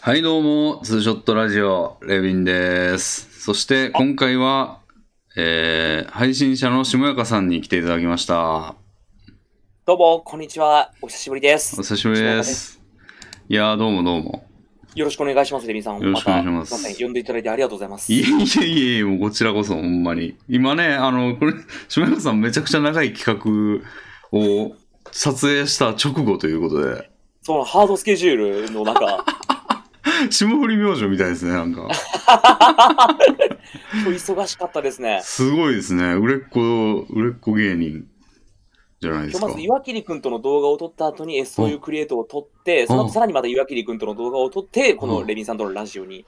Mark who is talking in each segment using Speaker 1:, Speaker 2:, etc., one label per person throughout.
Speaker 1: はいどうも、ツーショットラジオ、レビンです。そして今回は、えー、配信者の下かさんに来ていただきました。
Speaker 2: どうも、こんにちは。お久しぶりです
Speaker 1: お。久しぶりです。いやー、どうもどうも。
Speaker 2: よろしくお願いします、レミさん。
Speaker 1: よろしくお願いします
Speaker 2: また、すいません呼んでいただいてありがとうございます。
Speaker 1: いえいえいえいえ、もうこちらこそほんまに。今ね、あの、これ、下かさんめちゃくちゃ長い企画を撮影した直後ということで、
Speaker 2: そのハードスケジュール の中、
Speaker 1: 霜降り明星みたいですね、なん か。
Speaker 2: 今日忙しかったですね。
Speaker 1: すごいですね。売れっ子、売れっ子芸人じゃないで
Speaker 2: 今
Speaker 1: す
Speaker 2: 日
Speaker 1: か。
Speaker 2: まず岩切くんとの動画を撮った後に SOU クリエイトを撮って、その後さらにまた岩切くんとの動画を撮って、このレミさんとのラジオに。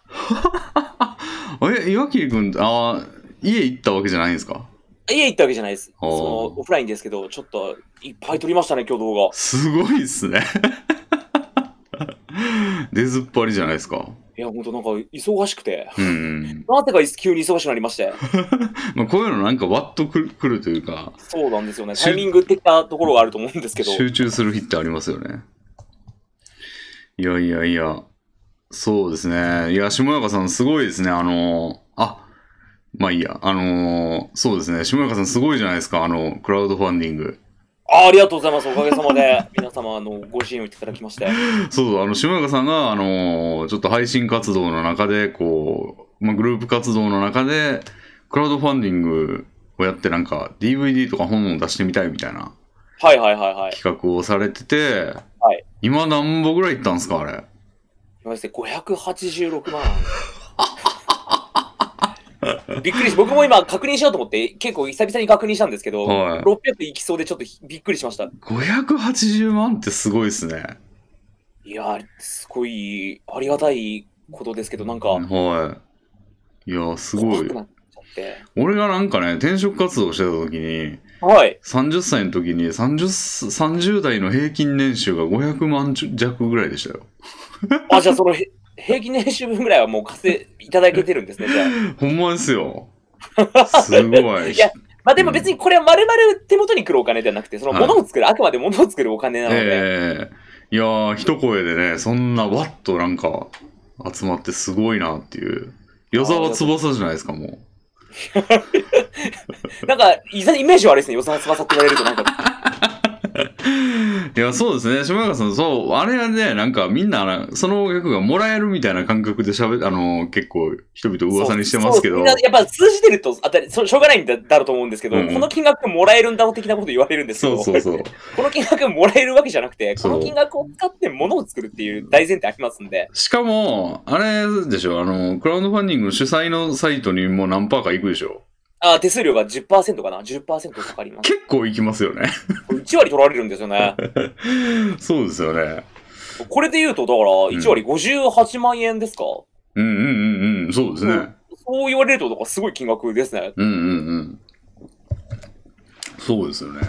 Speaker 1: え、岩切君、ああ、家行ったわけじゃないんですか
Speaker 2: 家行ったわけじゃないです。そ
Speaker 1: あー
Speaker 2: のオフラインですけど、ちょっといっぱい撮りましたね、今日動画。
Speaker 1: すごいっすね。 出ずっぱりじゃないですか。
Speaker 2: いや、ほんとなんか忙しくて。
Speaker 1: うん。
Speaker 2: なぜか急に忙しくなりまして。
Speaker 1: まあ、こういうのなんかわっとくるくるというか、
Speaker 2: そうなんですよ ね。
Speaker 1: 集
Speaker 2: タイミング的なところがあると思うんですけど。
Speaker 1: 集中する日ってありますよね。いやいやいや、そうですね。いや、下中さんすごいですね。あの、あ、まあいいや、あの、そうですね。下中さんすごいじゃないですか。あの、クラウドファンディング。
Speaker 2: あありがとうございます。おかげさまで、 皆様のご支援をいただきまして。
Speaker 1: そうそう、あの、下中さんが、あのーちょっと配信活動の中で、こう、まあ、グループ活動の中で、クラウドファンディングをやって、なんか、DVD とか本を出してみたいみたいな
Speaker 2: はいはいはいはい。
Speaker 1: 企画をされてて、
Speaker 2: はい
Speaker 1: 今何本ぐらい行ったんですか、あれ。
Speaker 2: 今ですね、586万。 びっくりし、僕も今確認しようと思って、結構久々に確認したんですけど、
Speaker 1: はい
Speaker 2: 600いきそうでちょっとびっくりしました。
Speaker 1: 580万ってすごいですね。
Speaker 2: いやー、すごいありがたいことですけど、なんか、
Speaker 1: はい。いや、すご
Speaker 2: 怖
Speaker 1: い
Speaker 2: く。なっちゃって。
Speaker 1: 俺がなんかね、転職活動してた時に、
Speaker 2: はい。
Speaker 1: 30歳の時に30す、30代の平均年収が500万弱ぐらいでしたよ。
Speaker 2: あ、じゃあその、へ平均年収分ぐらいはもう稼いいただけてるんですね、じゃあ。
Speaker 1: ほんまです よ。すごい。
Speaker 2: いやまあでも別にこれは丸々手元に来るお金ではなくて、その物を作る、あくまで物を作るお金なので、
Speaker 1: ええいやー、一声でね、そんなわっとなんか集まってすごいなっていう。矢沢翼じゃないですか、もう。
Speaker 2: なんか、いざイメージ悪いですね、予算翼って言われると、なんか、
Speaker 1: いや、そうですね。島中さん、そう、あれはね、なんかみんなな、その役がもらえるみたいな感覚で喋っあの、結構人々噂にしてますけど。
Speaker 2: そうそうみんなやっぱ数字出ると、あたり、そしょうがないんだだろうと思うんですけど、
Speaker 1: うん
Speaker 2: この金額もらえるんだろう的なこと言われるんですけ
Speaker 1: そ
Speaker 2: ど、
Speaker 1: うそうそう。
Speaker 2: この金額もらえるわけじゃなくて、
Speaker 1: そ
Speaker 2: こ
Speaker 1: う
Speaker 2: の金額を使って物を作るっていう大前提ありますんで、
Speaker 1: しかも、あれでしょ、あの、クラウドファンディングの主催のサイトにもう何パーか行くでしょ。
Speaker 2: あ手数料が10%かな、10%かかります。
Speaker 1: 結構行きますよね。
Speaker 2: 1割取られるんですよね。
Speaker 1: そうですよね。
Speaker 2: これで言うと、だから、1割58万円ですか、
Speaker 1: うんうんうんうん、そうですね。
Speaker 2: そう言われると、だからすごい金額ですね。
Speaker 1: うんうんうん。そうですよね。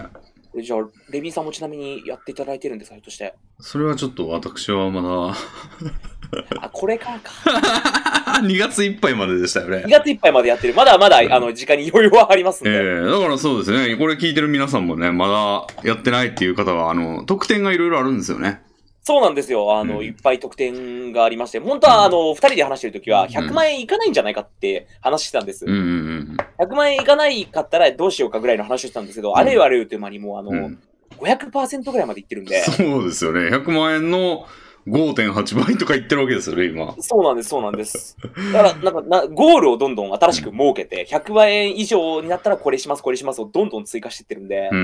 Speaker 2: これじゃあ、レビンさんもちなみにやっていただいてるんですか、ひょっとして。
Speaker 1: それはちょっと私はま
Speaker 2: あ、これからか。
Speaker 1: だ、2月いっぱいまででしたよね
Speaker 2: 2。月いっぱいまでやってる。まだまだ、あの、時間に余裕はありますん
Speaker 1: ええ
Speaker 2: で。
Speaker 1: だからそうですね。これ聞いてる皆さんもね、まだやってないっていう方は、あの、特典がいろいろあるんですよね。
Speaker 2: そうなんですよ。あの、
Speaker 1: うん
Speaker 2: いっぱい得点がありまして、本当は、あの、2人で話してるときは、100万円いかないんじゃないかって話してたんです。
Speaker 1: うんうん
Speaker 2: 100万円いかないかったらどうしようかぐらいの話をしてたんですけど、あれよあれよという間にもう、あの、
Speaker 1: うん。うん、
Speaker 2: 500%ぐらいまでいってるんで。
Speaker 1: そうですよね。100万円の5.8倍とか言ってるわけですよね、今。
Speaker 2: そうなんです、そうなんです。だから、なんかな、ゴールをどんどん新しく設けて、100万円以上になったらこれします、これしますをどんどん追加していってるんで
Speaker 1: う、んう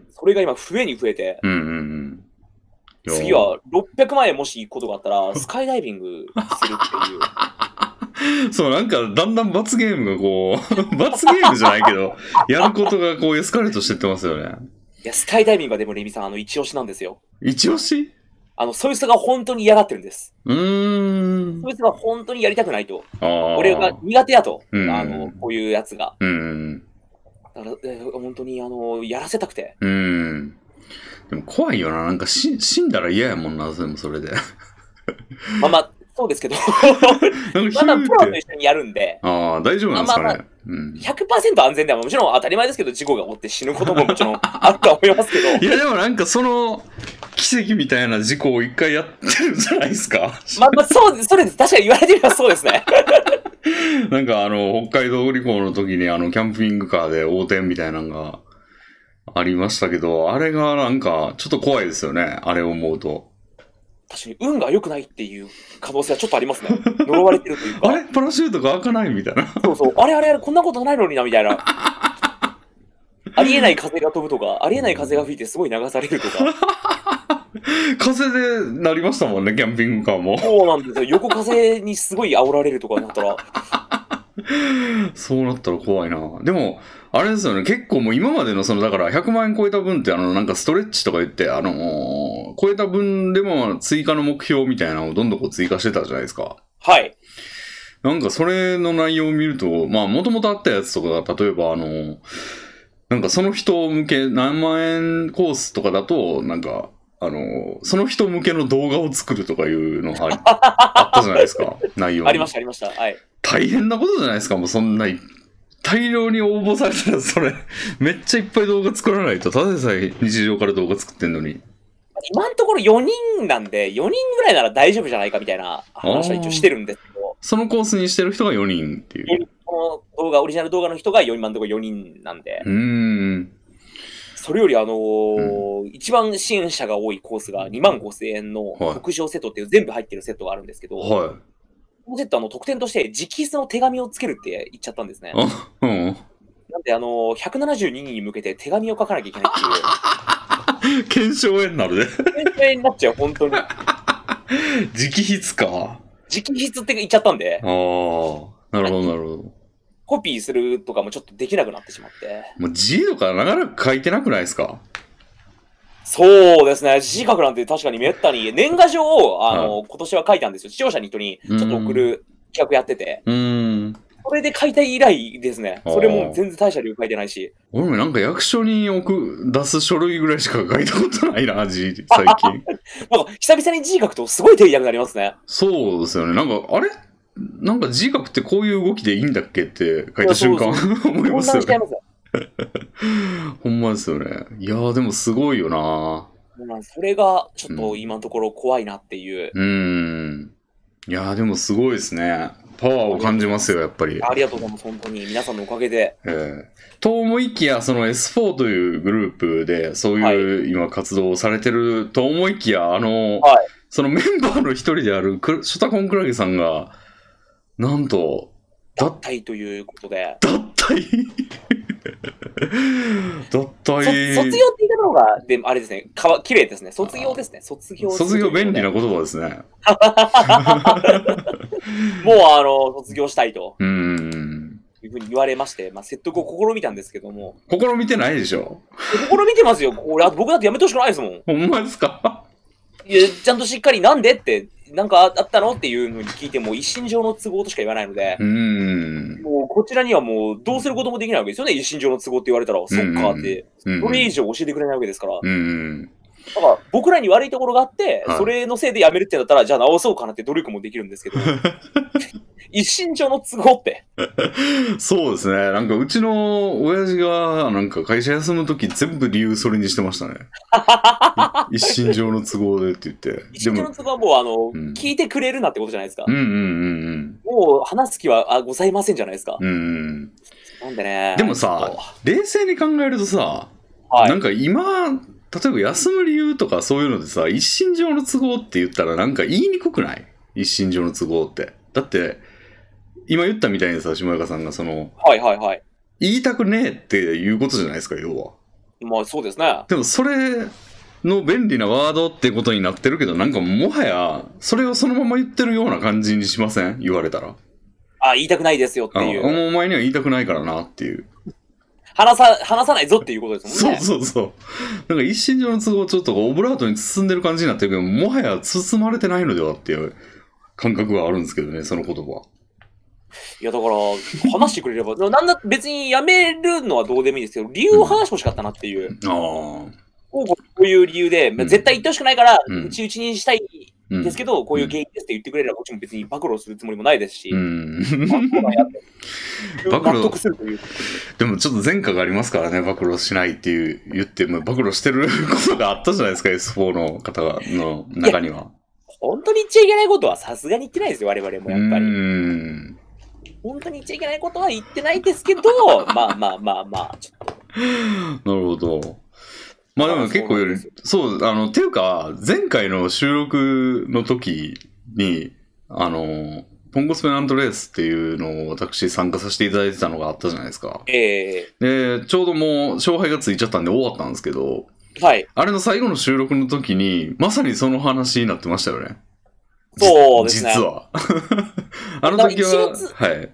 Speaker 1: ん
Speaker 2: それが今増えに増えて、
Speaker 1: うん。うんうんうん。いや
Speaker 2: 次。は600万円もし行くことがあった ら、スカイダイビングするっていう。
Speaker 1: そう、なんか、だんだん罰ゲームがこう、 罰ゲームじゃないけど、やることがこう、エスカレートしてってますよね。
Speaker 2: いや、スカイダイビングはでもレミさん、あの、一押しなんですよ。
Speaker 1: 一押し
Speaker 2: あの、そいつが本当に嫌がってるんです。
Speaker 1: うーん
Speaker 2: そ。いつが本当にやりたくないと。
Speaker 1: ああ。
Speaker 2: 俺が苦手やと。
Speaker 1: うん
Speaker 2: あの、こういうやつが。
Speaker 1: うん。
Speaker 2: だから、えー本当に、あの、やらせたくて。
Speaker 1: うん。 でも怖いよな。なんかし死んだら嫌やもんな、でもそれで。
Speaker 2: まあまあ、そうです けど、
Speaker 1: なんか
Speaker 2: ま
Speaker 1: ヒ
Speaker 2: だ
Speaker 1: ュ
Speaker 2: プロ
Speaker 1: ーっ
Speaker 2: と
Speaker 1: て。
Speaker 2: 一緒にやるんで、
Speaker 1: ああ、大丈夫なんですかね。
Speaker 2: まあま
Speaker 1: うん。
Speaker 2: 100%安全ではもちろん当たり前ですけど、事故が起こって死ぬことももちろんあるとは思いますけど、
Speaker 1: いや、でもなんかその、奇跡みたいな事故を一回やってるんじゃないですか。
Speaker 2: まあまあ、そうです、それです。確かに言われてみればそうですね。
Speaker 1: なんかあの、北海道旅行の時にあの、キャンピングカーで横転みたいなのがありましたけど、あれがなんか、ちょっと怖いですよね。あれを思うと。
Speaker 2: 確かに運が良くないっていう可能性はちょっとあ りますね。呪われてるという
Speaker 1: あ
Speaker 2: か。
Speaker 1: れパラシュートが開かないみたいな。
Speaker 2: そうそう。あれあれあれ、こんなことないのにな、みたいな。ありえない風が飛ぶとか、ありえない風が吹いてすごい流されると か。
Speaker 1: 風でなりましたもんね、キャンピングカーも。
Speaker 2: そうなんですよ。横風にすごい煽られるとかなったら。
Speaker 1: そうなったら怖いな。でも、あれですよね、結構もう今までのその、だから100万円超えた分って、あの、なんかストレッチとか言って、あのー超えた分でも追加の目標みたいなのをどんどんこう追加してたじゃないですか。
Speaker 2: はい。
Speaker 1: なんかそれの内容を見ると、まあもともとあったやつとかが、例えばあの、なんかその人向け何万円コースとかだと、なんか、あの、その人向けの動画を作るとかいうの がありあったじゃないですか、内容に
Speaker 2: ありました、ありました。はい。
Speaker 1: 大変なことじゃないですか、もうそんな、大量に応募されたらそれ、めっちゃいっぱい動画作らないと、ただでさえ日常から動画作ってんのに。
Speaker 2: 今のところ4人なんで、4人ぐらいなら大丈夫じゃないかみたいな話は一応してるんですけど、
Speaker 1: そのコースにしてる人が4人っていう。
Speaker 2: この動画、オリジナル動画の人が今のところ4人なんで、
Speaker 1: うーん。
Speaker 2: それよりあのー一番支援者が多いコースが2万5千円の
Speaker 1: はい
Speaker 2: 特上セットっていう全部入ってるセットがあるんですけど、
Speaker 1: は
Speaker 2: このセットあの特典として直筆の手紙をつけるって言っちゃったんですね。
Speaker 1: い。あ、うん。
Speaker 2: なんであのー、172人に向けて手紙を書かなきゃいけない
Speaker 1: 検証縁なるで。
Speaker 2: っていう、天になっちゃう、本当に。
Speaker 1: 直筆か。
Speaker 2: 直筆って言っちゃったんで
Speaker 1: ああ、、なるほど、なるほど。
Speaker 2: コピーするとかもちょっとできなくなってしまって。
Speaker 1: もう字とか長らく書いてなくないですか
Speaker 2: そうですね、字書くなんて確かにめったに、年賀状をあの、今年は書いたんですよ、視聴者に人にちょっと送る企画やってて、
Speaker 1: うーん。
Speaker 2: それで書いた以来ですね、
Speaker 1: あー
Speaker 2: それも全然大した理由書いてないし、
Speaker 1: 俺もなんか役所に送、出す書類ぐらいしか書いたことないな、字、最 近。
Speaker 2: なんか久々に字書くとすごい手痛くなりますね。
Speaker 1: そうですよね。なんか、あれなんか字書くってこういう動きでいいんだっけって書いた瞬間思い
Speaker 2: 混
Speaker 1: ま
Speaker 2: 乱
Speaker 1: すよ
Speaker 2: しち ゃい
Speaker 1: ね。
Speaker 2: ますよ。
Speaker 1: ほんまですよね。いやーでもすごいよな
Speaker 2: うんそれがちょっと今のところ怖いなっていう。
Speaker 1: うーん。いやーでもすごいですね。パワーを感じますよ、やっぱり。
Speaker 2: ありがとうございます、本当に。皆さんのおかげで。
Speaker 1: えーと思いきや、その S4 というグループで、そういう今活動をされてると思いきや、あの、
Speaker 2: は
Speaker 1: そのメンバーの一人であるくショタコンクラゲさんが、なんと、だ
Speaker 2: 脱退ということで。
Speaker 1: 脱退 脱
Speaker 2: そ
Speaker 1: 退
Speaker 2: 卒業って言い方の方が、でもあれですね、かわ綺麗ですね。卒業ですね。卒業する
Speaker 1: 卒業便利
Speaker 2: も
Speaker 1: な言葉ですね。
Speaker 2: うあの、卒業したいと
Speaker 1: うーん。
Speaker 2: いうふうに言われまして、まあ、説得を試みたんですけ ども、
Speaker 1: 心見てないでしょ
Speaker 2: 試みてますよ。俺、あと僕だってやめてほしくないですもん。
Speaker 1: ほんまですか
Speaker 2: いや、ちゃんとしっかりなんでって、なんかあったのっていうのに聞いても、一身上の都合としか言わないので
Speaker 1: う、ーん。
Speaker 2: もうこちらにはもうどうすることもできないわけですよね、一身上の都合って言われたら、そっかって、
Speaker 1: うん
Speaker 2: それ以上教えてくれないわけですから、
Speaker 1: うんうん。
Speaker 2: だから僕らに悪いところがあって
Speaker 1: はい、
Speaker 2: それのせいでやめるってなったら、じゃあ直そうかなって努力もできるんです けど、一身上の都合って、
Speaker 1: そうですね。なんかうちの親父が、なんか会社休むとき全部理由それにしてま したね。い一身上の都合でって言って。
Speaker 2: 一
Speaker 1: で
Speaker 2: 身上の
Speaker 1: も、
Speaker 2: 都合はもうあの、
Speaker 1: うん
Speaker 2: 聞いてくれるなってことじゃないですか
Speaker 1: う。んうんうん
Speaker 2: もう話す気はあございませんじゃないですか
Speaker 1: うん。。うんうん。
Speaker 2: なんでね。
Speaker 1: でもさ
Speaker 2: ちょっ
Speaker 1: 冷静に考えるとさ、
Speaker 2: とは。
Speaker 1: ないんか今、例えば休む理由とかそういうのでさ、一身上の都合って言ったらなんか言いにくくない一身上の都合って。だって、今言ったみたいにさ、下中さんがその、
Speaker 2: はいはいはい。
Speaker 1: 言いたくねえっていうことじゃないですか、要は。
Speaker 2: まあそうですね。
Speaker 1: でもそれの便利なワードってことになってるけどなんかもはやそれをそのまま言ってるような感じにしません言われたら
Speaker 2: あ、言いたくないですよって
Speaker 1: あ
Speaker 2: い
Speaker 1: の
Speaker 2: う。
Speaker 1: お前には言いたくないからなっていう、
Speaker 2: 話さ、話さないぞっていうことですも
Speaker 1: そ
Speaker 2: ん
Speaker 1: う
Speaker 2: ね。
Speaker 1: そうそうなんか一身上の都合をちょっとオブラートに包んでる感じになってるけどもはや包まれてないのではっていう感覚があるんですけどねその言葉
Speaker 2: いやだから、話してくれれば、 なんだ、別にやめるのはどうでもいいですけど、理由を話してほしかったなっていう。
Speaker 1: ああ
Speaker 2: こうこうこういう理由で、まあ絶対言ってほしくないから、
Speaker 1: うん
Speaker 2: うちうちにしたい
Speaker 1: うん。
Speaker 2: ですけど、こういう原因ですって言ってくれれば、こっちも別に暴露するつもりもないですし、
Speaker 1: うん。
Speaker 2: まあこうなんやって
Speaker 1: 暴露
Speaker 2: 納得するという。
Speaker 1: でもちょっと前科がありますからね、暴露しないっていう言っても、暴露してることがあったじゃないですか、S4 の方がの中には。
Speaker 2: 本当に言っちゃいけないことはさすがに言ってないですよ、我々も
Speaker 1: う
Speaker 2: やっぱり。
Speaker 1: ーん。
Speaker 2: 本当に言っちゃいけないことは言ってないで すけど、まあまあまあまあ、ちょっと。
Speaker 1: なるほど。まあでも結構
Speaker 2: そう
Speaker 1: より
Speaker 2: なんですよ、
Speaker 1: そう、あの、っていうか、前回の収録の時に、あの、ポンコスペナントレースっていうのを私参加させていただいてたのがあったじゃないですか。
Speaker 2: え
Speaker 1: で、ちょうどもう勝敗がついちゃったんで終わったんですけど、
Speaker 2: ーはい。
Speaker 1: あれの最後の収録の時に、まさにその話になってましたよね。
Speaker 2: そうですね
Speaker 1: 実 は。あの時は
Speaker 2: なんか1、月
Speaker 1: はい。
Speaker 2: 1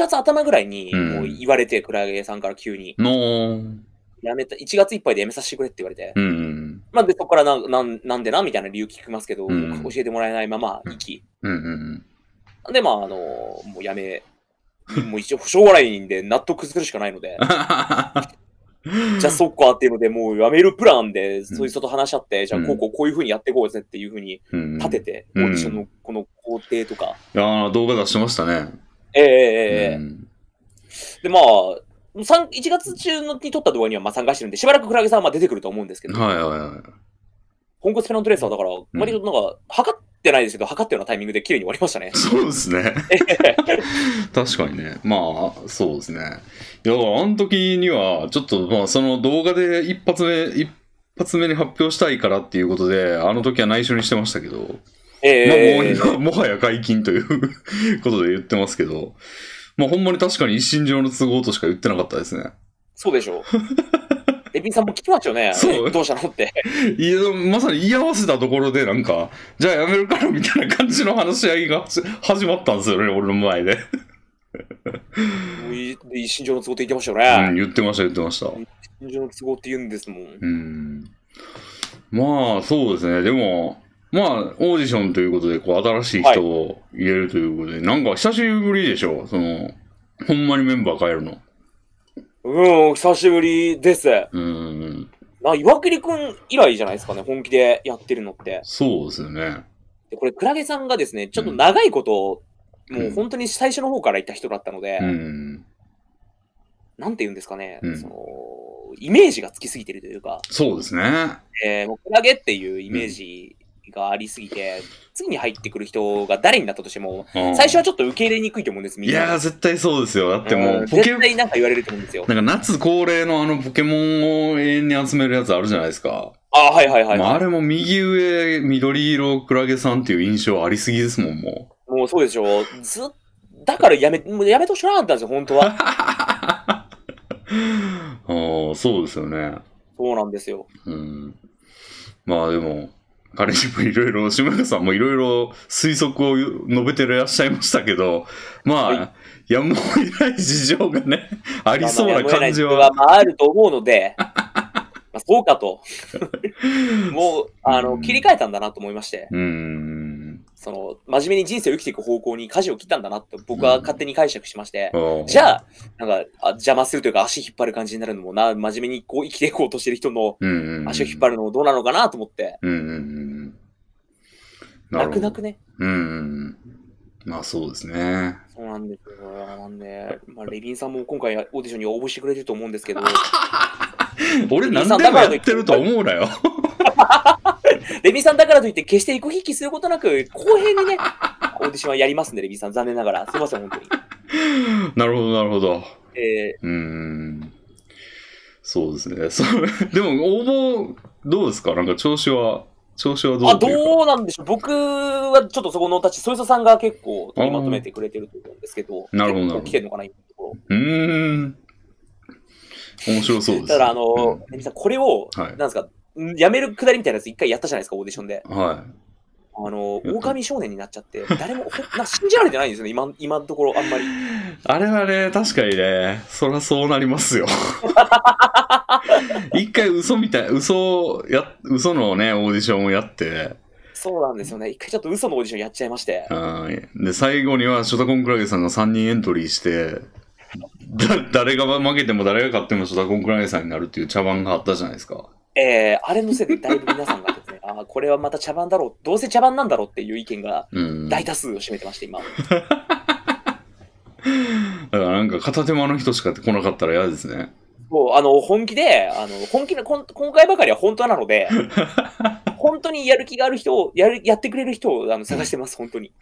Speaker 2: 月頭ぐらいに
Speaker 1: うん
Speaker 2: もう言われて、クラゲさんから急に、
Speaker 1: のー、
Speaker 2: やめた、1月いっぱいでやめさせてくれって言われて、
Speaker 1: うん、
Speaker 2: まあで、そこからなんなんなんでなみたいな理由聞きますけど、
Speaker 1: うん
Speaker 2: 教えてもらえないまま行き、
Speaker 1: うん、うん、
Speaker 2: で、まあ、あのもうやめ、もう一応、しょうがないんで納得するしかない ので、
Speaker 1: うん。
Speaker 2: じゃあそっかっていうので、もうやめるプランで、そいつと話し合って、じゃあこうこうこういうふうにやっていこうぜっていうふうに
Speaker 1: うん、
Speaker 2: 立てて、
Speaker 1: うん
Speaker 2: オーディションのこの工程とか、
Speaker 1: いやー動画出してましたね。
Speaker 2: ええええええ
Speaker 1: うん
Speaker 2: で、まあ、さん1月中のに撮った動画にはまあ参加してるんで、しばらくクラゲさんはまあ出てくると思うんですけど、
Speaker 1: はいはいはい。
Speaker 2: 本骨ペナントレースはだから、割となんか、測ってないですけど、測ったようなタイミングで綺麗に終わり ましたね。
Speaker 1: そうです ね。確かにね。まあ、そうですね。いや、だからあの時には、ちょっと、まあ、その動画で一発目、一発目に発表したいからっていうことで、あの時は内緒にしてましたけど、
Speaker 2: ええ
Speaker 1: まあ、もう今、もはや解禁という ことで言ってますけど、まあ、ほんまに確かに一身上の都合としか言ってなかったですね。
Speaker 2: そうで しょう。エビンさんも聞きましたよね。
Speaker 1: そう
Speaker 2: どうしたのって。
Speaker 1: いやまさに言い合わせたところで、なんか、じゃあやめるからみたいな感じの話し合いが始まったんですよね、俺の前で。
Speaker 2: もういい心情の都合って言ってました
Speaker 1: う
Speaker 2: よ
Speaker 1: ん、
Speaker 2: ね。
Speaker 1: 言ってました、言ってました。
Speaker 2: 心情の都合って言うんですもん。
Speaker 1: うん。まあ、そうですね。でも、まあ、オーディションということで、こう、新しい人を入れるということで、なんか久しぶりでしょ、その、ほんまにメンバー変えるの。
Speaker 2: うん、久しぶりです。
Speaker 1: うん、
Speaker 2: な、岩切くん以来じゃないですかね、本気でやってるのって。
Speaker 1: そうですよね。
Speaker 2: で、これ、クラゲさんがですね、ちょっと長いこ
Speaker 1: う
Speaker 2: と、
Speaker 1: ん
Speaker 2: もう本当に最初の方から言った人だったので、
Speaker 1: うん。
Speaker 2: なんて言うんですかね、
Speaker 1: うん
Speaker 2: その、イメージがつきすぎてるというか、
Speaker 1: そうですね。
Speaker 2: えーもうクラゲっていうイメージがありすぎて、次に入ってくる人が誰になったとしても、
Speaker 1: 最
Speaker 2: 最初はちょっと受け入れにくいと思うんです、み
Speaker 1: い
Speaker 2: んな。
Speaker 1: やー、絶対そうですよ。だっても
Speaker 2: う
Speaker 1: う、
Speaker 2: ん
Speaker 1: ポケ
Speaker 2: 絶対なんか言われると思うんですよ。
Speaker 1: なんか夏恒例のあのポケモンを永遠に集めるやつあるじゃないですか。
Speaker 2: あ、はいはいはい、
Speaker 1: まあ、あれも右上緑色クラゲさんっていう印象ありすぎですもん、も
Speaker 2: もうそうでしょ。ずっだからやめ、もうやめてほしくなかったんですよ、本当は。
Speaker 1: う。ああ、そうですよね。
Speaker 2: そうなんですよ。
Speaker 1: うん。まあでも、彼にもいろいろ、島村さんもいろいろ推測を述べていらっしゃいましたけど、まあ、
Speaker 2: は
Speaker 1: やむを得ない事情が ね、ありそうな感じ
Speaker 2: まあ
Speaker 1: は。
Speaker 2: まああると思うので、 まあそうかと。もう、あ
Speaker 1: う
Speaker 2: の、
Speaker 1: ん
Speaker 2: 切り替えたんだなと思いまして、
Speaker 1: うん。
Speaker 2: その、真面目に人生を生きていく方向に舵を切ったんだなと僕は勝手に解釈しまして、じ
Speaker 1: あ
Speaker 2: ゃあ、なんかあ、邪魔するというか足引っ張る感じになるのもな、真面目にこう生きていこうとしてる人の
Speaker 1: ー、うんうん、
Speaker 2: 足を引っ張るのもどうなのかなと思って、
Speaker 1: うんうんうん。なる
Speaker 2: 泣
Speaker 1: ほ
Speaker 2: く
Speaker 1: ど
Speaker 2: 泣くね。
Speaker 1: うんうんうん。まあそうですね。
Speaker 2: そうなんですよ。なんで、まあ、レビンさんも今回オーディションに応募してくれてると思うんで すけど、
Speaker 1: 俺
Speaker 2: な
Speaker 1: 何
Speaker 2: ん
Speaker 1: で
Speaker 2: で
Speaker 1: も
Speaker 2: も
Speaker 1: や
Speaker 2: や
Speaker 1: っ
Speaker 2: ってて
Speaker 1: る
Speaker 2: る
Speaker 1: と
Speaker 2: と
Speaker 1: 思うな よ。
Speaker 2: レビンさんだからといって決して行く引きすることなく、公平にね、オーディションはやりますんで、レビンさん、残念ながら。すみません、本当に。
Speaker 1: なるほど、なるほど。
Speaker 2: え
Speaker 1: うーん。そうですね。 それでも、応募、どうですかなんか調子は、調子は
Speaker 2: ー
Speaker 1: ど
Speaker 2: あ
Speaker 1: うというか
Speaker 2: どうなんでしょう僕はちょっとそこのタッチ、ソイソさんが結構取りまとめてくれてると思うんですけど、
Speaker 1: なるほどなるほど
Speaker 2: 結構来てるのかな、今のとこ
Speaker 1: うーん。面白そうです。
Speaker 2: ろ。だから、あの
Speaker 1: うん、
Speaker 2: レビンさん、これを、
Speaker 1: はい
Speaker 2: なんですか、んやめるくだりみたいなやつ一回やったじゃないですか、オーディションで。
Speaker 1: は
Speaker 2: あの、狼少年になっちゃって、誰も、ほんなんか信じられてないんですよね、今、今のところあんまり。
Speaker 1: い。あれはね、確かにね、そらそうなります よ。一回嘘みたい、嘘をや、嘘のね、オーディションをやって、
Speaker 2: そうなんですよね。一回ちょっと嘘のオーディションやっちゃいまして。
Speaker 1: はいで、最後には、ショタコンクラゲさんが3人エントリーして、だ 誰が負けても誰が勝ってもショタコンクラゲさんになるっていう茶番があったじゃないですか。
Speaker 2: えー、あれのせいでだいぶ皆さんがですね、 あーこれはまた茶番だろう、どうせ茶番なんだろうっていう意見が
Speaker 1: うん。
Speaker 2: 大多数を占めてまして、今。
Speaker 1: だからなんか片手間の人しか来なかったら嫌ですね。
Speaker 2: そう、あの、本気で、あの、本気の、こん今回ばかりは本当な ので、本当にやる気がある人を、やる、やってくれる人をあの探してます、本当に。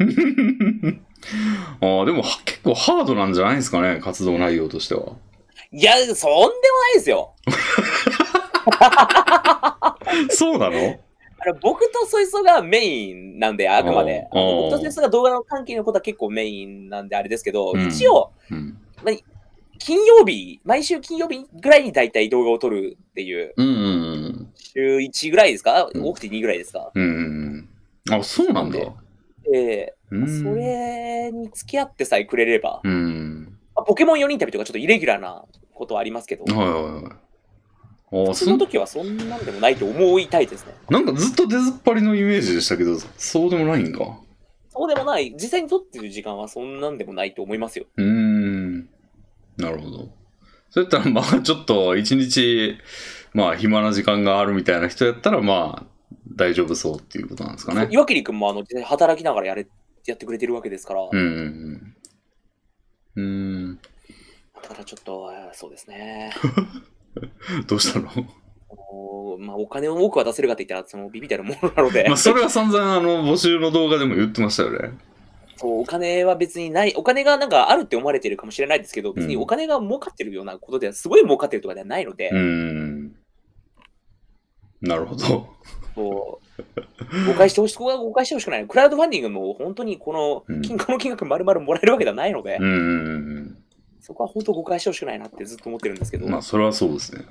Speaker 1: ああ、でもは結構ハードなんじゃないですかね、活動内容としては。
Speaker 2: いや、そんでもないですよ。
Speaker 1: そうなの
Speaker 2: あの僕とソイソがメインなんで、あくまで。
Speaker 1: あー
Speaker 2: あの
Speaker 1: あー
Speaker 2: 僕とソイソが動画の関係のことは結構メインなんであれですけど、
Speaker 1: うん
Speaker 2: 一応、
Speaker 1: うん。
Speaker 2: 金曜日、毎週金曜日ぐらいに大体動画を撮るっていう、
Speaker 1: うんうん
Speaker 2: 週1ぐらいですか
Speaker 1: うん
Speaker 2: 多くて2ぐらいですか、
Speaker 1: うん。うんうん。あ、そうなんだ。
Speaker 2: え
Speaker 1: う
Speaker 2: え
Speaker 1: ん。
Speaker 2: それに付き合ってさえくれれば、
Speaker 1: うん。
Speaker 2: まあポケモン4人旅とかちょっとイレギュラーなことはありますけど、
Speaker 1: はいはいはい。ああ、
Speaker 2: そ
Speaker 1: そ
Speaker 2: の
Speaker 1: ん
Speaker 2: 時はそんなんでもないと思いたいですね。
Speaker 1: なんかずっと出ずっぱりのイメージでしたけど、そうでもないんか。
Speaker 2: そうでもない、実際に撮ってる時間はそんなんでもないと思いますよ。
Speaker 1: うーん。なるほど。そうやったら、まあ、ちょっと、一日、まあ、暇な時間があるみたいな人やったら、まあ、大丈夫そうっていうことなんですかね。
Speaker 2: 岩切君もあの実際に働きながらやれやってくれてるわけですから、
Speaker 1: うんうんうん。う
Speaker 2: だからちょっと、あーそうですね。
Speaker 1: ーん。どうしたの
Speaker 2: おまあ、お金を多くは出せるかって言ったら、そのビビたるものなので、
Speaker 1: まあ、それは散々、あの、募集の動画でも言ってましたよね。
Speaker 2: そうお金は別にない、お金がなんかあるって思われてるかもしれないですけど、別に
Speaker 1: うん
Speaker 2: お金が儲かってるようなことでは、すごい儲かってるとかではないので、
Speaker 1: うーん。なるほど。
Speaker 2: もう、誤解してほしい、ここは誤解してほしくない。クラウドファンディングも本当にこ
Speaker 1: うん
Speaker 2: の金、この金額丸々もらえるわけではないので、
Speaker 1: うーん。
Speaker 2: そこは本当誤解してほしくないなってずっと思ってるんですけど、
Speaker 1: まあ、それはそうですね。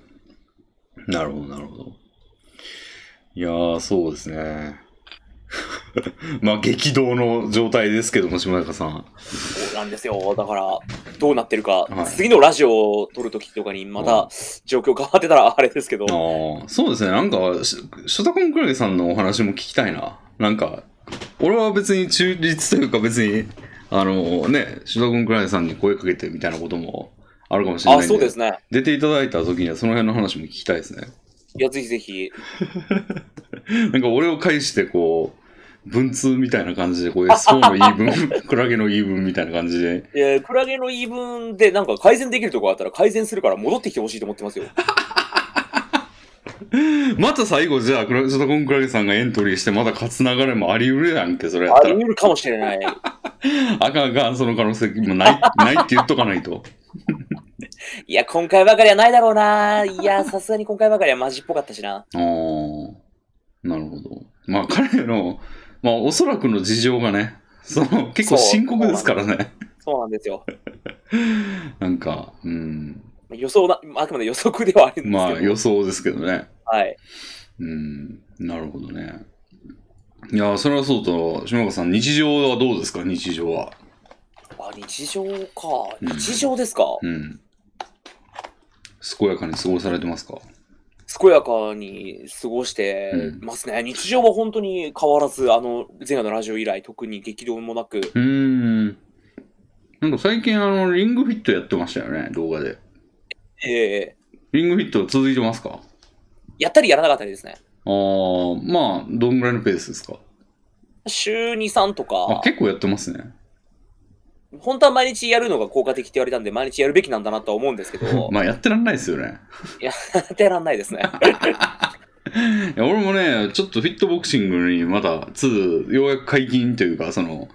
Speaker 1: なるほど、なるほど。いやー、そうですね。 まあ、激動の状態ですけども、島中さん。
Speaker 2: そうなんですよ。だから、どうなってるか、
Speaker 1: はい
Speaker 2: 次のラジオを撮るときとかにま
Speaker 1: う
Speaker 2: た状況変わってたらあれですけど、
Speaker 1: ああ、そうですね。なんか、しショタコンクラゲさんのお話も聞きたいな。なんか、俺は別に中立というか、別に、あのね、ショタコンクラゲさんに声かけてみたいなこともあるかもしれないん
Speaker 2: あ、そうですね。
Speaker 1: 出ていただいた時には、その辺の話も聞きたいですね。
Speaker 2: いや、ぜひぜひ。
Speaker 1: なんか俺を介してこう、文通みたいな感じで、こう、SO の言い 分、クラゲの言い分みたいな感じで、
Speaker 2: えークラゲの言い分でなんか改善できるとこあったら改善するから戻ってきてほしいと思ってますよ。
Speaker 1: また最後じゃあ、クラショタコンクラゲさんがエントリーして、まだ勝つ流れもあり得るやんけ、それやっ
Speaker 2: あ
Speaker 1: た
Speaker 2: り
Speaker 1: ら。
Speaker 2: 得るかもしれない。
Speaker 1: あかんあかん、その可能性もない、 ないって言っとかないと。
Speaker 2: いや、今回ばかりはないだろうな。いや、さすがに今回ばかりはマジっぽかったしな。
Speaker 1: あーなるほど。まあ彼の、まあおそらくの事情がね、その結構深刻ですからね。
Speaker 2: そうなんですよ。
Speaker 1: なんか、うん。
Speaker 2: 予想な、あくまで予測ではあるんです
Speaker 1: まあ
Speaker 2: けど。
Speaker 1: 予想ですけどね。
Speaker 2: はい。
Speaker 1: うん、なるほどね。いやー、それはそうと、島岡さん、日常はどうですか、日常は。
Speaker 2: あ、日常か。
Speaker 1: うん
Speaker 2: 日常ですか。
Speaker 1: うん。健やかに過ごされてますか
Speaker 2: 健やかに過ごしてますね。日常は本当に変わらず、あの、前夜のラジオ以来、特に激動もなく、
Speaker 1: うーん。なんか最近、あの、リングフィットやってましたよね、動画で。
Speaker 2: え
Speaker 1: リングフィット続いてますか
Speaker 2: ーやったりやらなかったりですね。
Speaker 1: あー、まあ、どんぐらいのペースですか
Speaker 2: 週2、3と
Speaker 1: あ
Speaker 2: か、、
Speaker 1: 結構やってますね。、
Speaker 2: 本当は毎日やるのが効果的って言われたんで、毎日やるべきなんだなとは思うんですけど
Speaker 1: まあ、やってらんないですよね。
Speaker 2: やってらんないですね。
Speaker 1: いや、俺もね、ちょっとフィットボクシングにまた、2、ようやく解禁というか、その、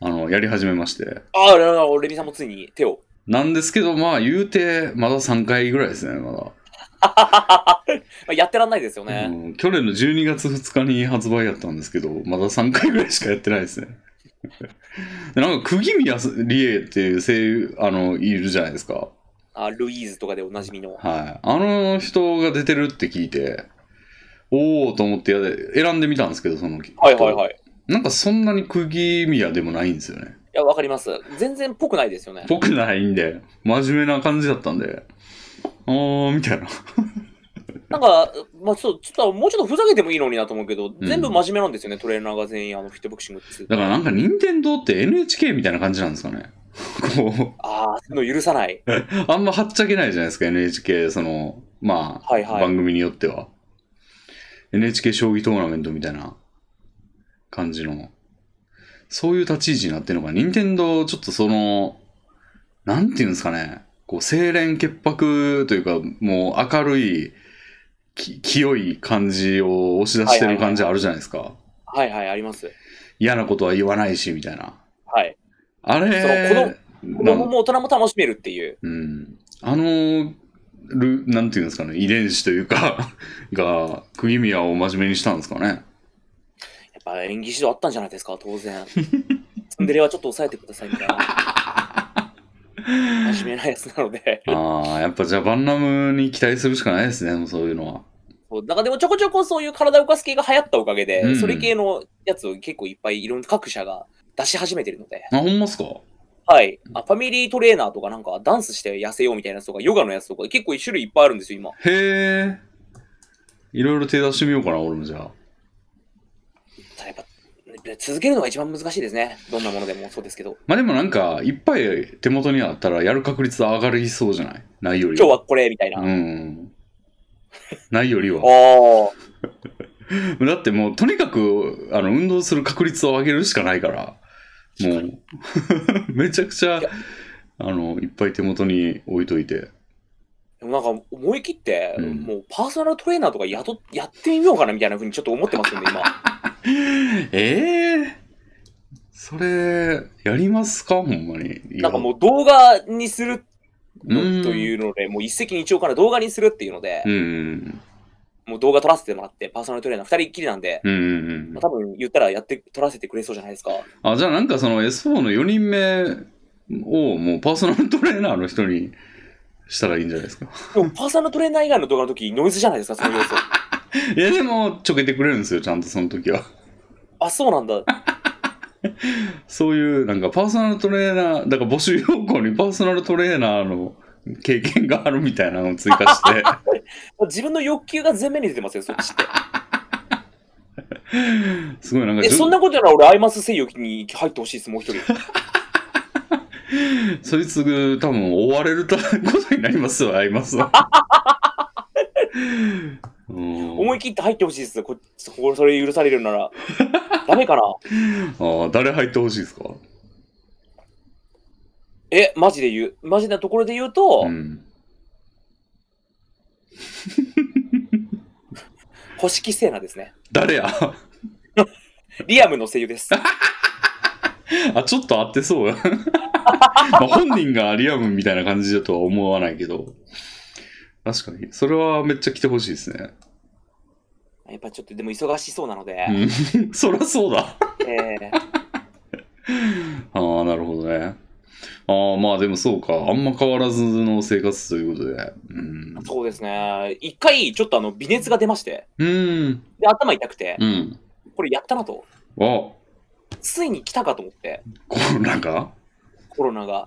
Speaker 1: あの、やり始めまして。
Speaker 2: ああ、なるほどレミさんもついに手を。
Speaker 1: なんですけど、まあ言うて、まだ3回ぐらいですね、まだ。
Speaker 2: まあ、やってらんないですよね。
Speaker 1: うん去年の12月2日に発売やったんですけど、まだ3回ぐらいしかやってないですね。 でなんか、釘宮理恵っていう声優、あの、いるじゃないですか。
Speaker 2: あルイーズとかでおなじみの。
Speaker 1: はい。あの人が出てるって聞いて、おーと思ってやで選んでみたんですけど、その人
Speaker 2: はいはいはい。い
Speaker 1: なんかそんなに釘宮でもないんですよね。
Speaker 2: や、わかります。全然ぽくないですよね。
Speaker 1: 僕ないんで、真面目な感じだったんで、あー、みたいな。
Speaker 2: なんか、まあ、ちょっと、ちょっともうちょっとふざけてもいいのになと思うけど、
Speaker 1: ん
Speaker 2: 全部真面目なんですよね、トレーナーが全員、あの、フィットボクシングって。
Speaker 1: だからなんか任天堂って NHK みたいな感じなんですかね。こ
Speaker 2: ああ、そういうの許さない。
Speaker 1: う、あんまはっちゃけないじゃないですか、NHK、その、まあ、
Speaker 2: はいはい
Speaker 1: 番組によっては。 NHK 将棋トーナメントみたいな感じの、そういう立ち位置になってるのかな。任天堂ちょっとその、なんていうんですかね、こう、清廉潔白というか、もう明るい、き清い感じを押し出してる感じあるじゃないですか。
Speaker 2: はいはい、あります。
Speaker 1: 嫌なことは言わないし、みたいな。
Speaker 2: はい。
Speaker 1: あ
Speaker 2: その
Speaker 1: れ、
Speaker 2: 子
Speaker 1: なん
Speaker 2: 供も大人も楽しめるっていう。
Speaker 1: うん。あの、ルなんていうんですかね、遺伝子というか、 が、釘宮を真面目にしたんですかね。
Speaker 2: やっぱ演技指導あったんじゃないですか、当然。 ツンデレはちょっと抑えてくださいみたいな。 真面目なやつなので。
Speaker 1: ああ、やっぱじゃあバンナムに期待するしかないですね、もうそういうのは。
Speaker 2: そうなんかでもちょこちょこそういう体を動かす系が流行ったおかげで、
Speaker 1: うん
Speaker 2: それ系のやつを結構いっぱいいろんな各社が出し始めてるので、
Speaker 1: あ、ほんまっすか
Speaker 2: はいあ。ファミリートレーナーとかなんかダンスして痩せようみたいなやつとか、ヨガのやつとか結構種類いっぱいあるんですよ、今。
Speaker 1: へえ。いろいろ手出してみようかな、俺もじゃあ。
Speaker 2: ただやっぱ続けるのが一番難しいですね。どんなものでもそうですけど。
Speaker 1: まあでもなんか、いっぱい手元にあったらやる確率上がりそうじゃないないより
Speaker 2: 今日はこれみたいな。
Speaker 1: うんうん。ないよりは。
Speaker 2: おー
Speaker 1: だってもう、とにかく、あの、運動する確率を上げるしかないから、もう、めちゃくちゃ
Speaker 2: いや、
Speaker 1: あの、いっぱい手元に置いといて。
Speaker 2: でもなんか思い切って、
Speaker 1: うん
Speaker 2: もうパーソナルトレーナーとか雇っやってみようかなみたいなふうにちょっと思ってますんで、今。
Speaker 1: ええそれ、やりますかほんまに。
Speaker 2: なんかもう動画にするの
Speaker 1: うん
Speaker 2: というので、もう一石二鳥から動画にするっていうので、
Speaker 1: うんうん
Speaker 2: もう動画撮らせてもらって、パーソナルトレーナー2人っきりなんで、
Speaker 1: うん。うんうんうん
Speaker 2: まあ、多分言ったらやって撮らせてくれそうじゃないですか。
Speaker 1: あ、じゃあなんかその S4 の4人目をもうパーソナルトレーナーの人にしたらいいんじゃない ですか。
Speaker 2: でもパーソナルトレーナー以外の動画の時ノイズじゃないですか、そ の要素。
Speaker 1: いや、でも、ちょけてくれるんですよ、ちゃんとその時は。
Speaker 2: あ、そうなんだ。
Speaker 1: そういう、なんかパーソナルトレーナー、だから募集要項にパーソナルトレーナーの経験があるみたいなのを追加して、
Speaker 2: 自分の欲求が前面に出てますよ、そっちって。
Speaker 1: すごいなんか
Speaker 2: え、
Speaker 1: じゅ
Speaker 2: そんなことなら俺、アイマス声優に入ってほしいです、もう一人。
Speaker 1: そいつ多分追われるたことになりますよ、合いますわ。うん
Speaker 2: 思い切って入ってほしいです、ここそれ許されるなら。ダメかな
Speaker 1: ああ誰入ってほしいですか、
Speaker 2: え、マジで言う、マジなところで言うと、
Speaker 1: うん、
Speaker 2: 星木聖奈ですね。
Speaker 1: 誰や
Speaker 2: リアムの声優です。
Speaker 1: あ、ちょっと合ってそう や。まあ本人がリアムみたいな感じだとは思わないけど、確かに、それはめっちゃ来てほしいですね。
Speaker 2: やっぱちょっとでも忙しそうなので、
Speaker 1: うん、 そりゃそうだ。
Speaker 2: えー
Speaker 1: ああ、なるほどね。ああ、まあでもそうか。あんま変わらずの生活ということで。うん。
Speaker 2: そうですね。一回、ちょっとあの、微熱が出まして、
Speaker 1: うん。
Speaker 2: で、頭痛くて、
Speaker 1: うん。
Speaker 2: これやったなと、
Speaker 1: あ、コ
Speaker 2: ついに来たかと思って、
Speaker 1: ロナか
Speaker 2: コロナが。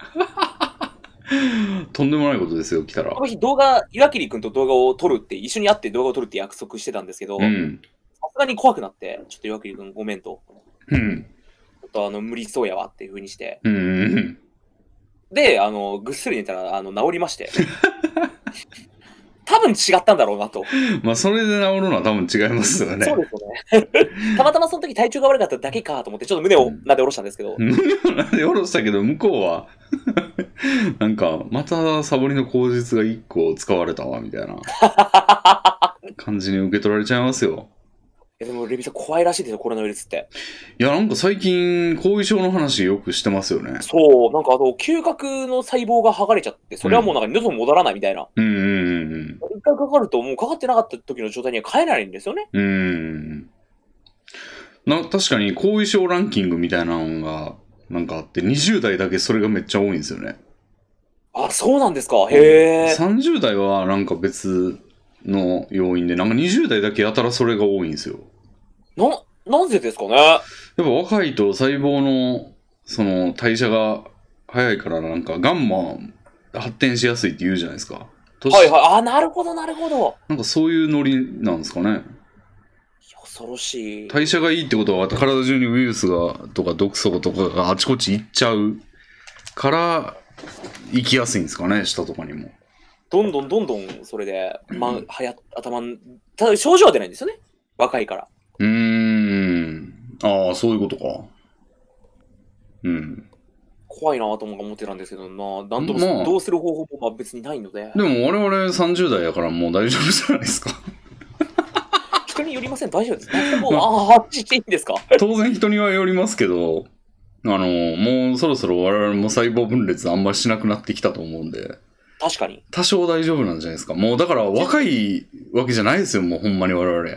Speaker 1: とんでもないことですよ、来たら
Speaker 2: こ。の日、動画、岩切君と動画を撮るって、一緒に会って動画を撮るって約束してたんですけど、
Speaker 1: う
Speaker 2: さ
Speaker 1: ん。
Speaker 2: すがに怖くなって、ちょっと岩切君ごめんと、
Speaker 1: うん。
Speaker 2: ちょっとあの、無理そうやわっていう風にして、
Speaker 1: うんうん。
Speaker 2: で、あの、ぐっすり寝たら、あの、治りま して。多分違ったんだろうなと。
Speaker 1: まあ、それで治るのは多分違いますよね。
Speaker 2: そうですよね。 たまたまその時体調が悪かっただけかと思って、ちょっと胸をなで下ろしたんですけど、
Speaker 1: なんで下ろしたけど、向こうは、 なんか、またサボりの口実が1個使われたわ、みたい な感じに受け取られちゃいますよ。
Speaker 2: えでもレビさん怖いらしいですよ、コロナウイルスって。
Speaker 1: いや、なんか最近、後遺症の話よくしてますよね。
Speaker 2: そう、なんかあの、嗅覚の細胞が剥がれちゃって、それはもうなんか二度と戻らないみたいな。
Speaker 1: うんうんうん
Speaker 2: 一回かかると、もうかかってなかった時の状態には変えないんですよね。
Speaker 1: うん。うん。な、確かに後遺症ランキングみたいなのが、なんかあって、20代だけそれがめっちゃ多いんですよね。
Speaker 2: あ、そうなんですか。へえ。
Speaker 1: 30代はなんか別の要因で、なんか20代だけやたらそれが多いんですよ。
Speaker 2: な、なんでですかね。
Speaker 1: やっぱ若いと細胞の、その代謝が早いから、なんかガンマ発展しやすいって言うじゃないですか。年
Speaker 2: はいはい。あ、なるほど、なるほど。
Speaker 1: なんかそういうノリなんですかね。
Speaker 2: 恐ろしい。
Speaker 1: 代謝がいいってことは体中にウイルスがとか毒素とかがあちこち行っちゃうから行きやすいんですかね下とかにも
Speaker 2: どんどんどんどん、それで、ま、はや、頭ん、ただ症状は出ないんですよね。若いから。
Speaker 1: うーん。ああ、そういうことか。うん。
Speaker 2: 怖いなとも思ってたんですけどな、なんとも
Speaker 1: まあ
Speaker 2: どうする方法もまあ別にないので、
Speaker 1: でも我々30代やからもう大丈夫じゃないですか。
Speaker 2: 人によりません、大丈夫 です。もう、ああ、していいんですか
Speaker 1: 当然人にはよりますけど、あの、もうそろそろ我々も細胞分裂あんまりしなくなってきたと思うんで、
Speaker 2: 確かに。
Speaker 1: 多少大丈夫なんじゃないですか。もうだから若いわけじゃないですよ、もうほんまに我々。
Speaker 2: い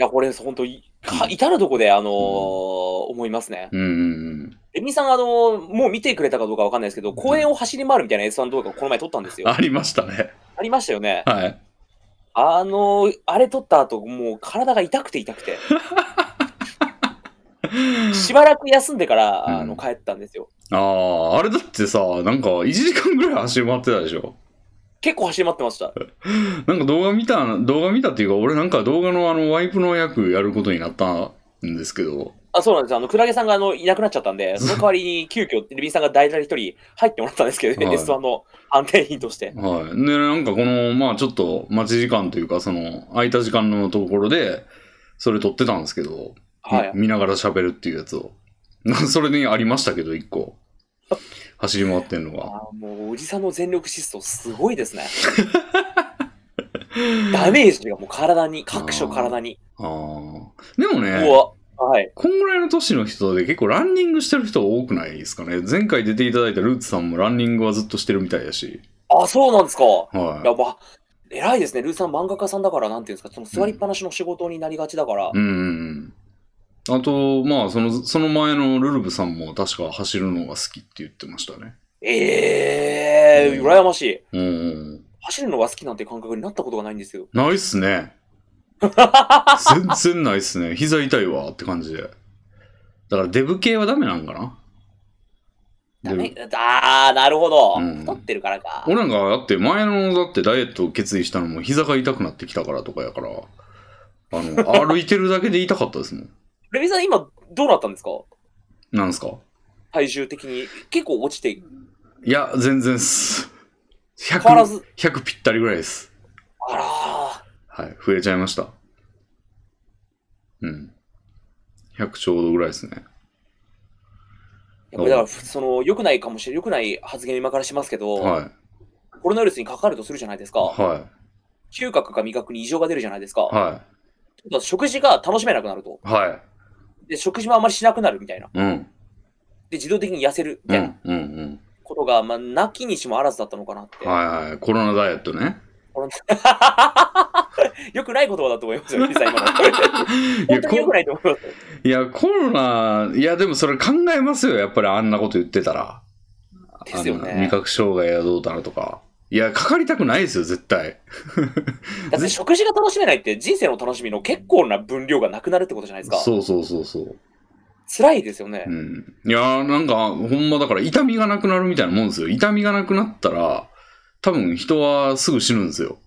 Speaker 2: や、これ、本当に、か至るとこで、あのー思いますね。
Speaker 1: うんうん
Speaker 2: レミさん、あのーもう見てくれたかどうかわかんないですけど、公園を走り回るみたいな S1 動画をこの前撮ったんです
Speaker 1: うん。
Speaker 2: よ。
Speaker 1: あ
Speaker 2: あ
Speaker 1: りましたね。
Speaker 2: りましたよね。
Speaker 1: はい。
Speaker 2: あのーあれ撮った後、もう体が痛くて痛 くて。しばらく休んでから、あ
Speaker 1: う
Speaker 2: の
Speaker 1: ん
Speaker 2: 帰ったんですよ。
Speaker 1: ああ、あれだってさ、なんか1時間ぐらい走り回ってたでしょ。
Speaker 2: 結構走り回ってました。
Speaker 1: なんか動画見た、動画見たっていうか、俺なんか動画のあのワイプの役やることになったんですけど、
Speaker 2: あそうなんですあのクラゲさんがあのいなくなっちゃったんで、その代わりに急遽レビンさんが代打で一人入ってもらったんですけど、ね
Speaker 1: はい
Speaker 2: S1 の安定品とし
Speaker 1: は
Speaker 2: て。
Speaker 1: い。で、なんかこの、まあちょっと待ち時間というか、その空いた時間のところで、それ撮ってたんですけど、
Speaker 2: はい
Speaker 1: み、見ながら喋るっていうやつを。 それにありましたけど、一 個。走り回ってんのが。
Speaker 2: あもうおじさんの全力疾走すごいです ね。ダメージがもう体に、各所体に。
Speaker 1: ああ。でも
Speaker 2: う
Speaker 1: ね、
Speaker 2: わ、はい。
Speaker 1: こんぐらいの年の人で結構ランニングしてる人多くないですかね。前回出ていただいたルーツさんもランニングはずっとしてるみたいだし。
Speaker 2: あ、そうなんですか。
Speaker 1: はい。
Speaker 2: やば。偉いですね。ルーさん漫画家さんだから、なんていうんですか、その座りっぱなしの仕事になりがちだから。
Speaker 1: うんうんうん。あと、まあ、その、その前のルルブさんも確か走るのが好きって言ってましたね。
Speaker 2: ええー、
Speaker 1: うん
Speaker 2: 羨ましい。
Speaker 1: うんうん。
Speaker 2: 走るのが好きなんて感覚になったことがないんですよ。
Speaker 1: ないっす ね。全然ないっすね。膝痛いわって感じで。だからデブ系はダメなんかな
Speaker 2: ダメ
Speaker 1: デ
Speaker 2: あー、なるほど。
Speaker 1: うん
Speaker 2: 太ってるからか。
Speaker 1: ブ俺なんか、だって前の、だってダイエットを決意したのも膝が痛くなってきたからとかやから、あの、 歩いてるだけで痛かったですもん。
Speaker 2: レミさん、今、どうなったんですか
Speaker 1: なんすか
Speaker 2: 体重的に。結構落ちて、
Speaker 1: いや、全然っす。
Speaker 2: 変わら
Speaker 1: 100、
Speaker 2: ず。
Speaker 1: 100ぴったりぐらいです。
Speaker 2: あら
Speaker 1: はい、増えちゃいました。うん。100ちょうどぐらいですね。
Speaker 2: ー。これだから、その、良くないかもしれない、良くない発言今からしますけど、
Speaker 1: は
Speaker 2: コロナウイルスにかかるとするじゃないです
Speaker 1: い。
Speaker 2: か。
Speaker 1: は
Speaker 2: 嗅覚か味覚に異常が出るじゃないですか。
Speaker 1: い。は
Speaker 2: だから食事が楽しめなくなると。
Speaker 1: い。はい。
Speaker 2: で、食事もあまりしなくなるみたいな。
Speaker 1: うん。
Speaker 2: で、自動的に痩せるみ
Speaker 1: う。
Speaker 2: たいなん
Speaker 1: うん。うん。
Speaker 2: ことが、まあ、なきにしもあらずだったのかなって。
Speaker 1: はいはい。コロナダイエットね。
Speaker 2: よくない言葉だと思い ますよ、実際今の。本
Speaker 1: いや、
Speaker 2: 当によく
Speaker 1: こ
Speaker 2: ないと思います。
Speaker 1: いやコロナ、いや、でもそれ考えますよ。やっぱりあんなこと言ってたら。
Speaker 2: ですよね
Speaker 1: あの味覚障害やどうだなとか。いや、かかりたくないですよ、絶対。
Speaker 2: だって食事が楽しめないって人生の楽しみの結構な分量がなくなるってことじゃないですか。
Speaker 1: そうそうそうそう。
Speaker 2: 辛いですよね
Speaker 1: う。ん。いやー、なんか、ほんまだから痛みがなくなるみたいなもんですよ。痛みがなくなったら、多分人はすぐ死ぬんですよ。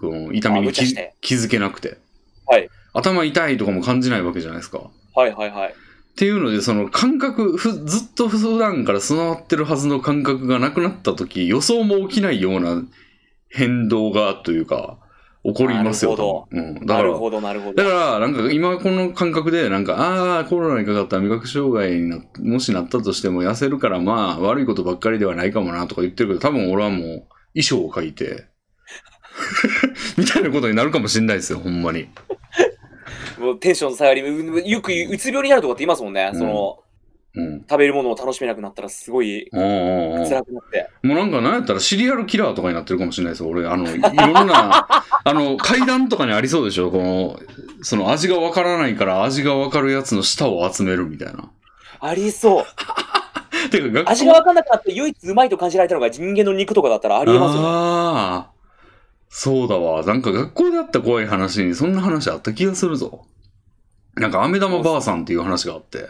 Speaker 1: この痛み
Speaker 2: あ
Speaker 1: に
Speaker 2: 無茶
Speaker 1: 気
Speaker 2: して
Speaker 1: 気づけなくて。
Speaker 2: はい。
Speaker 1: 頭痛いとかも感じないわけじゃないですか。っ
Speaker 2: はいはいはい。
Speaker 1: ていうので、その感覚、ふずっと普段から備わってるはずの感覚がなくなった時、予想も起きないような変動がというか、起こりますよ。
Speaker 2: なるほ
Speaker 1: 多分うん。だ
Speaker 2: な
Speaker 1: から
Speaker 2: る、ほどなるほ
Speaker 1: だ
Speaker 2: ど。
Speaker 1: から、なんか今この感覚で、なんか、ああー、コロナにかかったら味覚障害にな、もしなったとしても痩せるから、まあ、悪いことばっかりではないかもなとか言ってるけど、多分俺はもう衣装を書いて、 みたいなことになるかもしれないですよ、ほんまに。
Speaker 2: もうテンションの下がり、うよくうつ病になるとかって言いますもんね。
Speaker 1: うん
Speaker 2: その
Speaker 1: うん。
Speaker 2: 食べるものを楽しめなくなったらすごい
Speaker 1: おうおうおう
Speaker 2: 辛くなって。
Speaker 1: もうなんか、なんやったらシリアルキラーとかになってるかもしれないですよ、俺。あの、いろんな、 あの、階段とかにありそうでしょ、この、その味がわからないから味がわかるやつの舌を集めるみたいな。
Speaker 2: ありそう。
Speaker 1: ていうか、学校
Speaker 2: 味が分かんなくなって唯一うまいと感じられたのが人間の肉とかだったらありえますよね。
Speaker 1: ああそうだわ。なんか学校であった怖い話にそんな話あった気がするぞ。なんか、飴玉ばあさんっていう話があって、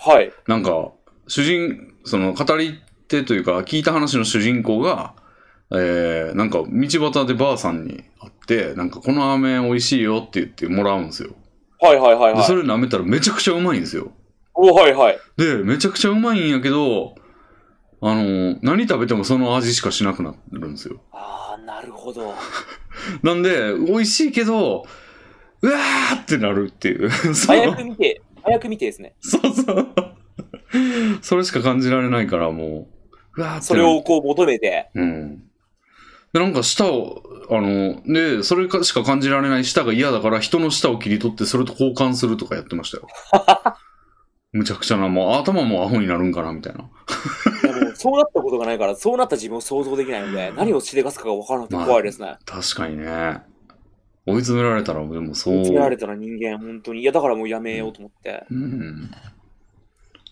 Speaker 2: はい。
Speaker 1: なんか、主人、その語り手というか、聞いた話の主人公が、えー、なんか、道端でばあさんに会って、なんか、この飴美味しいよって言ってもらうんですよ。
Speaker 2: はいはいはい
Speaker 1: で、そ
Speaker 2: はい。
Speaker 1: れ舐めたらめちゃくちゃうまいんですよ。
Speaker 2: おはいはい。
Speaker 1: で、めちゃくちゃうまいんやけど、あの、何食べてもその味しかしなくなるんですよ。
Speaker 2: ああ、なるほど。
Speaker 1: なんで、美味しいけど、うわーってなるっていう。 そ
Speaker 2: 早く
Speaker 1: う
Speaker 2: 見て、早く見てですね。
Speaker 1: そうそう。それしか感じられないから、もう。うわーってなる
Speaker 2: それをこう求めて、
Speaker 1: うん。で、なんか舌を、あの、で、それかしか感じられない舌が嫌だから、人の舌を切り取って、それと交換するとかやってましたよ。 むちゃくちゃな、もう頭もアホになるんかな、みたいな。
Speaker 2: いやもうそうなったことがないから、そうなった自分を想像できないので、何をしでかすかが分からなくて怖いですね。
Speaker 1: 確かにね。追い詰められたら、でもそう。
Speaker 2: 詰められたら人間、本当に。いや、だからもうやめようと思って。
Speaker 1: うん。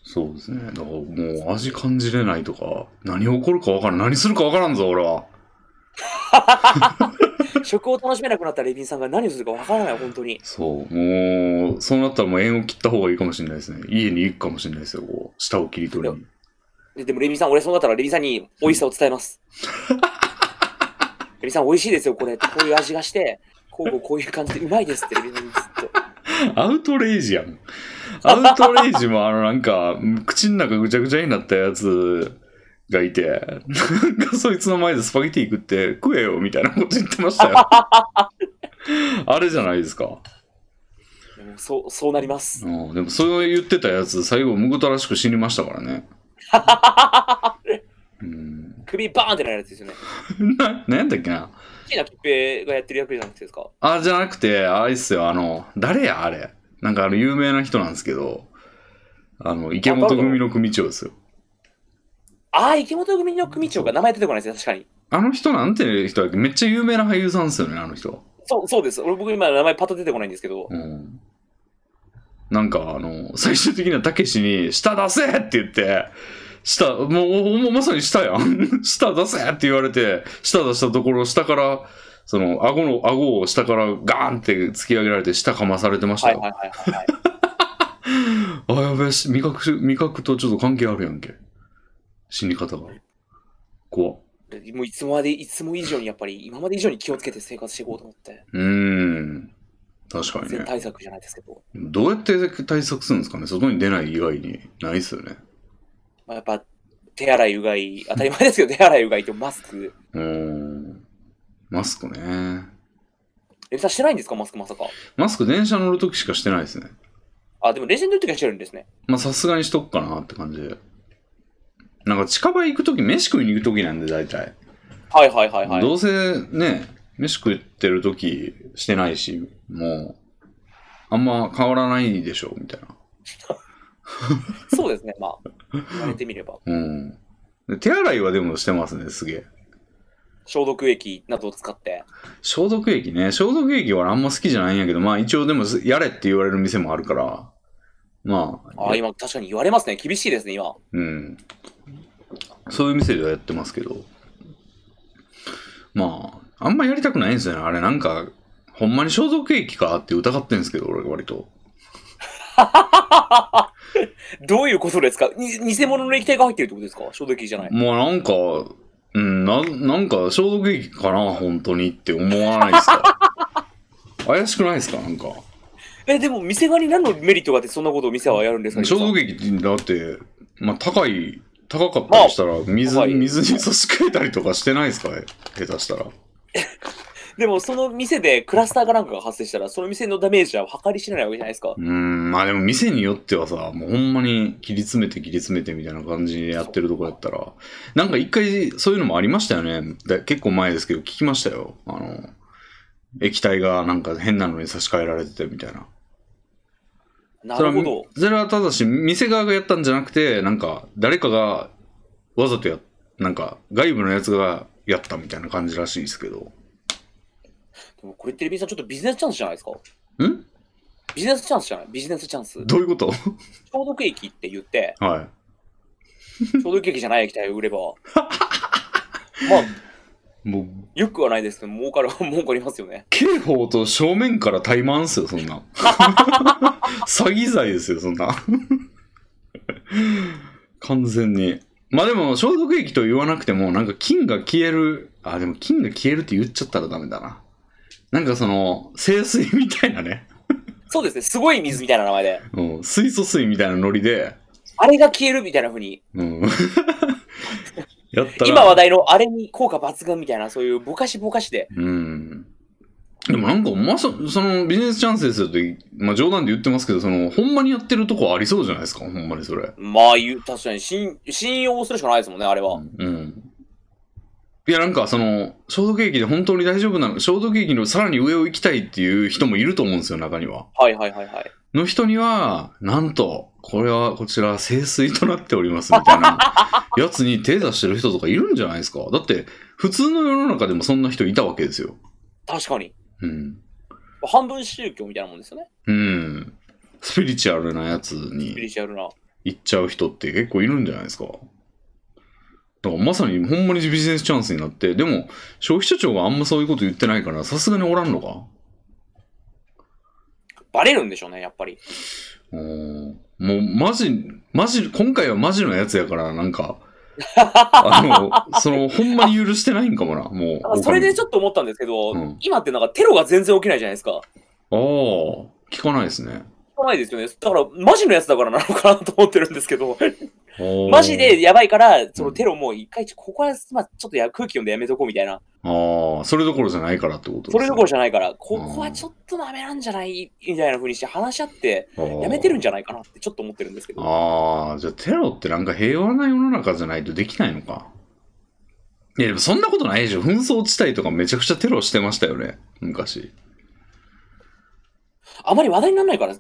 Speaker 1: そうですね。だからもう味感じれないとか、何起こるかわからん、何するかわからんぞ、俺は。
Speaker 2: 食を楽しめなくなったレビンさんが何をするか分からない、本当に。
Speaker 1: そう。もう、そうなったらもう縁を切った方がいいかもしれないですね。家に行くかもしれないですよ、こう。舌を切り取りに。
Speaker 2: ででもレビンさん、俺そうなったらレビンさんに美味しさを伝 えます。レビンさん、美味しいですよ、これ。こういう味がして、こうこうこういう感じでうまいですって、レビンさんにずっと。
Speaker 1: アウトレイジやん。アウトレイジもあのなんか、口の中ぐちゃぐちゃになったやつがいて、なんかそいつの前でスパゲティ食って食えよみたいなこと言ってましたよ。あれじゃないですか。
Speaker 2: でもそうそうなります。
Speaker 1: うん、でもそれを言ってたやつ、最後、むぐたらしく死にましたからね。うん、
Speaker 2: 首バーンってなるやつですよね。
Speaker 1: な、なんやったっけな。
Speaker 2: 好きなキッペがやってる役じゃなくてですか
Speaker 1: あ、じゃなくて、あれっすよ、あの、誰や、あれ。なんかあの、有名な人なんですけど、あの、池本組の組長ですよ。
Speaker 2: ああ、池本組の組長が名前出てこないですね、確かに。
Speaker 1: あの人なんていう人だっけめっちゃ有名な俳優さんですよね、あの人。
Speaker 2: そうそうです。俺僕今名前パッと出てこないんですけど、
Speaker 1: うん。なんかあの、最終的にはたけしに、舌出せって言って、舌、もう、もうまさに舌やん。 舌出せって言われて、舌出したところ、下から、その、顎の、顎を下からガーンって突き上げられて、舌かまされてました
Speaker 2: はい
Speaker 1: よ。
Speaker 2: はいはいはいはい。
Speaker 1: あ、やべえ、し味覚し、味覚とちょっと関係あるやんけ。死に方が。怖っ
Speaker 2: でもういつもまで、いつも以上にやっぱり、今まで以上に気をつけて生活していこうと思って、
Speaker 1: うーん。確かにね
Speaker 2: 全。対策じゃないですけど、
Speaker 1: どうやって対策するんですかね外に出ない以外にないっすよね。
Speaker 2: まあ、やっぱ手洗いうがい、当たり前ですけど、手洗いうがいとマスク。
Speaker 1: うーん。マスクね。
Speaker 2: レビさんしてないんですか、マスクまさか。
Speaker 1: マスク電車乗るときしかしてないですね。
Speaker 2: あ、でもレジェンドの時はしてるんですね。
Speaker 1: まあさすがにしとくかなって感じで。なんか近場行くとき、飯食いに行くときなんで大体。
Speaker 2: はいはいはいはい。
Speaker 1: どうせね、飯食ってるときしてないし、もう、あんま変わらないでしょ、みたいな。
Speaker 2: そうですね、まあ、言われてみれば。
Speaker 1: うん。で手洗いはでもしてますね、すげえ。
Speaker 2: 消毒液などを使って。
Speaker 1: 消毒液ね。消毒液はあんま好きじゃないんやけど、まあ一応でもやれって言われる店もあるから、まあ、
Speaker 2: ああ、今確かに言われますね。厳しいですね、今。
Speaker 1: うん。そういう店ではやってますけど、まあ、あんまやりたくないんですよね。あれなんか、ほんまに消毒液かって疑ってんですけど、俺割と。
Speaker 2: どういうことですかに偽物の液体が入ってるってことですか消毒液じゃない。
Speaker 1: もうなんか、うん、ななんか消毒液かな、本当にって思わないです か怪しくないですかなんか。
Speaker 2: え、でも店側に何のメリットがあってそんなことを店はやるんですか
Speaker 1: 消毒
Speaker 2: 液
Speaker 1: 液ってだって、まあ、高い高かったりしたら水,、
Speaker 2: まあ
Speaker 1: 水に差し替えたりとかしてないですか下手したら
Speaker 2: でもその店でクラスターかなんかが発生したら、その店のダメージは計り知れないわけじゃないですか
Speaker 1: う。ーんまあでも店によってはさもうほんまに切り詰めて切り詰めてみたいな感じでやってるとこやったらなんか一回そういうのもありましたよねだ結構前ですけど聞きましたよあの液体がなんか変なのに差し替えられててみたいな
Speaker 2: な
Speaker 1: それ
Speaker 2: る
Speaker 1: は
Speaker 2: ほど。
Speaker 1: それはただし店側がやったんじゃなくてなんか誰かがわざとやなんか外部のやつがやったみたいな感じらしいですけど
Speaker 2: でもこれってレビンさんちょっとビジネスチャンスじゃないですか
Speaker 1: ん
Speaker 2: ビジネスチャンスじゃないビジネスチャンス。
Speaker 1: どういうこと
Speaker 2: 消毒液って言って、
Speaker 1: はい
Speaker 2: 消毒液じゃない液体を売 れば。まあ、
Speaker 1: もう
Speaker 2: よくはないですけど、儲かる、儲かりますよね。
Speaker 1: 刑法と正面から怠慢っすよそんな詐欺罪ですよそんな完全にまあでも消毒液と言わなくてもなんか菌が消えるあでも菌が消えるって言っちゃったらダメだななんかその清水みたいなね
Speaker 2: そうですね、すごい水みたいな名前で。
Speaker 1: うん、水素水みたいなノリで、
Speaker 2: あれが消えるみたいな風に、
Speaker 1: うん、 やったら
Speaker 2: 今話題のあれに効果抜群みたいな、そういうぼかしぼかしで。
Speaker 1: うん、でもなんか、まさ、そのビジネスチャンスですよって、まあ冗談で言ってますけど、その、ほんまにやってるとこありそうじゃないですか、ほんまにそれ。
Speaker 2: まあ、言う確かに信、信用するしかないですもんね、あれは。
Speaker 1: うん。いや、なんかその、ショートケーキで本当に大丈夫なの、ショートケーキのさらに上を行きたいっていう人もいると思うんですよ、中には。
Speaker 2: はいはいはいはい。
Speaker 1: の人には、なんと、これは、こちら、清水となっております、みたいな、やつに手出してる人とかいるんじゃないですか。だって、普通の世の中でもそんな人いたわけですよ。
Speaker 2: 確かに。
Speaker 1: うん。
Speaker 2: 半分宗教みたいなもんですよね。
Speaker 1: うん。スピリチュアルなやつ
Speaker 2: スピ
Speaker 1: に
Speaker 2: リチュアルな。
Speaker 1: 行っちゃう人って結構いるんじゃないですか。だからまさに、ほんまにビジネスチャンスになって、でも、消費者庁があんまそういうこと言ってないから、さすがにおらんのか。
Speaker 2: バレるんでしょうね、やっぱり。
Speaker 1: うんもうマジ、マジ、今回はマジのやつやから、なんか、あ の、その、ほんまに許してないんかもな、も
Speaker 2: ただ
Speaker 1: う。
Speaker 2: それで
Speaker 1: ょ
Speaker 2: ちょっと思ったんですけど、
Speaker 1: うん
Speaker 2: 今ってなんかテロが全然起きないじゃないですか。
Speaker 1: ああ、聞かないですね。
Speaker 2: 聞かないですよね。だから、マジのやつだからなのかなと思ってるんですけど、
Speaker 1: あー
Speaker 2: マジ。でやばいから、そのテロも一回、ここは、まあ、ちょっとや空気読んでやめとこうみたいな。
Speaker 1: ああ、それどころじゃないからってこと
Speaker 2: それどころじ
Speaker 1: ゃ
Speaker 2: ゃないから、ここはちょっとダメなんじゃないみたいな風にして話し合って、やめてるん
Speaker 1: じ
Speaker 2: じゃないかなってちょっと思ってるんですけど。
Speaker 1: あーあー、じゃあテロってなんか平和な世の中じゃないとできないのか。いや、でもそんなことないでしょ。紛争地帯とかめちゃくちゃテロしてましたよね、昔。
Speaker 2: あまり話題にならないから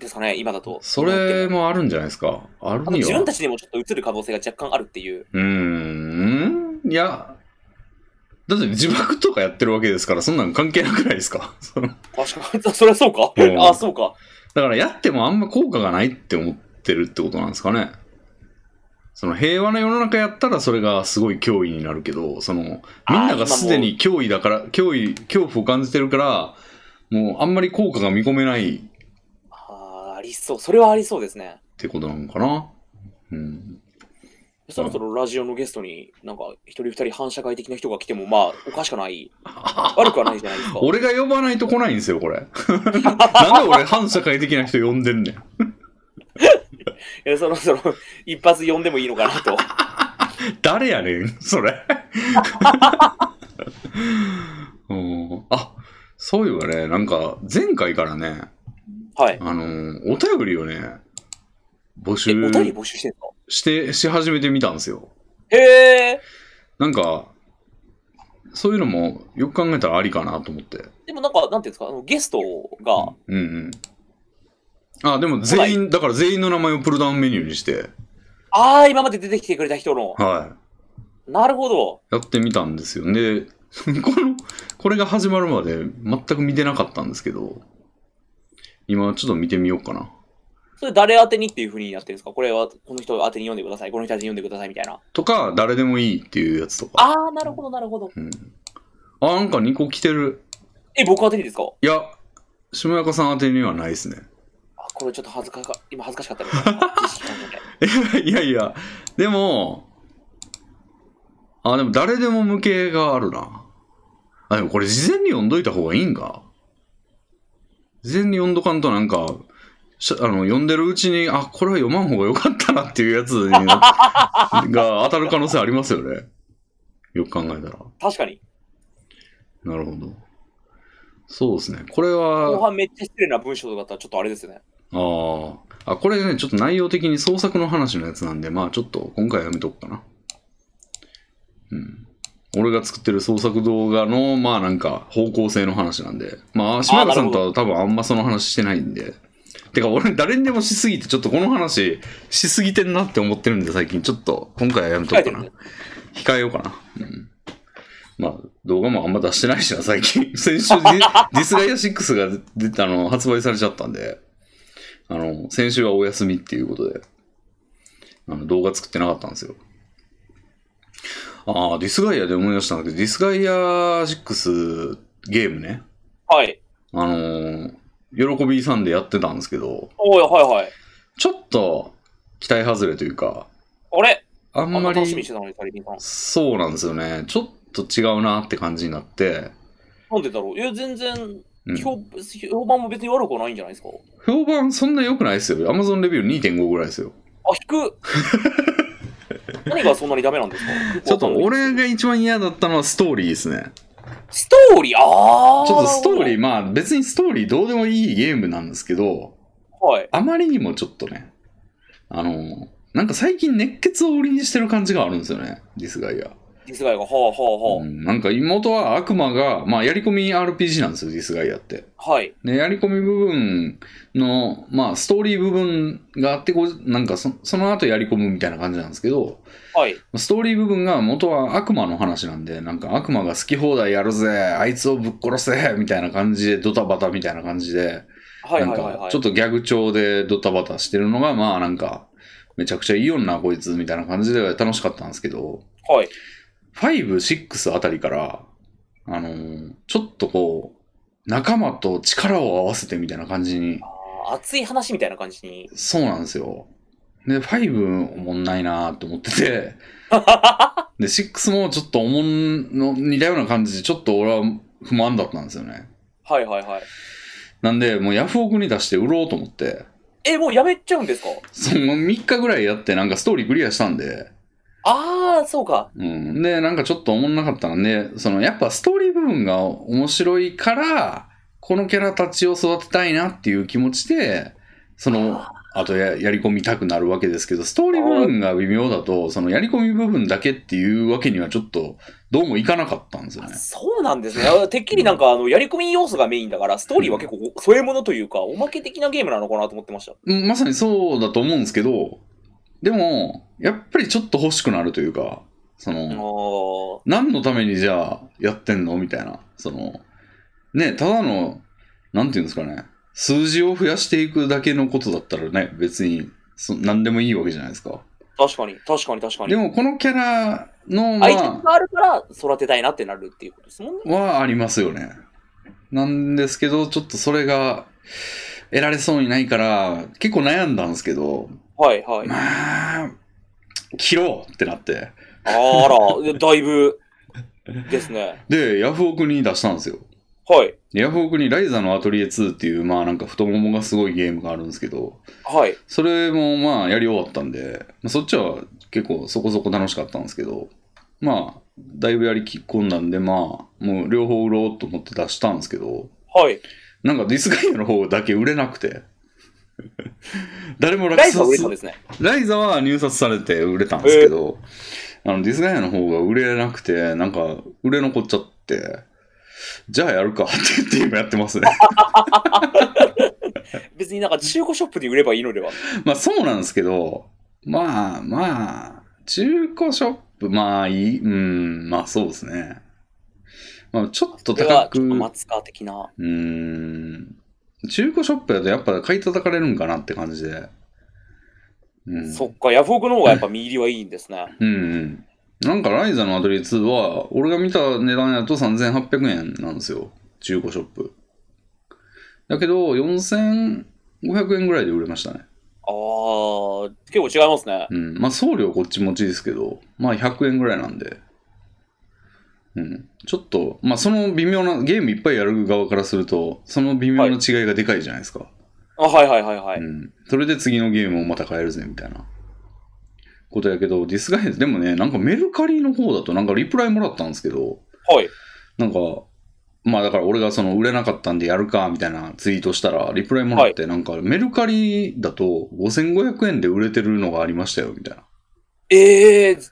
Speaker 2: ですかね、今だと。
Speaker 1: それもあるんじゃないですか。ある
Speaker 2: あと
Speaker 1: には。
Speaker 2: 自分たちにもちょっと映る可能性が若干あるっていう。
Speaker 1: うーん、いや、だって自爆とかやってるわけですから、そんなん関係なくないですか その
Speaker 2: 確かに、それはそうか。
Speaker 1: うん
Speaker 2: あ、そうか。
Speaker 1: だからやってもあんま効果がないって思ってるってことなんですかね。その平和な世の中やったらそれがすごい脅威になるけど、そのみんながすでに脅威だから、脅威、恐怖を感じてるから、もうあんまり効果が見込めないっ
Speaker 2: あーありそう。それはありそうですね。
Speaker 1: てことなのかな。うん。
Speaker 2: そろそろラジオのゲストに、なんか、一人二人反社会的な人が来ても、まあ、おかしく ない。悪くはないじゃないですか。
Speaker 1: 俺が呼ばないと来ないんですよ、これ。 なんで俺反社会的な人呼んでんねん。
Speaker 2: えそろそろ 一発呼んでもいいのかな と。
Speaker 1: 誰やねん、それ。 うんあ、そういえばね、なんか、前回からね、
Speaker 2: はい。
Speaker 1: あのーお便りをね、募
Speaker 2: え、お便り
Speaker 1: 集
Speaker 2: 募集してんの
Speaker 1: して、し始めてみたんですよ。
Speaker 2: へえ。
Speaker 1: なんか、そういうのも、よく考えたらありかなと思って。
Speaker 2: でもなんか、なんていうんですか、あのゲストが、
Speaker 1: うんうん。あ、でも全員、だから全員の名前をプルダウンメニューにして、
Speaker 2: ああ、今まで出てきてくれた人の。
Speaker 1: はい。
Speaker 2: なるほど。
Speaker 1: やってみたんですよ。で、 この、これが始まるまで全く見てなかったんですけど、今ちょっと見てみようかな。
Speaker 2: それ誰宛てにっていうふうになってるんですかこれは、この人宛てに読んでください。この人宛てに読んでくださいみたいな。
Speaker 1: とか、誰でもいいっていうやつとか。
Speaker 2: ああ、なるほど、なるほど。
Speaker 1: うん、あ、なんか2個来てる。
Speaker 2: え、僕宛てにですか
Speaker 1: いや、下中さん宛てにはないですね。
Speaker 2: あ、これちょっと恥ずかか、今恥ずかしかったです。知識 感で。
Speaker 1: いやいや、でも、あ、でも誰でも向けがあるな。あ、でもこれ事前に読んどいた方がいいんか。事前に読んどかんとなんか、しあの読んでるうちに、あ、これは読まん方がよかったなっていうやつにな が当たる可能性ありますよね。よく考えたら。
Speaker 2: 確かに。
Speaker 1: なるほど。そうですね。これ
Speaker 2: 後
Speaker 1: は、
Speaker 2: 半めっちゃ失礼な文章とかだったらちょっとあれですよね。
Speaker 1: ああ、あ、これね、ちょっと内容的に創作の話のやつなんで、まあちょっと今回はやめとくかな。うん。俺が作ってる創作動画の、まあなんか方向性の話なんで、まあ島田さんとは多分あんまその話してないんで。てか俺誰にでもしすぎて、ちょっとこの話しすぎてんなって思ってるんで最近、ちょっと今回はやめと
Speaker 2: 書い
Speaker 1: く
Speaker 2: て
Speaker 1: か
Speaker 2: るん
Speaker 1: な
Speaker 2: で。。
Speaker 1: 控えようかな。うん。まあ、動画もあんま出してないしな、最近。 先週ディ、ディスガイア6が出たあの発売されちゃったんで、あの、先週はお休みっていうことで、あの動画作ってなかったんですよ。ああ、ディスガイアで思い出したんだけど、ディスガイア6ゲームね、
Speaker 2: はい。
Speaker 1: あのー喜びさんでやってたんですけど、
Speaker 2: おい、はいはい。
Speaker 1: ちょっと期待外れというか、
Speaker 2: あれ
Speaker 1: あん
Speaker 2: あんな
Speaker 1: まり
Speaker 2: 楽しみにしてたのに、タリピンさん。
Speaker 1: そうなんですよね。ちょっと違うなって感じになって、
Speaker 2: なんでだろういや、全然、
Speaker 1: うん
Speaker 2: 評評判も別に悪くはないんじゃないですか
Speaker 1: 評判そんな良くないですよ。Amazon レビュー2.5ぐらいですよ。
Speaker 2: あ、引く何がそんなにダメなんですか
Speaker 1: ちょっと
Speaker 2: よくわかんない
Speaker 1: 俺が一番嫌だったのはストーリーですね。
Speaker 2: ストーリー、ああ。
Speaker 1: ちょっとストーリ
Speaker 2: ー。
Speaker 1: ー、まあ別にストーリーどうでもいいゲームなんですけど、
Speaker 2: はい。
Speaker 1: あまりにもちょっとね、あの、なんか最近熱血を売りにしてる感じがあるんですよね、ディスガイア。
Speaker 2: ディスガイアが、はあはあは
Speaker 1: うんなんか妹は悪魔が、まあやり込み RPG なんですよ、ディスガイアって。
Speaker 2: あ。はい。
Speaker 1: で、やり込み部分の、まあストーリー部分があって、こうなんかそその後やり込むみたいな感じなんですけど、
Speaker 2: はい。
Speaker 1: ストーリー部分が元は悪魔の話なんで、なんか悪魔が好き放題やるぜ、あいつをぶっ殺せ、みたいな感じでドタバタみたいな感じで、
Speaker 2: はいはい
Speaker 1: な
Speaker 2: はい
Speaker 1: ん
Speaker 2: は
Speaker 1: か
Speaker 2: い。
Speaker 1: ちょっとギャグ調でドタバタしてるのが、まあなんか、めちゃくちゃいい女こいつみたいな感じで楽しかったんですけど、
Speaker 2: はい。
Speaker 1: 5、6あたりから、あのーちょっとこう、仲間と力を合わせてみたいな感じに
Speaker 2: あー熱い話みたいな感じに。
Speaker 1: そうなんですよ。で、5おもんないなーって思ってて、で、6もちょっとおもんの、似たような感じで、ちょっと俺は不満だったんですよね。
Speaker 2: はいはいはい。
Speaker 1: なんで、もうヤフオクに出して売ろうと思って、
Speaker 2: え、もうやめちゃうんですか
Speaker 1: その3日ぐらいやってなんかストーリークリアしたんで、
Speaker 2: ああ、そうか。
Speaker 1: うん。で、なんかちょっとおもんなかったんで、そのやっぱストーリー部分が面白いから、このキャラたちを育てたいなっていう気持ちで、その、あとややり込みたくなるわけですけど、ストーリー部分が微妙だと、そのやり込み部分だけっていうわけにはちょっと、どうもいかなかったんですよね。
Speaker 2: そうなんですね。あてっきりなんか、あの、やり込み要素がメインだから、ストーリーは結構添え物というか、おまけ的なゲームなのかなと思ってました。
Speaker 1: うんまさにそうだと思うんですけど、でも、やっぱりちょっと欲しくなるというか、その、
Speaker 2: あー
Speaker 1: 何のためにじゃあやってんのみたいな。その、ね、ただの、なんていうんですかね、数字を増やしていくだけのことだったらね、別にそ何でもいいわけじゃないですか。
Speaker 2: 確かに、確かに、確か
Speaker 1: で
Speaker 2: に。
Speaker 1: もこのキャラの、ま
Speaker 2: 愛着
Speaker 1: あ、
Speaker 2: があるから育てたいなってなるっていうことですもんね。
Speaker 1: はありますよね。なんですけど、ちょっとそれが得られそうにないから、結構悩んだんですけど、
Speaker 2: はいはい。
Speaker 1: まあ、切ろうってなって。
Speaker 2: あ ら、だいぶですね。
Speaker 1: で、ヤフオクに出したんですよ。
Speaker 2: はい。
Speaker 1: ヤフオクにライザのアトリエ2っていう、まあなんか太ももがすごいゲームがあるんですけど、
Speaker 2: はい。
Speaker 1: それもまあやり終わったんで、まあそっちは結構そこそこ楽しかったんですけど、まあ、だいぶやりきっこんだんで、まあ、もう両方売ろうと思って出したんですけど、
Speaker 2: はい。
Speaker 1: なんかディスガイアの方だけ売れなくて。 誰も落
Speaker 2: ライズは売れた
Speaker 1: 札
Speaker 2: んですね。
Speaker 1: ライザは入札されて売れたんですけど、あのディスガイアの方が売れなくて、なんか売れ残っちゃって、じゃあやるかって言って今やってますね。
Speaker 2: 別になんか中古ショップで売ればいいのでは。
Speaker 1: まあそうなんですけど、まあまあ、中古ショップ、まあいい、うん、まあそうですね。まあちょっと
Speaker 2: それ
Speaker 1: 高
Speaker 2: は
Speaker 1: く、
Speaker 2: ちょっと
Speaker 1: う
Speaker 2: 松川的な。
Speaker 1: ーん、中古ショップだとやっぱ買い叩かれるんかなって感じで。うん、
Speaker 2: そっか、ヤフオクの方がやっぱ見入りはいいんですね。
Speaker 1: うんうん。なんかライザのアトリエ2は、俺が見た値段やと3800円なんですよ。中古ショップ。だけど、4500円ぐらいで売れましたね。
Speaker 2: ああ、結構違いますね。
Speaker 1: うん。まあ送料こっち持ちですけど、まあ100円ぐらいなんで。うん。ちょっと、まあその微妙な、ゲームいっぱいやる側からすると、その微妙な違いがでかいじゃないですか。
Speaker 2: あはいはいはいはい。
Speaker 1: うん。それで次のゲームをまた変えるぜ、みたいな。ことやけど、ディスガイアでもね、なんかメルカリの方だとなんかリプライもらったんですけど、
Speaker 2: はい。
Speaker 1: なんか、まあだから俺がその売れなかったんでやるか、みたいなツイートしたら、リプライもらって、なんかメルカリだと5500円で売れてるのがありましたよ、みたいな。
Speaker 2: ええー、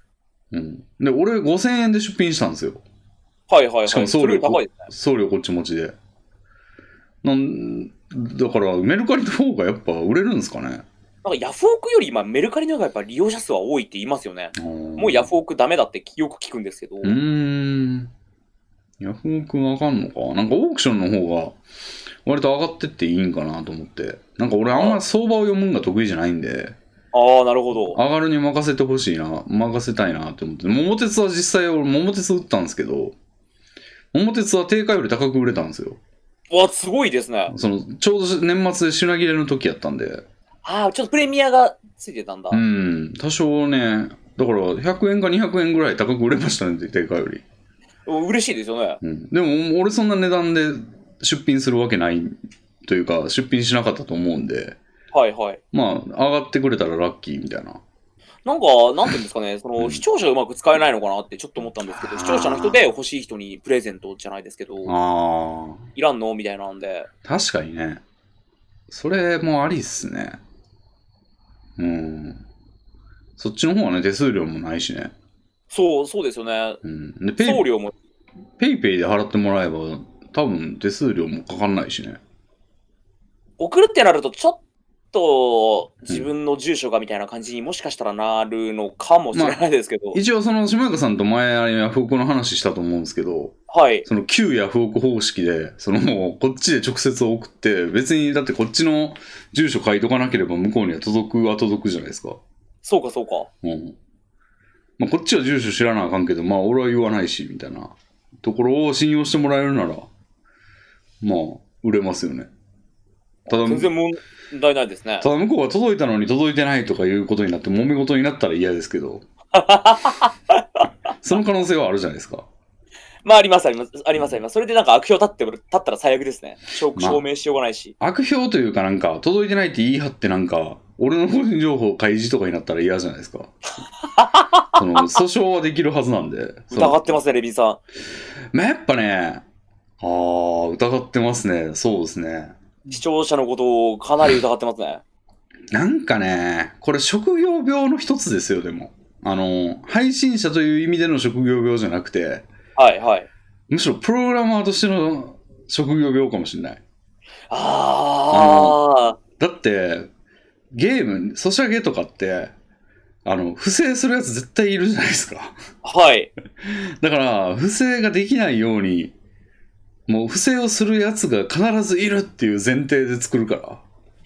Speaker 1: うん。で、俺5000円で出品したんですよ。
Speaker 2: はいはいはい。
Speaker 1: しかも送料
Speaker 2: それ高いですね。
Speaker 1: 送料こっち持ちで。なんだから、メルカリの方がやっぱ売れるんですかね。
Speaker 2: なんかヤフオクより今メルカリの方がやっぱ利用者数は多いって言いますよね。
Speaker 1: も
Speaker 2: もうヤフオクダメだってよく聞くんですけど。
Speaker 1: うーん。ヤフオクわかんのかなんかオークションの方が割と上がってっていいんかなと思って。なんか俺あんま相場を読むんが得意じゃないんで、
Speaker 2: ああ、なるほど。
Speaker 1: 上がるに任せてほしいな、任せたいなって思って。桃鉄は実際俺桃鉄打ったんですけど、桃鉄は定価より高く売れたんですよ。
Speaker 2: わ、すごいですね。
Speaker 1: その、ちょうど年末で品切れの時やったんで、
Speaker 2: ああ、ちょっとプレミアがついてたんだ。
Speaker 1: うん、多少ね、だから100円か200円ぐらい高く売れましたね、定価より。
Speaker 2: 嬉しいですよね。
Speaker 1: うん、でも俺そんな値段で出品するわけないというか出品しなかったと思うんで
Speaker 2: はいはい。
Speaker 1: まあ上がってくれたらラッキーみたいな
Speaker 2: なんか、なんていうんですかね、そうの
Speaker 1: ん
Speaker 2: 視聴者がうまく使えないのかなってちょっと思ったんですけど、視聴者の人で欲しい人にプレゼントじゃないですけど、
Speaker 1: ああ。
Speaker 2: いらんのみたいなんで、
Speaker 1: 確かにね。それもありっすね。うん。そっちの方はね、手数料もないしね。
Speaker 2: そう、そうですよね。
Speaker 1: うん。で、ペイ
Speaker 2: 送料も、
Speaker 1: ペイペイで払ってもらえば、多分手数料もかかんないしね。
Speaker 2: 送るってなると、ちょっと自分の住所がみたいな感じにもしかしたらなるのかもしれないですけど、
Speaker 1: 一応、その、島中さんと前、あれヤフオクの話したと思うんですけど、
Speaker 2: はい。
Speaker 1: その旧ヤフオク方式で、そのもうこっちで直接送って、別にだってこっちの住所書いとかなければ向こうには届くは届くじゃないですか。
Speaker 2: そうか、そうか。
Speaker 1: うん。まあこっちは住所知らなあかんけど、まあ俺は言わないし、みたいなところを信用してもらえるなら、まあ売れますよね。ただ、
Speaker 2: 全然問題ないですね。
Speaker 1: ただ向こうが届いたのに届いてないとかいうことになって揉め事になったら嫌ですけ ど。その可能性はあるじゃないですか。
Speaker 2: まあ、あります、あります、あります、あります。それでなんか悪評立っても立ったら最悪ですね。証
Speaker 1: まあ
Speaker 2: 証明しようがないし。
Speaker 1: 悪評というかなんか届いてないって言い張ってなんか俺の個人情報開示とかになったら嫌じゃないです かその訴訟はできるはずなんでそ
Speaker 2: 疑
Speaker 1: の
Speaker 2: ってますね、レビンさ
Speaker 1: まあやっぱねあー疑ってますねそうですね
Speaker 2: ん。視聴者のことをかなり疑ってますね。
Speaker 1: なんかねこれ職業病の一つですよでもあの配信者という意味での職業病じゃなくて
Speaker 2: はい、はい。
Speaker 1: むしろプログラマーとしての職業病かもしれない
Speaker 2: ああ、
Speaker 1: だって、ゲーム、ソシャゲとかって、あの、不正するやつ絶対いるじゃないですか。
Speaker 2: はい。
Speaker 1: だから、不正ができないように、もう不正をするやつが必ずいるっていう前提で作るから。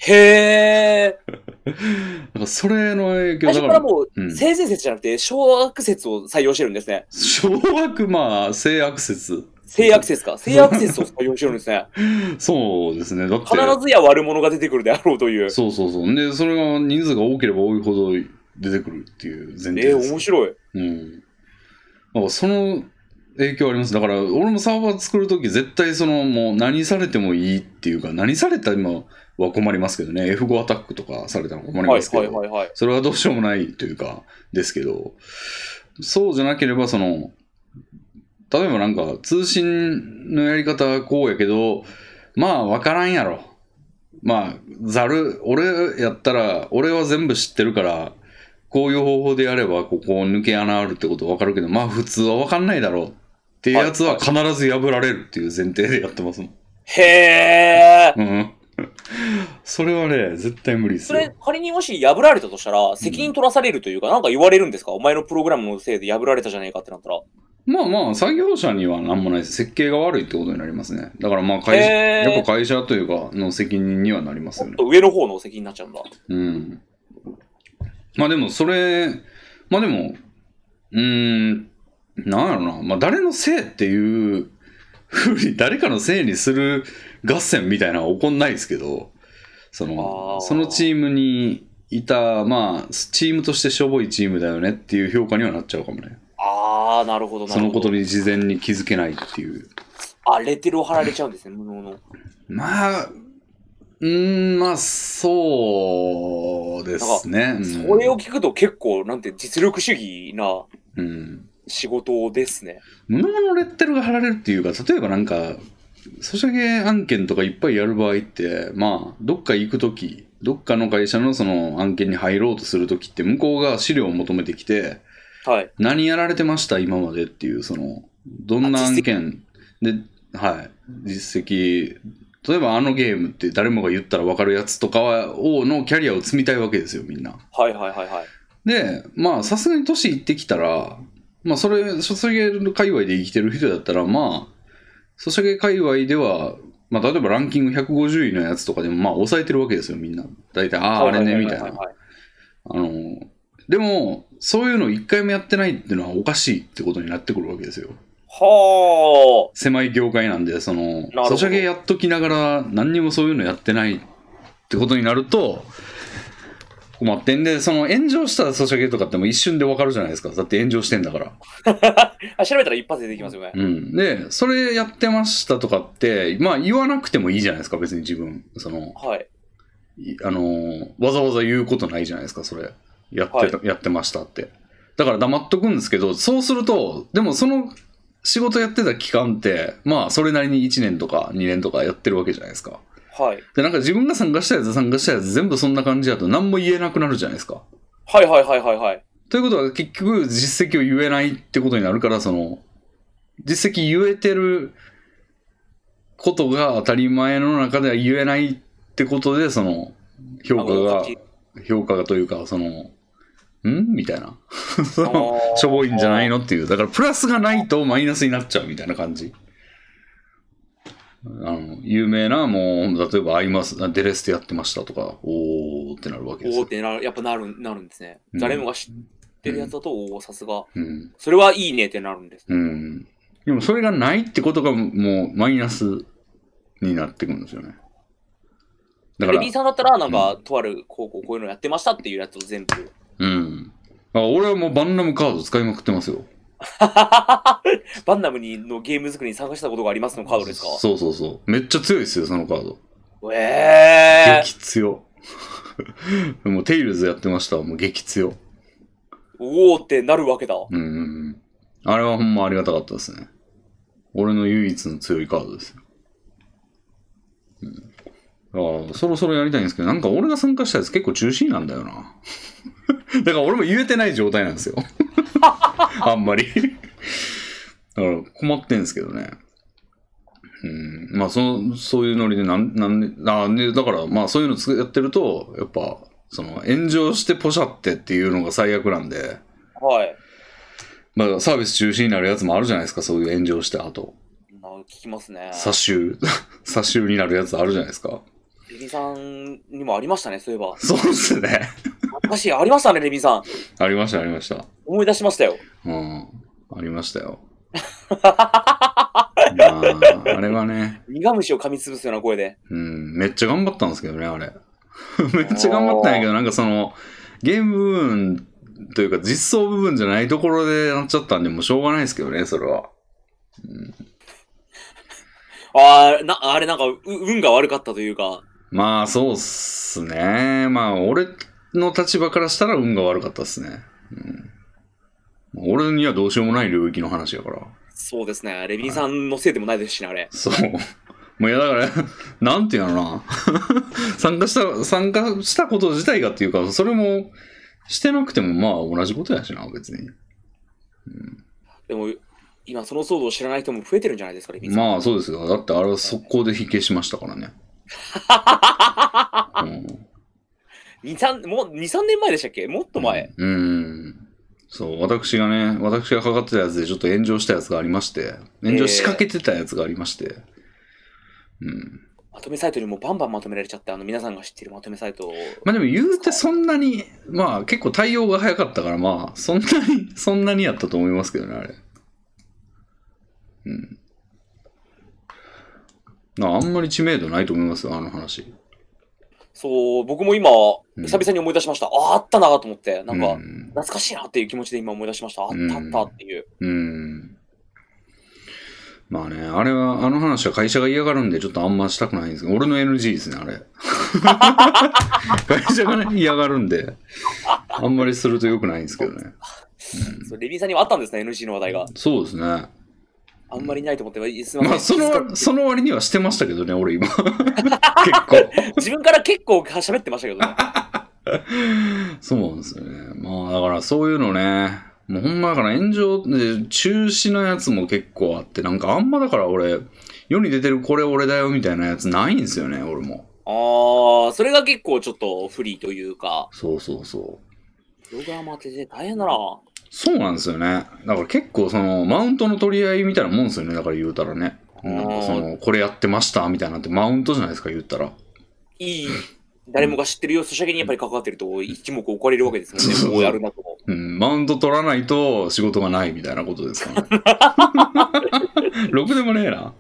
Speaker 2: へえ。
Speaker 1: だから、それの影響
Speaker 2: 最
Speaker 1: だ
Speaker 2: 初
Speaker 1: か、
Speaker 2: かららも
Speaker 1: うん
Speaker 2: う、性善説じゃなくて、小悪説を採用してるんですね。
Speaker 1: 小悪魔、性悪説。
Speaker 2: 性悪説か。性悪説を採用してるんですね。
Speaker 1: そうですね。だって、
Speaker 2: 必ずや悪者が出てくるであろうという。
Speaker 1: そうそうそう。で、それが人数が多ければ多いほど出てくるっていう前提
Speaker 2: えー、
Speaker 1: です。
Speaker 2: 面白い。
Speaker 1: うん。なんかその影響あります。だから、俺もサーバー作るとき、絶対その、もう何されてもいいっていうか、何された今は困りますけどね。F5 アタックとかされたら困り
Speaker 2: は
Speaker 1: ま
Speaker 2: い、
Speaker 1: すけど、
Speaker 2: はい、はい、はい。
Speaker 1: それはどうしようもないというか、ですけど、そうじゃなければ、その、例えばなんか、通信のやり方はこうやけど、まあ、わからんやろ。まあ、ざる、俺やったら、俺は全部知ってるから、こういう方法でやれば、ここ抜け穴あるってことわかるけど、まあ、普通はわかんないだろうっていうやつは必ず破られるっていう前提でやってますもん。
Speaker 2: へえ。
Speaker 1: うん。 それはね、絶対無理です
Speaker 2: そ
Speaker 1: よ。
Speaker 2: れ、仮にもし破られたとしたら、責任取らされるというか、なんか言われるんですかお前のプログラムのせいで破られたじゃねえかってなったら。
Speaker 1: まあまあ、作業者には何もないです。設計が悪いってことになりますね。だからまあ会社、
Speaker 2: へー
Speaker 1: やっぱ会社というか、の責任にはなりますよ
Speaker 2: ちょっ
Speaker 1: ね。
Speaker 2: と上の方の責任になっちゃうんだ。
Speaker 1: うん。まあでも、それ、まあでも、うーん、なんやろな。まあ誰のせいっていうふうに、 誰かのせいにする合戦みたいなのは起こんないですけど、そ
Speaker 2: あ
Speaker 1: の、
Speaker 2: ー
Speaker 1: そのチームにいた、まあ、チームとしてしょぼいチームだよねっていう評価にはなっちゃうかもね。
Speaker 2: ああ、なるほど、な
Speaker 1: そ
Speaker 2: る
Speaker 1: の
Speaker 2: ほ
Speaker 1: こ
Speaker 2: ど。
Speaker 1: とに事前に気づけないっていう。
Speaker 2: あ、レテルを貼られちゃうんですね、無能の。
Speaker 1: まあ、うーん、まあ、そうですね。うん
Speaker 2: それを聞くと結構、なんて、実力主義な
Speaker 1: うん。
Speaker 2: 仕事ですね。
Speaker 1: 無能のレッテルが貼られるっていうか、例えばなんか、ソシャゲ案件とかいっぱいやる場合って、まあ、どっか行くとき、どっかの会社のその案件に入ろうとするときって、向こうが資料を求めてきて、
Speaker 2: はい。
Speaker 1: 何やられてました今までっていうそのどんな案件ではい実績例えばあのゲームって誰もが言ったら分かるやつとかはをのキャリアを積みたいわけですよみんな
Speaker 2: はいはいはいはい。
Speaker 1: でまあさすがに年いってきたらまあそれソシャゲの界隈で生きてる人だったらまあソシャゲ界隈ではまあ例えばランキング150位のやつとかでもまあ抑えてるわけですよみんな大体あああれねみたいな
Speaker 2: ははは
Speaker 1: あの、でも、そういうの一回もやってないっていうのはおかしいってことになってくるわけですよ。
Speaker 2: は
Speaker 1: 狭い業界なんで、その
Speaker 2: ほ、ど
Speaker 1: ソシャゲやっときながら何にもそういうのやってないってことになると、困ってんで、その炎上したソシャゲとかってもう一瞬でわかるじゃないですか。だって炎上してんだから。
Speaker 2: あ。あ調べたら一発でできますよね。
Speaker 1: うん。で、それやってましたとかって、まあ言わなくてもいいじゃないですか、別に自分。その、
Speaker 2: はい。
Speaker 1: いあの、わざわざ言うことないじゃないですか、それ。やってた、やってましたって。だから黙っとくんですけど、そうすると、でもその仕事やってた期間って、まあそれなりに1年とか2年とかやってるわけじゃないですか。
Speaker 2: はい。
Speaker 1: で、なんか自分が参加したやつ、参加したやつ全部そんな感じだと何も言えなくなるじゃないですか。
Speaker 2: はいはいはいはいはい。
Speaker 1: ということは結局実績を言えないってことになるから、その、実績言えてることが当たり前の中では言えないってことで、その、評価
Speaker 2: あの
Speaker 1: が
Speaker 2: 価値、
Speaker 1: 評価がというか、その、んみた いな。そ
Speaker 2: あ
Speaker 1: の
Speaker 2: ー
Speaker 1: しょぼいんじゃないのっていう。だからプラスがないとマイナスになっちゃうみたいな感じ。あの、有名な、もう、例えば、アイマス、あデレステやってましたとか、おーってなるわけです
Speaker 2: おー
Speaker 1: よ
Speaker 2: っ。てなる、やっぱなる、なるんですね。
Speaker 1: うん
Speaker 2: 誰もが知ってるやつだと、おお、さすが。
Speaker 1: うん。
Speaker 2: それはいいねってなるんです。
Speaker 1: うん。でもそれがないってことがもうマイナスになってくるんですよね。だか
Speaker 2: レ
Speaker 1: ら
Speaker 2: ビー、さんだったら、なんか、とある高校こういうのやってましたっていうやつを全部。
Speaker 1: うん。あ俺はもうバンナムカード使いまくってますよ。
Speaker 2: バンナムにのゲーム作りに参加したことがありますのカードですか
Speaker 1: そうそうそう。めっちゃ強いですよ、そのカード。
Speaker 2: ええ
Speaker 1: 激強。 もうテイルズやってました。もう激強。
Speaker 2: おおってなるわけだ。
Speaker 1: うんうんうん。あれはほんまありがたかったですね。俺の唯一の強いカードですよ。うん、ああ、そろそろやりたいんですけど、なんか俺が参加したやつ結構中止なんだよな。 だから俺も言えてない状態なんですよ。 あんまり。だから困ってんですけどね。うん、まあその、そういうノリでなん、なんで、ああでだからまあそういうのつやってると、やっぱ、その炎上してポシャってっていうのが最悪なんで、
Speaker 2: はい。
Speaker 1: まあ、サービス中止になるやつもあるじゃないですか、そういう炎上した後。
Speaker 2: まあ、聞きますね。
Speaker 1: 殺臭、 殺臭になるやつあるじゃないですか。
Speaker 2: レビーさんにもありましたね、そういえば。
Speaker 1: そうですね。
Speaker 2: 昔ありましたね、レビーさん。
Speaker 1: ありました、ありました。
Speaker 2: 思い出しましたよ。
Speaker 1: うん。ありました よ。まあ、あれはね、
Speaker 2: 苦虫を噛みつぶすような声で。
Speaker 1: うん、めっちゃ頑張ったんですけどね、あれ。 めっちゃ頑張ったんやけど、なんかその、ゲーム部分というか実装部分じゃないところでなっちゃったんで、もうしょうがないですけどね、それは。
Speaker 2: ああ、な、あれなんか、う運が悪かったというか。
Speaker 1: まあ、そうっすね。まあ、俺の立場からしたら運が悪かったっすね。うん、俺にはどうしようもない領域の話やから。
Speaker 2: そうですね。レビーさんのせいでもないですしね、あれ。
Speaker 1: そう。もういや、だから、なんていうのかな。 参加した、参加したこと自体がっていうか、それも、してなくても、まあ、同じことやしな、別に。
Speaker 2: でも、今その騒動を知らない人も増えてるんじゃないですか、レビーさん。
Speaker 1: まあ、そうですよ。だって、あれは速攻で否定しましたからね。うん
Speaker 2: 二三もう2、3年前でしたっけもっと前。
Speaker 1: うん。うんそう、私がね、私がかかってたやつでちょっと炎上したやつがありまして、炎上仕掛けてたやつがありまして、うん。
Speaker 2: まとめサイトにもバンバンまとめられちゃって、あの、皆さんが知ってるまとめサイトを。
Speaker 1: まあでも言うてそんなに、まあ結構対応が早かったから、まあそんなに、 そんなにやったと思いますけどね、あれ。うん。まああんまり知名度ないと思いますよ、あの話。
Speaker 2: そう、僕も今、
Speaker 1: うん
Speaker 2: 久々に思い出しました。ああ、あったなと思って、なんか、
Speaker 1: うん
Speaker 2: 懐かしいなっていう気持ちで今思い出しました。あっ
Speaker 1: うん
Speaker 2: たあったっていう。
Speaker 1: うん。まあね、あれは、あの話は会社が嫌がるんで、ちょっとあんましたくないんですけど、俺の NG ですね、あれ。 会社がね、嫌がるんで、あんまりすると良くないんですけどね。
Speaker 2: そうレビーさんにはあったんですね、NG の話題が。
Speaker 1: そうですね。
Speaker 2: あんまりないと思って、すみま
Speaker 1: ま
Speaker 2: せ
Speaker 1: あ、
Speaker 2: ん。
Speaker 1: そ
Speaker 2: 気づ
Speaker 1: の、
Speaker 2: か
Speaker 1: その割にはしてましたけどね、俺今。 結構。
Speaker 2: 自分から結構喋ってましたけどね。
Speaker 1: そうなんですよね。まあ、だからそういうのね、もうほんまだから炎上で中止のやつも結構あって、なんかあんまだから俺、世に出てるこれ俺だよみたいなやつないんですよね、俺も。
Speaker 2: ああ、それが結構ちょっと不利というか、
Speaker 1: そうそうそう。
Speaker 2: プログラマーってね大変だな。は
Speaker 1: そうなんですよね。だから結構その、マウントの取り合いみたいなもんですよね。だから言うたらね。なんかその、これやってましたみたいなんてマウントじゃないですか、言ったら。
Speaker 2: いい、誰もが知ってるよ、そしゃげにやっぱり関わってると、一目置かれるわけですもん
Speaker 1: そうそうそ
Speaker 2: ね、
Speaker 1: う
Speaker 2: こうやるなと。
Speaker 1: うん、マウント取らないと仕事がないみたいなことですからね。 ろくでもねえな。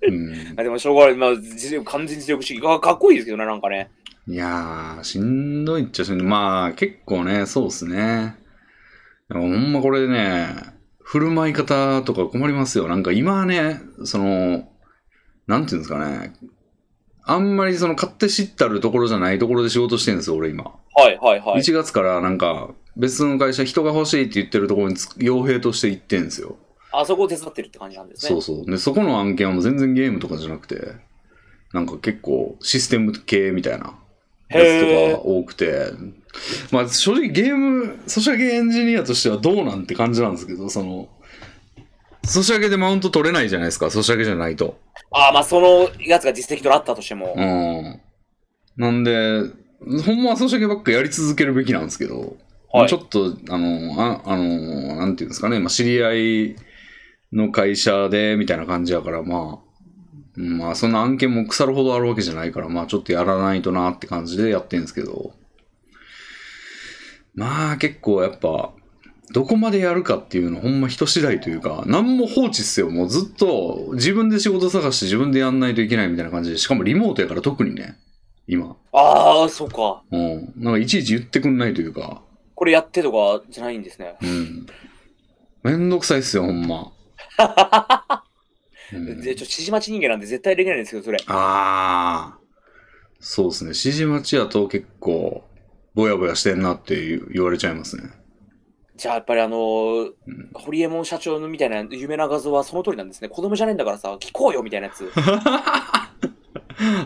Speaker 1: うん
Speaker 2: あでも、しょうがない、まあ、実力完全実力主義がかっこいいですけどね、なんかね。
Speaker 1: いやー、しんどいっちゃしんどい。まあ、結構ね、そうっすね。でもほんまこれね、振る舞い方とか困りますよ。なんか今はね、その、なんていうんですかね、あんまりその勝手知ったるところじゃないところで仕事してるんですよ、俺今。
Speaker 2: はいはいはい。
Speaker 1: 1月からなんか、別の会社、人が欲しいって言ってるところにつ傭兵として行ってんですよ。
Speaker 2: あそこを手伝ってるって感じなんですね。
Speaker 1: そうそう。で、そこの案件はもう全然ゲームとかじゃなくて、なんか結構システム系みたいなやつ
Speaker 2: へ
Speaker 1: とか
Speaker 2: ー
Speaker 1: 多くて、まあ正直ゲーム、ソシャゲエンジニアとしてはどうなんて感じなんですけど、その、ソシャゲでマウント取れないじゃないですか、ソシャゲじゃないと。
Speaker 2: ああ、まあそのやつが実績となったとしても。
Speaker 1: うん。なんで、ほんまはソシャゲばっかやり続けるべきなんですけど、
Speaker 2: はい
Speaker 1: ちょっと、あの、ああの、なんていうんですかね、まあ、知り合いの会社で、みたいな感じやから、まあ、うんまあ、そんな案件も腐るほどあるわけじゃないから、まあ、ちょっとやらないとなって感じでやってんですけど、まあ、結構やっぱ、どこまでやるかっていうの、ほんま人次第というか、何も放置っすよ。もうずっと自分で仕事探して自分でやんないといけないみたいな感じで、しかもリモートやから特にね、今。
Speaker 2: ああ、そうか。
Speaker 1: うん。なんかいちいち言ってくんないというか、
Speaker 2: これやってとかじゃないんですね。
Speaker 1: うん。めんどくさいっすよ、ほん ま。うん
Speaker 2: でちょっと指示待ち人間なんで絶対できないんですけど、それ。
Speaker 1: ああ。そうですね。指示待ちやと結構、ぼやぼやしてんなって言う言われちゃいますね。
Speaker 2: じゃあやっぱりあのー
Speaker 1: うん
Speaker 2: ホリエモン社長のみたいな夢な画像はその通りなんですね。子供じゃねえんだからさ、聞こうよみたいなやつ。
Speaker 1: あ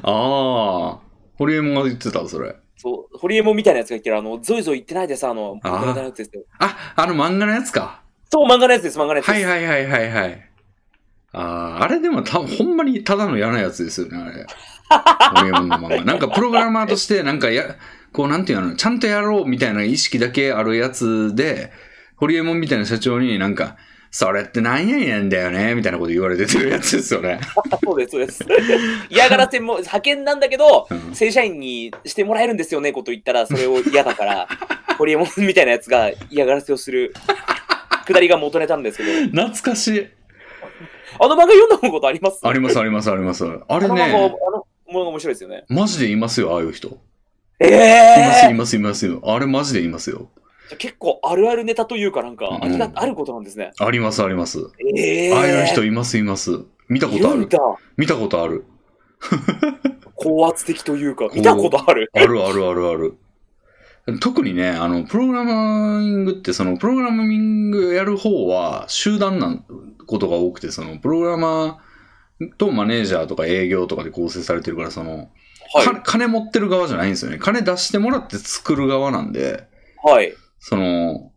Speaker 1: あ。ホリエモンが言ってた、それ。
Speaker 2: そう、ホリエモンみたいなやつが言ってる、あの、ゾイゾイ言ってないでさ、あの、
Speaker 1: あー
Speaker 2: 漫画のやつですよ。
Speaker 1: あ、あの漫画のやつか。
Speaker 2: そう、漫画のやつです、漫画のやつです。
Speaker 1: はいはいはいはいはい。ああ、あれでもたほんまにただの嫌なやつですよね、あ れ。ホリエモンの漫画。なんかプログラマーとして、なんかや、こうなんていうの、ちゃんとやろうみたいな意識だけあるやつで、ホリエモンみたいな社長になんか、それって何やねんだよね、みたいなこと言われてるやつですよね。
Speaker 2: そうです、そうです。 嫌がらせも、派遣なんだけど、
Speaker 1: うん
Speaker 2: 正社員にしてもらえるんですよね、こと言ったら、それを嫌だから、 ホリエモンみたいなやつが嫌がらせをする。くだりが元ネタなんですけど、
Speaker 1: 懐かしい。
Speaker 2: あの漫画読んだことあります
Speaker 1: ありますありますあります。あ
Speaker 2: あ
Speaker 1: れ
Speaker 2: の漫画、あ
Speaker 1: ね、
Speaker 2: の漫画面白いですよね。
Speaker 1: マジでいますよ、ああいう人。
Speaker 2: え
Speaker 1: いますい
Speaker 2: え
Speaker 1: ますいますよ。あれマジでいますよ。
Speaker 2: ー、結構あるあるネタというかなんか、ありが
Speaker 1: うん
Speaker 2: あることなんですね。
Speaker 1: ありますあります。
Speaker 2: ええー、
Speaker 1: ああいう人いますいます。見たことあ
Speaker 2: いる
Speaker 1: る
Speaker 2: ん。だ。
Speaker 1: 見たことある。
Speaker 2: 高圧的というか、見たことある。
Speaker 1: あるあるあるある。特にね、あの、プログラミングって、その、プログラミングやる方は、集団なことが多くて、その、プログラマーとマネージャーとか営業とかで構成されてるから、その、
Speaker 2: は
Speaker 1: か金持ってる側じゃないんですよね。金出してもらって作る側なんで、
Speaker 2: い。はい。
Speaker 1: その、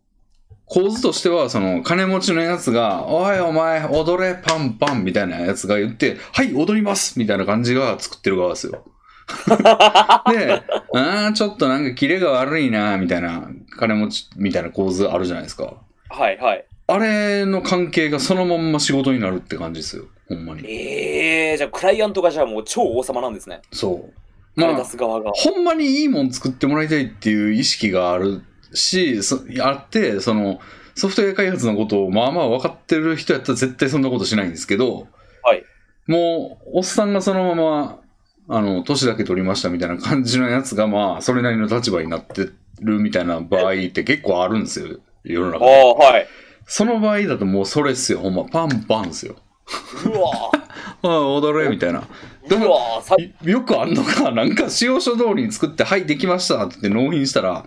Speaker 1: 構図としては、その、金持ちのやつが、おいお前、踊れ、パンパンみたいなやつが言って、はい、踊りますみたいな感じが作ってる側 ですよ。で、ああ、ちょっとなんかキレが悪いな、みたいな、金持ちみたいな構図あるじゃないですか。
Speaker 2: はい、はい。
Speaker 1: あれの関係がそのまんま仕事になるって感じですよ。ほんまに。
Speaker 2: ええー、じゃあクライアントがじゃあもう超王様なんですね。
Speaker 1: そう。
Speaker 2: ま
Speaker 1: ま
Speaker 2: あ、出
Speaker 1: あ、
Speaker 2: す側が。
Speaker 1: ほんまにいいもん作ってもらいたいっていう意識があるし、そあって、その、ソフトウェア開発のことをまあまあ分かってる人やったら絶対そんなことしないんですけど、
Speaker 2: はい
Speaker 1: もう、おっさんがそのまま、あの、年だけ取りましたみたいな感じのやつが、まあ、それなりの立場になってるみたいな場合って結構あるんですよ、世の
Speaker 2: ああ、
Speaker 1: 中で。
Speaker 2: はい。
Speaker 1: その場合だともうそれっすよ、ほんま、パンパンっすよ。
Speaker 2: うわ
Speaker 1: あ
Speaker 2: ー
Speaker 1: あ、踊れみたいな。 でも
Speaker 2: うわーさ
Speaker 1: よくあんのか、 なんか使用書通りに作って、はい、できましたって言って納品したら、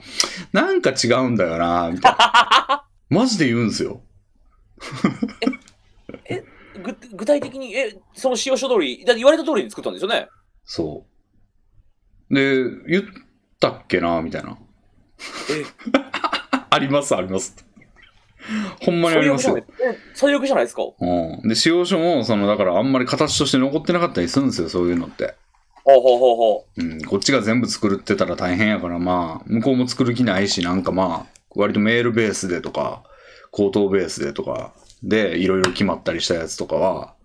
Speaker 1: なんか違うんだよな、みたいな。マジで言うんですよ。
Speaker 2: ぐ具体的に、え、その使用書通り、だって言われた通りに作ったんですよね。
Speaker 1: そう。で、言ったっけな、みたいな。あります、あります。ほんまにあります
Speaker 2: 最
Speaker 1: よ
Speaker 2: 悪。じゃないえ最悪じゃないですか。
Speaker 1: うん、で、使用書も、その、だからあんまり形として残ってなかったりするんですよ、そういうのって。
Speaker 2: ほうほうほうほ
Speaker 1: うん、こっちが全部作るってたら大変やから、まあ、向こうも作る気ないし、なんかまあ、割とメールベースでとか、口頭ベースでとか、で、いろいろ決まったりしたやつとかは、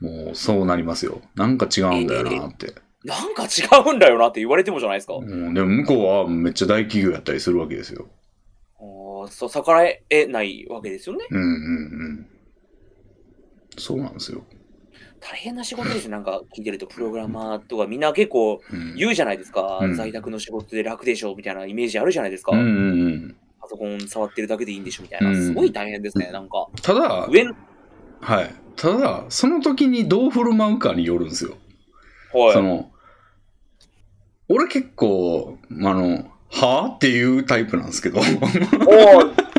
Speaker 1: もうそうなりますよ。なんか違うんだよなって。
Speaker 2: う。なんか違うんだよなって言われてもじゃないですか。
Speaker 1: うん、でも向こうはめっちゃ大企業やったりするわけですよ。
Speaker 2: ああそう逆らえないわけですよね。
Speaker 1: うんうんうん。そうなんですよ。
Speaker 2: 大変な仕事ですよ。なんか聞いてると、プログラマーとかみんな結構
Speaker 1: うん、
Speaker 2: 言うじゃないですか。
Speaker 1: うん
Speaker 2: 在宅の仕事で楽でしょみたいなイメージあるじゃないですか。
Speaker 1: うんうんうん。
Speaker 2: パソコン触ってるだけでいいんでしょみたいな。
Speaker 1: うん
Speaker 2: すごい大変ですね。なんか、
Speaker 1: ただ、
Speaker 2: 上の、
Speaker 1: はい。ただ、その時にどう振る舞うかによるんですよ。
Speaker 2: はい。
Speaker 1: その、俺結構、あの、はぁっていうタイプなんですけど。
Speaker 2: おー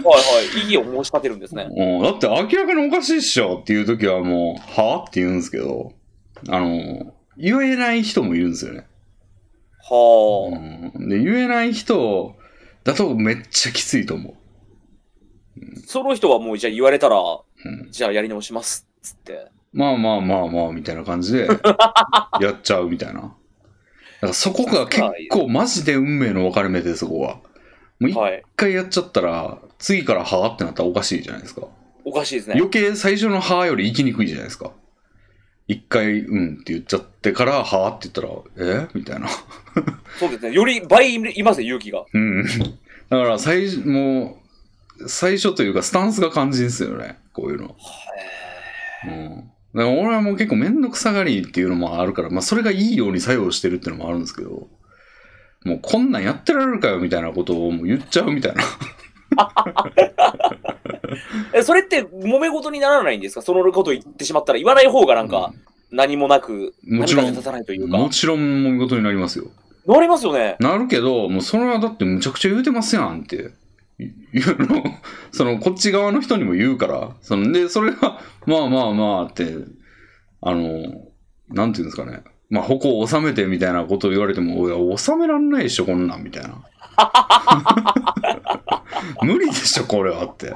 Speaker 2: はいはい。異議を申し立てるんですね。
Speaker 1: うんだって明らかにおかしいっしょっていう時はもう、はぁって言うんですけど、あの、言えない人もいるんですよね。
Speaker 2: は
Speaker 1: うん、で、言えない人だとめっちゃきついと思う。
Speaker 2: あ。その人はもう、じゃあ言われたら、
Speaker 1: うん
Speaker 2: じゃあやり直します。つって。
Speaker 1: まあまあまあまあ、みたいな感 じで、やっちゃうみたいな。だからそこが結構マジで運命の分かれ目で、そこは。もう一
Speaker 2: はい。
Speaker 1: 回やっちゃったら、次からはぁってなったらおかしいじゃないですか。
Speaker 2: おかしいですね。
Speaker 1: 余計最初の「は」より行きにくいじゃないですか一回「うん」って言っちゃってから「は」って言ったら「えみたいな
Speaker 2: そうですね。より倍いますね、勇気が。
Speaker 1: うんだから最初もう最初というかスタンスが肝心ですよねこういうのうんだから俺はもう結構面倒くさがりっていうのもあるから、まあ、それがいいように作用してるっていうのもあるんですけどもうこんなんやってられるかよみたいなことをもう言っちゃうみたいな
Speaker 2: え、それって揉め事にならないんですかそのことを言ってしまったら、言わない方がなんか、何もなく、
Speaker 1: もちろん
Speaker 2: 何か立たないというか
Speaker 1: も。ちろん揉め事になりますよ
Speaker 2: なりますよね。
Speaker 1: なるけど、もうそれはだってむちゃくちゃ言うてますやんって。い いうの、その、こっち側の人にも言うから。そので、それが、まあまあまあって、あの、なんていうんですかね。まあ、矛を収めてみたいなことを言われても、いや、収めらんないでしょ、こんなん、みたいな。 無理でしょ、これはって。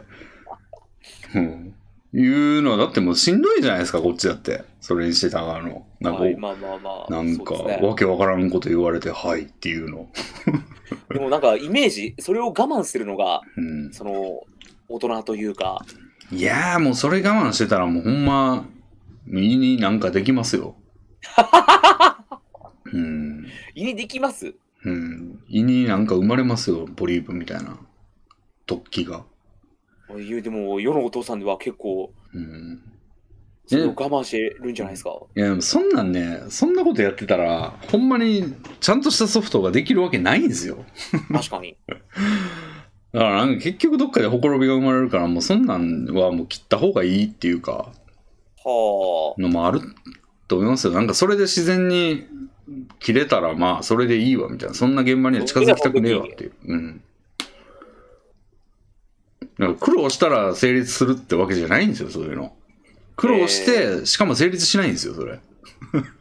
Speaker 1: うん。いうのは、だってもうしんどいじゃないですか、こっちだって。それにしてた側の。なんか、
Speaker 2: はい、まあまあまあ。
Speaker 1: なん
Speaker 2: そう
Speaker 1: か、
Speaker 2: ですね
Speaker 1: わけわからんこと言われて、はいっていうの。
Speaker 2: でもなんかイメージ、それを我慢するのが、
Speaker 1: うん
Speaker 2: その、大人というか、
Speaker 1: いやーもうそれ我慢してたらもうほんま身になんかできますよ。うん。
Speaker 2: 胃にできます
Speaker 1: うん。胃になんか生まれますよ、ポリープみたいな。突起が。
Speaker 2: 言うでも、世のお父さんでは結構、
Speaker 1: うん。
Speaker 2: それを我慢してるんじゃないですか。
Speaker 1: いやでもそんなんね、そんなことやってたら、ほんまにちゃんとしたソフトができるわけないんですよ。
Speaker 2: 確かに。
Speaker 1: だからなんか結局どっかでほころびが生まれるから、もうそんなんはもう切った方がいいっていうか、
Speaker 2: は
Speaker 1: のもあると思いますよ。なんかそれで自然に切れたらまあそれでいいわみたいな。そんな現場には近づきたくねえわっていう。うん。だから苦労したら成立するってわけじゃないんですよ、そういうの。苦労して、
Speaker 2: え
Speaker 1: しかも成立しないんですよ、それ。
Speaker 2: あ。あ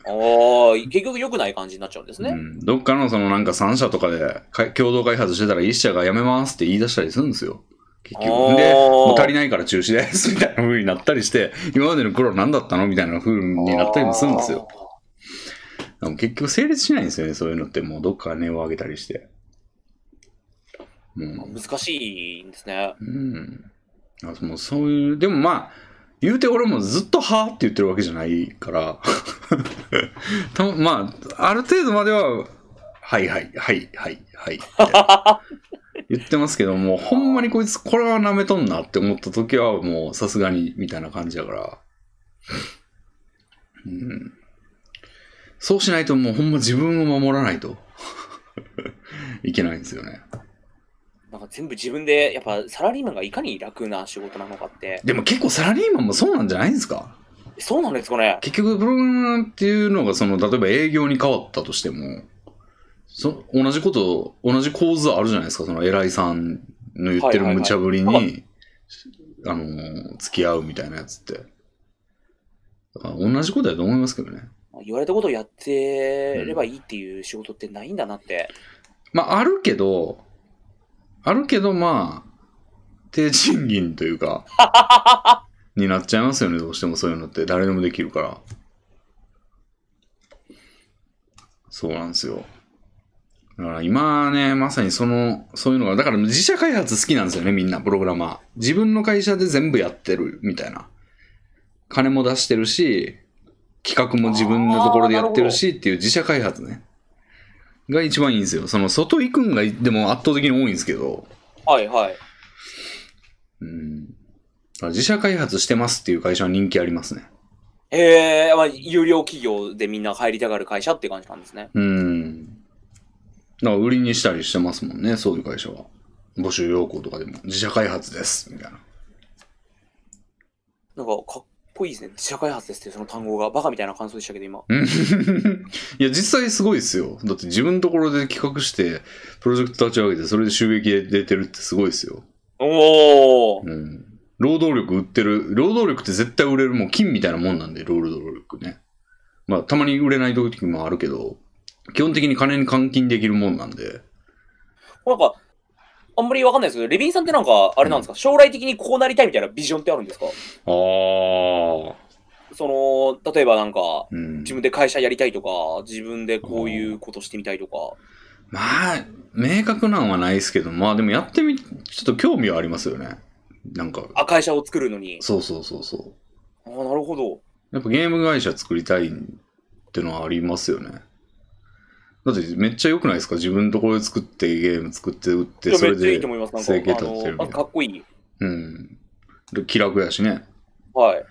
Speaker 2: あ、結局良くない感じになっちゃうんです
Speaker 1: う
Speaker 2: ね。
Speaker 1: ん。どっかのそのなんか3社とかでか共同開発してたら1社がやめますって言い出したりするんですよ。結
Speaker 2: あ
Speaker 1: 局。
Speaker 2: ー
Speaker 1: で、もう足りないから中止ですみたいな風になったりして、今までの苦労何だったのみたいな風になったりもするんですよ。でも結局成立しないんですよね、そういうのって。もうどっか根を上げたりして。う
Speaker 2: あー。
Speaker 1: ん。
Speaker 2: 難しいんですね。
Speaker 1: うん。あもうそういう、でもまあ、言うて俺もずっとはーって言ってるわけじゃないから。 たまあ、ある程度までは、はいはい、はい、はい、はい。って言ってますけども、ほんまにこいつ、これは舐めとんなって思った時は、もうさすがに、みたいな感じやから。うん。そうしないともうほんま自分を守らないと いけないんですよね。
Speaker 2: なんか全部自分で、やっぱサラリーマンがいかに楽な仕事なのかって、
Speaker 1: でも結構サラリーマンもそうなんじゃないんですか
Speaker 2: そうなんですかね。
Speaker 1: 結局プログラマーっていうのがその例えば営業に変わったとしてもそ同じこと同じ構図あるじゃないですかその偉いさんの言ってる
Speaker 2: はいはいはい
Speaker 1: 無茶ぶり
Speaker 2: は
Speaker 1: に、あのー付き合うみたいなやつってだから同じことだと思いますけどね
Speaker 2: 言われたことをやってればいいっていう仕事ってないんだなって。
Speaker 1: まああるけどあるけどまあ低賃金というかになっちゃいますよねどうしてもそういうのって誰でもできるからそうなんですよだから今ねまさにそのそういうのがだから自社開発好きなんですよねみんなプログラマー自分の会社で全部やってるみたいな金も出してるし企画も自分のところでやってるしっていう自社開発ねが一番いいんですよその外行くんがでも圧倒的に多いんですけど
Speaker 2: はいはい。
Speaker 1: うん。自社開発してますっていう会社は人気ありますね。
Speaker 2: えー、まあ、有料企業でみんな入りたがる会社って感じなんですね。
Speaker 1: うん。だから売りにしたりしてますもんね、そういう会社は。募集要項とかでも、自社開発です、みたいな。
Speaker 2: なんかかっぽいですね。自社開発ですっていうその単語がバカみたいな感想でしたけど、今。
Speaker 1: うん いや、実際すごいですよ。だって自分のところで企画して、プロジェクト立ち上げて、それで収益で出てるってすごいですよ。
Speaker 2: おー。
Speaker 1: うん。労働力売ってる。労働力って絶対売れる。もう金みたいなもんなんで、労働力ね。まあ、たまに売れない時もあるけど、基本的に金に換金できるもんなんで。
Speaker 2: なんか、あんまりわかんないですけど、レビンさんってなんか、あれなんですか、将来的にこうなりたいみたいなビジョンってあるんですか
Speaker 1: ああ。
Speaker 2: その、例えばなんか、
Speaker 1: うん
Speaker 2: 自。分で会社やりたいとか、自分でこういうことしてみたいとか。
Speaker 1: まあ、明確なんはないですけど、まあでもやってみ、ちょっと興味はありますよね。なんか、
Speaker 2: あ、会社を作るのに。
Speaker 1: そうそうそうそう。
Speaker 2: あなるほど。
Speaker 1: やっぱゲーム会社作りたいってのはありますよね。だってめっちゃ良くないですか自分のところで作ってゲーム作って売っ
Speaker 2: い
Speaker 1: て
Speaker 2: や
Speaker 1: そ
Speaker 2: め
Speaker 1: れ
Speaker 2: っちゃいい
Speaker 1: で
Speaker 2: と。思います。なん
Speaker 1: 生計
Speaker 2: か、あ
Speaker 1: 立てるみたいな
Speaker 2: の、あかっこいい。
Speaker 1: うん。で気楽やしね。
Speaker 2: はい。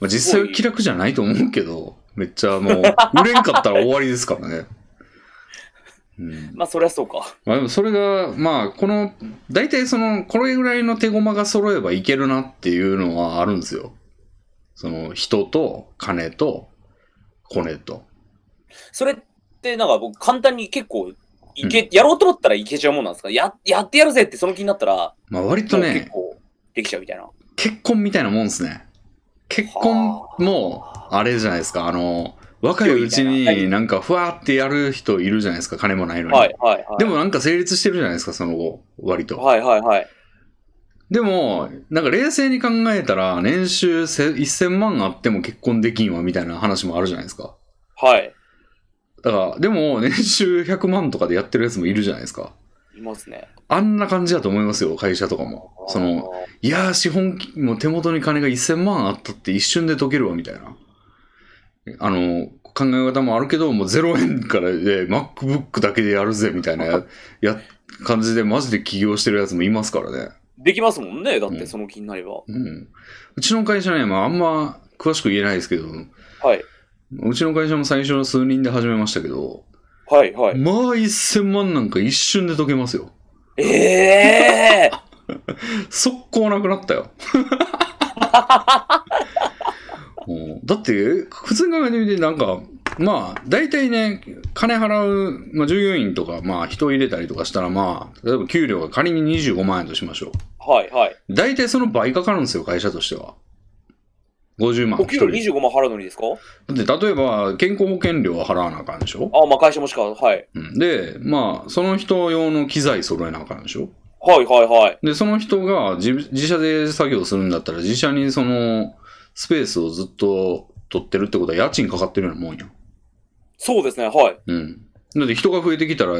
Speaker 1: まあ、実際は気楽じゃないと思うけど、めっちゃもう、売れんかったら終わりですからね。うん、
Speaker 2: まあ、そりゃそうか。
Speaker 1: まあでもそれが、まあこの、大体その、これぐらいの手駒が揃えばいけるなっていうのはあるんですよ。その、人と、金と、コネと。
Speaker 2: それって、なんか僕、簡単に結構、いけ、やろうと思ったらいけちゃうもんなんですかや、やってやるぜってその気になったら、
Speaker 1: まあ割と
Speaker 2: もう
Speaker 1: ね、
Speaker 2: 結構、できちゃうみたいな。
Speaker 1: 結婚みたいなもんですね。結婚も、あれじゃないですか、あの、若いうちになんかふわーってやる人いるじゃないですか、金もないのに。
Speaker 2: はい、はい、はい。
Speaker 1: でもなんか成立してるじゃないですか、その後、割と。
Speaker 2: はい、はい、はい。
Speaker 1: でも、なんか冷静に考えたら、年収せ1000万あっても結婚できんわ、みたいな話もあるじゃないですか。
Speaker 2: はい。
Speaker 1: だから、でも、年収100万とかでやってるやつもいるじゃないですか。
Speaker 2: いますね。
Speaker 1: あんな感じだと思いますよ、会社とかも。その、いやー、資本金、もう手元に金が1000万あったって一瞬で解けるわ、みたいな。あの、考え方もあるけど、もう0円からで MacBook だけでやるぜ、みたいなやや感じで、マジで起業してるやつもいますからね。
Speaker 2: できますもんね。だっ
Speaker 1: うん
Speaker 2: て、その気になれば。
Speaker 1: うん。うちの会社ね、まあ、あんま詳しく言えないですけど、
Speaker 2: はい。
Speaker 1: うちの会社も最初の数人で始めましたけど、
Speaker 2: はい、はい。
Speaker 1: まあ1000万なんか一瞬で解けますよ。
Speaker 2: ええ ー
Speaker 1: 速攻なくな ったよ。もうだって、普通に考えてみて、なんか、まあ、大体ね、金払う、まあ、従業員とか、まあ、人入れたりとかしたら、まあ、例えば給料が仮に25万円としましょ
Speaker 2: はい、はい。
Speaker 1: う。大体その倍かかるんですよ、会社としては。50万
Speaker 2: お
Speaker 1: 一
Speaker 2: 給料
Speaker 1: 人。
Speaker 2: 25万払うのにですか
Speaker 1: だって、例えば、健康保険料は払わなあかんでしょ、
Speaker 2: あ、まあ、会社もしか、はい。
Speaker 1: うんで、まあ、その人用の機材揃えなあかんでしょ
Speaker 2: はい、はい、はい。
Speaker 1: で、その人が自自社で作業するんだったら、自社にそのスペースをずっと取ってるってことは家賃かかってるようなもんや。
Speaker 2: そうですね、はい。
Speaker 1: うん。だって人が増えてきたら、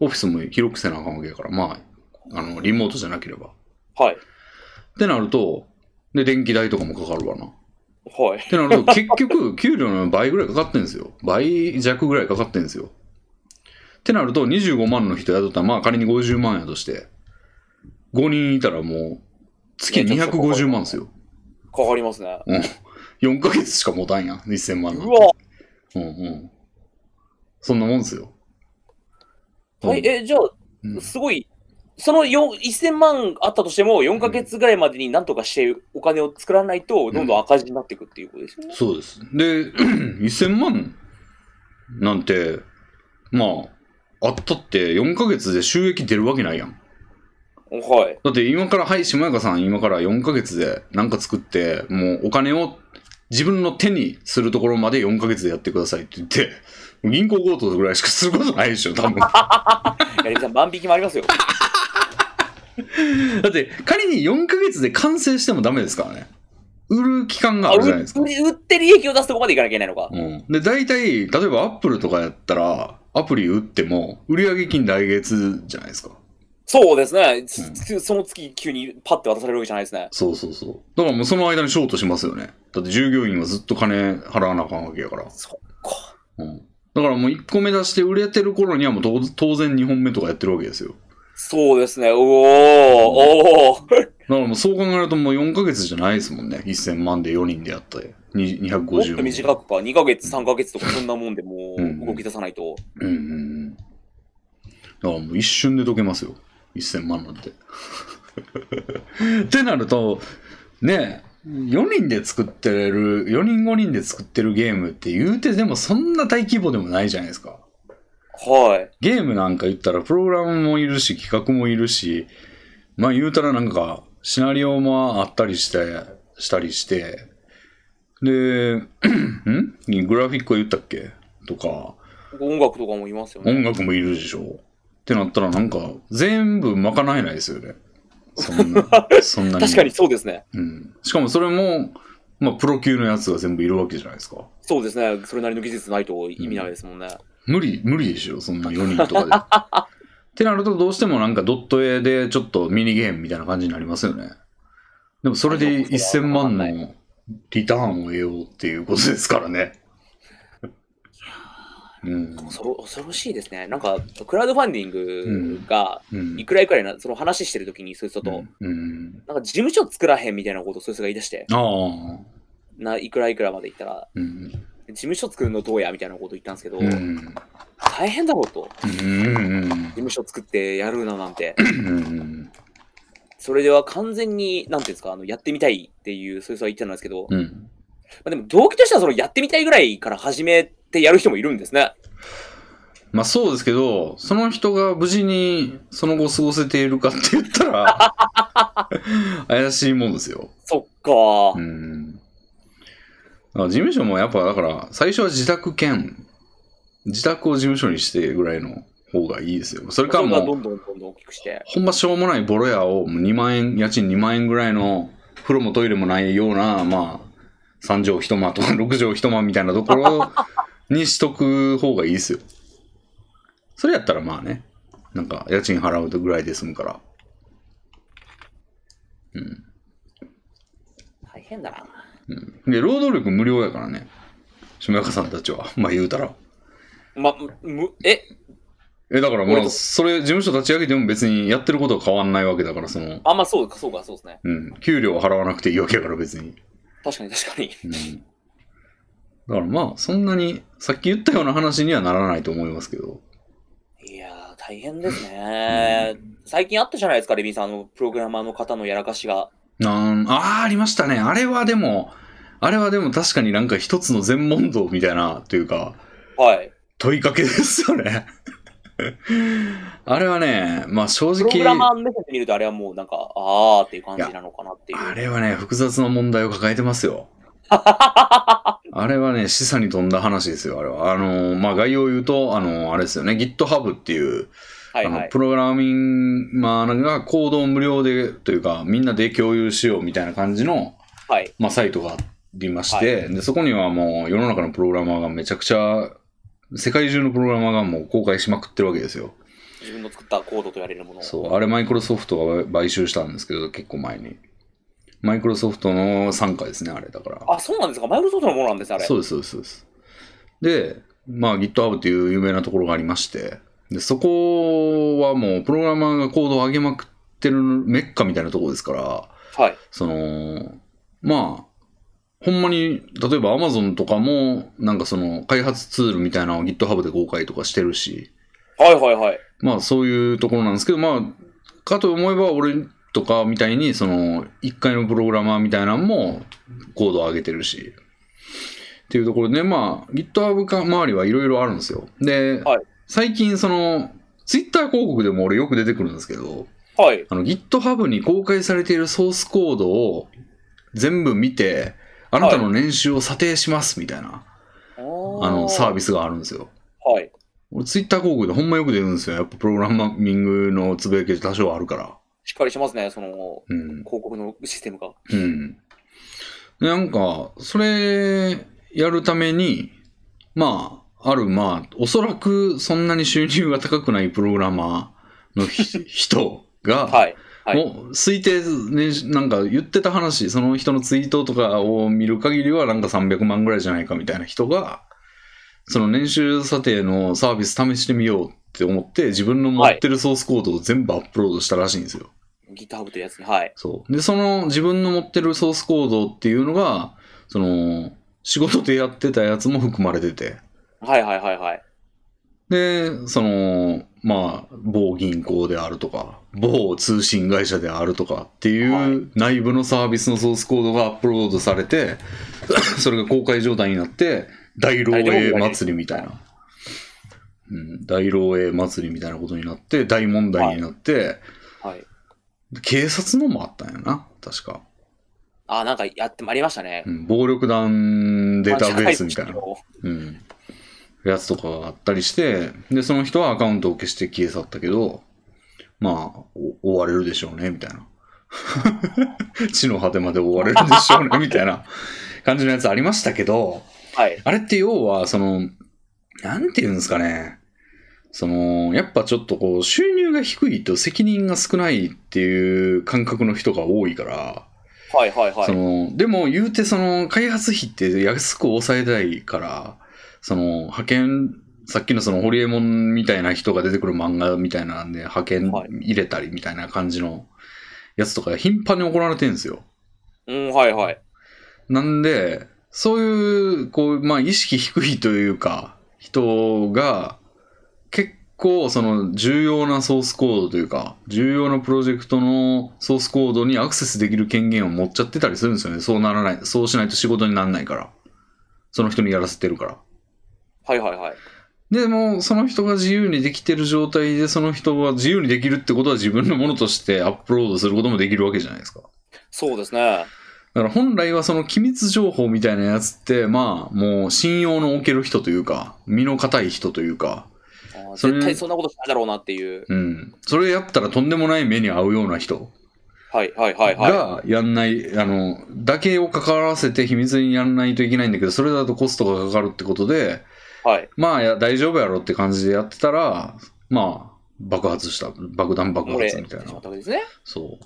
Speaker 1: オフィスも広くせなあかんわけやから、まあ、あの、リモートじゃなければ。っ
Speaker 2: はい。
Speaker 1: てなると、で、電気代とかもかかるわな。っ
Speaker 2: はい。
Speaker 1: てな ると、結局、給料の倍ぐらいかかってんですよ。倍弱ぐらいかかってんですよ。ってなると、25万の人雇ったら、まあ仮に50万やとして、5人いたらもう、月250万ですよ。
Speaker 2: かかりますね。
Speaker 1: 4ヶ月しか持たんやん、1000万なん
Speaker 2: う
Speaker 1: て
Speaker 2: わ、
Speaker 1: うんうん。そんなもんですよ。
Speaker 2: はい、え、じゃあ、
Speaker 1: うん
Speaker 2: すごい、そのよ1000万あったとしても、4ヶ月ぐらいまでになんとかしてお金を作らないと、どんどん赤字になっていくっていうことですよね。
Speaker 1: そうです。で、1000万なんて、まあ、あったって4ヶ月で収益出るわけないやん。
Speaker 2: はい。
Speaker 1: だって今から、はい、下中さん、今から4ヶ月でなんか作って、もうお金を自分の手にするところまで4ヶ月でやってくださいって言って、銀行強盗ぐらいしかすることないでしょ、多分。
Speaker 2: やりさん、万引きもあ りますよ。
Speaker 1: だって仮に4ヶ月で完成してもダメですからね売る期間が
Speaker 2: あ
Speaker 1: あ
Speaker 2: 売
Speaker 1: るじゃないですか、
Speaker 2: 売売って利益を出すとこまでいかなきゃいけないのか。
Speaker 1: うん、で大体例えばアップルとかやったらアプリ売っても売上金来月じゃないですか
Speaker 2: そうですね。つその月、急にパッて渡されるわけじゃないですね。
Speaker 1: そうそうそうだからもうその間にショートしますよねだって従業員はずっと金払わなあかんわけやから、
Speaker 2: そっか。
Speaker 1: うん、だからもう1個目出して売れてる頃にはもう当当然2本目とかやってるわけですよ
Speaker 2: そうですね。うおー、おー。
Speaker 1: だからもうそう考えるともう4ヶ月じゃないですもんね1000万で4人でやってに
Speaker 2: もっ
Speaker 1: 250
Speaker 2: と
Speaker 1: 万
Speaker 2: 短くか、2ヶ月、3ヶ月とか、そんなもんでも
Speaker 1: うん
Speaker 2: う動き出さないと。
Speaker 1: うんうんうん。だからもう一瞬で解けますよ。1000万なんて。ってなると、ねえ、 4人で作ってる、4人5人で作ってるゲームって言うて、でもそんな大規模でもないじゃないですか。
Speaker 2: はい。
Speaker 1: ゲームなんか言ったら、プログラムもいるし、企画もいるし、まあ言うたらなんか、シナリオもあったりして、したりして、で、んグラフィックは言ったっけとか、
Speaker 2: 音楽とかもいますよね。
Speaker 1: 音楽もいるでしょってなったらなんか、全部賄えないですよね。そん な、そんな
Speaker 2: 確かに。そうですね。
Speaker 1: うん。しかもそれも、まあプロ級のやつが全部いるわけじゃないですか。
Speaker 2: そうですね。それなりの技術ないと意味ないですもんね。
Speaker 1: 無理、無理でしょ、そんな4人とかで。ってなると、どうしてもなんかドット絵でちょっとミニゲームみたいな感じになりますよね。でもそれで1000万のリターンを得ようっていうことですからね。うん。
Speaker 2: 恐ろ恐ろしいですね。なんか、クラウドファンディングが、
Speaker 1: うん
Speaker 2: い。くらいくらいな、その話してるときに、そういう人と、
Speaker 1: うん。
Speaker 2: なんか事務所作らへんみたいなことをそういう人が言い出して、
Speaker 1: ああ。
Speaker 2: ないくらいくらまで行ったら、
Speaker 1: うん。
Speaker 2: 事務所作るのどうやみたいなこと言ったんですけど、
Speaker 1: うん。
Speaker 2: 大変だろうと、事
Speaker 1: うん。
Speaker 2: 務所作ってやるななんて、
Speaker 1: うん。
Speaker 2: それでは完全に、なんていうんですか、あのやってみたいっていう、そういう人は言ってたんですけど、ま
Speaker 1: うん。
Speaker 2: あ、でも動機としては、そのやってみたいぐらいから始めてやる人もいるんですね。
Speaker 1: まあそうですけど、その人が無事にその後過ごせているかって言ったら、 怪しいもんですよ。
Speaker 2: そっか
Speaker 1: う。ん。だから事務所もやっぱだから、最初は自宅兼、自宅を事務所にしてぐらいの方がいいですよ。それか
Speaker 2: それがど
Speaker 1: もう、
Speaker 2: んどんどんどん大きくして。
Speaker 1: ほんましょうもないボロ屋をもう2万円、家賃2万円ぐらいの、風呂もトイレもないような、まあ、3畳一間とか 6畳一間みたいなところにしとく方がいいですよ。それやったらまあね、なんか家賃払うぐらいで済むから。
Speaker 2: 大変だな。
Speaker 1: で、労働力無料やからね。島中さんたちは。まあ言うたら。
Speaker 2: ま、む、え、
Speaker 1: え、だから
Speaker 2: 俺
Speaker 1: まあ、
Speaker 2: と
Speaker 1: それ、事務所立ち上げても別にやってることは変わんないわけだから、その、
Speaker 2: あ、まあそうか、そうか、そうですね。
Speaker 1: うん、給料を払わなくていいわけだから、別に。
Speaker 2: 確かに確かに。
Speaker 1: うん。だからまあ、そんなに、さっき言ったような話にはならないと思いますけど。
Speaker 2: いやー、大変ですね。最近あったじゃないですか、レビンさん、あの、プログラマーの方のやらかしが。
Speaker 1: なんあー、ありましたね。あれはでも、あれはでも確かになんか一つの全問答みたいな、というか、
Speaker 2: はい。
Speaker 1: 問いかけですよね。 あれはね、まあ正
Speaker 2: プ
Speaker 1: 直。
Speaker 2: ログラマー目線で見ると、あれはもうなんか、あーっていう感じなのかなっていう。
Speaker 1: あれはね、複雑な問題を抱えてます よ。あれはね、示唆に富んだ話ですよ、あれは。あの、まあ、概要を言うと、あの、あれですよね、GitHub っていう、
Speaker 2: はいは
Speaker 1: あの
Speaker 2: い。
Speaker 1: プログラミング、まあ、なんかコードを無料で、というか、みんなで共有しようみたいな感じの、
Speaker 2: はい。
Speaker 1: まあ、サイトがありまして、で、そこにはもう世の中のプログラマーがめちゃくちゃ、世界中のプログラマーがもう公開しまくってるわけですよ。
Speaker 2: 自分の作ったコードと言われるものを。
Speaker 1: そう、あれマイクロソフトが買収したんですけど、結構前に。マイクロソフトの傘下ですね、あれだから。
Speaker 2: あ、そうなんですか。マイクロソフトのものなんです、あれ。
Speaker 1: そうです、そうですそうです。で、まあ GitHub という有名なところがありまして、でそこはもうプログラマーがコードを上げまくってるメッカみたいなところですから、
Speaker 2: はい。
Speaker 1: その、まあ、ほんまに、例えば Amazon とかも、なんかその開発ツールみたいなのを GitHub で公開とかしてるし、
Speaker 2: はいはいはい。
Speaker 1: まあそういうところなんですけど、まあ、かと思えば俺とかみたいに、その、1回のプログラマーみたいなのもコードを上げてるし、っていうところで、まあ、GitHub か周りはいろいろあるんですよ。で、
Speaker 2: はい
Speaker 1: 最近その、Twitter 広告でも俺よく出てくるんですけど、
Speaker 2: はい。
Speaker 1: あの GitHub に公開されているソースコードを全部見て、あなたの年収を査定しますみたいな、
Speaker 2: あ
Speaker 1: あのサービ
Speaker 2: ス。
Speaker 1: スがあるんですよ。
Speaker 2: はい。
Speaker 1: 俺、ツイッター広告でほんまよく出るんですよ。やっぱプログラミングのつぶやき多少あるから。
Speaker 2: しっかりしますね、その、
Speaker 1: うん。
Speaker 2: 広告のシステムが。
Speaker 1: うん。でなんか、それ、やるために、まあ、ある、まあ、おそらくそんなに収入が高くないプログラマーのひ人が、
Speaker 2: はい。はい
Speaker 1: もう推定、ね、なんか言ってた話、その人のツイートとかを見る限りは、なんか300万ぐらいじゃないかみたいな人が、その年収査定のサービス試してみようって思って、自分の持ってるソースコードを全部アップロードしたらしいんですよ。
Speaker 2: GitHub というやつに。はい。
Speaker 1: そう。で、その自分の持ってるソースコードっていうのが、その、仕事でやってたやつも含まれてて。
Speaker 2: はいはいはいはい。
Speaker 1: で、その、まあ、某銀行であるとか、某通信会社であるとかって
Speaker 2: はいいう
Speaker 1: 内部のサービスのソースコードがアップロードされて、 それが公開状態になって、大漏洩祭りみたいな。うん、大漏洩祭りみたいなことになって、大問題になって、
Speaker 2: はい。
Speaker 1: 警察のもあったんやな、確か。
Speaker 2: あ、なんかやってまいりましたね
Speaker 1: う。ん、暴力団データベースみたいな
Speaker 2: まあ。
Speaker 1: うん、やつとかがあったりしてでその人はアカウントを消して消え去ったけどまあお追われるでしょうねみたいな 地の果てまで追われるでしょうねみたいな感じのやつありましたけど
Speaker 2: はい。
Speaker 1: あれって要はそのなんていうんですかねそのやっぱちょっとこう収入が低いと責任が少ないっていう感覚の人が多いから
Speaker 2: はいはいは
Speaker 1: そ
Speaker 2: い。
Speaker 1: のでも言うてその開発費って安く抑えたいからその派遣さっきのそのホリエモンみたいな人が出てくる漫画みたいなんで派遣
Speaker 2: はい
Speaker 1: 入れたりみたいな感じのやつとか頻繁に行われてるんですよ。
Speaker 2: うん、はいはい。
Speaker 1: なんでそういうこう、まあ、意識低いというか人が結構その重要なソースコードというか重要なプロジェクトのソースコードにアクセスできる権限を持っちゃってたりするんですよねそうならないそうしないと仕事にならないからその人にやらせてるから
Speaker 2: はいはいはい。
Speaker 1: でもその人が自由にできてる状態でその人は自由にできるってことは自分のものとしてアップロードすることもできるわけじゃないですか
Speaker 2: そうですね。
Speaker 1: だから本来はその機密情報みたいなやつって、まあもう信用の置ける人というか、身の固い人というか、
Speaker 2: あー
Speaker 1: それ
Speaker 2: 絶対そんなことしないだろうなっていう。
Speaker 1: うん。それやったらとんでもない目に遭うような人
Speaker 2: はいはいはいはい。
Speaker 1: がやんない、あの、だけを関わらせて秘密にやんないといけないんだけど、それだとコストがかかるってことで、
Speaker 2: はい。
Speaker 1: まあや大丈夫やろって感じでやってたら、まあ爆発した、爆弾爆
Speaker 2: 漏れ
Speaker 1: 発み
Speaker 2: て
Speaker 1: たい
Speaker 2: しま
Speaker 1: な
Speaker 2: っ。たわけですね。
Speaker 1: そう。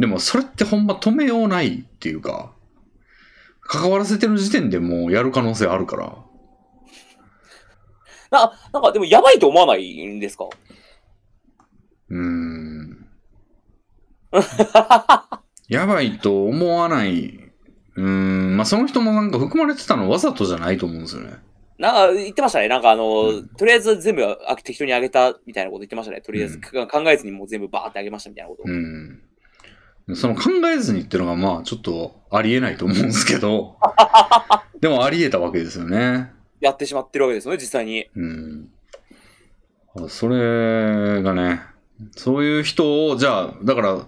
Speaker 1: でもそれってほんま止めようないっていうか、関わらせてる時点でもうやる可能性あるから。
Speaker 2: ななんかでもやばいと思わないんですか
Speaker 1: うーん。やばいと思わない。うーん。まあその人もなんか含まれてたのわざとじゃないと思うんですよね。
Speaker 2: なんか言ってましたね。なんかあの、
Speaker 1: うん
Speaker 2: とりあえず全部あ適当にあげたみたいなこと言ってましたね。とりあえ
Speaker 1: う
Speaker 2: ず
Speaker 1: ん
Speaker 2: か考えずにもう全部バーってあげましたみたいなこと。
Speaker 1: うん。その考えずにっていうのがまあちょっとありえないと思うんですけど、でもありえたわけですよね。
Speaker 2: やってしまってるわけですよね、実際に。
Speaker 1: うん。それがね、そういう人を、じゃあ、だから、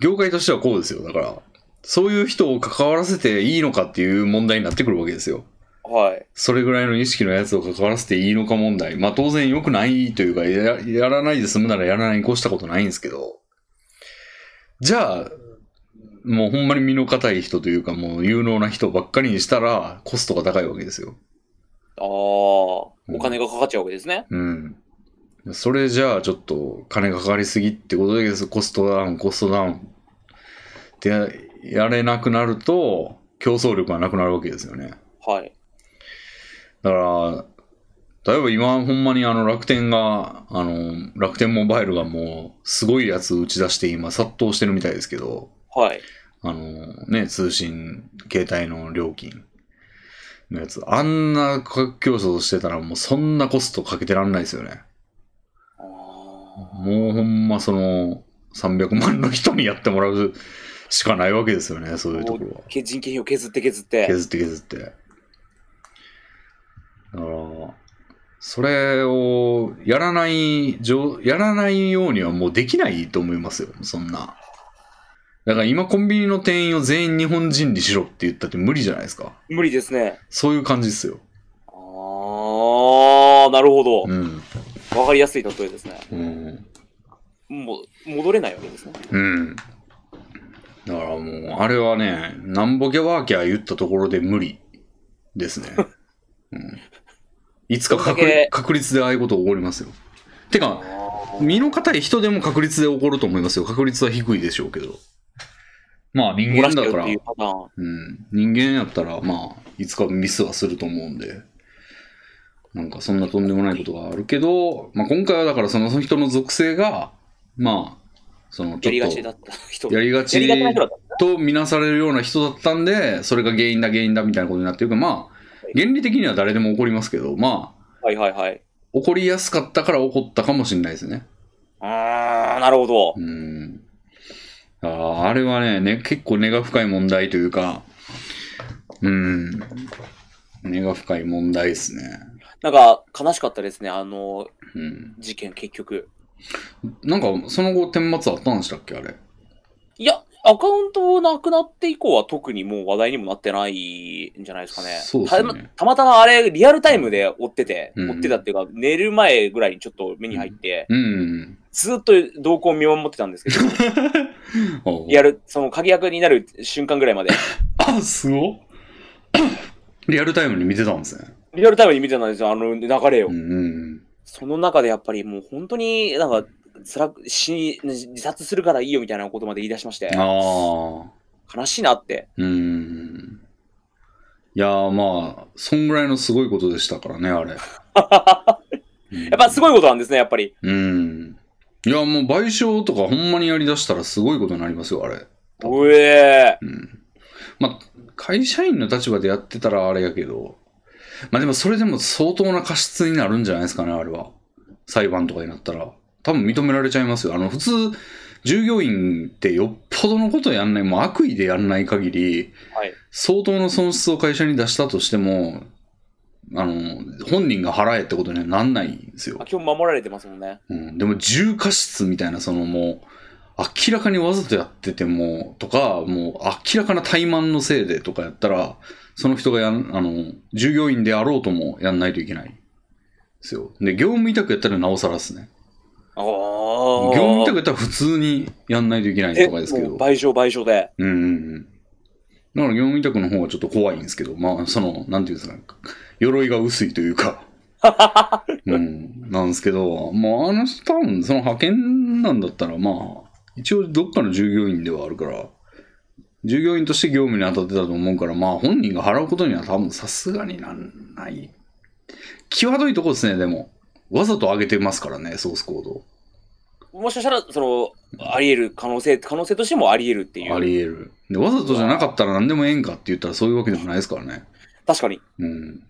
Speaker 1: 業界としてはこうですよ。だから、そういう人を関わらせていいのかっていう問題になってくるわけですよ。
Speaker 2: はい。
Speaker 1: それぐらいの意識のやつを関わらせていいのか問題。まあ当然良くないというか、ややらないで済むならやらないに越したことないんですけど、じゃあ、もうほんまに身の固い人というか、もう有能な人ばっかりにしたら、コストが高いわけですよ。
Speaker 2: ああ、お
Speaker 1: うん
Speaker 2: 金がかかっちゃうわけですね。
Speaker 1: うん。それじゃあちょっと金かかりすぎってことでコストダウン、コストダウンってややれなくなると競争力がなくなるわけですよね。
Speaker 2: はい。
Speaker 1: だから、例えば今ほんまにあの楽天が、あの楽天モバイルがもうすごいやつ打ち出して今殺到してるみたいですけど、
Speaker 2: はい。
Speaker 1: あのね、通信、携帯の料金のやつ、あんな価格競争してたらもうそんなコストかけてらんないですよね。
Speaker 2: あー
Speaker 1: もうほんまその300万の人にやってもらうしかないわけですよね、そういうところは。
Speaker 2: け人件費を削って削って。
Speaker 1: 削って削って。だから、それをやらない、じょやらないようにはもうできないと思いますよ、そんな。だから今コンビニの店員を全員日本人にしろって言ったって無理じゃないですか。
Speaker 2: 無理ですね。
Speaker 1: そういう感じですよ。
Speaker 2: ああ、なるほど。
Speaker 1: うん。
Speaker 2: わかりやすい例えですね。
Speaker 1: うん
Speaker 2: もう、戻れないわけですね。
Speaker 1: うん。だからもう、あれはね、なんぼけワーキャー言ったところで無理です ね。うん、いつか
Speaker 2: どん
Speaker 1: 確
Speaker 2: だけ
Speaker 1: 確率でああいうこと起こりますよ。て
Speaker 2: あ
Speaker 1: か、
Speaker 2: ー
Speaker 1: 身の固い人でも確率で起こると思いますよ。確率は低いでしょうけど。まあ人間だ
Speaker 2: 漏
Speaker 1: から
Speaker 2: しちゃうっていう、パターン。
Speaker 1: うん、人間やったら、まあ、いつかミスはすると思うんで。なんかそんなとんでもないことがあるけど、まあ今回はだからそのその人の属性が、まあ、そのちょ
Speaker 2: や
Speaker 1: っ
Speaker 2: りがち
Speaker 1: と
Speaker 2: だった人。
Speaker 1: やりが
Speaker 2: や
Speaker 1: ち
Speaker 2: りがちな人だった。
Speaker 1: とみなされるような人だったんで、それが原因だ、原因だみたいなことになってるから、まあ、原理的には誰でも起こりますけど、まあ、
Speaker 2: はいはいはい。
Speaker 1: 怒りやすかったから怒ったかもしれないですね。
Speaker 2: うーん、なるほど。
Speaker 1: うん。あーあれはねね、結構根が深い問題というか、うん。根が深い問題ですね。
Speaker 2: なんか、悲しかったですね、あの、
Speaker 1: うん。
Speaker 2: 事件、結局。
Speaker 1: なんか、その後、顛末あったんでしたっけあれ。
Speaker 2: いや、アカウントなくなって以降は特にもう話題にもなってないんじゃないですかね。
Speaker 1: そうですね
Speaker 2: たたまたまあれ、リアルタイムで追ってて、
Speaker 1: うん
Speaker 2: 追ってたっていうか、寝る前ぐらいにちょっと目に入って、
Speaker 1: うん。
Speaker 2: ずっと動向を見守ってたんですけ ど、
Speaker 1: おう
Speaker 2: リアル、その鍵役になる瞬間ぐらいまで、
Speaker 1: あ、すごっリアルタイムに見てたんですね。
Speaker 2: リアルタイムに見てたんですよ、あの流れを。
Speaker 1: うんうん。
Speaker 2: その中でやっぱりもう本当になんか、辛く死自殺するからいいよみたいなことまで言い出しまして、
Speaker 1: ああ。
Speaker 2: 悲しいなって。
Speaker 1: うん。いやーまあ、そんぐらいのすごいことでしたからね、 あれ。
Speaker 2: やっぱすごいことなんですね、やっぱり。
Speaker 1: うん。いや、もう賠償とかほんまにやりだしたらすごいことになりますよ、あれ。
Speaker 2: うえ
Speaker 1: うん。まあ、会社員の立場でやってたらあれやけど、まあでもそれでも相当な過失になるんじゃないですかね、あれは。裁判とかになったら。多分認められちゃいますよ。あの、普通、従業員ってよっぽどのことやんない、もう悪意でやんない限り、
Speaker 2: ー。はい。
Speaker 1: 相当の損失を会社に出したとしても、あの、本人が払えってことにはなんないんですよ
Speaker 2: あ。基本守られてますもんね。
Speaker 1: うん、でも重過失みたいなそのもう明らかにわざとやっててもとかもう明らかな怠慢のせいでとかやったらその人がやんあの従業員であろうともやんないといけないですよで業務委託やったらなおさらですね
Speaker 2: ああ。
Speaker 1: 業務委託やったら普通にやんないといけない
Speaker 2: え
Speaker 1: とかですけ
Speaker 2: もう
Speaker 1: ど
Speaker 2: 賠償賠償で。
Speaker 1: うんうんうんだから業務委託の方がちょっと怖いんですけどまあそのなんていうんですかね鎧が薄いというかうん、なんですけど、まあ、あの人多分その派遣なんだったら、まあ、一応どっかの従業員ではあるから、従業員として業務に当たってたと思うから、まあ本人が払うことには多分さすがになんない。際どいとこですね、でも。わざと上げてますからね、ソースコード。
Speaker 2: もしかしたら、その、あり得る可能性、可能性としてもあり得るってい
Speaker 1: あ
Speaker 2: う。
Speaker 1: り得る。で、わざとじゃなかったら何でもええんかって言ったらそういうわけでもないですからね。
Speaker 2: 確かに。
Speaker 1: うん。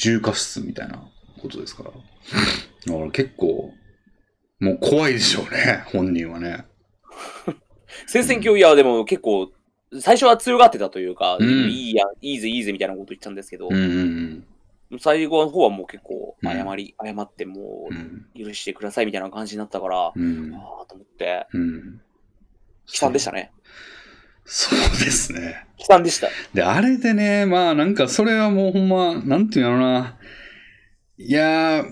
Speaker 1: 重過失みたいなことですから。だから結構、もう怖いでしょうね、本人はね。
Speaker 2: 戦々恐々はでも結構、最初は強がってたというか、
Speaker 1: うん
Speaker 2: いいや、いいぜ、いいぜみたいなこと言ってたんですけど、
Speaker 1: うんうん
Speaker 2: 最後の方はもう結構、
Speaker 1: うん
Speaker 2: 謝り、謝っても
Speaker 1: うん。うん
Speaker 2: う、許してくださいみたいな感じになったから、
Speaker 1: うん
Speaker 2: ああ、と思って、
Speaker 1: うん。
Speaker 2: 悲惨でしたね。
Speaker 1: そうですね。
Speaker 2: 悲惨でした。
Speaker 1: で、あれでね、まあなんかそれはもうほんま、なんていうんやろな。いやー、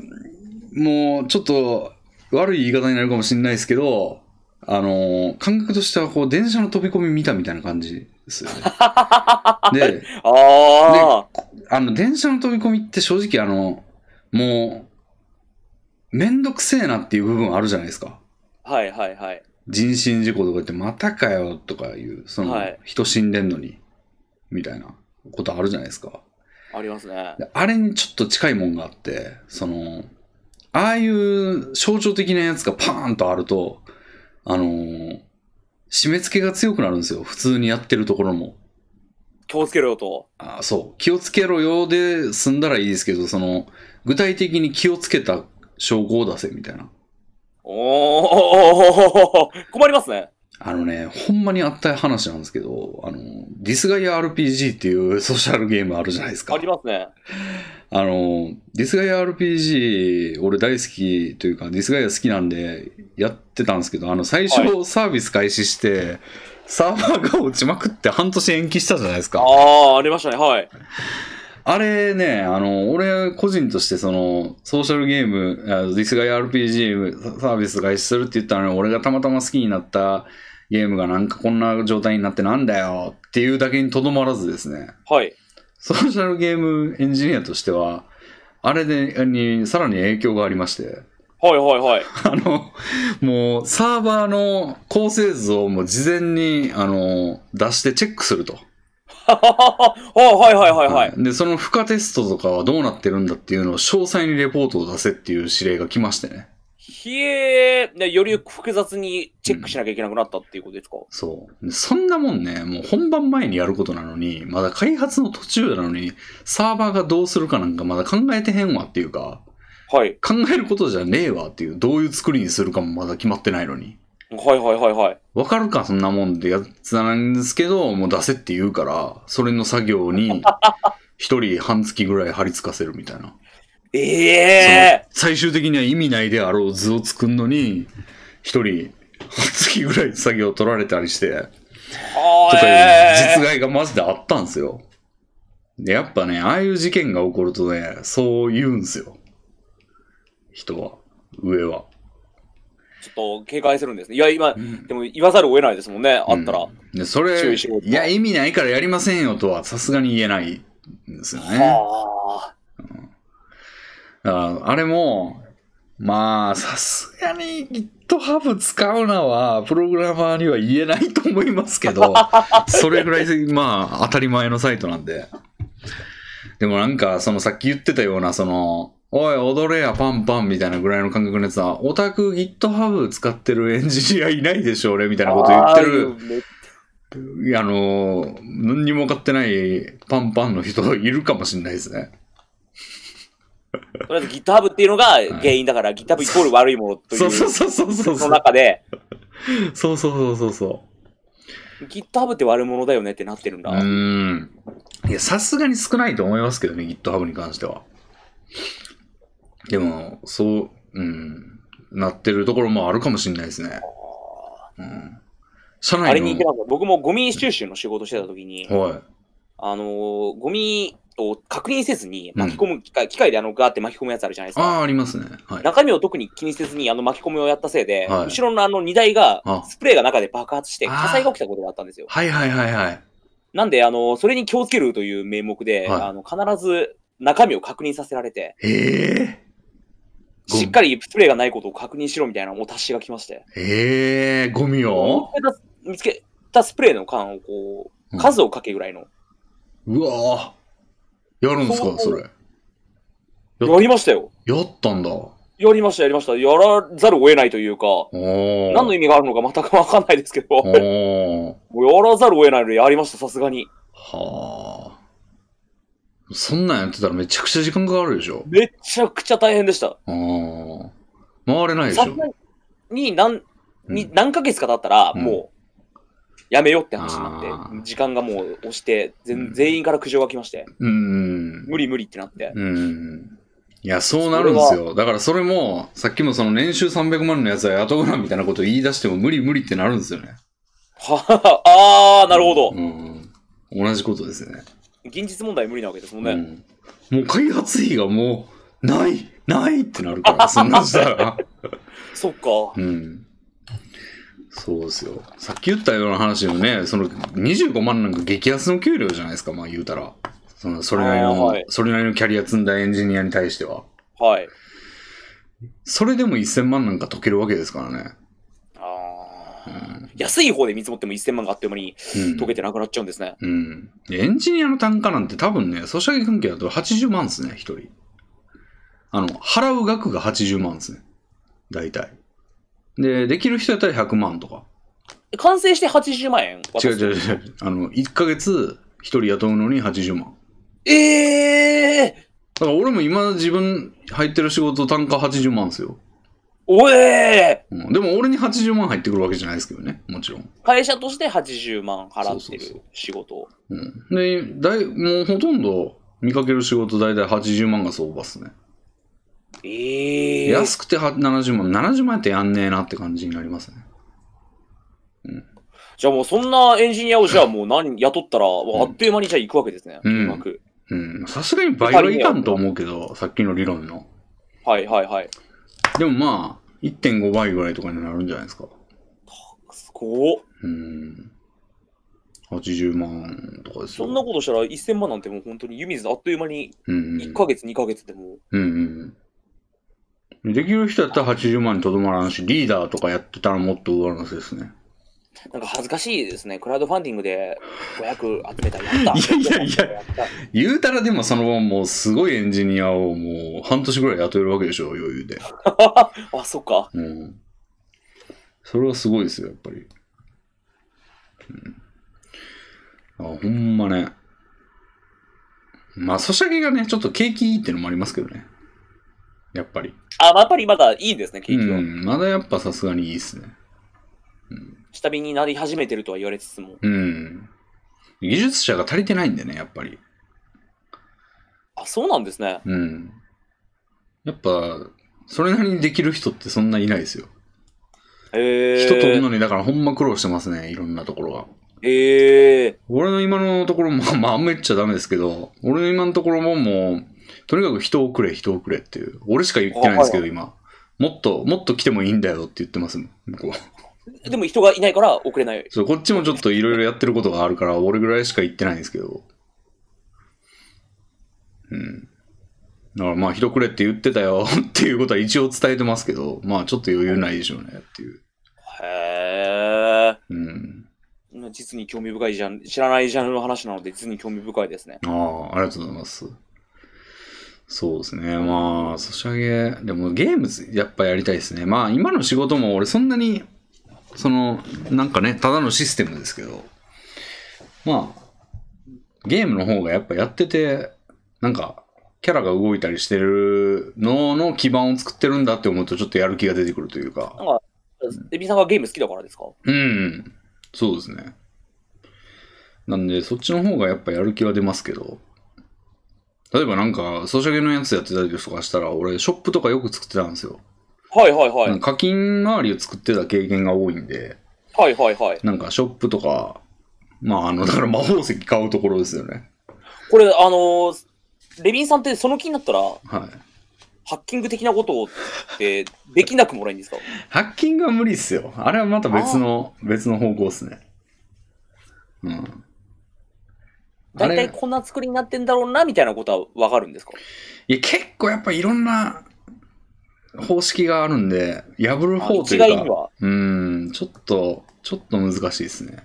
Speaker 1: もうちょっと悪い言い方になるかもしれないですけど、あのー感覚としてはこう電車の飛び込み見たみたいな感じですよね。で、
Speaker 2: ああ、
Speaker 1: あの、電車の飛び込みって正直あの、もう、めんどくせえなっていう部分あるじゃないですか。
Speaker 2: はいはいはい。
Speaker 1: 人身事故とか言って、またかよとかいう、その、
Speaker 2: はい
Speaker 1: 人死んでんのに、みたいなことあるじゃないですか。
Speaker 2: ありますね。
Speaker 1: であれにちょっと近いもんがあって、その、ああいう象徴的なやつがパーンとあると、あのー締め付けが強くなるんですよ。普通にやってるところも。
Speaker 2: 気をつけろよと。
Speaker 1: あそう気をつけろよで済んだらいいですけどその具体的に気をつけた証拠を出せみたいな
Speaker 2: おお困りますね。
Speaker 1: あのねほんまにあった話なんですけどあのディスガイア RPG っていう ソーシャルゲームあるじゃないですか
Speaker 2: ありますね。
Speaker 1: あのディスガイア RPG 俺大好きというかディスガイア好きなんでやってたんですけどあの最初
Speaker 2: は
Speaker 1: サービス開始して、サーバーが落ちまくって半年延期したじゃないですか
Speaker 2: ああ、ありましたね。はい。
Speaker 1: あれね、あの、俺個人としてその、ソーシャルゲーム、あディスガイ RPG サービス開始するって言ったのに、俺がたまたま好きになったゲームがなんかこんな状態になってなんだよっていうだけにとどまらずですね、
Speaker 2: はい。
Speaker 1: ソーシャルゲームエンジニアとしては、あれで、に、さらに影響がありまして、
Speaker 2: はいはいはい。
Speaker 1: あの、もう、サーバーの構成図をもう事前に、あの、出してチェックすると。
Speaker 2: はいはいはいはい。
Speaker 1: で、その負荷テストとかはどうなってるんだっていうのを詳細にレポートを出せっていう指令が来ましてね。
Speaker 2: ひえー、ねより複雑にチェックしなきゃいけなくなったっていうことですか、
Speaker 1: そう。でそんなもんね、もう本番前にやることなのに、まだ開発の途中なのに、サーバーがどうするかなんかまだ考えてへんわっていうか、
Speaker 2: はい。
Speaker 1: 考えることじゃねえわっていう、どういう作りにするかもまだ決まってないのに。
Speaker 2: はいはいはいはい。
Speaker 1: わかるか、そんなもんってやつなんですけど、もう出せって言うから、それの作業に、一人半月ぐらい張り付かせるみたいな。
Speaker 2: ええ
Speaker 1: 最終的には意味ないであろう図を作るのに、一人半月ぐらい作業取られたりして、
Speaker 2: は
Speaker 1: とかいう
Speaker 2: え
Speaker 1: 実害がマジであったんですよ。で、やっぱね、ああいう事件が起こるとね、そう言うんすよ。人は、上は。
Speaker 2: ちょっと警戒するんですね。いや、今
Speaker 1: う、ん
Speaker 2: でも言わざるを得ないですもんね、あったら。
Speaker 1: で、それ、
Speaker 2: 注意しろと
Speaker 1: いや、意味ないからやりませんよとは、さすがに言えないんですよね。
Speaker 2: は
Speaker 1: だからあれも、まあ、さすがに GitHub 使うなは、プログラマーには言えないと思いますけ ど、それぐらい、まあ、当たり前のサイトなんで。でもなんか、そのさっき言ってたような、その、おい、踊れやパンパンみたいなぐらいの感覚のやつは、オタク GitHub 使ってるエンジニアいないでしょうね、みたいなこと言ってる。
Speaker 2: る。
Speaker 1: いやあのー、何にも分かってないパンパンの人がいるかもしれないですね。
Speaker 2: とりあえず GitHub っていうのが原因だから、GitHub イコール悪いものとい
Speaker 1: そううそうそう
Speaker 2: そ
Speaker 1: そうそうそ
Speaker 2: の
Speaker 1: う。
Speaker 2: 中で、
Speaker 1: そうそうそうそうそう。
Speaker 2: GitHub って悪者だよねってなってるんだ。
Speaker 1: うーん。いや、さすがに少ないと思いますけどね、GitHub に関しては。でも、そう、うん、なってるところもあるかもしれないですね。うん。社
Speaker 2: あ
Speaker 1: 内
Speaker 2: れに行って
Speaker 1: の、
Speaker 2: ます僕もゴミ収集の仕事してた時に、
Speaker 1: は
Speaker 2: あのーゴミを確認せずに
Speaker 1: うん
Speaker 2: 巻き込む機械、機械であのガーって巻き込むやつあるじゃないです
Speaker 1: い。ああ、
Speaker 2: か。
Speaker 1: ありますね。はい。
Speaker 2: 中身を特に気にせずにあの巻き込みをやったせいで、
Speaker 1: はい
Speaker 2: 後ろのあの荷台が
Speaker 1: あ
Speaker 2: スプレーが中で爆発して
Speaker 1: あ
Speaker 2: 火
Speaker 1: ー
Speaker 2: 災が起きたことがあったんですよ。
Speaker 1: はいはいはいはい。
Speaker 2: なんで、あのーそれに気をつけるという名目で、
Speaker 1: はい
Speaker 2: あの必ず中身を確認させられて、
Speaker 1: ええゴミ
Speaker 2: しっかりスプレーがないことを確認しろみたいなお達しが来まして。
Speaker 1: ええゴミを
Speaker 2: 見つけたスプレーの缶をこ
Speaker 1: う
Speaker 2: う、
Speaker 1: ん
Speaker 2: 数をかけぐらいの。
Speaker 1: うわーやるんですか、それ。よっ
Speaker 2: やりましたよ。
Speaker 1: やったんだ。
Speaker 2: やりました、やりました。やらざるを得ないというか、
Speaker 1: おお。
Speaker 2: 何の意味があるのか全くわかんないですけど、
Speaker 1: おおー。
Speaker 2: もうやらざるを得ないのでやりました、さすがに。
Speaker 1: はあ。そんなんやってたらめちゃくちゃ時間かかるでしょ。
Speaker 2: めちゃくちゃ大変でした。
Speaker 1: ああ。回れないでし
Speaker 2: さ
Speaker 1: ょ
Speaker 2: す。がに何、に
Speaker 1: うん
Speaker 2: 何ヶ月か経ったら、
Speaker 1: うん
Speaker 2: もう、やめようって話にな
Speaker 1: あ
Speaker 2: って
Speaker 1: ー、
Speaker 2: 時間がもう押して、
Speaker 1: う
Speaker 2: 全
Speaker 1: ん
Speaker 2: 全員から苦情が来まして、
Speaker 1: うん。
Speaker 2: 無理無理ってなって。
Speaker 1: うん。いや、そうなるんですよ。だからそれも、さっきもその年収300万のやつは雇うなみたいなこと言い出しても無理無理ってなるんですよね。
Speaker 2: ははあー、なるほど。
Speaker 1: うん。同じことですね。
Speaker 2: 現実問題無理なわけですもん
Speaker 1: う
Speaker 2: ね。
Speaker 1: ん。もう開発費がもう、ないないってなるから、そんなんしたら。
Speaker 2: そっか。
Speaker 1: うん。そうですよ。さっき言ったような話でもね、その25万なんか激安の給料じゃないですか、まあ言うたら。そのそれなり
Speaker 2: あー
Speaker 1: の、
Speaker 2: はい
Speaker 1: それなりのキャリア積んだエンジニアに対しては。
Speaker 2: はい。
Speaker 1: それでも1000万なんか解けるわけですからね。
Speaker 2: あ
Speaker 1: う
Speaker 2: ー
Speaker 1: ん。
Speaker 2: 安い方で見積もっても1000万があっという間に
Speaker 1: うん、
Speaker 2: 溶けてなくなっちゃうんですね。
Speaker 1: うん。エンジニアの単価なんて多分ね、ソシャゲ関係だと80万ですね、一人。あの、払う額が80万ですね。大体。で、できる人やったら100万とか。
Speaker 2: 完成して80万円渡す
Speaker 1: 違う違う違う。あの、1ヶ月1人雇うのに80万。
Speaker 2: ええー、
Speaker 1: だから俺も今自分入ってる仕事単価80万ですよ。
Speaker 2: おえー
Speaker 1: うん、でも俺に80万入ってくるわけじゃないですけどね、もちろん。
Speaker 2: 会社として80万払
Speaker 1: そ
Speaker 2: って
Speaker 1: うそうそ
Speaker 2: る
Speaker 1: う
Speaker 2: 仕事。
Speaker 1: うん、でだい、もうほとんど見かける仕事大体80万が相場っすね。
Speaker 2: ええー、
Speaker 1: 安くては70万、70万やったらやんねえなって感じになりますね。
Speaker 2: じゃあもうそんなエンジニアをじゃあも う何雇ったら、わあっという間にじゃあ行くわけですね。
Speaker 1: うん
Speaker 2: まく
Speaker 1: うん、さすがに倍はいかんと思うけど、さっきの理論の。
Speaker 2: はいはいはい。
Speaker 1: でもまあ、1.5倍ぐらいとかになるんじゃないですか。
Speaker 2: すごっ
Speaker 1: うん。80万とかです
Speaker 2: そ
Speaker 1: よ。
Speaker 2: んなことしたら1000万なんてもう本当に湯水あっという間に
Speaker 1: うん
Speaker 2: 1ヶ月2ヶ月でもう
Speaker 1: うんうんうん。できる人だったら80万にとどまらんし、リーダーとかやってたらもっと上乗せですね。
Speaker 2: なんか恥ずかしいですね。クラウドファンディングで500集めたらやった。
Speaker 1: いやいやいや
Speaker 2: やった。
Speaker 1: 言うたらでもそのままもうすごいエンジニアをもう半年ぐらい雇えるわけでしょ、余裕で。
Speaker 2: あ、そっか。
Speaker 1: うん。それはすごいですよ、やっぱり。うん。あ、ほんまね。まあ、ソシャゲがね、ちょっと景気いいってのもありますけどね。やっぱり。
Speaker 2: あ、まあ、やっぱりまだいいんですね、
Speaker 1: う
Speaker 2: 景気は。
Speaker 1: ん、まだやっぱさすがにいいっすね。
Speaker 2: 下火になり始めてるとは言われつつも。
Speaker 1: うん。技術者が足りてないんでね、やっぱり。
Speaker 2: あ、そうなんですね。
Speaker 1: うん。やっぱ、それなりにできる人ってそんないないですよ。
Speaker 2: へえ。
Speaker 1: 人とるのに、だからほんま苦労してますね、いろんなところが。
Speaker 2: へえ。
Speaker 1: 俺の今のところも、 まあ、あんま言っちゃダメですけど、俺の今のところももう、とにかく人をくれ、人をくれっていう。俺しか言ってないですけど、今。もっと、もっと来てもいいんだよって言ってますもん、向こうは。
Speaker 2: でも人がいないから遅れない。
Speaker 1: そう、こっちもちょっといろいろやってることがあるから、俺ぐらいしか言ってないんですけど。うん。だからまあ、広くれって言ってたよっていうことは一応伝えてますけど、まあ、ちょっと余裕ないでしょうねっていう。
Speaker 2: へえ。
Speaker 1: うん。
Speaker 2: 実に興味深いじゃん。知らないジャンルの話なので、実に興味深いですね。
Speaker 1: ああ、ありがとうございます。そうですね。まあ、ソシャゲ、でもゲームやっぱやりたいですね。まあ、今の仕事も俺そんなに、その、なんかね、ただのシステムですけど、まあ、ゲームの方がやっぱやってて、なんか、キャラが動いたりしてるのの基盤を作ってるんだって思うと、ちょっとやる気が出てくるというか。
Speaker 2: エビさんがゲーム好きだからですか
Speaker 1: うん、そうですね。なんで、そっちの方がやっぱやる気は出ますけど、例えばなんか、ソシャゲのやつやってたりとかしたら、俺、ショップとかよく作ってたんですよ。
Speaker 2: はいはいはい。
Speaker 1: なんか課金周りを作ってた経験が多いんで、
Speaker 2: はいはいはい。
Speaker 1: なんかショップとか、まあ、あの、だから魔 法石買うところですよね。
Speaker 2: これ、あのーレビンさんってその気になったら、ハ
Speaker 1: はい。
Speaker 2: ッキング的なことをってできなくもないんですか
Speaker 1: ハッキングは無理っすよ。あれはまた別の、別の方向っすね。うん。あ
Speaker 2: 大
Speaker 1: れ
Speaker 2: 体こんな作りになってんだろうな、みたいなことはわかるんですか
Speaker 1: いや、結構やっぱいろんな方式があるんで、破る
Speaker 2: あ
Speaker 1: 方と
Speaker 2: 一
Speaker 1: いうか、
Speaker 2: 概には。
Speaker 1: うーん、ちょっと、ちょっと難しいですね。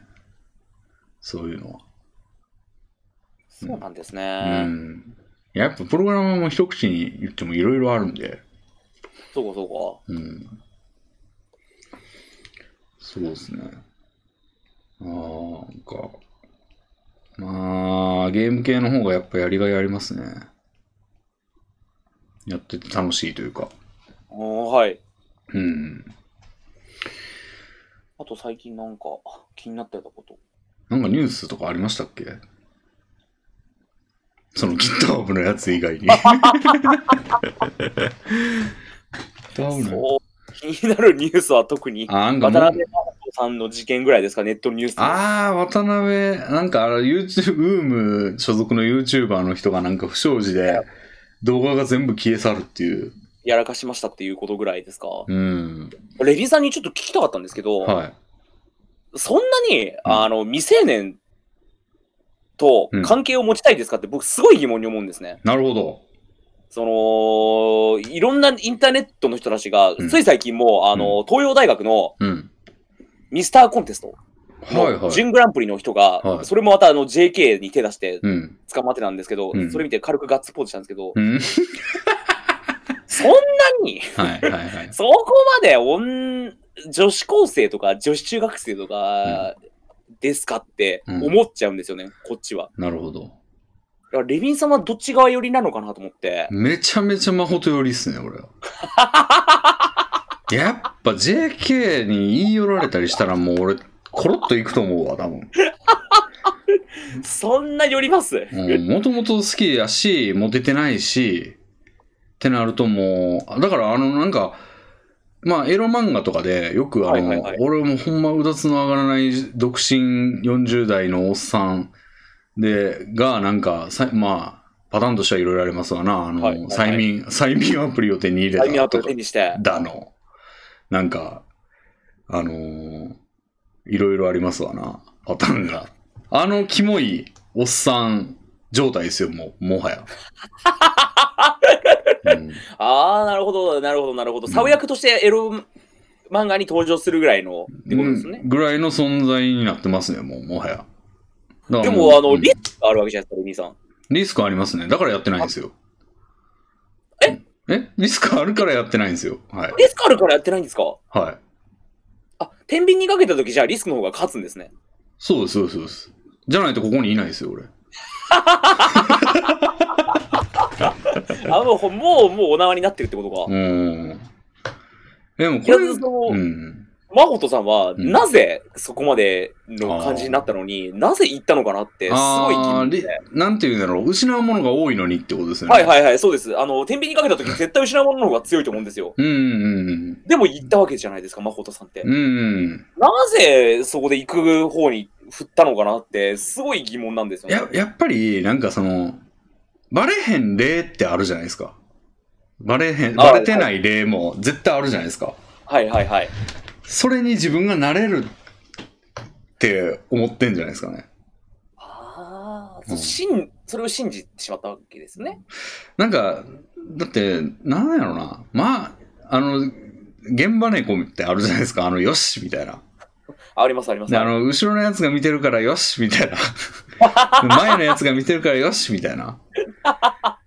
Speaker 1: そういうのは。
Speaker 2: そうなんです
Speaker 1: う
Speaker 2: ね。
Speaker 1: ん。いややっぱプログラマーも一口に言ってもいろいろあるんで、
Speaker 2: そうかそうか。
Speaker 1: うん。そうですね。ああ、なんか、まあ、ゲーム系の方がやっぱやりがいありますね。やってて楽しいというか。
Speaker 2: おーはい。
Speaker 1: うん。
Speaker 2: あと最近なんか気になってたこと。
Speaker 1: なんかニュースとかありましたっけその GitHub のやつ以外に。GitHub の
Speaker 2: そう気になるニュースは特に、
Speaker 1: あ、なんか
Speaker 2: 渡
Speaker 1: もう
Speaker 2: 辺真子さんの事件ぐらいですか、ネットニュースの。
Speaker 1: ああ、渡辺、なんかあれ YouTube、ウーム所属の YouTuber の人がなんか不祥事で動画が全部消え去るっていう。
Speaker 2: やらかしましたっていうことぐらいですか。
Speaker 1: うん。
Speaker 2: レビンさんにちょっと聞きたかったんですけど、
Speaker 1: はい。
Speaker 2: そんなに、あの、未成年と
Speaker 1: うん
Speaker 2: 関係を持ちたいですかって、僕すごい疑問に思うんですね。
Speaker 1: なるほど。
Speaker 2: その、いろんなインターネットの人たちが、
Speaker 1: うん
Speaker 2: つい最近も、あの、東洋大学の
Speaker 1: うん。
Speaker 2: ミスターコンテスト
Speaker 1: はい
Speaker 2: の
Speaker 1: はい。
Speaker 2: 準グランプリの人が、
Speaker 1: はい
Speaker 2: それもまたあの JK に手出して
Speaker 1: うん。
Speaker 2: 捕まってたんですけど、
Speaker 1: うん
Speaker 2: それ見て軽くガッツポーズしたんですけど、
Speaker 1: うん。
Speaker 2: そんな に、
Speaker 1: はいはいはい。
Speaker 2: そこまでおん女子高生とか女子中学生とかですかって思っちゃうんですよね、こっちは。
Speaker 1: なるほど。
Speaker 2: だからレビンさんはどっち側寄りなのかなと思って。
Speaker 1: めちゃめちゃ真帆と寄りっすね、俺 は。やっぱ JK に言い寄られたりしたらもう俺、コロッといくと思うわ、多分。
Speaker 2: そんな寄ります、
Speaker 1: もともと好きやし、モテてないし、ってなるともう、だからあの、なんか、まあ、エロ漫画とかで、よくあの、
Speaker 2: はいはいはい
Speaker 1: 俺もほんまうだつの上がらない独身40代のおっさんで、が、なんか、さまあ、パターンとしてはいろいろありますわな、あの、
Speaker 2: はいはいはい
Speaker 1: 催眠、催眠アプリを手に入れた
Speaker 2: タイミングアップ
Speaker 1: と
Speaker 2: を
Speaker 1: か
Speaker 2: 手にして。
Speaker 1: だの。なんか、あのーいろいろありますわな、パターンが。あの、キモいおっさん状態ですよ、もう、もは や。うん
Speaker 2: ああ、なるほど、なるほど、なるほど。
Speaker 1: うん
Speaker 2: サブ役としてエロ漫画に登場するぐらいのってことですよね。
Speaker 1: うんぐらいの存在になってますね、もう、もはや。だから
Speaker 2: でも、あの、
Speaker 1: うん
Speaker 2: リスクがあるわけじゃないですか、レビンさん。
Speaker 1: リスクありますね。だからやってないんですよ。
Speaker 2: え
Speaker 1: えリスクあるからやってないんですよ。はい。
Speaker 2: リスクあるからやってないんですか
Speaker 1: はい。
Speaker 2: あ、天秤にかけたときじゃあリスクの方が勝つんですね。
Speaker 1: そうです、そうです、そうです。じゃないとここにいないですよ、俺。
Speaker 2: あもうほもう、もうお縄になってるってことか。
Speaker 1: うん。でもこ
Speaker 2: 平
Speaker 1: れ、
Speaker 2: 田さんも、
Speaker 1: うん。
Speaker 2: 真帆さんは、
Speaker 1: うん
Speaker 2: なぜそこまでの感じになったのに、なぜ行ったのかなって、すごい気にな
Speaker 1: あ
Speaker 2: っ
Speaker 1: ー
Speaker 2: て
Speaker 1: りなんていうんだろう、失うものが多いのにってことですよね。
Speaker 2: はいはいはい、そうです。あの、天秤にかけた時絶対失うものの方が強いと思うんですよ。
Speaker 1: うんうん
Speaker 2: でも行ったわけじゃないですか、誠さんって
Speaker 1: うん。。うん
Speaker 2: なぜそこで行く方に振ったのかなって、すごい疑問なんです
Speaker 1: う
Speaker 2: よ
Speaker 1: ん。
Speaker 2: ね。
Speaker 1: や、やっぱり、なんかその、バレへん例ってあるじゃないですか。バレへん、
Speaker 2: あー
Speaker 1: バレてない例も絶対あるじゃないですか。
Speaker 2: はいはいはい。
Speaker 1: それに自分がなれるって思ってんじゃないですかね。
Speaker 2: ああ、
Speaker 1: う
Speaker 2: そ
Speaker 1: ん
Speaker 2: 信それを信じてしまったわけですね。
Speaker 1: なんか、だって、なんやろな。まあ、あの、現場猫ってあるじゃないですか。あの、よしみたいな。
Speaker 2: あありますあります。
Speaker 1: であ の、後ろのやつが見てるからよしみたいな。前のやつが見てるからよしみたい な。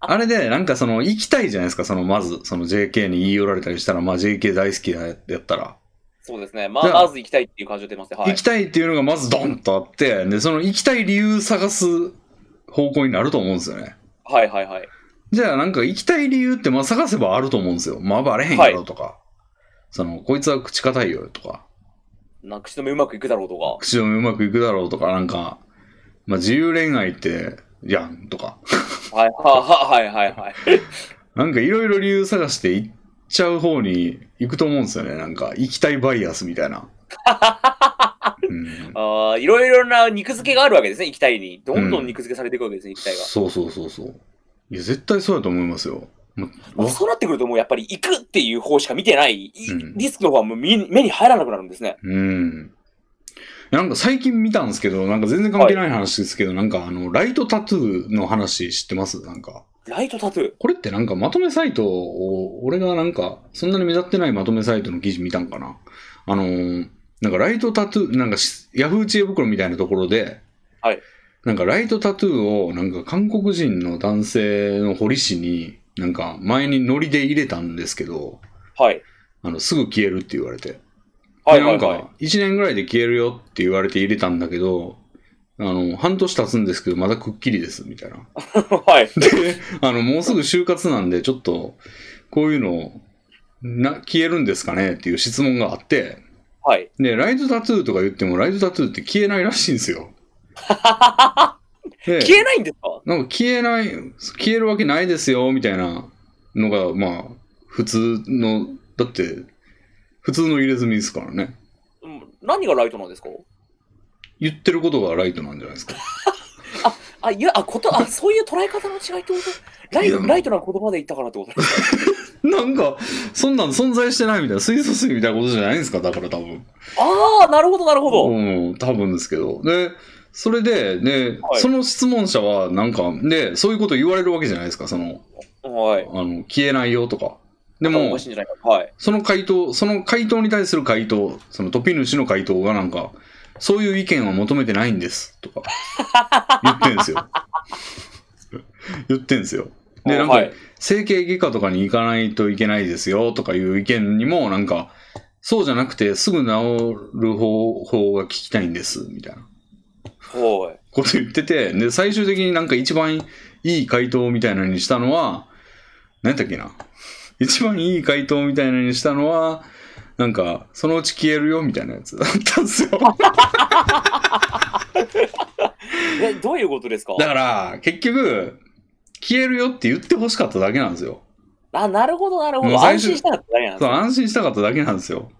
Speaker 1: あれで、なんかその、行きたいじゃないですか。その、まず、その JK に言い寄られたりしたら、まあ JK 大好きだやったら。
Speaker 2: そうですね。ま
Speaker 1: じ
Speaker 2: あ、
Speaker 1: ゃあ
Speaker 2: まず行きたいっていう感じが出ますね。は
Speaker 1: 行
Speaker 2: い
Speaker 1: き。たいっていうのがまずドンとあって、で、その行きたい理由探す方向になると思うんですよね。
Speaker 2: はいはいはい。
Speaker 1: じゃあなんか行きたい理由ってまあ探せばあると思うんですよ。まあバレへんやろとか、そのこいつは口固いよとか、
Speaker 2: なんか口止めうまくいくだろうとか。
Speaker 1: 口止めうまくいくだろうとか、なんか、まあ自由恋愛ってやんとか、
Speaker 2: はいはいはいはいはい。
Speaker 1: なんかいろいろ理由探して行っちゃう方に行くと思うんですよね。なんか行きたいバイアスみたい な。うん、
Speaker 2: ああ、いろいろな肉付けがあるわけですね、行きたいに。どんどん肉付けされていくわけですね、行きたいが。
Speaker 1: そうそうそうそう。いや、絶対そうだと思いますよ。もうわ
Speaker 2: そうなってくると、もうやっぱり行くっていう方しか見てない、い
Speaker 1: うん
Speaker 2: リスクの方はもう見目に入らなくなるんですね。
Speaker 1: うん。なんか最近見たんですけど、なんか全然関係ない話ですけど、なんかあの、ライトタトゥーの話知ってますなんか。
Speaker 2: ライトタトゥー。
Speaker 1: これってなんかまとめサイトを、俺がなんか、そんなに目立ってないまとめサイトの記事見たんかな。あのーなんかライトタトゥー、なんかしヤフー知恵袋みたいなところで、
Speaker 2: はい。
Speaker 1: なんかライトタトゥーを、なんか韓国人の男性の彫り師に、なんか前にノリで入れたんですけど、
Speaker 2: はい。
Speaker 1: あの、すぐ消えるって言われて。
Speaker 2: はい
Speaker 1: でな
Speaker 2: は
Speaker 1: いん
Speaker 2: はい
Speaker 1: か。、1年ぐらいで消えるよって言われて入れたんだけど、あの、半年経つんですけど、まだくっきりです、みたいな。
Speaker 2: はい。
Speaker 1: で、あの、もうすぐ就活なんで、ちょっと、こういうの、な、消えるんですかねっていう質問があって、
Speaker 2: はい。
Speaker 1: で、ライトタトゥーとか言っても、ライトタトゥーって消えないらしいんですよ。で
Speaker 2: 消えないんですか
Speaker 1: なんか消えない、消えるわけないですよ、みたいなのが、まあ、普通の、だって、普通の入れ墨ですからね。
Speaker 2: うん何がライトなんですか
Speaker 1: 言ってることがライトなんじゃないですか。
Speaker 2: あ、いや、あ、こと、あ、そういう捉え方の違いってことライ
Speaker 1: いや
Speaker 2: ライトな言葉で言ったからってことです
Speaker 1: なんか、そんなん存在してないみたいな、水素水みたいなことじゃないんですか、だから多分。
Speaker 2: ああ、なるほど、なるほど。
Speaker 1: うん、多分ですけど。で、それで、ね、
Speaker 2: はい
Speaker 1: その質問者は、なんか、で、そういうこと言われるわけじゃないですか、その、
Speaker 2: はい。
Speaker 1: あの、消えないよとか。で
Speaker 2: 頭お
Speaker 1: も
Speaker 2: かしい、んじゃないか。はい。
Speaker 1: その回答、その回答に対する回答、そのトピ主の回答がなんか、そういう意見は求めてないんです、とか、言ってんですよ。言ってんですよ。で、なんか、
Speaker 2: はい、
Speaker 1: 整形外科とかに行かないといけないですよとかいう意見にもなんかそうじゃなくてすぐ治る方法が聞きたいんですみたいな
Speaker 2: はい。
Speaker 1: こと言っててで最終的になんか一番いい回答みたいなのにしたのは何だっけな一番いい回答みたいなのにしたのはなんかそのうち消えるよみたいなやつだったんですよ
Speaker 2: え、どういうことですか
Speaker 1: だから結局消えるよって言ってほしかっただけなんですよ
Speaker 2: あ、なるほど、なるほ
Speaker 1: も
Speaker 2: ど。
Speaker 1: う最
Speaker 2: 安
Speaker 1: 初
Speaker 2: 心したかっただけなんで
Speaker 1: そう
Speaker 2: すね
Speaker 1: 安心したかっただけなんですよ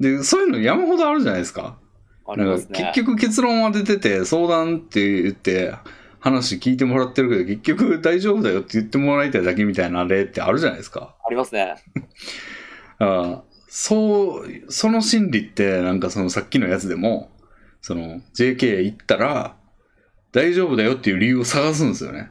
Speaker 1: でそういうの山ほどあるじゃないですか
Speaker 2: あり
Speaker 1: な
Speaker 2: ま
Speaker 1: ん
Speaker 2: す
Speaker 1: か
Speaker 2: ね
Speaker 1: 結。局結論は出てて相談って言って話聞いてもらってるけど結局大丈夫だよって言ってもらいたいだけみたいな例ってあるじゃないですか。
Speaker 2: ありますね。
Speaker 1: あそうその心理ってなんかそのさっきのやつでもその JK 行ったら大丈夫だよっていう理由を探すんですよね。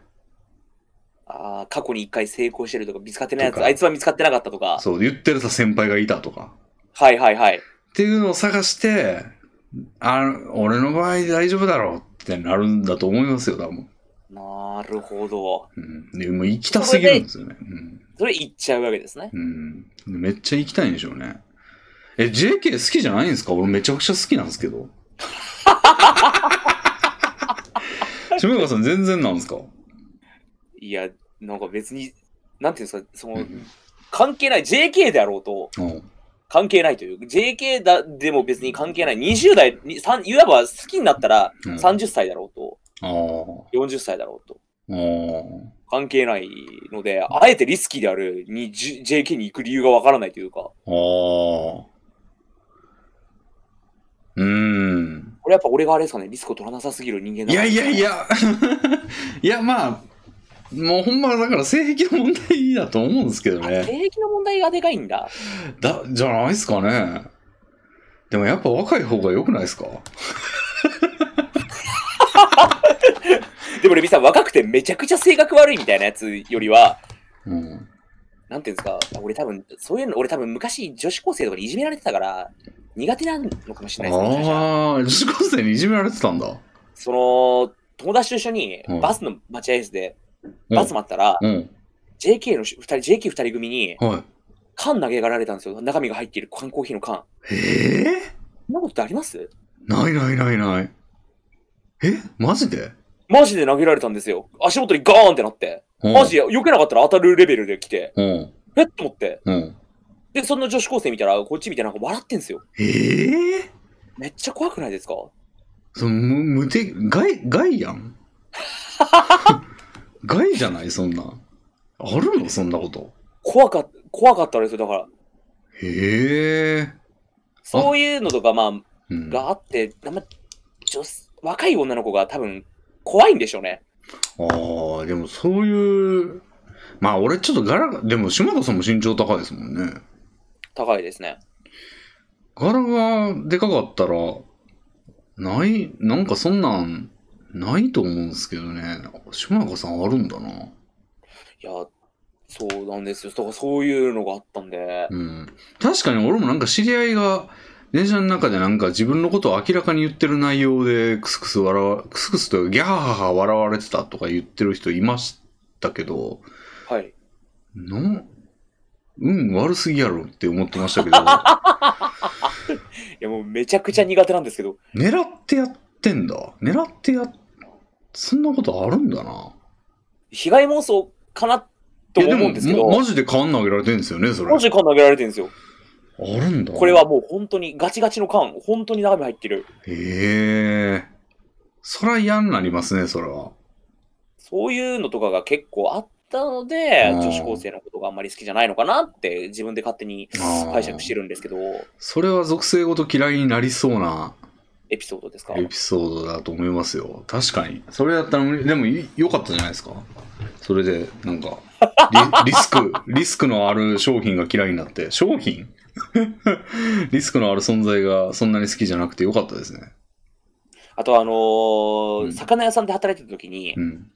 Speaker 2: あー過去に一回成功してるとか、見つかってないや
Speaker 1: と
Speaker 2: つ、
Speaker 1: か
Speaker 2: あいつは見つかってなかったとか。
Speaker 1: そう言ってるさ先輩がいたとか。
Speaker 2: はいはいはい。
Speaker 1: っていうのを探してあ俺の場合大丈夫だろうってなるんだと思いますよ多分。
Speaker 2: なるほど。
Speaker 1: うん、でも行きたすぎるんですよね。うん
Speaker 2: それ言っちゃうわけですね。
Speaker 1: うん。めっちゃ行きたいんでしょうね。え、JK 好きじゃないんですか俺めちゃくちゃ好きなんですけど。下川さん全然なんですか
Speaker 2: いや、なんか別に、なんていうんですか、その、
Speaker 1: うん
Speaker 2: 関係ない、JK であろうと、
Speaker 1: うんうん
Speaker 2: 関係ないという、JK だでも別に関係ない、20代、にさんいわば好きになったら
Speaker 1: うん
Speaker 2: 30歳だろうと、
Speaker 1: あー
Speaker 2: 40歳だろうと、
Speaker 1: あー。
Speaker 2: 関係ないので、あえてリスキーであるに、J- JK に行く理由がわからないというか、
Speaker 1: ああ。うーん。
Speaker 2: これやっぱ俺があれですかね、リスクを取らなさすぎる人間だ
Speaker 1: いやいやい
Speaker 2: や。
Speaker 1: や。 いや、まあ、もうほんまだから性癖の問題だと思うんですけど
Speaker 2: あ
Speaker 1: ね。
Speaker 2: 兵役の問題がでかいんだ。
Speaker 1: だ、じゃないですかね。でもやっぱ若い方が良くないですか
Speaker 2: でもレビさん、若くてめちゃくちゃ性格悪いみたいなやつよりは、
Speaker 1: うん。
Speaker 2: なんていうんですか、俺多分、そういうの、俺多分昔女子高生とかにいじめられてたから、苦手なのかもしれないですねもしかしたら。
Speaker 1: ああ、女子高生にいじめられてたんだ。
Speaker 2: その、友達と一緒に
Speaker 1: うん
Speaker 2: バスの待合室で、
Speaker 1: うん
Speaker 2: バス待ったら、
Speaker 1: うん。
Speaker 2: JK の二人、JK 二人組に
Speaker 1: はい。
Speaker 2: 缶投げられたんですよ。中身が入っている缶コーヒーの缶。
Speaker 1: ええ
Speaker 2: そんなことってあります
Speaker 1: ないないないない。えマジで
Speaker 2: マジで投げられたんですよ。足元にガーンってなって。マジで避けなかったら当たるレベルで来て、
Speaker 1: うん。
Speaker 2: えっと思って。
Speaker 1: うん。
Speaker 2: で、その女子高生見たら、こっち見てなんか笑ってんすよ。
Speaker 1: ええ
Speaker 2: めっちゃ怖くないですか
Speaker 1: その無無敵害害やん 害じゃないそんなんあるのそんなこと
Speaker 2: 怖かっ怖かったですよ。だから、
Speaker 1: へえ、
Speaker 2: そういうのとか、まあ、
Speaker 1: うん、あ
Speaker 2: があって、あんま女子若い女の子が多分怖いんでしょうね。
Speaker 1: ーでもそういうまあ俺ちょっとガラがでも島田さんも身長高いですもんね
Speaker 2: 高いですね。
Speaker 1: 柄がでかかったらないなんかそんなんないと思うんですけどね島中さんあるんだない
Speaker 2: や、そうなんですよ。だからそういうのがあったんで。
Speaker 1: うん、確かに俺もなんか知り合いが電車の中でなんか自分のことを明らかに言ってる内容でクスクス笑わクスクスというかギャハハハ笑われてたとか言ってる人いましたけど
Speaker 2: はい。
Speaker 1: のうん悪すぎやろって思ってましたけど
Speaker 2: いや、もうめちゃくちゃ苦手なんですけど。
Speaker 1: 狙ってやってんだ狙ってやそんなことあるんだな
Speaker 2: 被害妄想かなと
Speaker 1: い
Speaker 2: も
Speaker 1: や
Speaker 2: 思うんですけど、
Speaker 1: ま
Speaker 2: も
Speaker 1: マジで缶投げられてるんですよねそれ
Speaker 2: マジで缶投げられてるんですよ。
Speaker 1: あるんだ
Speaker 2: これはもう本当にガチガチの缶、本当に中身入ってる。
Speaker 1: へえそりゃ嫌になりますねそれは
Speaker 2: そういうのとかが結構あったので、
Speaker 1: うん
Speaker 2: 女子高生のことがあんまり好きじゃないのかなって自分で勝手に
Speaker 1: あー
Speaker 2: 解釈してるんですけど、
Speaker 1: それは属性ごと嫌いになりそうな
Speaker 2: エピソードですか
Speaker 1: エピソードだと思いますよ。確かに。それだったら無理、でもい良かったじゃないですか。それで、なんか リ、リスク、リスクのある商品が嫌いになって、商品 リスクのある存在がそんなに好きじゃなくて良かったですね。
Speaker 2: あとあのー
Speaker 1: うん
Speaker 2: 魚屋さんで働いてた時に、
Speaker 1: うん。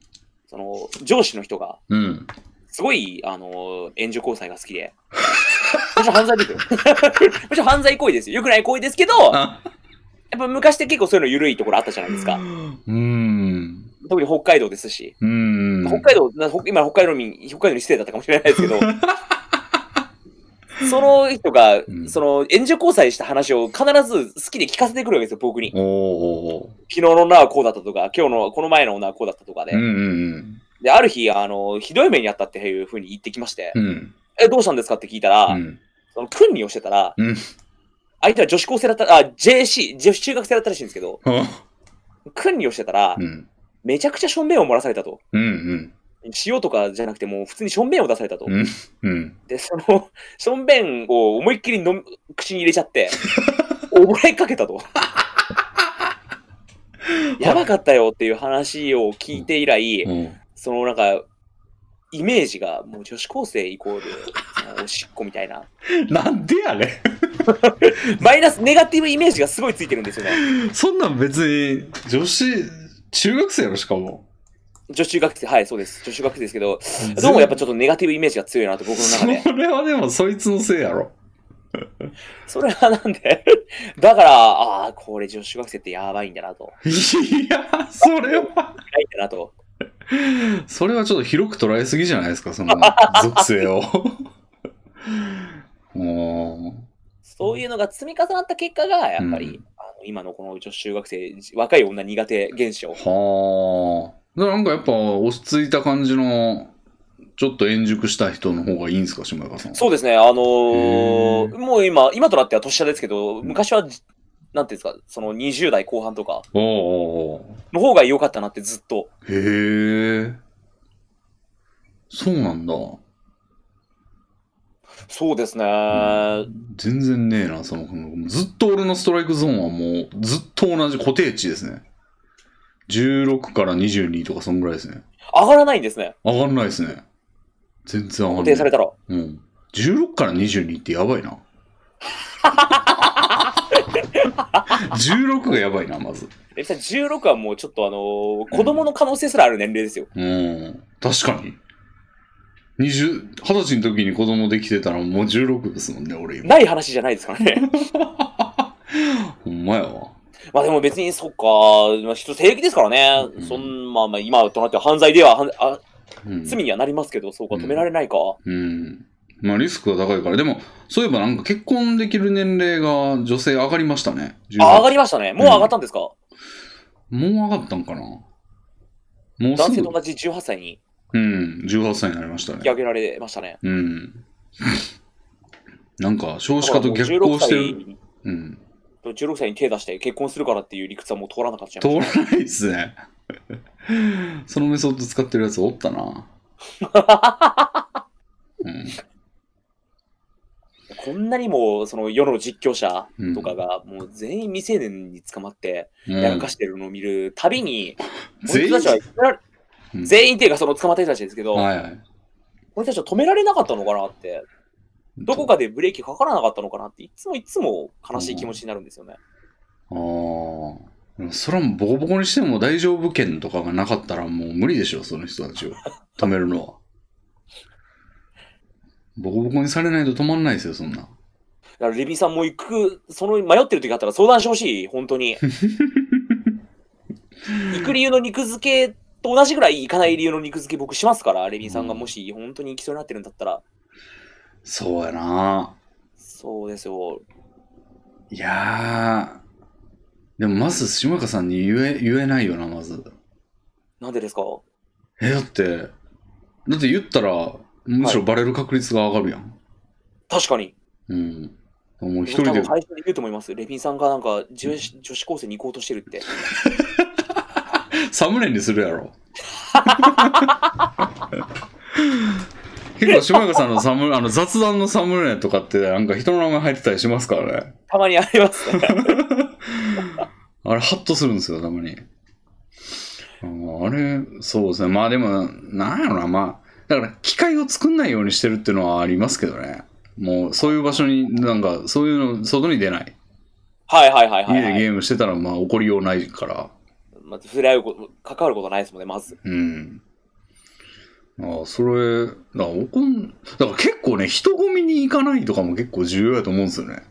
Speaker 2: その上司の人が、
Speaker 1: うん。
Speaker 2: すごい、あのー援助交際が好きで。 もちろん犯罪ですよ。もちろん犯罪行為ですよ。良くない行為ですけど、
Speaker 1: あ
Speaker 2: やっぱ昔って結構そういうの緩いところあったじゃないです
Speaker 1: う
Speaker 2: か。
Speaker 1: ーん。
Speaker 2: 特に北海道ですし。
Speaker 1: うーん。
Speaker 2: 北海道、な北今北海道民、北海道に失礼だったかもしれないですけど、その人が、
Speaker 1: うん
Speaker 2: その援助交際した話を必ず好きで聞かせてくるわけですよ、僕に。
Speaker 1: おーお
Speaker 2: 昨日の女はこうだったとか、今日の、この前の女はこうだったとかで。
Speaker 1: ーおー。うんうん
Speaker 2: で、ある日、あの、ひどい目にあったっていうふうに言ってきまして、
Speaker 1: うん。うん。
Speaker 2: え、どうしたんですかって聞いたら、
Speaker 1: うん。
Speaker 2: その訓練をしてたら、
Speaker 1: うん
Speaker 2: 相手は女子高生だった、あ、JC、女子中学生だったらしいんですけど、
Speaker 1: あ
Speaker 2: 訓練をしてたら、
Speaker 1: うん。
Speaker 2: めちゃくちゃしょんべんを漏らされたと。
Speaker 1: うんうん。
Speaker 2: 塩とかじゃなくて、もう普通にしょんべんを出されたと。
Speaker 1: うんうん。
Speaker 2: で、その、 しょんべんを思いっきり飲み口に入れち ゃって、溺れかけたと。やばかったよっていう話を聞いて以来、
Speaker 1: うん。
Speaker 2: そのなんか、イメージがもう女子高生イコールそのおしっこみたいな、
Speaker 1: なんでやねん
Speaker 2: マイナス、ネガティブイメージがすごいついてるんですよね。
Speaker 1: そんなん別に女子中学生やろしかも
Speaker 2: 女子中学生、はい、そうです。女子中学生ですけど、どうもやっぱちょっとネガティブイメージが強いなと、僕の中で。
Speaker 1: それはでもそいつのせいやろ
Speaker 2: それはなんで だから、ああ、これ女子中学生ってやばいんだなと。
Speaker 1: いやそれは
Speaker 2: やばいんだなと。
Speaker 1: それはちょっと広く捉えすぎじゃないですかその属性を も
Speaker 2: そういうのが積み重なった結果が、やっぱり、
Speaker 1: うん
Speaker 2: あの今のこの女子中学生、若い女苦手現象
Speaker 1: う。はあなんかやっぱ落ち着いた感じのちょっと円熟した人の方がいいんですか、下中さん。
Speaker 2: そうですね、あのーもう今、今となっては年下ですけど、昔は、なんていうんですか、その20代後半とか
Speaker 1: おうおうおう
Speaker 2: の方が良かったなってずっと。
Speaker 1: へえ。そうなんだ。
Speaker 2: そうですね。
Speaker 1: 全然ねえな、その感覚。ずっと俺のストライクゾーンはもう、ずっと同じ固定値ですね。16から22とか、そんぐらいですね。
Speaker 2: 上がらないんですね、
Speaker 1: 上がんないですね。全然上がん
Speaker 2: 固
Speaker 1: ない。
Speaker 2: 定されたら。
Speaker 1: うん。16から22ってやばい な。16がやばいな、まず。
Speaker 2: えさん16はもうちょっとあのー子供の可能性すらある年齢ですよ。
Speaker 1: うん。確かに。20、20歳の時に子供できてたらもう16ですもんね、俺今。
Speaker 2: ない話じゃないですから ね。
Speaker 1: ほんまやわ。
Speaker 2: まあでも別にそっか、まあ、人正義ですからね。
Speaker 1: うん
Speaker 2: そんまあまあ今となっては犯罪でははんあ
Speaker 1: うん、
Speaker 2: 罪にはなりますけど、そうか
Speaker 1: うん
Speaker 2: 止められないか。
Speaker 1: うん。まあリスクが高いから。でも、そういえばなんか結婚できる年齢が女性上がりましたね。
Speaker 2: あ、上が
Speaker 1: り
Speaker 2: りましたね。もう上がったんですか、
Speaker 1: もう上がったんかなもう
Speaker 2: 男
Speaker 1: す
Speaker 2: 性
Speaker 1: ぐ
Speaker 2: と、同じ18歳に
Speaker 1: うん、18歳になりました
Speaker 2: 引き上
Speaker 1: ね。
Speaker 2: げられましたね。
Speaker 1: うん。なんか少子化と逆行して
Speaker 2: だからもう
Speaker 1: る。
Speaker 2: 16歳
Speaker 1: うん。
Speaker 2: 16歳に手出して結婚するからっていう理屈はもう通らなかったじゃ
Speaker 1: 通
Speaker 2: ん。
Speaker 1: らないっすね。 そのメソッド使ってるやつおった な。うん
Speaker 2: こんなにもその世の実況者
Speaker 1: うん
Speaker 2: とかがもう全員未成年に捕まって
Speaker 1: うん
Speaker 2: やらかしてるのを見るたびに、
Speaker 1: 全員
Speaker 2: 俺たちは止められ
Speaker 1: うん
Speaker 2: 全員っていうかその捕まった人たちですけど、
Speaker 1: はいはい。
Speaker 2: 俺たちは止められなかったのかなって、どこかでブレーキかからなかったのかなって、いつもいつも悲しい気持ちになるんですよね。
Speaker 1: ああ。それはもうボコボコにしても大丈夫権とかがなかったらもう無理でしょ、その人た ちを。止めるのは。ボコボコにされないと止まんないですよ、そんな。
Speaker 2: だからレビンさんも行く、その迷ってる時があったら相談してほしい、本 当に。行く理由の肉付けと同じぐらい行かない理由の肉付け僕しますから、レビンさんがもし本当に行きそうになってるんだったら、
Speaker 1: そうやな。
Speaker 2: そうですよ。
Speaker 1: いやー。でもまず、島川さんに言え、言えないよな、まず。
Speaker 2: なんでですか
Speaker 1: え、だって、だって言ったら、むしろバレる確率が上がるやん。
Speaker 2: 確かに。
Speaker 1: うん。もう一人
Speaker 2: 僕多
Speaker 1: で
Speaker 2: 分、最初に言うと思います。レビンさんがなんか女子女子高生に行こうとしてるって。
Speaker 1: サムネにするやろ。 結構、島岡さんのサムあの雑談のサムネとかって、なんか人の名前入ってたりしますからね。
Speaker 2: たまにありますね。
Speaker 1: あれ、ハッとするんですよ、たまに。うんあれ、そうですね。まあでも、なんやろな、まあ、だから、機械を作んないようにしてるっていうのはありますけどね。もう、そういう場所に、なんか、そういうの、外に出ない。
Speaker 2: はいはいはいは
Speaker 1: 家
Speaker 2: い、
Speaker 1: で
Speaker 2: はい。
Speaker 1: ゲームしてたら、まあ、怒りようないから。
Speaker 2: まず触れ合うこと、関わることないですもんね、まず。
Speaker 1: うん。ああ、それ、だから怒ん、だから結構ね、人混みに行かないとかも結構重要だと思うんですよね。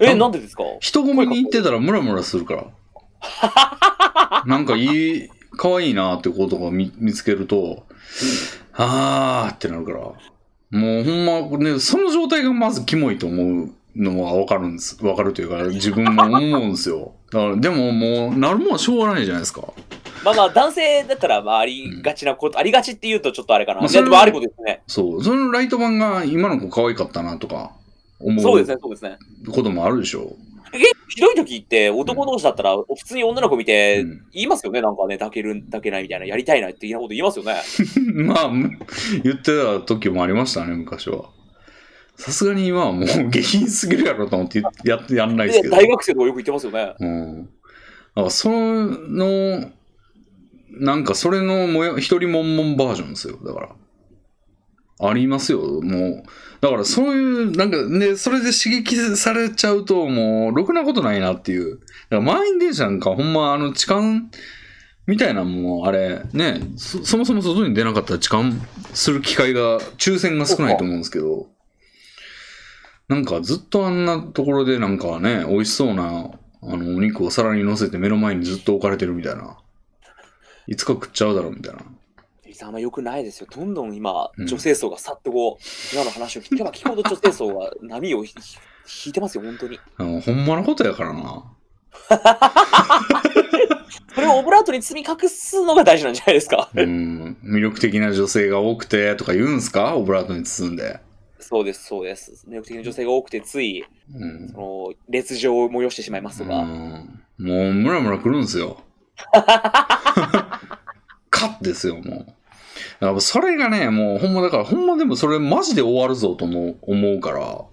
Speaker 2: え、
Speaker 1: あ
Speaker 2: なんでですか
Speaker 1: 人混みに行ってたらムラムラする から。なんかいい、可愛いなってことが見見つけると、あーってなるから。もうほんま、ね、その状態がまずキモいと思うのはわかるんです。わかるというか、自分も思うんですよ。だから、でももう、なるもんはしょうがないじゃないですか。
Speaker 2: まあまあ、男性だったら、まあ、ありがちなこと、ありがちって言うとちょっとあれかな。
Speaker 1: まあ
Speaker 2: いや
Speaker 1: そ
Speaker 2: で
Speaker 1: れ
Speaker 2: も
Speaker 1: は
Speaker 2: あることですね。
Speaker 1: そう。そのライト版が今の子可愛かったなとか思
Speaker 2: そうです
Speaker 1: う
Speaker 2: ね、そうですね。
Speaker 1: こともあるでしょ。
Speaker 2: ひどい時って、男同士だったら、普通に女の子見て
Speaker 1: うん、
Speaker 2: 言いますよね、なんかね、抱ける、抱けないみたいな、やりたいなっていうこと言いますよね。
Speaker 1: まあ、む言ってた時もありましたね、昔は。さすがに今はもう 下品すぎるやろと思ってやってやんないです
Speaker 2: で、
Speaker 1: けど。
Speaker 2: 大学生とかよく言ってますよね。
Speaker 1: うん。あ、その、なんかそれのもや、一人もんもんバージョンですよ。だから。ありますよ、もう。だからそういう、なんかね、それで刺激されちゃうと、もう、ろくなことないなっていう。だから満員電車なんか、ほんま、あの、痴漢みたいなもん、あれ、ねそ、そもそも外に出なかったら痴漢する機会が、抽選が少ないと思うんですけど、なんかずっとあんなところで、なんかね、美味しそうな、あの、お肉を皿に乗せて目の前にずっと置かれてるみたいな。いつか食っちゃうだろうみたいな。
Speaker 2: 伊沢あんま良くないですよ。どんどん今、
Speaker 1: うん
Speaker 2: 女性層がさっとこう、今の話を聞けば聞くほど女性層が波をひひ引いてますよ、本当に。
Speaker 1: あのほんまのことやからな。
Speaker 2: それをオブラートに包み隠すのが大事なんじゃないですか。
Speaker 1: うん、魅力的な女性が多くてとか言うんすかオブラートに包んで。
Speaker 2: そうです、そうです。魅力的な女性が多くて、つい、
Speaker 1: うん
Speaker 2: そ。の劣情を催してしまいますと
Speaker 1: う
Speaker 2: か。
Speaker 1: んもうムラムラくるんです よ。カッですよ、もう。だからそれがね、もうほんまだから、ほんまでもそれマジで終わるぞと思う思うから、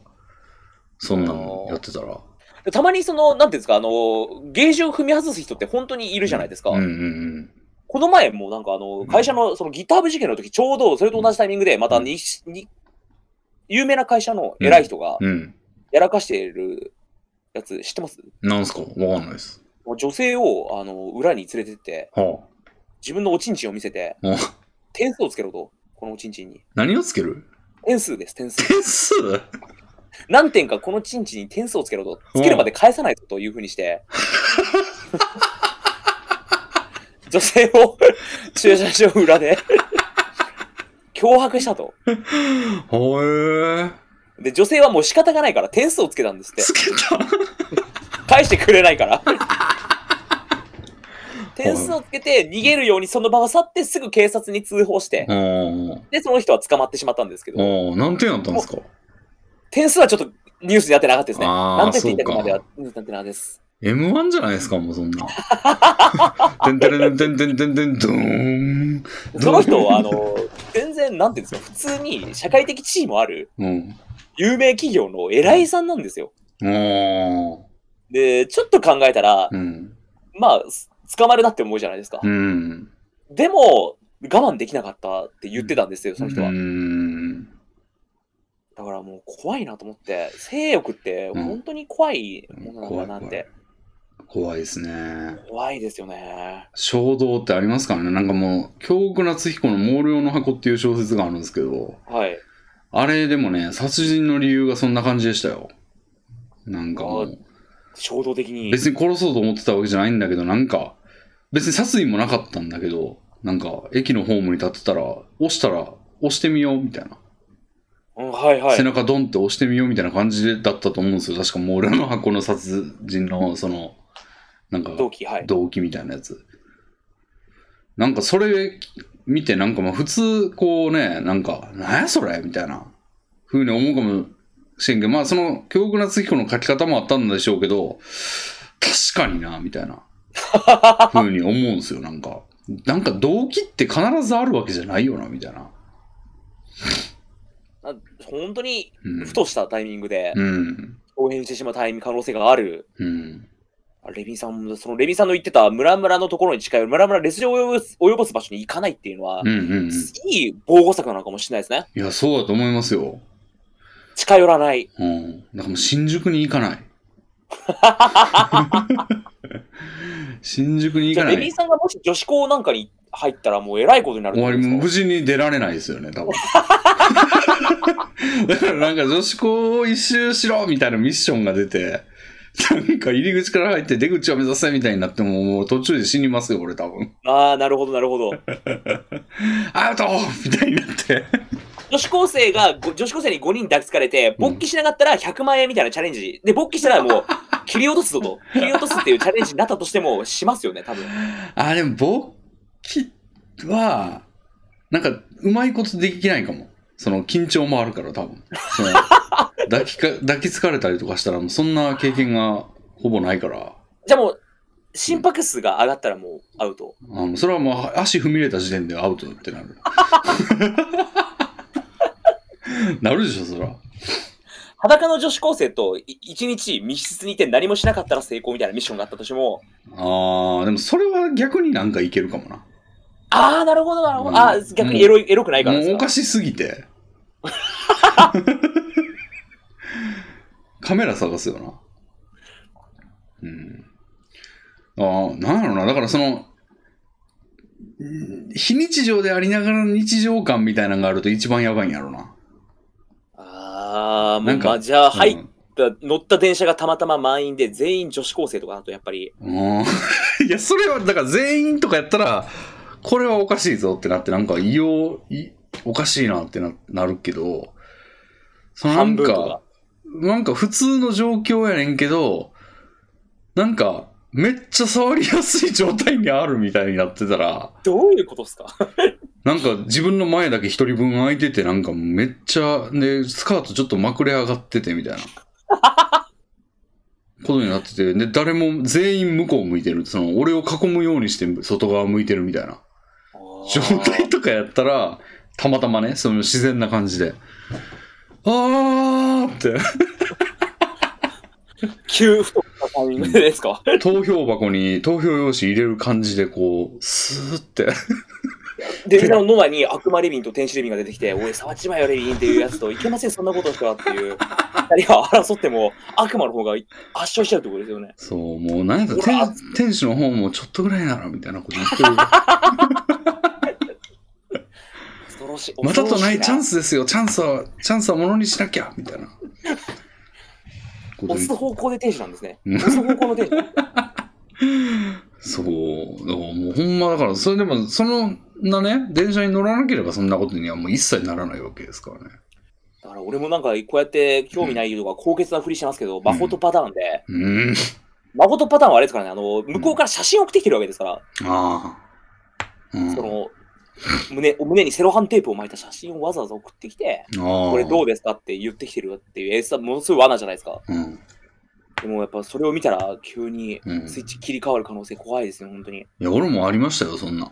Speaker 1: そんなのやってたら。
Speaker 2: でたまにその、なんていうんですか、あの、ゲージを踏み外す人って本当にいるじゃないですか。
Speaker 1: うんうん
Speaker 2: この前もなんかあの、会社のそのギター部事件の時、ちょうどそれと同じタイミングで、またに、に、有名な会社の偉い人が
Speaker 1: うん。うん。
Speaker 2: やらかしているやつ、知ってます
Speaker 1: なんすかわかんないです。
Speaker 2: 女性をあの裏に連れてって、
Speaker 1: はあ。
Speaker 2: 自分のおちんちんを見せて
Speaker 1: うん、
Speaker 2: 点数をつけろと、このおちんちんに。
Speaker 1: 何をつける
Speaker 2: 点数です、点数。
Speaker 1: 点 数
Speaker 2: 何点かこのちんちんに点数をつけろと、つけるまで返さないぞというふうにして、 女性を 駐車場裏で脅迫したと。
Speaker 1: ほえー。
Speaker 2: で、女性はもう仕方がないから点数をつけたんですって
Speaker 1: つ。け た
Speaker 2: 返してくれな いから。点数をつけて逃げるようにその場を去ってすぐ警察に通報して、
Speaker 1: うんうん
Speaker 2: で、その人は捕まってしまったんですけど、
Speaker 1: うん。何点やったんですか
Speaker 2: 点数はちょっとニュースになってなかったですね。
Speaker 1: あー
Speaker 2: 何点って言ったかまでは
Speaker 1: そ
Speaker 2: ニュースになってなかったです。
Speaker 1: M1 じゃないですか、もうそんな。てんてれんてんてんてんてんどーん。
Speaker 2: その人は、あの、全然、なんていうんですか、普通に社会的地位もある
Speaker 1: うん。
Speaker 2: 有名企業の偉いさんなんですよ。
Speaker 1: あ
Speaker 2: で、ちょっと考えたら
Speaker 1: あ。う、ん。
Speaker 2: まあ、す捕まるなって思うじゃないですか
Speaker 1: う。ん。
Speaker 2: でも、我慢できなかったって言ってたんですよ、その人は
Speaker 1: う。ん。
Speaker 2: だからもう怖いなと思って、性欲って
Speaker 1: うん
Speaker 2: 本当に怖いものなんだなって、
Speaker 1: 怖いですね。
Speaker 2: 怖いですよね。
Speaker 1: 衝動ってありますからね。なんかもう、京極夏彦の毛量の箱っていう小説があるんですけど、
Speaker 2: はい。
Speaker 1: あれでもね、殺人の理由がそんな感じでしたよ。なんかもう。
Speaker 2: 衝動的に。
Speaker 1: 別に殺そうと思ってたわけじゃないんだけど、なんか、別に殺意もなかったんだけど、なんか、駅のホームに立ってたら、押したら、押してみようみたいな。
Speaker 2: うん、はいはい
Speaker 1: 背。中ドンって押してみようみたいな感じだったと思うんですよ。確か、もう俺の箱の殺人の、その、なんか、
Speaker 2: 同期、はい。
Speaker 1: 動機みたいなやつ。なんか、それ見て、なんか、まあ、普通、こうね、なんか、なんやそれみたいな、ふうに思うかもしれんけど、まあ、その、京極夏彦の書き方もあったんでしょうけど、確かにな、みたいな、ふうに思うんですよ、なんか。なんか、動機って必ずあるわけじゃないよな、みたいな。
Speaker 2: あ本当に、
Speaker 1: うん
Speaker 2: ふ。としたタイミングで、
Speaker 1: うん。
Speaker 2: 応援してしまうタイミング可能性がある。
Speaker 1: うん。
Speaker 2: あレミさんも、そのレミさんの言ってた、ムラムラのところに近い、ムラムラ劣情を及ぼす及ぼす場所に行かないっていうのは、
Speaker 1: うんうんうん。
Speaker 2: いい防護策なのかもしれないですね。
Speaker 1: いや、そうだと思いますよ。
Speaker 2: 近寄らない。
Speaker 1: うん。だからもう新宿に行か ない。新宿に行
Speaker 2: じゃ
Speaker 1: か
Speaker 2: あ
Speaker 1: な
Speaker 2: レミ
Speaker 1: い。
Speaker 2: さんがもし女子校なんかに入ったら、もうえらいことになる
Speaker 1: 終
Speaker 2: と
Speaker 1: わ
Speaker 2: 思
Speaker 1: り、
Speaker 2: うんです
Speaker 1: もう
Speaker 2: よ
Speaker 1: 無事に出られないですよね、多分。 だからなんか女子校を一周しろみたいなミッションが出て、なんか入り口から入って出口を目指せみたいになっても、もう途中で死にますよ、俺多分。
Speaker 2: ああ、なるほど、なるほど。
Speaker 1: アウトみたいになって。
Speaker 2: 女子高生が、ご女子高生に5人抱きつかれて、勃起しなかったら100万円みたいなチャレンジ。で、勃起した らもう、切り落とすぞと。切り落とすっていうチャレンジになったとしても、しますよね、多分。
Speaker 1: あ、でも勃起は、なんか、うまいことできないかも。その、緊張もあるから、多分。その 抱きか、抱きつかれたりとかしたら、もうそんな経験がほぼないから、
Speaker 2: じゃあもう、心拍数が上がったらもうアウト。
Speaker 1: あのそれはもう足踏み入れた時点でアウトってなる。 なるでしょ、そら。
Speaker 2: 裸の女子高生とい一日密室にいて何もしなかったら成功みたいなミッションがあったとしても、
Speaker 1: あー、でもそれは逆になんかいけるかもな。
Speaker 2: ああ、なるほど、なるほ
Speaker 1: うん
Speaker 2: ど。ああ、逆にエロいエロくないからで
Speaker 1: もう
Speaker 2: す
Speaker 1: お
Speaker 2: か
Speaker 1: か。しすぎ て。カメラ探すよな。うん。ああ、なんやろな。だからその、うん非日常でありながらの日常感みたいなのがあると一番やばいんやろな。
Speaker 2: ああ、も
Speaker 1: な
Speaker 2: うん
Speaker 1: か
Speaker 2: まあ、じゃあ入っ
Speaker 1: うん
Speaker 2: た、乗った電車がたまたま満員で全員女子高生とかだとやっぱり、
Speaker 1: うん いや、それは、だから全員とかやったら、これはおかしいぞってなって、なんか異様、いおかしいなってななるけど、そのなん
Speaker 2: 半分と
Speaker 1: か
Speaker 2: か、
Speaker 1: なんか普通の状況やねんけど、なんか、めっちゃ触りやすい状態にあるみたいになってたら、
Speaker 2: どういうことですか
Speaker 1: なんか自分の前だけ一人分空いてて、なんかめっちゃ、で、スカートちょっとまくれ上がっててみたいな。ことになってて、で、誰も全員向こう向いてる。その、俺を囲むようにして外側向いてるみたいな。 状態とかやったら、たまたまね、その自然な感じで。あーって。
Speaker 2: 急太ったタイミングですか、
Speaker 1: 投票箱に投票用紙入れる感じでこう、スーって。
Speaker 2: で、みんなのノアに悪魔レビンと天使レビンが出てきて、おい、触っちまえよ、レビンっていうやつと、いけません、そんなことしたらっていう、二人が争っても、悪魔の方が圧勝しちゃうってことですよね。
Speaker 1: そう、もうなんやった
Speaker 2: うわ
Speaker 1: ら天天使の方もちょっとぐらいならみたいなこと言ってる。
Speaker 2: 恐ろしい。
Speaker 1: またとないチャン
Speaker 2: ス。
Speaker 1: スですよ。チャンスは、チャンスはものにしなきゃみた いな。こと
Speaker 2: 押
Speaker 1: 言っ
Speaker 2: す方向で天使なんですね。
Speaker 1: うん
Speaker 2: 押す方向の天使。
Speaker 1: そう、だからもうほんまだから、それでも、そのなね、電車に乗らなければそんなことにはもう一切ならないわけですからね。
Speaker 2: だから俺もなんか、こうやって興味ないとか、高潔なふりしてますけど、マホトパターンで、
Speaker 1: うーん。
Speaker 2: マホトパターンはあれですからね、あの、向こうから写真送ってきてるわけですから、
Speaker 1: ああ。うん
Speaker 2: その、胸胸にセロハンテープを巻いた写真をわざわざ送ってきて、
Speaker 1: ああ。
Speaker 2: これどうですかって言ってきてるよっていう、エースはものすごい罠じゃないですか。
Speaker 1: うん。
Speaker 2: でもやっぱそれを見たら急に
Speaker 1: うん
Speaker 2: スイッチ切り替わる可能性怖いですね、本当に。
Speaker 1: いや、俺もありましたよ、そんなん。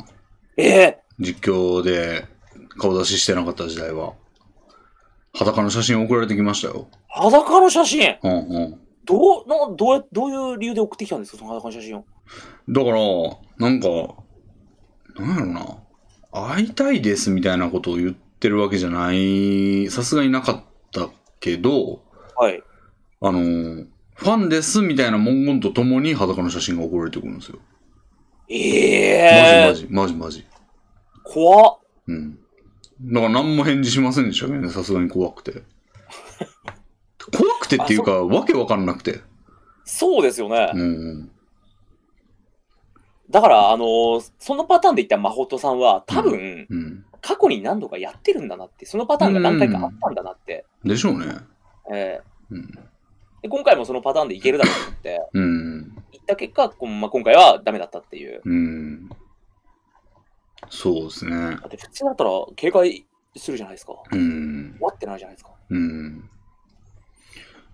Speaker 2: ええ
Speaker 1: 実況で顔出ししてなかった時代は。裸の写真送られてきましたよ。
Speaker 2: 裸の写真
Speaker 1: うんうん。
Speaker 2: どうなどうやどういう理由で送ってきたんですか、その裸の写真を。
Speaker 1: だから、なんか、なんやろな。会いたいですみたいなことを言ってるわけじゃない、さすがになかったけど、
Speaker 2: はい。
Speaker 1: あの、ファンですみたいな文言とともに裸の写真が送られてくるんですよ。
Speaker 2: え
Speaker 1: マ
Speaker 2: え
Speaker 1: ジマジ、マジマジ。
Speaker 2: 怖っ。
Speaker 1: うん。だから何も返事しませんでしたけどね、さすがに怖くて。 怖くてっていうか、わけわかんなくて。
Speaker 2: そうですよね。
Speaker 1: うんうん。
Speaker 2: だから、あのーそのパターンで言ったマホトさんは、多分、
Speaker 1: うん。
Speaker 2: 過去に何度かやってるんだなって、そのパターンが何回かあったんだなって。
Speaker 1: でしょうね。
Speaker 2: ええ
Speaker 1: うん。
Speaker 2: で今回もそのパターンでいけるだろうと思って、
Speaker 1: うん。
Speaker 2: 行った結果、こうまあ、今回はダメだったっていう。
Speaker 1: うん。そうですね。
Speaker 2: だって普通だったら警戒するじゃないですか。終
Speaker 1: うん。
Speaker 2: わってないじゃないですか。
Speaker 1: うん。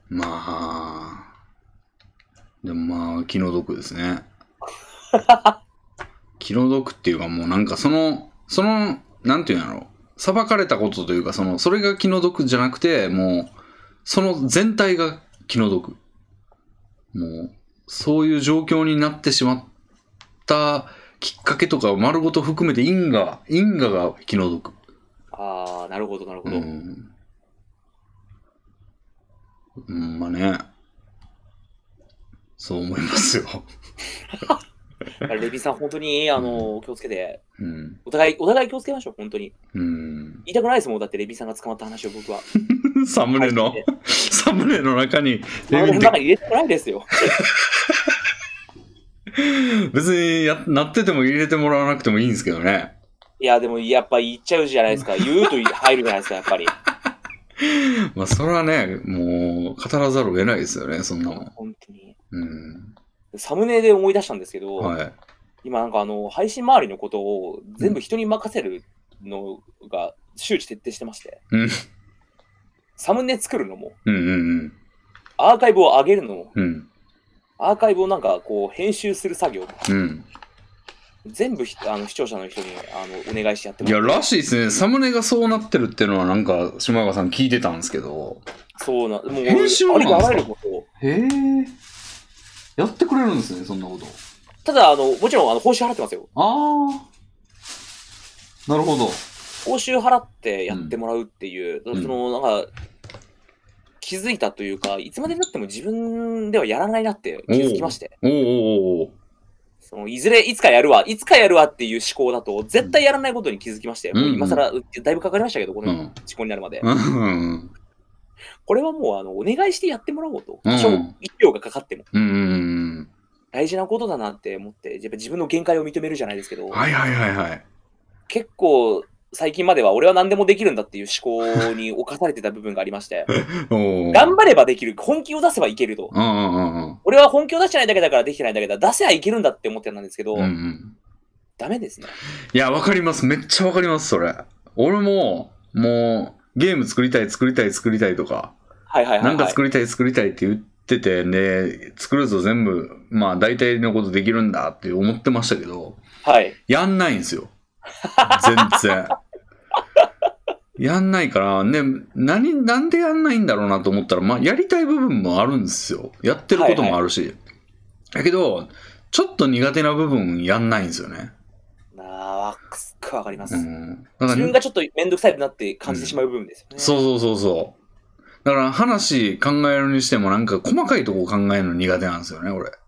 Speaker 1: まあ、でもまあ、気の毒ですね。気の毒っていうかもうなんかその、その、なんていうんやろう。裁かれたことというか、その、それが気の毒じゃなくて、もう、その全体が気の毒。もう、そういう状況になってしまったきっかけとかを丸ごと含めて因果、因果が気の毒。
Speaker 2: ああ、なるほど、なるほど。
Speaker 1: うん。うん、まあね。そう思いますよ。
Speaker 2: レビンさん、本当に、あの、気をつけて、
Speaker 1: うん。
Speaker 2: お互い、お互い気をつけましょう、本当に。
Speaker 1: うん。
Speaker 2: 言いたくないですもん、だってレビンさんが捕まった話を僕は。
Speaker 1: サムネの、サムネの中に、レ
Speaker 2: 俺
Speaker 1: ビ
Speaker 2: の
Speaker 1: ン
Speaker 2: 中に入れたくないですよ。
Speaker 1: 別にや、なってても入れてもらわなくてもいいんですけどね。
Speaker 2: いや、でも、やっぱ言っちゃうじゃないですか。言うと入るじゃないですか、やっぱり。
Speaker 1: まあ、それはね、もう、語らざるを得ないですよね、そんなもん。
Speaker 2: 本当に。
Speaker 1: うん。
Speaker 2: サムネで思い出したんですけど、
Speaker 1: はい。
Speaker 2: 今なんかあの、配信周りのことを全部人に任せるのが周知徹底してまして、
Speaker 1: うん。
Speaker 2: サムネ作るのも、
Speaker 1: うんうん
Speaker 2: アーカイブを上げるのも、
Speaker 1: うん。うん。
Speaker 2: アーカイブをなんかこう、編集する作業も、
Speaker 1: うん。
Speaker 2: 全部ひあの視聴者の人にあのお願いしてやって
Speaker 1: いや、
Speaker 2: もら
Speaker 1: ら
Speaker 2: って
Speaker 1: しいですね。サムネがそうなってるっていうのは、なんか、島川さん聞いてたんですけど。
Speaker 2: そうな、もう、
Speaker 1: 編集なん
Speaker 2: あ
Speaker 1: で
Speaker 2: り
Speaker 1: すか
Speaker 2: とあらゆることを。
Speaker 1: へえ。やってくれるんですね、そんなこと。
Speaker 2: ただ、あの、もちろん、あの、報酬払ってますよ。
Speaker 1: ああ。なるほど。
Speaker 2: 報酬払ってやってもらうっていう、
Speaker 1: ん
Speaker 2: その、なんか、気づいたというか、いつまでになっても自分ではやらないなって気づきまして、
Speaker 1: おおおうおう
Speaker 2: そのいずれいつかやるわ、いつかやるわっていう思考だと、絶対やらないことに気づきまして、
Speaker 1: うん
Speaker 2: もう今更、だいぶかかりましたけど、こ
Speaker 1: う
Speaker 2: の思
Speaker 1: ん
Speaker 2: 考になるまで。
Speaker 1: うん。
Speaker 2: これはもう、あの、お願いしてやってもらおうと。
Speaker 1: うん
Speaker 2: 多少、一票がかかっても、
Speaker 1: うんうん
Speaker 2: 大事なことだなって思って、やっぱ自分の限界を認めるじゃないですけど、
Speaker 1: うん。はいはいはいはい。
Speaker 2: 結構最近までは俺は何でもできるんだっていう思考に侵されてた部分がありまして、
Speaker 1: おー
Speaker 2: 頑張ればできる、本気を出せばいけると。
Speaker 1: うんうんうんうん。
Speaker 2: 俺は本気を出してないだけだからできてないだけだ、出せばいけるんだって思ってたんですけど、
Speaker 1: うんうん、
Speaker 2: ダメですね。
Speaker 1: いや、わかります。めっちゃわかります、それ。俺も、もう、ゲーム作りたい、作りたい、作りたいとか、
Speaker 2: はいはいはい、は。
Speaker 1: ないんか作りたい、作りたいって言ってて、で、作ると全部、まあ、大体のことできるんだって思ってましたけど、
Speaker 2: はい。
Speaker 1: やんないんですよ。全然。 やんないから、ね、何、なんでやんないんだろうなと思ったら、まあ、やりたい部分もあるんですよ。やってることもあるし。だけど、ちょっと苦手な部分やんないんですよね。
Speaker 2: なあ、わっすっごいわかります。
Speaker 1: うん。だから
Speaker 2: 自分がちょっとめんどくさいなって感じてしまう部分ですよね。
Speaker 1: そうそうそうそう。だから話考えるにしてもなんか細かいとこ考えるの苦手なんですよね、俺。だか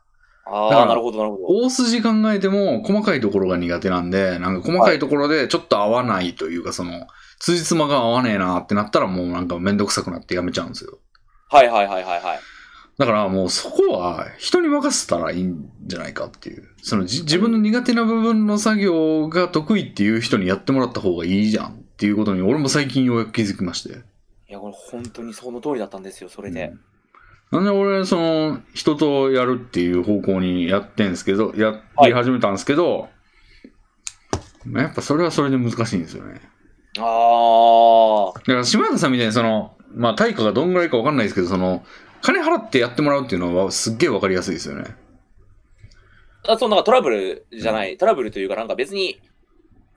Speaker 2: あ
Speaker 1: ら
Speaker 2: あ、なるほど、なるほど。
Speaker 1: 大筋考えても細かいところが苦手なんで、なんか細かいところでちょっと合わないというか、その、辻褄が合わねえなってなったらもうなんかめんどくさくなってやめちゃうんですよ。
Speaker 2: はいはいはいはいはい。
Speaker 1: だからもうそこは人に任せたらいいんじゃないかっていう。そのじ自分の苦手な部分の作業が得意っていう人にやってもらった方がいいじゃんっていうことに俺も最近ようやく気づきまして。
Speaker 2: いや、これ本当にその通りだったんですよ、それで。
Speaker 1: うん、なんで俺、その、人とやるっていう方向にやってんですけど、や
Speaker 2: はい
Speaker 1: り始めたんですけど、まあやっぱそれはそれで難しいんですよね。
Speaker 2: ああ、
Speaker 1: だから、島田さんみたいにその、まあ、対価がどんぐらいかわかんないですけど、その、金払ってやってもらうっていうのはすっげえわかりやすいですよね。
Speaker 2: あそうなんかトラブルじゃない、トラブルというか、なんか別に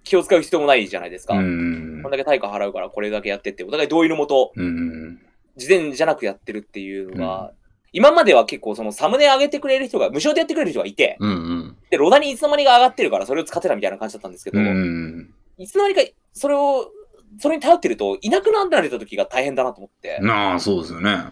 Speaker 2: 気を使う必要もないじゃないですか。
Speaker 1: うん
Speaker 2: こん。だけ対価払うからこれだけやってって、お互い同意のもと、
Speaker 1: うん。
Speaker 2: 事前じゃなくやってるっていうのが、今までは結構そのサムネ上げてくれる人が、無償でやってくれる人がいて、
Speaker 1: うんうん。
Speaker 2: で、ロダにいつの間にか上がってるからそれを使ってたみたいな感じだったんですけど、
Speaker 1: うん。
Speaker 2: いつの間にかそれを、それに頼ってると、いなくなられた時が大変だなと思って、
Speaker 1: なあ、そうですよね。うん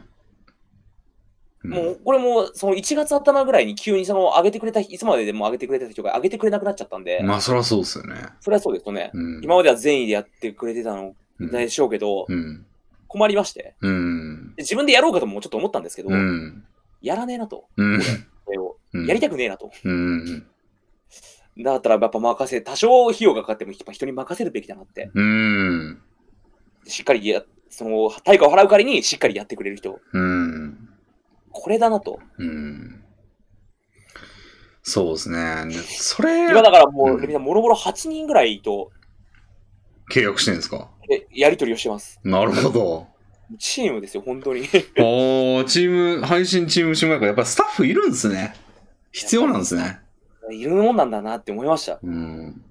Speaker 2: もうこれもその1月頭ぐらいに急にその上げてくれた人、いつまででも上げてくれた人が上げてくれなくなっちゃったんで、
Speaker 1: まあ、そりゃそうですよね。
Speaker 2: それはそうですよね。
Speaker 1: うん。
Speaker 2: 今までは善意でやってくれてたの
Speaker 1: うん
Speaker 2: でしょうけど、
Speaker 1: うん。
Speaker 2: 困りまして、
Speaker 1: うん。
Speaker 2: で自分でやろうかともちょっと思ったんですけど、
Speaker 1: うん。
Speaker 2: やらねえなと、
Speaker 1: うん。
Speaker 2: これを。
Speaker 1: うん
Speaker 2: やりたくねえなと。
Speaker 1: うん。
Speaker 2: だったらやっぱ任せ、多少費用がかかってもやっぱ人に任せるべきだなって、
Speaker 1: うん。
Speaker 2: しっかりや、その対価を払う代わりにしっかりやってくれる人、
Speaker 1: うん。
Speaker 2: これだなと。
Speaker 1: うん。そうですね。でそれ、
Speaker 2: 今だからも
Speaker 1: う
Speaker 2: う、
Speaker 1: ん
Speaker 2: レミさん、もろもろ8人ぐらいと
Speaker 1: 契約してんですか
Speaker 2: えやり取りをしてます。
Speaker 1: なるほど。
Speaker 2: チームですよ、本当に。
Speaker 1: おー、チーム、配信チームしもやか、やっぱスタッフいるんですね。必要なんですね。
Speaker 2: いるもんなんだなって思いました。
Speaker 1: うん。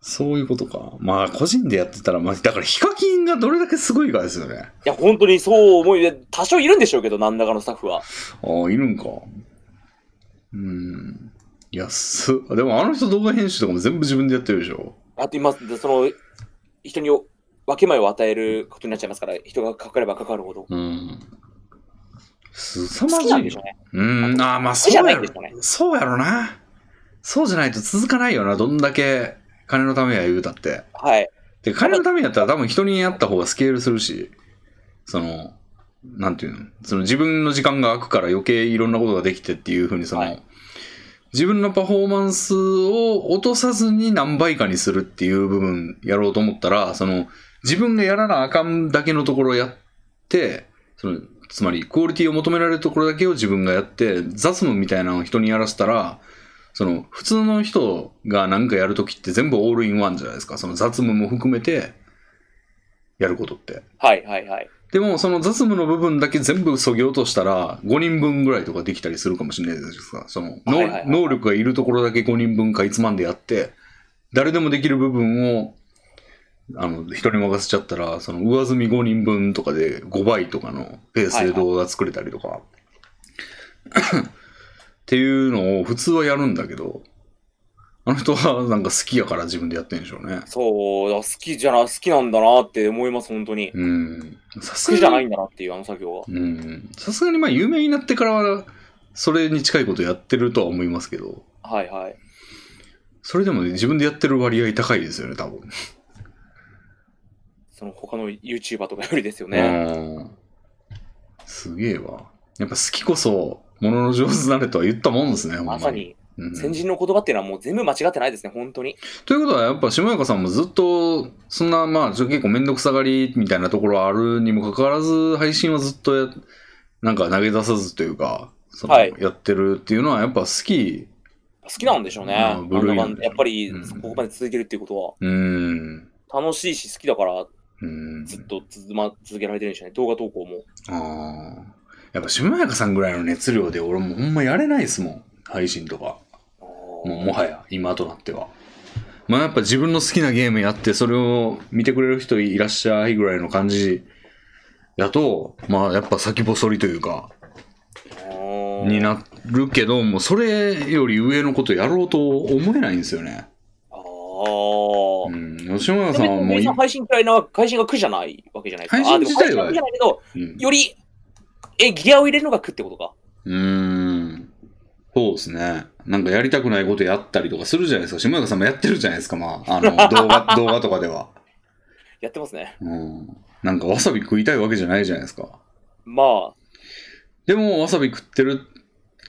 Speaker 1: そういうことか。まあ、個人でやってたら、まあ、だから、ヒカキンがどれだけすごいかですよね。
Speaker 2: いや、本当にそう思い、多少いるんでしょうけど、何らかのスタッフは。
Speaker 1: ああ、いるんか。うん。いや、す、でもあの人動画編集とかも全部自分でやってるでしょ。
Speaker 2: あと今、その、人に分け前を与えることになっちゃいますから、人がかかればかかるほど。
Speaker 1: うん。すさ
Speaker 2: 好
Speaker 1: ま
Speaker 2: き
Speaker 1: じ
Speaker 2: なん
Speaker 1: い
Speaker 2: で
Speaker 1: よ
Speaker 2: しょうね。
Speaker 1: うん、ああ、まあ
Speaker 2: 好き
Speaker 1: そう
Speaker 2: じゃな
Speaker 1: や
Speaker 2: いん
Speaker 1: ろ
Speaker 2: でしょうね。
Speaker 1: そうやろな。そうじゃないと続かないよな、どんだけ金のためや言うたって。
Speaker 2: はい。
Speaker 1: で、金のためやったら多分人にやった方がスケールするし、その、なんていうの、その自分の時間が空くから余計いろんなことができてっていうふうに、その、
Speaker 2: はい
Speaker 1: 自分のパフォーマンスを落とさずに何倍かにするっていう部分やろうと思ったら、その、自分がやらなあかんだけのところをやって、その、つまり、クオリティを求められるところだけを自分がやって、雑務みたいなのを人にやらせたら、その、普通の人が何かやるときって全部オールインワンじゃないですか。その雑務も含めて、やることって。
Speaker 2: はい、はい、はい。
Speaker 1: でも、その雑務の部分だけ全部削ぎ落としたら、5人分ぐらいとかできたりするかもしれないじゃないですか。その、
Speaker 2: はいはいはい
Speaker 1: 能能力がいるところだけ5人分かいつまんでやって、誰でもできる部分を、あの、人に任せちゃったら、その上積み5人分とかで5倍とかのペースで動画作れたりとか、 っていうのを普通はやるんだけど、あの人はなんか好きやから自分でやってんでしょうね。
Speaker 2: そう、だから好きじゃな、好きなんだなって思います、本当に。
Speaker 1: うん。さす
Speaker 2: 好きじゃ
Speaker 1: が
Speaker 2: な
Speaker 1: に
Speaker 2: いんだなっていう、あの作業は。
Speaker 1: うんさすがにまあ有名になってからはそれに近いことやってるとは思いますけど
Speaker 2: はい、はい。
Speaker 1: それでもね自分でやってる割合高いですよね多分
Speaker 2: その他の YouTuber とかよりですよね。
Speaker 1: ねすげえわやっぱ好きこそものの上手なれとは言ったもんですねほんま
Speaker 2: まさに、
Speaker 1: ううん
Speaker 2: 先人の言葉っていうのはもう全部間違ってないですね、本当に。
Speaker 1: ということは、やっぱ、下中さんもずっと、そんな、まあ、ちょ結構めんどくさがりみたいなところあるにもかかわらず、配信はずっとや、なんか投げ出さずというか、その
Speaker 2: はい
Speaker 1: やってるっていうのは、やっぱ好き。
Speaker 2: 好きなんでしょうね。
Speaker 1: まあ
Speaker 2: あの
Speaker 1: ブルー
Speaker 2: バ
Speaker 1: なん
Speaker 2: ンド
Speaker 1: だよ
Speaker 2: やっぱり、
Speaker 1: うん
Speaker 2: ここまで続けるっていうこ
Speaker 1: うーん。
Speaker 2: とは、楽しいし好きだから、
Speaker 1: うん。
Speaker 2: ずっと続,、ま、続けられてるんでしょうね。動画投稿も。
Speaker 1: ああ。やっぱ、下中さんぐらいの熱量で、俺もほんまやれないですもん。配信とか。
Speaker 2: あ
Speaker 1: も
Speaker 2: ー
Speaker 1: うもはや、今となっては。まあ、やっぱ自分の好きなゲームやって、それを見てくれる人いらっしゃいぐらいの感じだと、まあ、やっぱ先細りというか、
Speaker 2: あー
Speaker 1: になるけど、もうそれより上のことやろうと思えないんですよね。
Speaker 2: あー
Speaker 1: うん。吉村
Speaker 2: で
Speaker 1: さんはも
Speaker 2: も
Speaker 1: う
Speaker 2: 別
Speaker 1: い
Speaker 2: に、配信嫌いな、配信が苦じゃないわけじゃないですか。
Speaker 1: 配信
Speaker 2: あーでも
Speaker 1: 自体は
Speaker 2: 配信苦じゃないけど、
Speaker 1: うん
Speaker 2: より、え、ギアを入れるのが苦ってことか。
Speaker 1: うーん。そうですね。なんかやりたくないことやったりとかするじゃないですか。下中さんもやってるじゃないですか。まあ、あの、動画、動画とかでは。
Speaker 2: やってますね。
Speaker 1: うん。なんかわさび食いたいわけじゃないじゃないですか。
Speaker 2: まあ、
Speaker 1: でも、わさび食ってる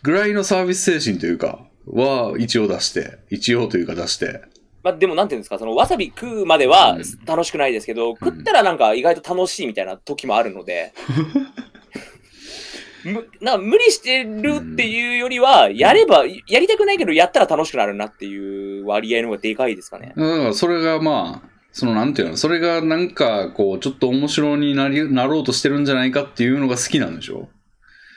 Speaker 1: ぐらいのサービス精神というか、は一応出して、一応というか出して。
Speaker 2: まあでもなんていうんですか、そのわさび食うまでは
Speaker 1: うん
Speaker 2: 楽しくないですけど、食ったらなんか意外と楽しいみたいな時もあるので、むなんか無理してるっていうよりは、やれば、やりたくないけど、やったら楽しくなるなっていう割合の方がでかいですかね。
Speaker 1: だからそれがまあ、そのなんていうの、それがなんかこう、ちょっと面白になりなろうとしてるんじゃないかっていうのが好きなんでしょ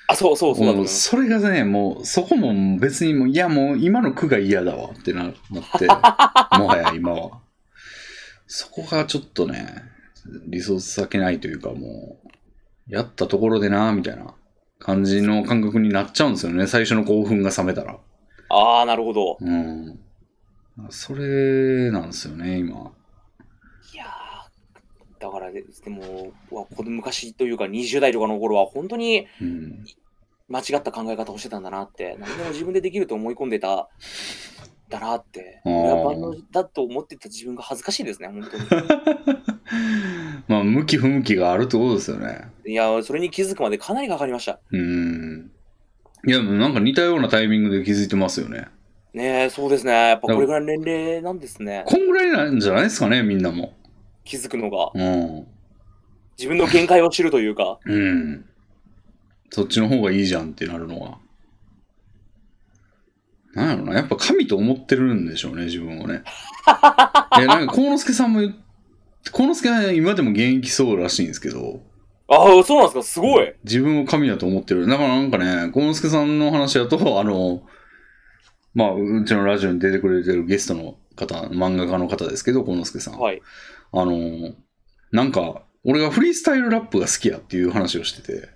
Speaker 2: あ、そうそうそうだと思
Speaker 1: も
Speaker 2: いうます。
Speaker 1: それがね、もうそこも別にもう、いやもう今の句が嫌だわってなな って、もはや今は。そこがちょっとね、リソース避けないというかもう、やったところでな、みたいな感じの感覚になっちゃうんですよね、最初の興奮が冷めたら。
Speaker 2: ああ、なるほど。
Speaker 1: うん。それなんですよね、今。
Speaker 2: いやーだからで、でも、わこの昔というか20代とかの頃は本当に
Speaker 1: うん。
Speaker 2: 間違った考え方をしてたんだなって、何でも自分でできると思い込んでた、だなって、
Speaker 1: あー
Speaker 2: 俺は万能だと思ってた自分が恥ずかしいですね、本当に。
Speaker 1: まあ、向き不向きがあるってことですよね。
Speaker 2: いや、それに気づくまでかなりかかりました。
Speaker 1: うん。いや、でもなんか似たようなタイミングで気づいてますよね。
Speaker 2: ねえ、そうですね。やっぱこれぐらいの年齢なんですね。
Speaker 1: こんぐらいなんじゃないですかね、みんなも。
Speaker 2: 気づくのが。
Speaker 1: うん。
Speaker 2: 自分の限界を知るというか。
Speaker 1: うん。そっちの方がいいじゃんってなるのは。なんやろな、やっぱ神と思ってるんでしょうね、自分を ね。いや、なんか、幸之助さんも言っ、幸之助は今でも現役そうらしいんですけど、
Speaker 2: ああ、そうなんですか。すごい。
Speaker 1: 自分を神だと思ってる。だからなんかね、幸之助さんの話だと、あの、まあ、うちのラジオに出てくれてるゲストの方、漫画家の方ですけど、幸之助さん。
Speaker 2: はい。
Speaker 1: あの、なんか、俺がフリースタイルラップが好きやっていう話をしてて、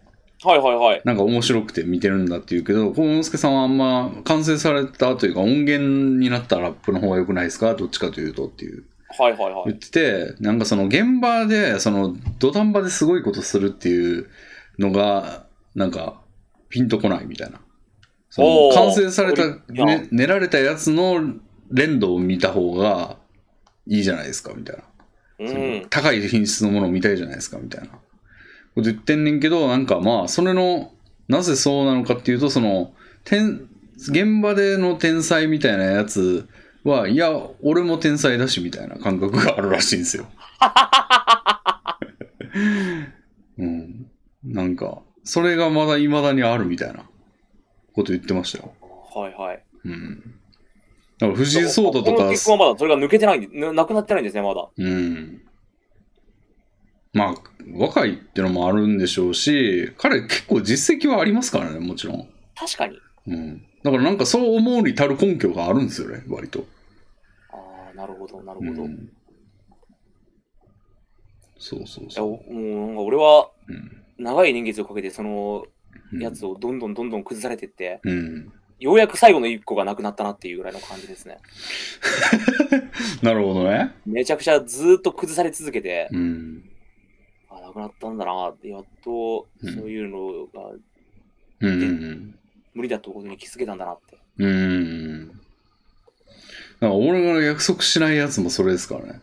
Speaker 2: はいはいはい。
Speaker 1: なんか面白くて見てるんだって言うけど、幸之助さんはあんま完成されたというか音源になったラップの方が良くないですかどっちかというとっていう
Speaker 2: はいはいは
Speaker 1: 言っ
Speaker 2: い。
Speaker 1: てて、なんかその現場で、その土壇場ですごいことするっていうのが、なんかピンとこないみたいな。その
Speaker 2: おー
Speaker 1: 完成された、
Speaker 2: いや
Speaker 1: ね、練られたやつの連動を見た方がいいじゃないですかみたいな。
Speaker 2: う
Speaker 1: その
Speaker 2: ん。
Speaker 1: 高い品質のものを見たいじゃないですかみたいなこと言ってんねんけどなんかまあそれのなぜそうなのかっていうとその天現場での天才みたいなやつはいや俺も天才だしみたいな感覚があるらしいんですよ。 うん、なんかそれがまだいまだにあるみたいなこと言ってましたよ。
Speaker 2: はいはい。
Speaker 1: うん、だから藤井聡太と
Speaker 2: この
Speaker 1: か
Speaker 2: 結婚はまだそれが抜けてないんで、ななくなってないんですね、まだ。
Speaker 1: うん。まあ、若いってのもあるんでしょうし、彼結構実績はありますからね、もちろん。
Speaker 2: 確かに。
Speaker 1: うん。だからなんかそう思うに足る根拠があるんですよね、割と。
Speaker 2: ああ、なるほど、なる
Speaker 1: う
Speaker 2: ほど。い
Speaker 1: ん。そうそう
Speaker 2: やお
Speaker 1: そ
Speaker 2: もうなんか俺は
Speaker 1: う。うん。
Speaker 2: 長い年月をかけてその
Speaker 1: うん
Speaker 2: やつをどんどんどんどん崩されてって、
Speaker 1: うん。
Speaker 2: ようやく最後の一個がなくなったなっていうぐらいの感じですね。
Speaker 1: なるほどね。
Speaker 2: めちゃくちゃずーっと崩され続けて、
Speaker 1: うん。
Speaker 2: あなくなったんだなって、やっと
Speaker 1: う
Speaker 2: そ
Speaker 1: ん
Speaker 2: ういうのが
Speaker 1: うんうん
Speaker 2: 無理だということに気づけたんだなって。
Speaker 1: うん。うん。だから俺が約束しないやつもそれですから ね。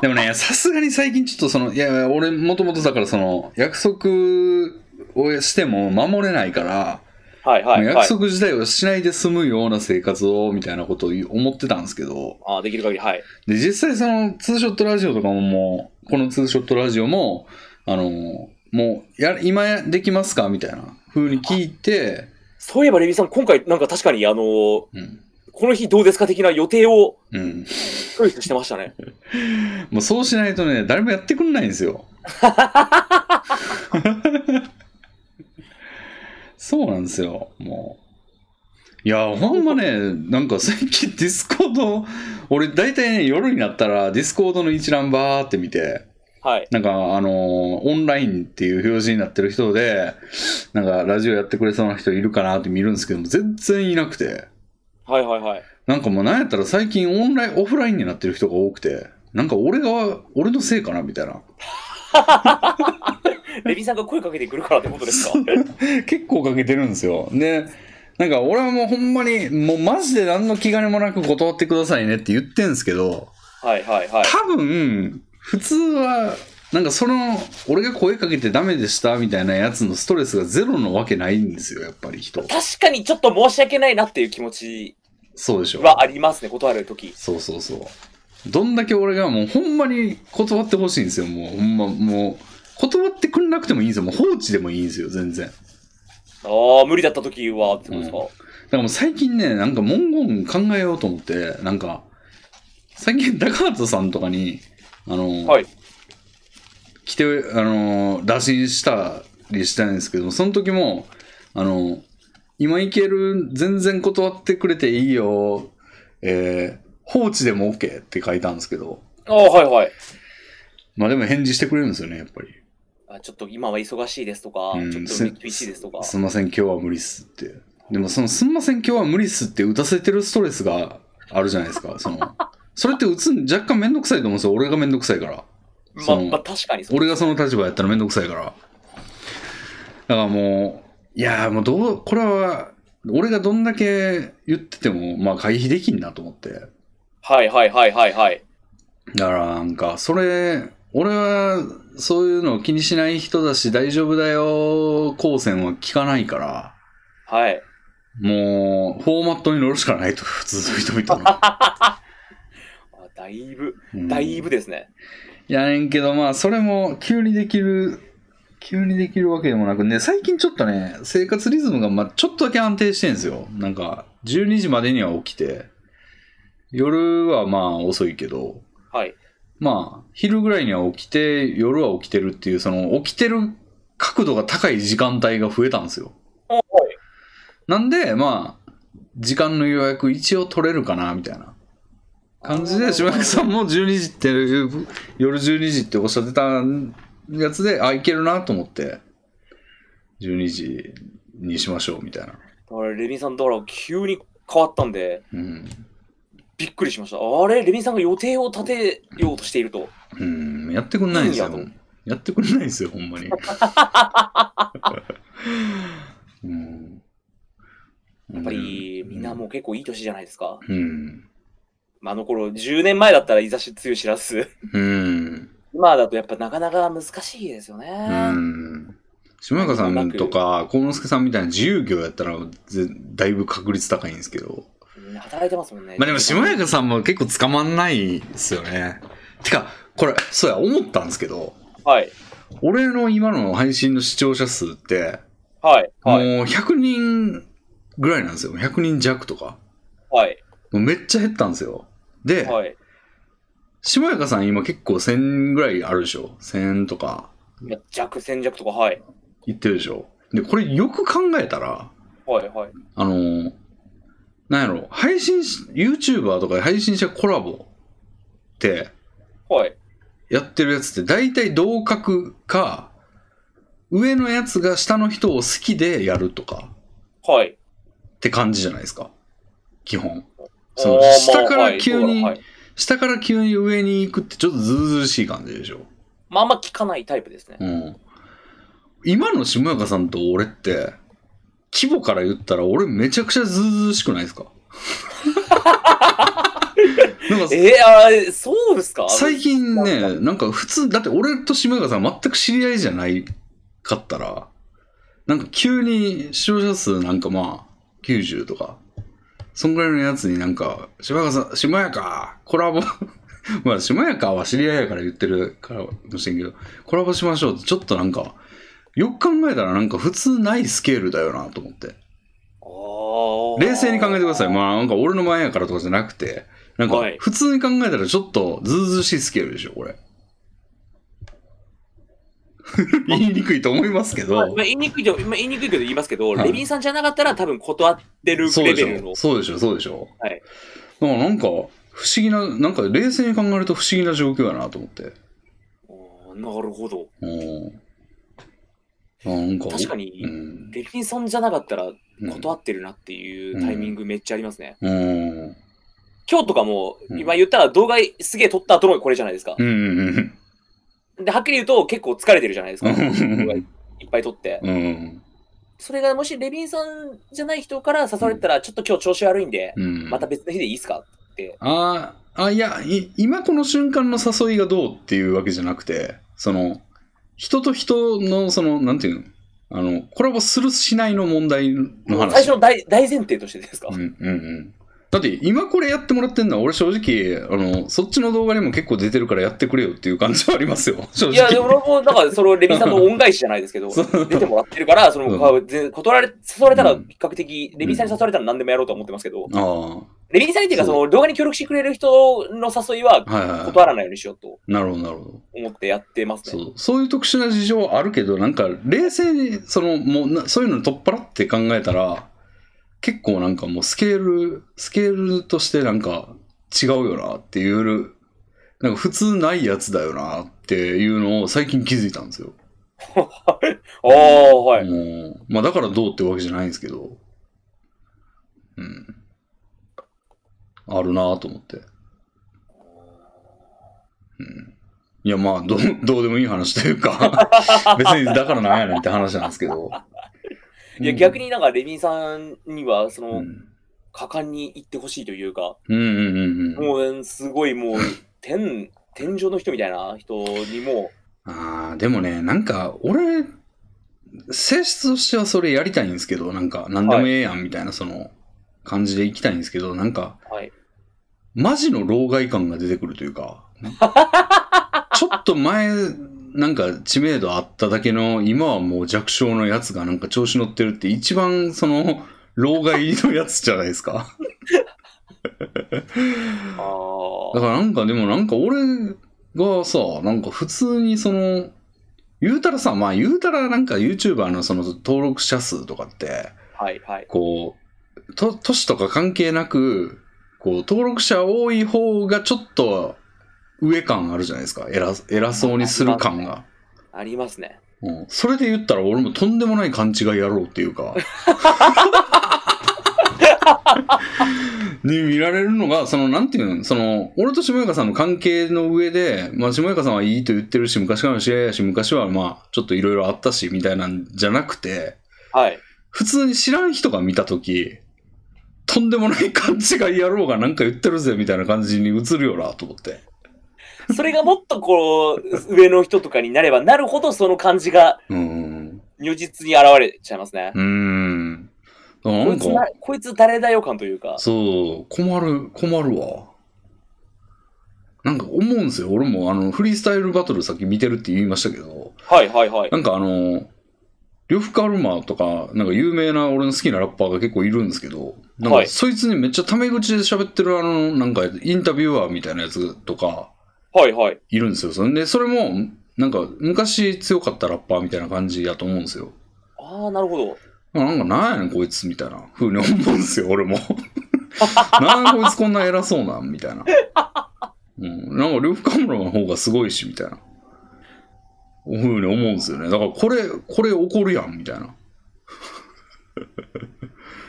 Speaker 1: でもね、さすがに最近ちょっとその、いやいや、俺もともとだからその、約束をしても守れないから、
Speaker 2: はいはいは
Speaker 1: 約
Speaker 2: い。
Speaker 1: 束自体をしないで済むような生活を、みたいなことを思ってたんですけど、
Speaker 2: あーできる限り、はい。
Speaker 1: で、実際そのツーショットラジオとかももう、このツーショットラジオも、あの、もう、や、今できますかみたいな風に聞いて、
Speaker 2: そういえば、レビンさん、今回、なんか確かに、あのー
Speaker 1: うん。
Speaker 2: この日どうですか的な予定を
Speaker 1: うん。
Speaker 2: チョイスしてましたね。
Speaker 1: もうそうしないとね、誰もやってくんないんですよ。そうなんですよ、もう。いや、ほんまね、なんか最近ディスコード、俺大体ね、夜になったらディスコードの一覧バーって見て、
Speaker 2: はい。
Speaker 1: なんかあのーオンラインっていう表示になってる人で、なんかラジオやってくれそうな人いるかなって見るんですけども、全然いなくて。
Speaker 2: はいはいはい。
Speaker 1: なんかもうなんやったら最近オンライン、オフラインになってる人が多くて、なんか俺が、俺のせいかなみたいな。
Speaker 2: レビンさんが声かけてくるからってことですか
Speaker 1: 結構かけてるんですよ。で、なんか俺はもうほんまに、もうマジで何の気兼ねもなく断ってくださいねって言ってんすけど、
Speaker 2: はいはいはい。
Speaker 1: 多分、普通は、なんかその、俺が声かけてダメでしたみたいなやつのストレスがゼロのわけないんですよ、やっぱり人。
Speaker 2: 確かにちょっと申し訳ないなっていう気持ち
Speaker 1: そうでしょ。
Speaker 2: はありますね、断るとき。
Speaker 1: そうそうそう。どんだけ俺がもうほんまに断ってほしいんですよ。もうほんま、もう断ってくれなくてもいいんですよ。もう放置でもいいんですよ、全然。だか
Speaker 2: ああ、無理だったときは、ってことですか、
Speaker 1: らもう最近ね、なんか文言考えようと思って、なんか、最近高畑さんとかに、あの、
Speaker 2: はい
Speaker 1: 来て、あの、打診したりしたんですけど、その時も、あの、今いける、全然断ってくれていいよ、えー放置でも OK って書いたんですけど、
Speaker 2: ああ、はいはい。
Speaker 1: まあでも返事してくれるんですよね、やっぱり。
Speaker 2: あちょっと今は忙しいですとか、
Speaker 1: うん
Speaker 2: ちょっと厳しいですとか。
Speaker 1: すんません、今日は無理っすって。でもそのすんません、今日は無理っすって打たせてるストレスがあるじゃないですか。そ の、それって打つん若干めんどくさいと思うんですよ。俺がめんどくさいから。
Speaker 2: ま
Speaker 1: そ
Speaker 2: あ、
Speaker 1: の
Speaker 2: まあ、確かにそう。
Speaker 1: 俺がその立場やったらめんどくさいから。だからもう、いやーもうどう、これは、俺がどんだけ言ってても、まあ回避できんなと思って。
Speaker 2: はいはいはいはいはい。
Speaker 1: だからなんか、それ、俺はそういうのを気にしない人だし、大丈夫だよ、光線は聞かないから、
Speaker 2: はい。
Speaker 1: もう、フォーマットに乗るしかないと、普通の人 々の。
Speaker 2: あだいぶ、
Speaker 1: うん
Speaker 2: だいぶですね。
Speaker 1: やねんけど、まあ、それも、急にできる、急にできるわけでもなくね、最近ちょっとね、生活リズムが、まあ、ちょっとだけ安定してんですよ。なんか、12時までには起きて、夜はまあ、遅いけど、
Speaker 2: はい。
Speaker 1: まあ、昼ぐらいには起きて、夜は起きてるっていう、その、起きてる角度が高い時間帯が増えたんですよ。
Speaker 2: あはい
Speaker 1: なんで、まあ、時間の予約一応取れるかな、みたいな感じで、島木さんも12時って、夜12時っておっしゃってたやつで、あ、いけるなと思って、12時にしましょう、みたいな。
Speaker 2: だからレビンさん、だから急に変わったんで、
Speaker 1: うん。
Speaker 2: びっくりしました。あれ、レビンさんが予定を立てようとしていると。
Speaker 1: うん、やってくんないんですよ
Speaker 2: いいやと。
Speaker 1: やってくんないんですよ、ほんまに。 うん、
Speaker 2: やっぱり、みんなもう結構いい年じゃないですか。
Speaker 1: うん。
Speaker 2: まあ、あの頃、10年前だったらいざし強い知らず、
Speaker 1: うん。
Speaker 2: 今だとやっぱなかなか難しいですよね。
Speaker 1: うん。島中さんとか、幸之助さんみたいな自由業やったら、ぜだいぶ確率高いんですけど。
Speaker 2: みんな働いてますもんね。
Speaker 1: まあでも、島中さんも結構捕まんないですよね。てか、これ、そうや、思ったんですけど、
Speaker 2: はい。
Speaker 1: 俺の今の配信の視聴者数って、
Speaker 2: はい。はい。
Speaker 1: もう100人ぐらいなんですよ。100人弱とか。
Speaker 2: はい。
Speaker 1: もうめっちゃ減ったんですよ。で、
Speaker 2: はい。
Speaker 1: しもやかさん今結構1000ぐらいあるでしょ ?1000 とか
Speaker 2: いや弱戦弱とか、はい。
Speaker 1: 言ってるでしょで、これよく考えたら、
Speaker 2: はい。はい。
Speaker 1: あのーなんやろ、配信し、YouTuber とかで配信者コラボって
Speaker 2: はい。
Speaker 1: やってるやつって大体同格か、上のやつが下の人を好きでやるとか
Speaker 2: はい。
Speaker 1: って感じじゃないですか。基本。
Speaker 2: あ
Speaker 1: そ
Speaker 2: ー
Speaker 1: う
Speaker 2: まあ
Speaker 1: 下から
Speaker 2: はい
Speaker 1: 急に
Speaker 2: そうだはい
Speaker 1: 下から急に上に行くってちょっとずうずうしい感じでしょ。
Speaker 2: まあ、あんま聞かないタイプですね。
Speaker 1: うん。今の下中さんと俺って、規模から言ったら俺めちゃくちゃずうずうしくないですか なんか
Speaker 2: えー、あーそうですか
Speaker 1: 最近ね、なんか普通、だって俺と下中さん全く知り合いじゃないかったら、なんか急に視聴者数なんかまあ、90とか、そんぐらいのやつになんか、島やさん、島やか、コラボ、 まあ、島やかは知り合いやから言ってるからかもしれんけど、コラボしましょうって、ちょっとなんか、よく考えたらなんか普通ないスケールだよなと思って。
Speaker 2: ああ。
Speaker 1: 冷静に考えてください。まあなんか俺の前やからとかじゃなくて、なんか
Speaker 2: はい
Speaker 1: 普通に考えたらちょっとずうずうしいスケールでしょ、これ。 言いにくいと思いますけ
Speaker 2: まあ
Speaker 1: ど
Speaker 2: まあ、。言いにくいけど、まあ、言いにくいけど言いますけど、
Speaker 1: はい
Speaker 2: レビンさんじゃなかったら多分断ってる
Speaker 1: そう
Speaker 2: レ
Speaker 1: でし
Speaker 2: ベル
Speaker 1: ょ
Speaker 2: の。
Speaker 1: そうでしょそうでしょ
Speaker 2: はい
Speaker 1: だからなんか不思議ななんか冷静に考えると不思議な状況やなと思って
Speaker 2: あーなるほど。
Speaker 1: うんあなんか
Speaker 2: 確かに
Speaker 1: うん
Speaker 2: レビンさんじゃなかったら断ってるなっていうタイミングめっちゃありますね。
Speaker 1: うんうん
Speaker 2: 今日とかも、
Speaker 1: うん
Speaker 2: 今言ったら動画すげえ撮った後のこれじゃないですか。
Speaker 1: うんうん
Speaker 2: で、はっきり言うと結構疲れてるじゃないですか。動画いっぱい撮って。
Speaker 1: うん
Speaker 2: それがもしレビンさんじゃない人から誘われたら、ちょっと今日調子悪いんで、
Speaker 1: うん
Speaker 2: また別の日でいいですか
Speaker 1: あーあいやい今この瞬間の誘いがどうっていうわけじゃなくてその人と人のそのなんていうのあのコラボするしないの問題の話
Speaker 2: 最初の大大前提としてですか、
Speaker 1: うんうんうんだって今これやってもらってんのは俺正直あのそっちの動画にも結構出てるからやってくれよっていう感じはありますよ正直
Speaker 2: いや、でも俺も、だから、それをレビンさんの恩返しじゃないですけど、
Speaker 1: そう
Speaker 2: 出てもらってるから、その、
Speaker 1: う
Speaker 2: 全然断られ、誘われたら、
Speaker 1: うん
Speaker 2: 比較的、レビンさんに誘われたら何でもやろうとは思ってますけど、
Speaker 1: あ
Speaker 2: レビンさんっていうか、
Speaker 1: そ
Speaker 2: そうの動画に協力してくれる人の誘いは
Speaker 1: あはいはいは
Speaker 2: 断らないようにしようと
Speaker 1: いなるほどなるほど
Speaker 2: 思ってやってます
Speaker 1: そ
Speaker 2: ね。
Speaker 1: うそういう特殊な事情はあるけどなんか冷静にそのもうなそういうの取っ払って考えたら結構なんかもうスケールスケールとしてなんか違うよなっていうなんか普通ないやつだよなっていうのを最近気づいたんですよ、
Speaker 2: ああ、はい。
Speaker 1: もうまあだからどうってわけじゃないんですけどうんあるなと思ってうんいやまあどうどうでもいい話というか 別にだからなんやねんって話なんですけど
Speaker 2: いや、逆
Speaker 1: に
Speaker 2: になんか、レビンさんには、そうの、
Speaker 1: ん
Speaker 2: 果敢に行ってほしいというか、
Speaker 1: うんうんうんうん
Speaker 2: もう、すごいもう、天、天井の人みたいな人にも、
Speaker 1: ああでもねなんか俺性質としてはそれやりたいんですけどなんか何でもええやんみたいなその感じでいきたいんですけどなんか
Speaker 2: はい。
Speaker 1: マジの老害感が出てくるというか、ちょっと前、なんか知名度あっただけの、今はもう弱小のやつがなんか調子乗ってるって、一番その、老害のやつじゃないですか。
Speaker 2: ああ
Speaker 1: だ。からなんかでもなんか俺がさ、なんか普通にその、言うたらさ、まあ言うたらなんか YouTuber のその登録者数とかって、
Speaker 2: はい、はい。
Speaker 1: こう、と、都市とか関係なく、こう、登録者多い方がちょっと上感あるじゃないですか。偉、偉そうにする感が。
Speaker 2: ありますね。
Speaker 1: うん、それで言ったら俺もとんでもない勘違いやろうっていうか。に見られるのが、その、なんていうの、その、俺と下中さんの関係の上で、まあ、下中さんはいいと言ってるし、昔からの知り合いやし、昔はまあ、ちょっといろいろあったし、みたいなんじゃなくて、
Speaker 2: はい。
Speaker 1: 普通に知らん人が見た時とんでもない勘違い野郎がなんか言ってるぜみたいな感じに映るよなと思って
Speaker 2: それがもっとこう、 上の人とかになればなるほど、その感じが
Speaker 1: うーん
Speaker 2: 如実に現れちゃいますね
Speaker 1: う。ーんだから
Speaker 2: こ
Speaker 1: ないん
Speaker 2: つな
Speaker 1: か、
Speaker 2: こいつ誰だよ感というか。
Speaker 1: そう困る困るわなんか思うんですよ俺もあのフリースタイルバトルさっき見てるって言いましたけど
Speaker 2: はいはいはい。
Speaker 1: なんかあの呂布カルマとかなんか有名な俺の好きなラッパーが結構いるんですけどなん
Speaker 2: は
Speaker 1: か
Speaker 2: い
Speaker 1: そいつにめっちゃタメ口で喋ってるあのなんかインタビュアーみたいなやつとか
Speaker 2: はいはい。
Speaker 1: いるんですよ。それで、それも、なんか、昔強かったラッパーみたいな感じやと思うんですよ。
Speaker 2: ああ、なるほど。
Speaker 1: あなんか、なんやねん、こいつ、みたいな風に思うんですよ、俺も。 なんやこいつこんな偉そうなん、みたいな。うん、なんか、両布カムラの方がすごいし、みたいな。ふうに思うんですよね。だから、これ、これ怒るやん、みたいな。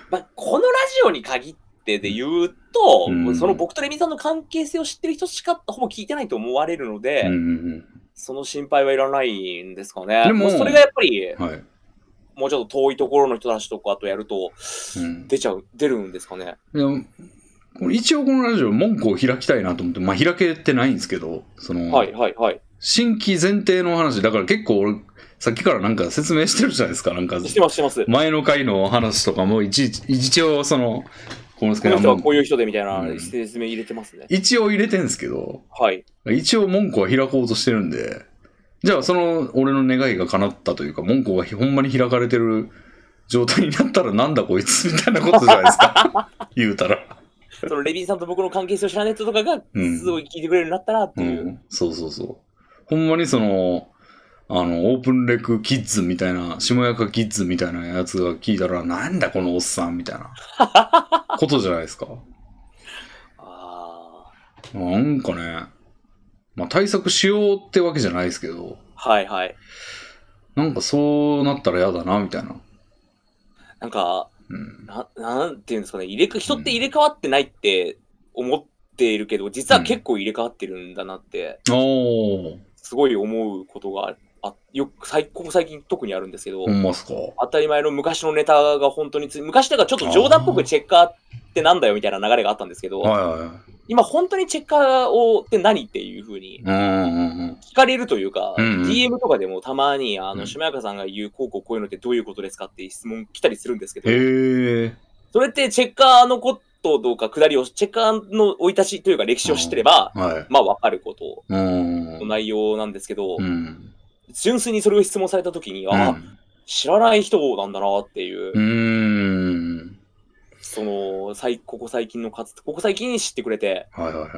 Speaker 2: まあ、このラジオに限ってで言うと、
Speaker 1: うん
Speaker 2: その僕とレミさんの関係性を知ってる人しかほぼ聞いてないと思われるので、
Speaker 1: うんうん
Speaker 2: その心配はいらないんですかね。
Speaker 1: で
Speaker 2: で
Speaker 1: も
Speaker 2: もうそれがやっぱり、
Speaker 1: うん。はい。
Speaker 2: もうちょっと遠いところの人たちとかとやると、
Speaker 1: うん
Speaker 2: 出ちゃう、出るんですかね。
Speaker 1: でもこれ一応このラジオ門戸を開きたいなと思って、まあ開けてないんですけど、その、
Speaker 2: はいはいはい。
Speaker 1: 新規前提の話だから結構俺さっきからなんか説明してるじゃないですか、なんか。
Speaker 2: してます、してます。
Speaker 1: 前の回の話とかも一一一応その、小之
Speaker 2: こ
Speaker 1: 助
Speaker 2: の
Speaker 1: さん
Speaker 2: 人は
Speaker 1: も
Speaker 2: こういう人でみたいな
Speaker 1: うん
Speaker 2: 説明入れてますね。
Speaker 1: 一応入れてんですけど、
Speaker 2: はい。
Speaker 1: 一応門戸は開こうとしてるんで、じゃあその俺の願いが叶ったというか、門戸がほんまに開かれてる状態になったらなんだこいつみたいなことじゃないです か。言うたら。
Speaker 2: そのレビンさんと僕の関係性を知らない人とかが、
Speaker 1: うん
Speaker 2: すごい聞いてくれるようになったらって
Speaker 1: う
Speaker 2: いう。
Speaker 1: ん、そうそうそう。ほんまにその、あの、オープンレクキッズみたいな、下やかキッズみたいなやつが聞いたら、なんだこのおっさんみたいな ことじゃないですか。
Speaker 2: あ
Speaker 1: なんかね、まあ対策しようってわけじゃないですけど、
Speaker 2: あ。はいはい。
Speaker 1: なんかそうなったら嫌だな、みたいな。
Speaker 2: なんか、
Speaker 1: うん。
Speaker 2: ななんていうんですかね入れか、人って入れ替わってないって思っているけど、実は結構入れ替わってるんだなって、
Speaker 1: おー、
Speaker 2: すごい思うことがあよく最ここ最近特にあるんですけど、
Speaker 1: ほんまっすか。
Speaker 2: 当たり前の昔のネタが本当につ昔だからちょっと冗談っぽくチェッカーってなんだよみたいな流れがあったんですけど、
Speaker 1: はいはい。
Speaker 2: 今本当にチェッカーをって何っていうふうに
Speaker 1: うんうんうん
Speaker 2: 聞かれるというか、
Speaker 1: うんうん
Speaker 2: DM とかでもたまに、あ
Speaker 1: う
Speaker 2: の、
Speaker 1: ん
Speaker 2: しまやかさんが言う、こうこうこういうのってどういうことですかって質問来たりするんですけど、
Speaker 1: へえ。
Speaker 2: それってチェッカーのこととか、下りを、チェッカーの生い立ちというか歴史を知ってれば、
Speaker 1: はい。
Speaker 2: まあわかること
Speaker 1: うん。
Speaker 2: の内容なんですけど、
Speaker 1: うん。
Speaker 2: 純粋にそれを質問されたときに、
Speaker 1: う
Speaker 2: あ、
Speaker 1: ん
Speaker 2: 知らない人なんだなっていう、
Speaker 1: うん。
Speaker 2: その、最ここ最近の活、ここ最近知ってくれて、
Speaker 1: はいはいはいは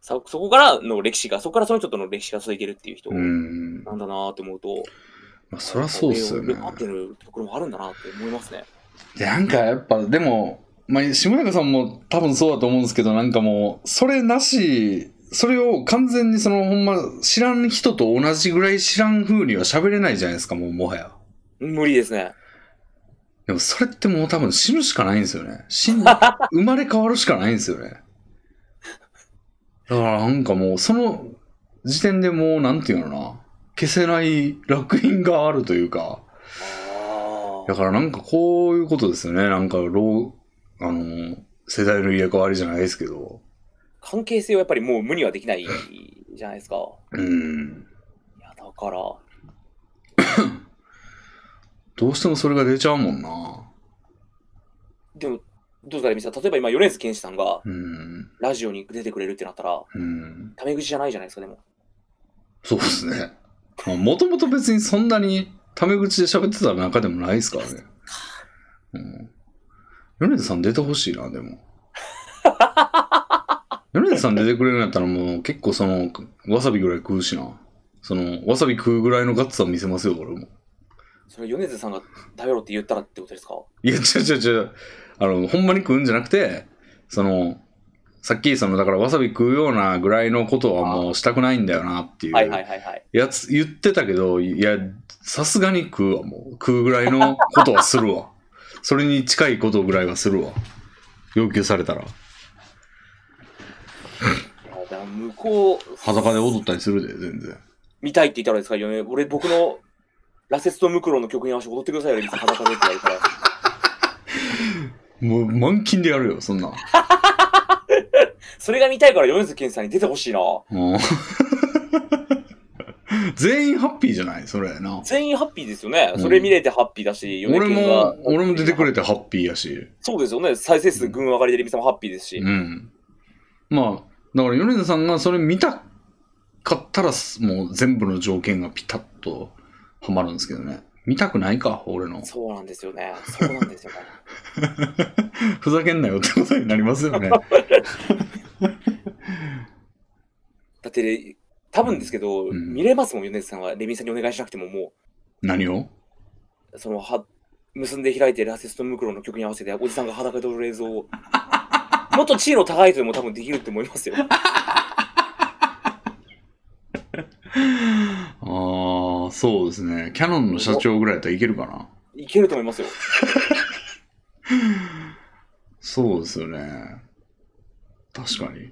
Speaker 2: さそこからの歴史が、そこからその人との歴史が続いてるっていう人
Speaker 1: い。うん。
Speaker 2: なんだなって思うと、
Speaker 1: まあ、そりゃそうっすよね
Speaker 2: 上。を上回ってるところもあるんだなって思いますね。
Speaker 1: でなんかやっぱ、でも、まあ、下中さんも多分そうだと思うんですけど、なんかもう、それなし、それを完全にその、ほんま、知らん人と同じぐらい知らん風には喋れないじゃないですか、もうもはや。
Speaker 2: 無理ですね。
Speaker 1: でもそれってもう多分死ぬしかないんですよね。死ん生まれ変わるしかないんですよね。だからなんかもう、その時点でもう、なんていうのかな、消せない楽園があるというか、
Speaker 2: あ
Speaker 1: だからなんかこういうことですよね。なんか、老、あの、世代の入れ替わりじゃないですけど。
Speaker 2: 関係性はやっぱりもう無にはできないじゃないですか。
Speaker 1: うん。
Speaker 2: いや、だから、
Speaker 1: どうしてもそれが出ちゃうもんな。
Speaker 2: でも、どうですかね、ミさん。例えば今、米津玄師さんが
Speaker 1: うん。
Speaker 2: ラジオに出てくれるってなったら、
Speaker 1: うん。
Speaker 2: タメ口じゃないじゃないですか、でも。
Speaker 1: そうですね。まあもともと別にそんなにタメ口で喋ってた中でもないですからね。うん。米津さん出てほしいな、でも。米津さん出てくれるんやったらもう結構その、わさびぐらい食うしな。その、わさび食うぐらいのガッツは見せますよ、俺も。
Speaker 2: それ、米津さんが食べろって言ったらってことですか
Speaker 1: いや、違う違う違う。あの、ほんまに食うんじゃなくて、その、さっき、その、だから、わさび食うようなぐらいのことはもうしたくないんだよなってい
Speaker 2: はいはいうはいはい。
Speaker 1: やつ、言ってたけど、いや、さすがに食うわ、もう。食うぐらいのことはするわ。 それに近いことぐらいはするわ。要求されたら。
Speaker 2: いやだから向こう、
Speaker 1: 裸で踊ったりするで、全然。
Speaker 2: 見たいって言ったらですか、米俺、僕のラセストムクロの曲に合わせて踊ってくださいよ、米津さん、裸でって言われたら。
Speaker 1: もう、満勤でやるよ、そんな。
Speaker 2: それが見たいから、米津玄師さんに出てほしいな。
Speaker 1: もう 全員ハッピーじゃないそれな。
Speaker 2: 全員ハッピーですよね。それ見れてハッピーだし、
Speaker 1: 俺
Speaker 2: 米津が
Speaker 1: も、俺も出てくれてハッピーやし。
Speaker 2: そうですよね。再生数群上がりでレミさんもハッピーですし。
Speaker 1: うん。まあ、だから米津さんがそれ見たかったら、すもう全部の条件がピタッとはまるんですけどね。見たくないか、俺の。
Speaker 2: そうなんですよね。そうなんですよね。
Speaker 1: ふざけんなよってことになりますよ ね。
Speaker 2: だって、多分ですけど、
Speaker 1: うん
Speaker 2: 見れますもん、米津さんは。レミさんにお願いしなくても、も
Speaker 1: 何を
Speaker 2: う、その、は、結んで開いてるラセストムクロの曲に合わせて、おじさんが裸で踊る映像を。もっと地位の高い人でも多分できると思いますよ。
Speaker 1: ああ、そうですね。キャノンの社長ぐらいだったらいけるかな。
Speaker 2: いけると思いますよ。
Speaker 1: そうですよね。確かに。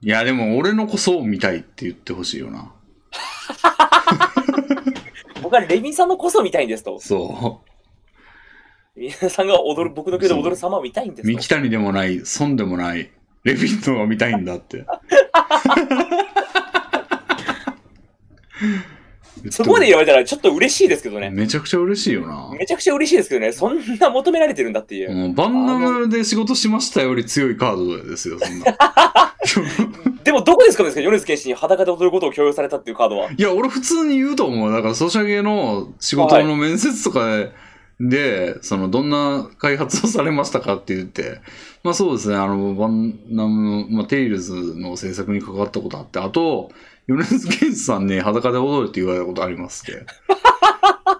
Speaker 1: いや、でも俺のこそ見たいって言ってほしいよな。
Speaker 2: 僕はレミさんのこそ見たいんですと。
Speaker 1: そう。
Speaker 2: レミさんが踊る、僕の曲で踊る様を見たいんです
Speaker 1: 三
Speaker 2: と
Speaker 1: 木。谷でもない、孫でもない、レビントンが見たいんだって。
Speaker 2: そこまで言われたらちょっと嬉しいですけどね。
Speaker 1: めちゃくちゃ嬉しいよな。
Speaker 2: めちゃくちゃ嬉しいですけどね。そんな求められてるんだっていう。
Speaker 1: うんバンナムで仕事しましたより強いカードですよ、そん な。
Speaker 2: でもどこですかですか米津玄師に裸で踊ることを強要されたっていうカードは。
Speaker 1: いや、俺普通に言うと思う。だから、ソシャゲの仕事の面接とかで、でその、どんな開発をされましたかって言って、 まあそうですね、あの、バンナムの、まあ、テイルズの制作に関わったことあって、あと、米津玄師さんに裸で踊るって言われたことあります って。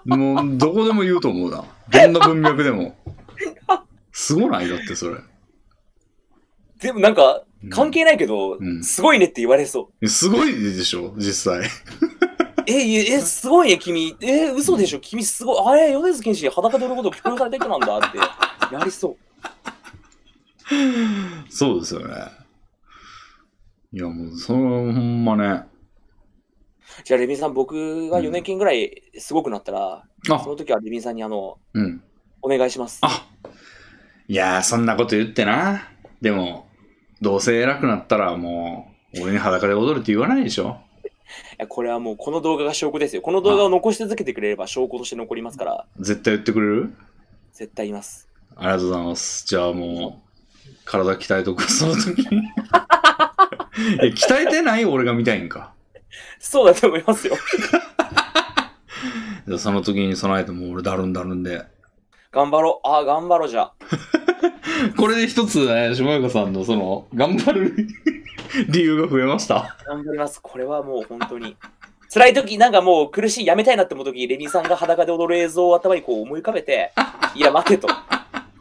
Speaker 1: もう、どこでも言うと思うな。どんな文脈でも。 すごないだって、それ。
Speaker 2: でもなんか
Speaker 1: うん
Speaker 2: 関係ないけど、
Speaker 1: うん
Speaker 2: すごいねって言われそう。
Speaker 1: すごいでしょ、実際。
Speaker 2: え、いえ、えすごいね君。え、嘘でしょ君すごい。あれ、米津玄師に裸で踊ることを強要された人なんだ って。やりそう。
Speaker 1: そうですよね。いや、もう、その、ほんまね。
Speaker 2: じゃあレビンさん、僕が4年間ぐらいすごくなったら、
Speaker 1: あ
Speaker 2: その、時はレビンさんにあの、
Speaker 1: うん。
Speaker 2: お願いします。
Speaker 1: あいやー、そんなこと言ってな。でも、どうせ偉くなったらもう、俺に裸で踊るって言わないでしょ。
Speaker 2: いやこれはもうこの動画が証拠ですよ。この動画を残し続けてくれれば証拠として残りますから、
Speaker 1: 絶対言ってくれる
Speaker 2: 絶対います。
Speaker 1: ありがとうございます。じゃあもう、体鍛えとく、その時 に。え、鍛えてない俺が見たいんか。
Speaker 2: そうだと思いますよ。
Speaker 1: じゃあその時に備えてもう俺だるんだるんで。
Speaker 2: 頑張ろう。ああ、頑張ろうじゃあ。
Speaker 1: これで一つ、ね、下岡さんのその、頑張る理由が増えました。
Speaker 2: 頑張ります。これはもう本当に。辛い時、なんかもう苦しい、やめたいなって思う時、レミさんが裸で踊る映像を頭にこう思い浮か べて、いや、待てと。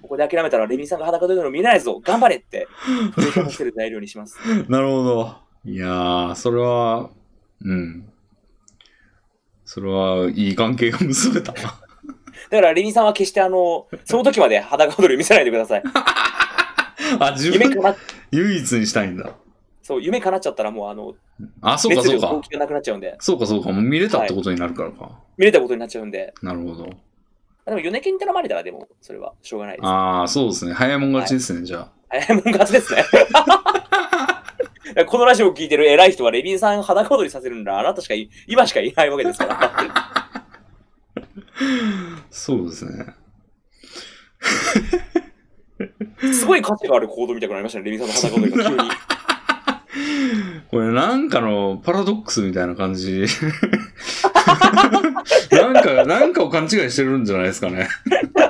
Speaker 2: ここで諦めたらレミさんが裸で踊るの見れないぞ。頑張れって。 奮い立たせる材料にします。
Speaker 1: なるほど。いやー、それは、うん。それは、いい関係が結べたな。
Speaker 2: だからレミさんは決してあの、その時まで裸踊り見せないでく ださい。
Speaker 1: あ、自
Speaker 2: 夢
Speaker 1: 分
Speaker 2: か、な、
Speaker 1: 唯一にしたいんだ。そう
Speaker 2: そう、夢叶っちゃったらもうあの、
Speaker 1: あ、そうか、
Speaker 2: 熱
Speaker 1: そう
Speaker 2: 量が大
Speaker 1: か
Speaker 2: き。くなくなっちゃうんで、
Speaker 1: そうか、そうか。もう見れたってことになるからか。
Speaker 2: 見れたことになっちゃうんで、
Speaker 1: なるほど。
Speaker 2: あでも米県に頼まれたらでも、それはしょうがないです。
Speaker 1: あー、そうですね。早いもん勝ちですね、じゃ
Speaker 2: 早いもん勝ちですね。 このラジオを聞いてる偉い人はレビンさん裸踊りさせるんだあなたしかい今しかいないわけです から。
Speaker 1: あ。そうですね。
Speaker 2: すごい価値がある行動みたいになりましたね、レビンさんの裸踊りが急 に。
Speaker 1: これなんかのパラドックスみたいな感じ。 なんか、なんかを勘違いしてるんじゃないですかね。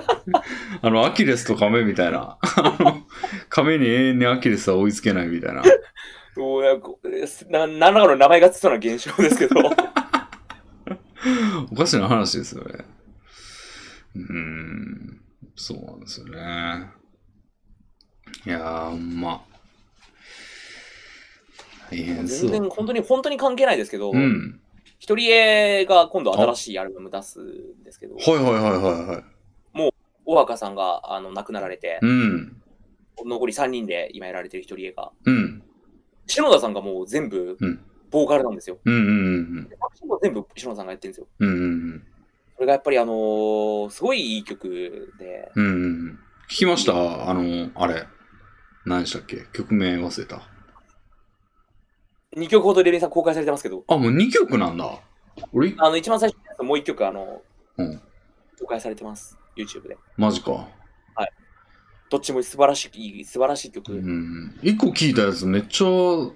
Speaker 1: あの、アキレスと亀みたいな。 あの亀に永遠にアキレスは追いつけないみたいな。
Speaker 2: どうやこな何らかの名前がつきそうな現象ですけど、
Speaker 1: おかしな話ですよね。うーん、そうなんですよね。いやー、ほんま。大変
Speaker 2: 全
Speaker 1: そう
Speaker 2: 然。本当に本当に関係ないですけど、
Speaker 1: うん。
Speaker 2: 一人絵が今度新しいアルバム出すんですけど、
Speaker 1: はいはいはいはいはい。
Speaker 2: 大若さんがあの亡くなられて
Speaker 1: う、ん。
Speaker 2: 残り3人で今やられてる一人絵が、
Speaker 1: うん。
Speaker 2: 篠田さんがもう全部
Speaker 1: うん
Speaker 2: ボーカルなんですよ。
Speaker 1: うんうんうん
Speaker 2: アクションも全部篠田さんがやってるんですよ。
Speaker 1: うん。うんうん
Speaker 2: それがやっぱりあのーすごいいい曲で、
Speaker 1: うん。うんうん。聞きましたあの、あれ。何でしたっけ曲名忘れた。
Speaker 2: 2曲ほどレミさん公開されてますけど、
Speaker 1: あ、もう2曲なんだ。俺、
Speaker 2: あの、一番最初のやつもう1曲、あの、
Speaker 1: うん
Speaker 2: 公開されてます。YouTube で。
Speaker 1: マジか。
Speaker 2: どっちも素晴らしい、素晴らしい曲。
Speaker 1: うん。一個聞いたやつめっちゃ、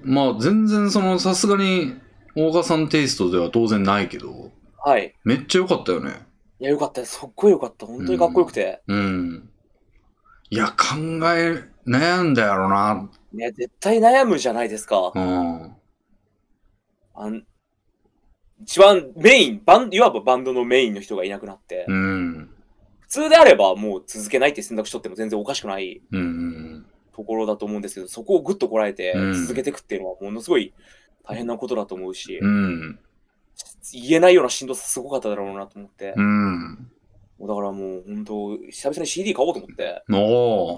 Speaker 1: まあ全然そのさすがに大賀さんテイストでは当然ないけど、
Speaker 2: はい。
Speaker 1: めっちゃ良かったよね。
Speaker 2: いや、よかったです。すっごいよかった。本当にかっこよくて。
Speaker 1: うん。いや、考え、悩んだやろな。
Speaker 2: ね、絶対悩むじゃないですか。
Speaker 1: うん。
Speaker 2: あん一番メイン、バンいわばバンドのメインの人がいなくなって、
Speaker 1: うん。
Speaker 2: 普通であればもう続けないって選択肢取っても全然おかしくない
Speaker 1: うんうん。
Speaker 2: ところだと思うんですけど、そこをぐっとこらえて
Speaker 1: うん
Speaker 2: 続けていくっていうのはものすごい大変なことだと思うし、
Speaker 1: うん。
Speaker 2: 言えないようなしんどさすごかっただろうなと思って、
Speaker 1: うん。
Speaker 2: もうだからもう本当、久々に CD 買おうと思って、
Speaker 1: おー。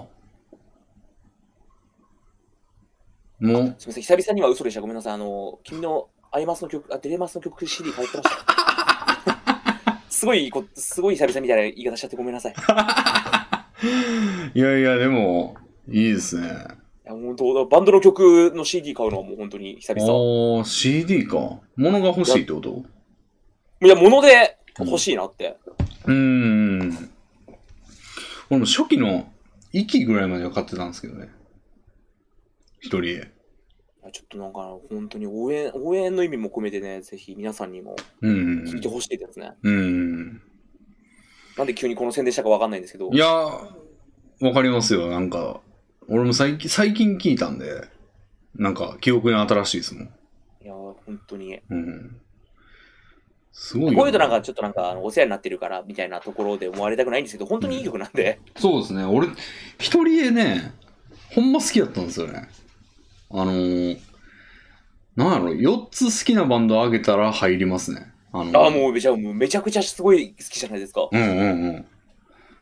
Speaker 1: もう、
Speaker 2: すみません、久々には嘘でした。ごめんなさい、あの、君のアイマスの曲、あ、デレマスの曲 CD 買ってました。 すごいこ、すごい久々みたいな言い方しちゃってごめんなさい。い
Speaker 1: いやいや、でも、いいですね。
Speaker 2: や、本当、バンドの曲の CD 買うのはもう本当に久々。
Speaker 1: おー、CD か。物が欲しいってこと
Speaker 2: いや、物で欲しいなって。
Speaker 1: うーん。俺も初期の息ぐらいまでは買ってたんですけどね。一人で。
Speaker 2: いやちょっとなんか、本当に応援、応援の意味も込めてね、ぜひ皆さんにも
Speaker 1: うん
Speaker 2: 聞いてほしいですね。
Speaker 1: うん。うん。
Speaker 2: なんで急にこの宣伝したかわかんないんですけど
Speaker 1: い。やー、わかりますよ。なんか、俺も最近、最近聞いたんで、なんか、記憶に新しいですもん。
Speaker 2: いや、本当に。
Speaker 1: うん。すごいよね
Speaker 2: こういうとなんか、ちょっとなんか、あのお世話になってるから、みたいなところで思われたくないんですけど、本当にいい曲なんで。
Speaker 1: そうですね。俺、一人絵ね、ほんま好きだったんですよね。あのー、なんやろ、4つ好きなバンドあげたら入りますね。あのー
Speaker 2: ああ、もうめちゃ、もうめちゃくちゃすごい好きじゃないですか。
Speaker 1: うんうんうん。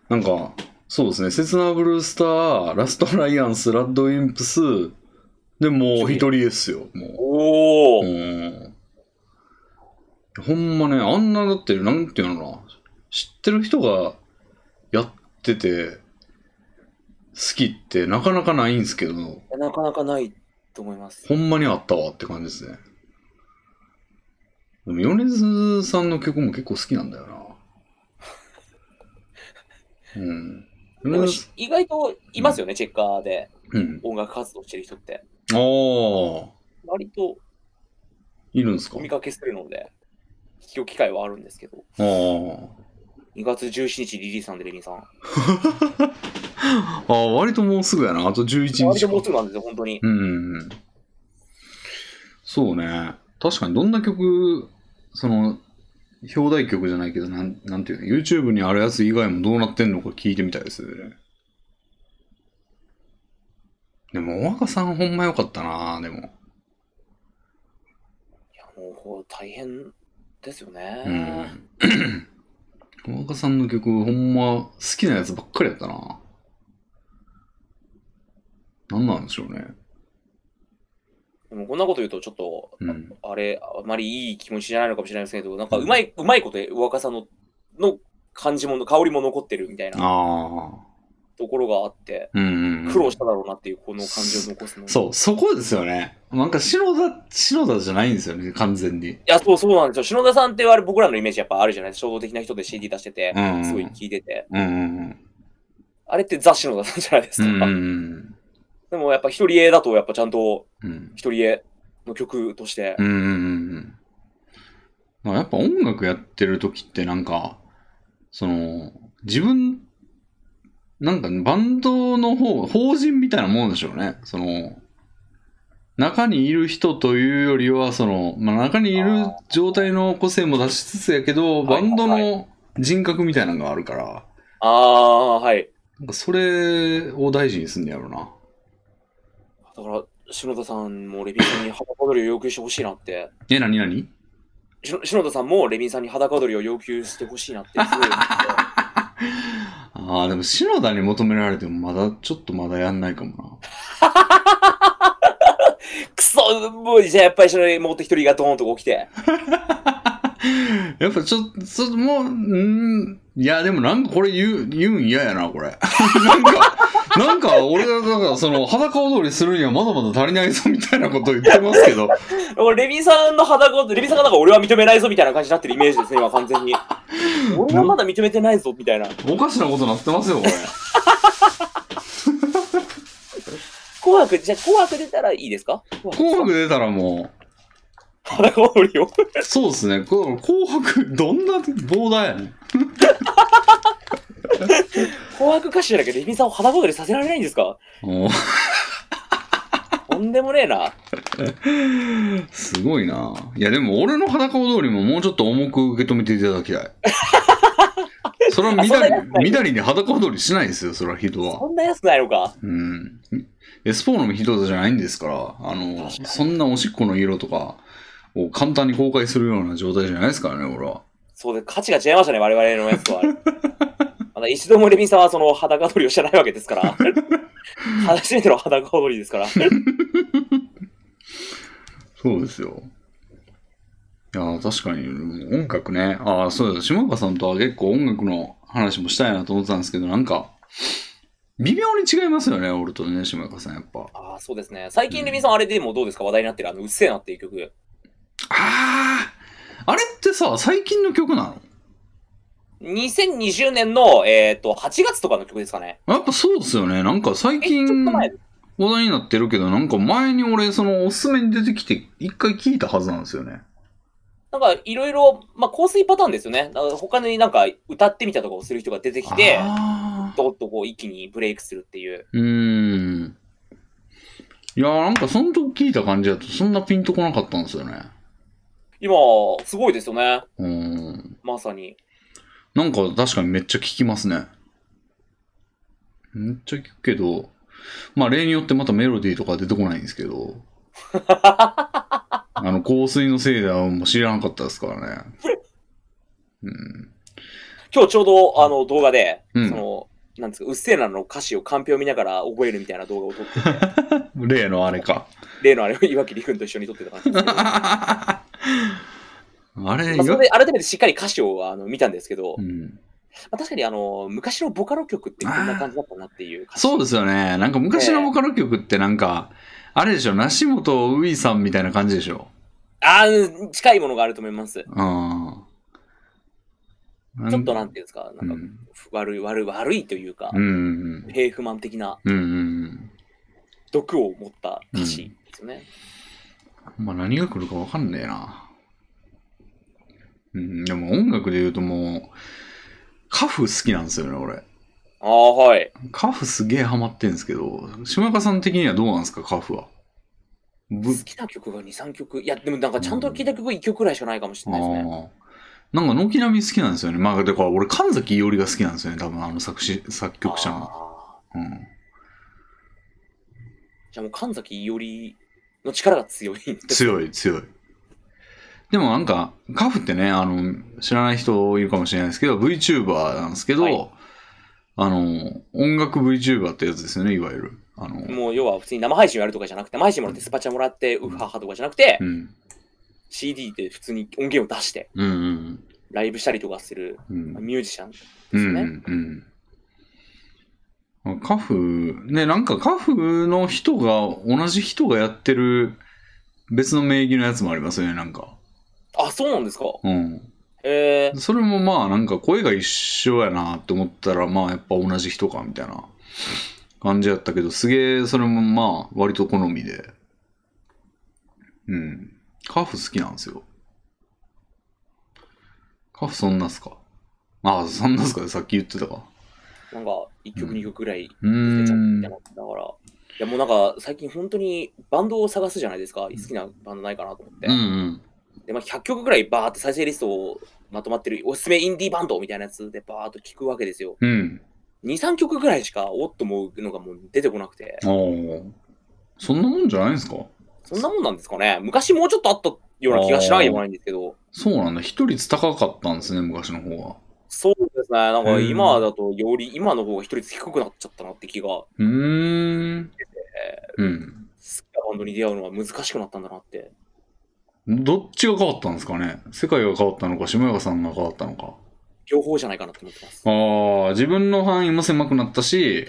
Speaker 1: なんか、そうですね、セツナブルースター、ラストライアンス、ラッドインプス、でもう一人ですよ、も
Speaker 2: お
Speaker 1: う。う
Speaker 2: ー。
Speaker 1: ん。ほんまね、あんなだって、なんていうのかな、知ってる人がやってて、好きってなかなかないんですけど、
Speaker 2: なかなかないと思います。
Speaker 1: ほんまにあったわって感じですね。でも、米津さんの曲も結構好きなんだよな。うん。
Speaker 2: でも
Speaker 1: 米津
Speaker 2: 意外といますよね、チェッカーで
Speaker 1: うん。
Speaker 2: 音楽活動してる人って。
Speaker 1: ああ、
Speaker 2: 割と
Speaker 1: いるんですか
Speaker 2: お見
Speaker 1: あ
Speaker 2: かけするので、聞く機会はあるんですけど。
Speaker 1: あ。
Speaker 2: 2月17日リリースなんで、レミさん。
Speaker 1: ああ、割ともうすぐやな。あと11
Speaker 2: 割
Speaker 1: 日
Speaker 2: ともう
Speaker 1: か。
Speaker 2: すぐなんですよ、本当に。
Speaker 1: うんうん。そうね。確かにどんな曲、その、表題曲じゃないけど、なんなんていうの、YouTube にあるやつ以外もどうなってんのか聞いてみたいですよね。でも、お若さんほんま良かったなでも。
Speaker 2: いや、もうこう大変ですよね。
Speaker 1: うん。 お若さんの曲、ほんま好きなやつばっかりやったななんなんでしょうね。
Speaker 2: でもこんなこと言うと、ちょっと、
Speaker 1: うん。
Speaker 2: あれ、あまりいい気持ちじゃないのかもしれないですけど、なんかうまい、うまいこと、若さの、の感じも、香りも残ってるみたいな
Speaker 1: ああ。
Speaker 2: ところがあって、
Speaker 1: うんうん、うん。
Speaker 2: 苦労しただろうなっていう、この感じを残すのに。う。
Speaker 1: そう、そこですよね。なんか篠田、篠田じゃないんですよね、完全に。
Speaker 2: いや、そうそうなんですよ。篠田さんってあれ僕らのイメージやっぱあるじゃないですか。衝動的な人で CD 出してて
Speaker 1: うんう、ん
Speaker 2: すごい聴いてて。
Speaker 1: うんうん
Speaker 2: あれってザ・篠田さんじゃないです
Speaker 1: う
Speaker 2: か。
Speaker 1: ん。うんうん
Speaker 2: でもやっぱ一人絵だと、やっぱちゃんと
Speaker 1: うん。
Speaker 2: 一人絵の曲として
Speaker 1: うんうんうんうん。まあやっぱ音楽やってる時ってなんか、その、自分、なんかバンドの方、法人みたいなもんでしょうね。その、中にいる人というよりは、その、まあ中にいる状態の個性も出しつつやけど、バンドの人格みたいなのがあるから、
Speaker 2: ああ、はい。
Speaker 1: なんかそれを大事にすんねやろな。
Speaker 2: だから、篠田さんもレビンさんに裸踊りを要求してほしいなって。
Speaker 1: え、なになに
Speaker 2: しの篠田さんもレビンさんに裸踊りを要求してほしいなってすごい思って。
Speaker 1: ああ、でも篠田に求められてもまだ、ちょっとまだやんないかも
Speaker 2: くそ、もうじゃあやっぱりその持って一人がドーンとこう来て。
Speaker 1: な。 やっぱちょっと、ちょっともう、んーいや、でもなんかこれ言う、言うん嫌やな、これ。 なんか、なんか俺が、なんかその、裸踊りするにはまだまだ足りないぞ、みたいなこと言ってます けど。
Speaker 2: 俺レビンさんの裸踊り、レビンさんがなんか俺は認めないぞみたいな感じになってるイメージですね、今完全に。俺はまだ認めてないぞみたいな。
Speaker 1: おかしなことなってますよ、これ。
Speaker 2: 紅白、じゃあ紅白出たらいいですか
Speaker 1: 紅白出たらも
Speaker 2: 裸踊りを。
Speaker 1: う、そうですね。こ紅白、どんなボーダーやねん。
Speaker 2: 紅白歌手じゃなきゃレビンさんを裸踊りさせられないんですか
Speaker 1: もう
Speaker 2: とんでもねえな。
Speaker 1: すごいな。いや、でも俺の裸踊りももうちょっと重く受け止めていただきた い。それはみだ
Speaker 2: あそんなやつな
Speaker 1: り、
Speaker 2: い
Speaker 1: みだりに裸踊りしないですよ、それは人は
Speaker 2: そ。んな安くないのか。
Speaker 1: うん。エスポーの人じゃないんですから、あの、
Speaker 2: 確かに
Speaker 1: そんなおしっこの色とかを簡単に公開するような状態じゃないですからね、俺は。
Speaker 2: そうで、価値が違いましたね、我々のやつ とは。まだ一度もレビンさんはその裸踊りをしてないわけです から。初めての裸踊りですから。
Speaker 1: そうですよ。いやー、確かにうん音楽ね。ああ、そうだ、島岡さんとは結構音楽の話もしたいなと思ってたんですけど、なんか、微妙に違いますよね、俺とね、島岡さん、やっぱ。
Speaker 2: ああ、そうですね。最近レビンさんあれでもどうですか話題になってるあの、うっせえなっていう曲。
Speaker 1: ああ、あれってってさ、最近の曲なの
Speaker 2: 2020年の、えっ、と、8月とかの曲ですかね。
Speaker 1: やっぱそうっすよね。なんか最
Speaker 2: え、ちょっ
Speaker 1: 近
Speaker 2: と前
Speaker 1: 話題になってるけど、なんか前に俺、そのおすすめに出てきて、一回聞いたはずなんですよね。
Speaker 2: なんかいろいろ、まあ、香水パターンですよね。だから他になんか歌ってみたとかをする人が出てきて、
Speaker 1: あー
Speaker 2: どっとこう一気にブレイクするっていう。
Speaker 1: うーん。いやーなんかその時聞いた感じだと、そんなピンとこなかったんですよね。
Speaker 2: 今、すごいですよね。
Speaker 1: うーん。
Speaker 2: まさに。
Speaker 1: なんか確かにめっちゃ聞きますね。めっちゃ聞くけど、まあ例によってまたメロディーとか出てこないんですけ ど、あの、香水のせいだはもう知らなかったですからね。うん。
Speaker 2: 今日ちょうどあの動画で、
Speaker 1: うん
Speaker 2: その、なんですか、うっせぇなの歌詞をカンペを見ながら覚えるみたいな動画を撮ってて、
Speaker 1: 例のあれ か。
Speaker 2: 例のあれを岩切君と一緒に撮ってた感じですけ ど、ま
Speaker 1: あれ、
Speaker 2: あ、そ
Speaker 1: よ
Speaker 2: れで改めてしっかり歌詞をあの見たんですけど、
Speaker 1: う
Speaker 2: ま
Speaker 1: ん、
Speaker 2: あ、確かにあの昔のボカロ曲ってこんな感じだったなっていう歌詞
Speaker 1: そうですよね。なんか昔のボカロ曲ってなんか、あれでしょ、梨本ういさんみたいな感じでしょ。
Speaker 2: あー近いものがあると思います。
Speaker 1: うん。な
Speaker 2: ちょっとなんていうんですか、
Speaker 1: う
Speaker 2: なん
Speaker 1: ん
Speaker 2: か悪い、悪い、悪いというか
Speaker 1: う、ん。
Speaker 2: 平不満的な
Speaker 1: うんうん。
Speaker 2: 毒を持った歌詞ですよね。
Speaker 1: うん。まあ何が来るかわかんねえな。うん、でも音楽で言うともう、カフ好きなんですよね、俺。
Speaker 2: ああ、はい。
Speaker 1: カフすげえハマってんですけど、島岡さん的にはどうなんですか、カフは。ぶ
Speaker 2: 好きな曲が2、3曲。いや、でもなんかちゃんと聴いた曲1曲くらいしかないかもしれないですね。
Speaker 1: あーなんか軒並み好きなんですよね。まあ、だから俺、神崎伊織が好きなんですよね。多分あの作詞、作曲者の。
Speaker 2: あ
Speaker 1: うん。
Speaker 2: ーじゃあもう神崎伊織の力が強いんです。
Speaker 1: 強い、強い。でもなんか、カフってね、あの、知らない人いるかもしれないですけど、VTuber なんですけど、
Speaker 2: はい
Speaker 1: あの、音楽 VTuber ってやつですよね、いわゆる。あの、
Speaker 2: もう要は普通に生配信をやるとかじゃなくて、生配信もらってスパチャもらって、
Speaker 1: う
Speaker 2: ウ
Speaker 1: ん
Speaker 2: ハハとかじゃなくて、
Speaker 1: うん。
Speaker 2: CD で普通に音源を出して、
Speaker 1: うんうん
Speaker 2: ライブしたりとかする
Speaker 1: うん。うん。
Speaker 2: ミュージシャンです
Speaker 1: う
Speaker 2: よ
Speaker 1: ん
Speaker 2: ね。
Speaker 1: うんうん。カフ、ね、なんかカフの人が、同じ人がやってる別の名義のやつもありますよね、なんか。
Speaker 2: あ、そうなんですか。
Speaker 1: うん。
Speaker 2: えー、
Speaker 1: それもまあ、なんか声が一緒やなって思ったら、まあ、やっぱ同じ人か、みたいな感じやったけど、すげえ、それもまあ、割と好みで。うん。カフ好きなんですよ。カフそんなっすかああ、そんなっすかさっき言ってたか。
Speaker 2: なんか1曲
Speaker 1: うん
Speaker 2: 2曲くらい。
Speaker 1: うー
Speaker 2: 出ちゃっ
Speaker 1: ん
Speaker 2: た。のだから、いやもうなんか最近本当にバンドを探すじゃないですか、好きなバンドないかなと思って。
Speaker 1: うんうん。
Speaker 2: で、まあ、100曲ぐらいバーって再生リストをまとまってる、おすすめインディーバンドみたいなやつでバーっと聞くわけですよ。
Speaker 1: うん。
Speaker 2: 2、3曲ぐらいしかおっと思うのがもう出てこなくて、
Speaker 1: ああ。そんなもんじゃないんですか
Speaker 2: そんなもんなんですかね。昔もうちょっとあったような気がしないでもないんですけど、
Speaker 1: そうなんだ。一率高かったんですね、昔の方が。
Speaker 2: そうですね、なんか
Speaker 1: うん
Speaker 2: 今だとより今の方が一人低くなっちゃったなって気が、好
Speaker 1: うーん。うん。
Speaker 2: きなバンドに出会うのは難しくなったんだなって。
Speaker 1: どっちが変わったんですかね世界が変わったのか、下山さんが変わったのか。
Speaker 2: 両方じゃないかなって思ってます。
Speaker 1: ああ、自分の範囲も狭くなったし、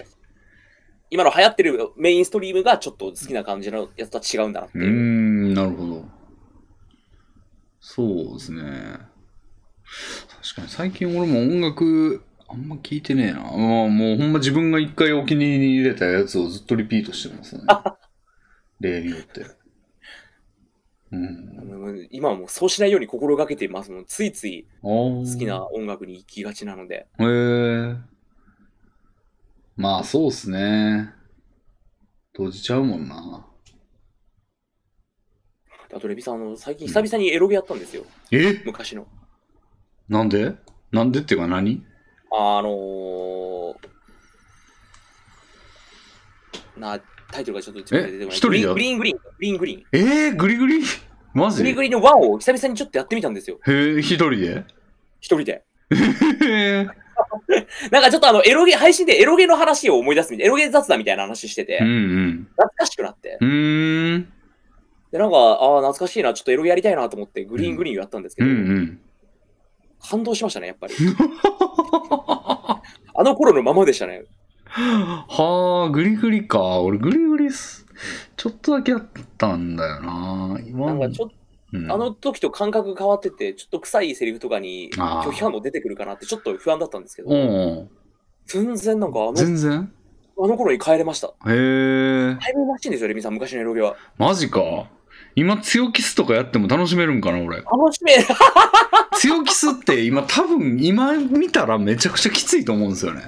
Speaker 2: 今の流行ってるメインストリームがちょっと好きな感じのやつとは違うんだなって
Speaker 1: うー
Speaker 2: いう。
Speaker 1: ん、なるほど。そうですね。確かに最近俺も音楽あんま聞いてねえな。まあもうほんま自分が一回お気に入りに入れたやつをずっとリピートして ますね。例によって。うん。
Speaker 2: もう今はもうそうしないように心がけていますもん。ついつい
Speaker 1: 好
Speaker 2: 好き。な音楽に行きがちなので。
Speaker 1: へえまあそうっすね。閉じちゃうもんな。
Speaker 2: あと、レビさん、あの最近久々にエロゲやったんですよ。
Speaker 1: え
Speaker 2: 昔の。
Speaker 1: なんでなんでっていうか何
Speaker 2: あのー、な、タイトルがちょっと自分で出てこない。
Speaker 1: え一人でやる
Speaker 2: グリーングリーン、グリーングリーン。
Speaker 1: えー、グリグリマジ
Speaker 2: グリーングリーンのワンを久々にちょっとやってみたんですよ。
Speaker 1: へえ、一人で
Speaker 2: 一人で。
Speaker 1: へえ。
Speaker 2: なんかちょっとあの、エロゲ、配信でエロゲの話を思い出すみたいな、エロゲ雑談みたいな話してて、
Speaker 1: うんうん。
Speaker 2: 懐かしくなって。
Speaker 1: うーん。
Speaker 2: で、なんか、ああ、懐かしいな、ちょっとエロゲやりたいなと思って、グリーングリーンをやったんですけ
Speaker 1: う
Speaker 2: ど、
Speaker 1: んうん。
Speaker 2: 感動しましたね、やっぱり。 あの頃のままでしたね。
Speaker 1: はあ、グリグリか。俺、グリグリす。ちょっとだけやったんだよな。今
Speaker 2: なんかちょっ
Speaker 1: うん
Speaker 2: あの時と感覚変わってて、ちょっと臭いセリフとかに
Speaker 1: あー
Speaker 2: 拒否反応出てくるかなってちょっと不安だったんですけ
Speaker 1: う
Speaker 2: ど、
Speaker 1: ん。
Speaker 2: 全然なんかあの
Speaker 1: 全然
Speaker 2: あの頃に帰れました。
Speaker 1: へえ。
Speaker 2: タイムマシンですよ、レミさん、昔のエロゲは。
Speaker 1: マジか。今、強キスとかやっても楽しめるんかな、俺。
Speaker 2: 楽しめ、
Speaker 1: 強キスって今、多分、今見たらめちゃくちゃきついと思うんですよね。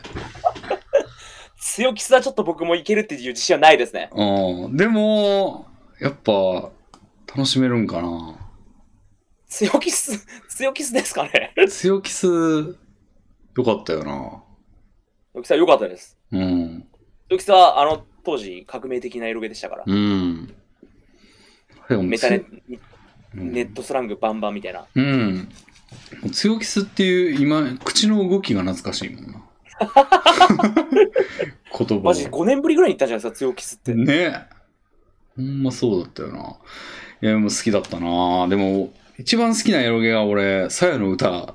Speaker 2: 強気さちょっと僕もいけるっていう自信はないですね。
Speaker 1: うん。でも、やっぱ、楽しめるんかな。
Speaker 2: 強気す、 強気すですかね。
Speaker 1: 強キス、よかったよな。
Speaker 2: 強気さ良かったです。
Speaker 1: うん。
Speaker 2: 強気さはあの当時革命的な色気でしたから。
Speaker 1: うん。あれ
Speaker 2: メタネ、
Speaker 1: うん
Speaker 2: ネットスラングバンバンみたいな。
Speaker 1: うん。強キスっていう、今、口の動きが懐かしいもん な。言葉
Speaker 2: マジ
Speaker 1: を。
Speaker 2: 5年ぶりぐらいに行ったんじゃないですか、強気すって。
Speaker 1: ねほんまそうだったよな。いや、でもう好きだったな。でも、一番好きなエロゲが俺、さやの歌。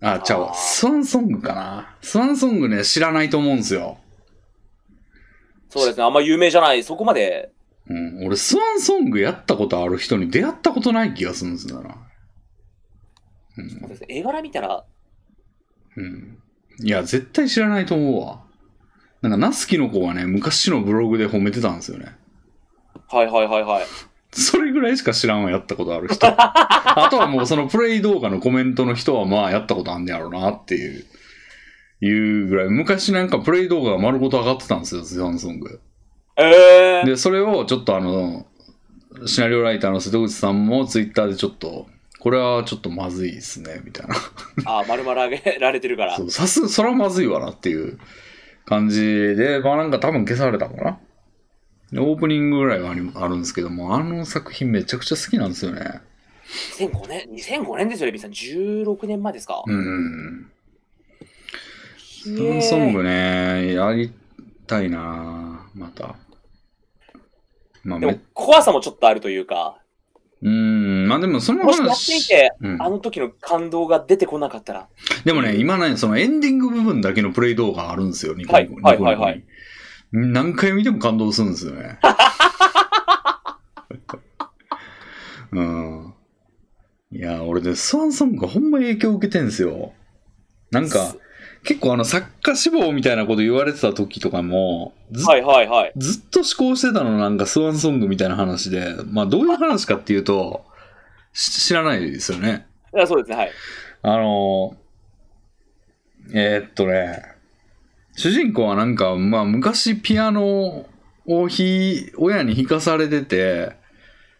Speaker 1: あ、ちゃう
Speaker 2: あー
Speaker 1: わ。スワンソングかな。スワンソングね、知らないと思うんすよ。
Speaker 2: そうですね、あんま有名じゃない、そこまで。
Speaker 1: うん、俺、スワンソングやったことある人に出会ったことない気がするんですよな。うん
Speaker 2: そうですね絵柄見たら、
Speaker 1: うん。いや、絶対知らないと思うわ。なんか、ナスキの子はね、昔のブログで褒めてたんですよね。
Speaker 2: はいはいはいはい。
Speaker 1: それぐらいしか知らんわ、やったことある人。あとはもう、そのプレイ動画のコメントの人は、まあ、やったことあんねやろうなっていう、いうぐらい。昔なんかプレイ動画が丸ごと上がってたんですよ、スワンソング。
Speaker 2: えー、
Speaker 1: で、それをちょっとあの、シナリオライターの瀬戸口さんもツイッターでちょっと、これはちょっとまずいですね、みたいな。
Speaker 2: あー、丸々上げられてるから
Speaker 1: そ。う、さす、そらまずいわなっていう感じで、まあなんか多分消されたのかな。でオープニングぐらいはありあるんですけども、あの作品めちゃくちゃ好きなんですよね。
Speaker 2: 2005年、2005年ですよ、レミさん。16年前ですか。
Speaker 1: うん。
Speaker 2: イエ
Speaker 1: サ
Speaker 2: ー
Speaker 1: ン
Speaker 2: イ
Speaker 1: ソングね、やりたいなまた。まあ、
Speaker 2: でも
Speaker 1: め、
Speaker 2: 怖さもちょっとあるというか、
Speaker 1: うん、まあでもその
Speaker 2: もしやってみ
Speaker 1: 話、
Speaker 2: て、
Speaker 1: うん
Speaker 2: あの時の感動が出てこなかったら、
Speaker 1: でもね、今ね、そのエンディング部分だけのプレイ動画あるんですよ、ニコニコ。
Speaker 2: はい
Speaker 1: ニコニコに
Speaker 2: はいはいはい
Speaker 1: 何回見ても感動するんですよね。うん。いや、俺ね、スワンソングがほんま影響受けてんすよ。なんか
Speaker 2: す、
Speaker 1: 結構あの、作家志望みたいなこと言われてた時とかも、ず,、
Speaker 2: はいはいはい。
Speaker 1: ずっと思考してたの、なんかスワンソングみたいな話で、まあ、どういう話かっていうと、し知らないですよね。
Speaker 2: いやそうですね、はい。
Speaker 1: あのーえーっとね、主人公はなんか、まあ昔ピアノをひ親に弾かされてて、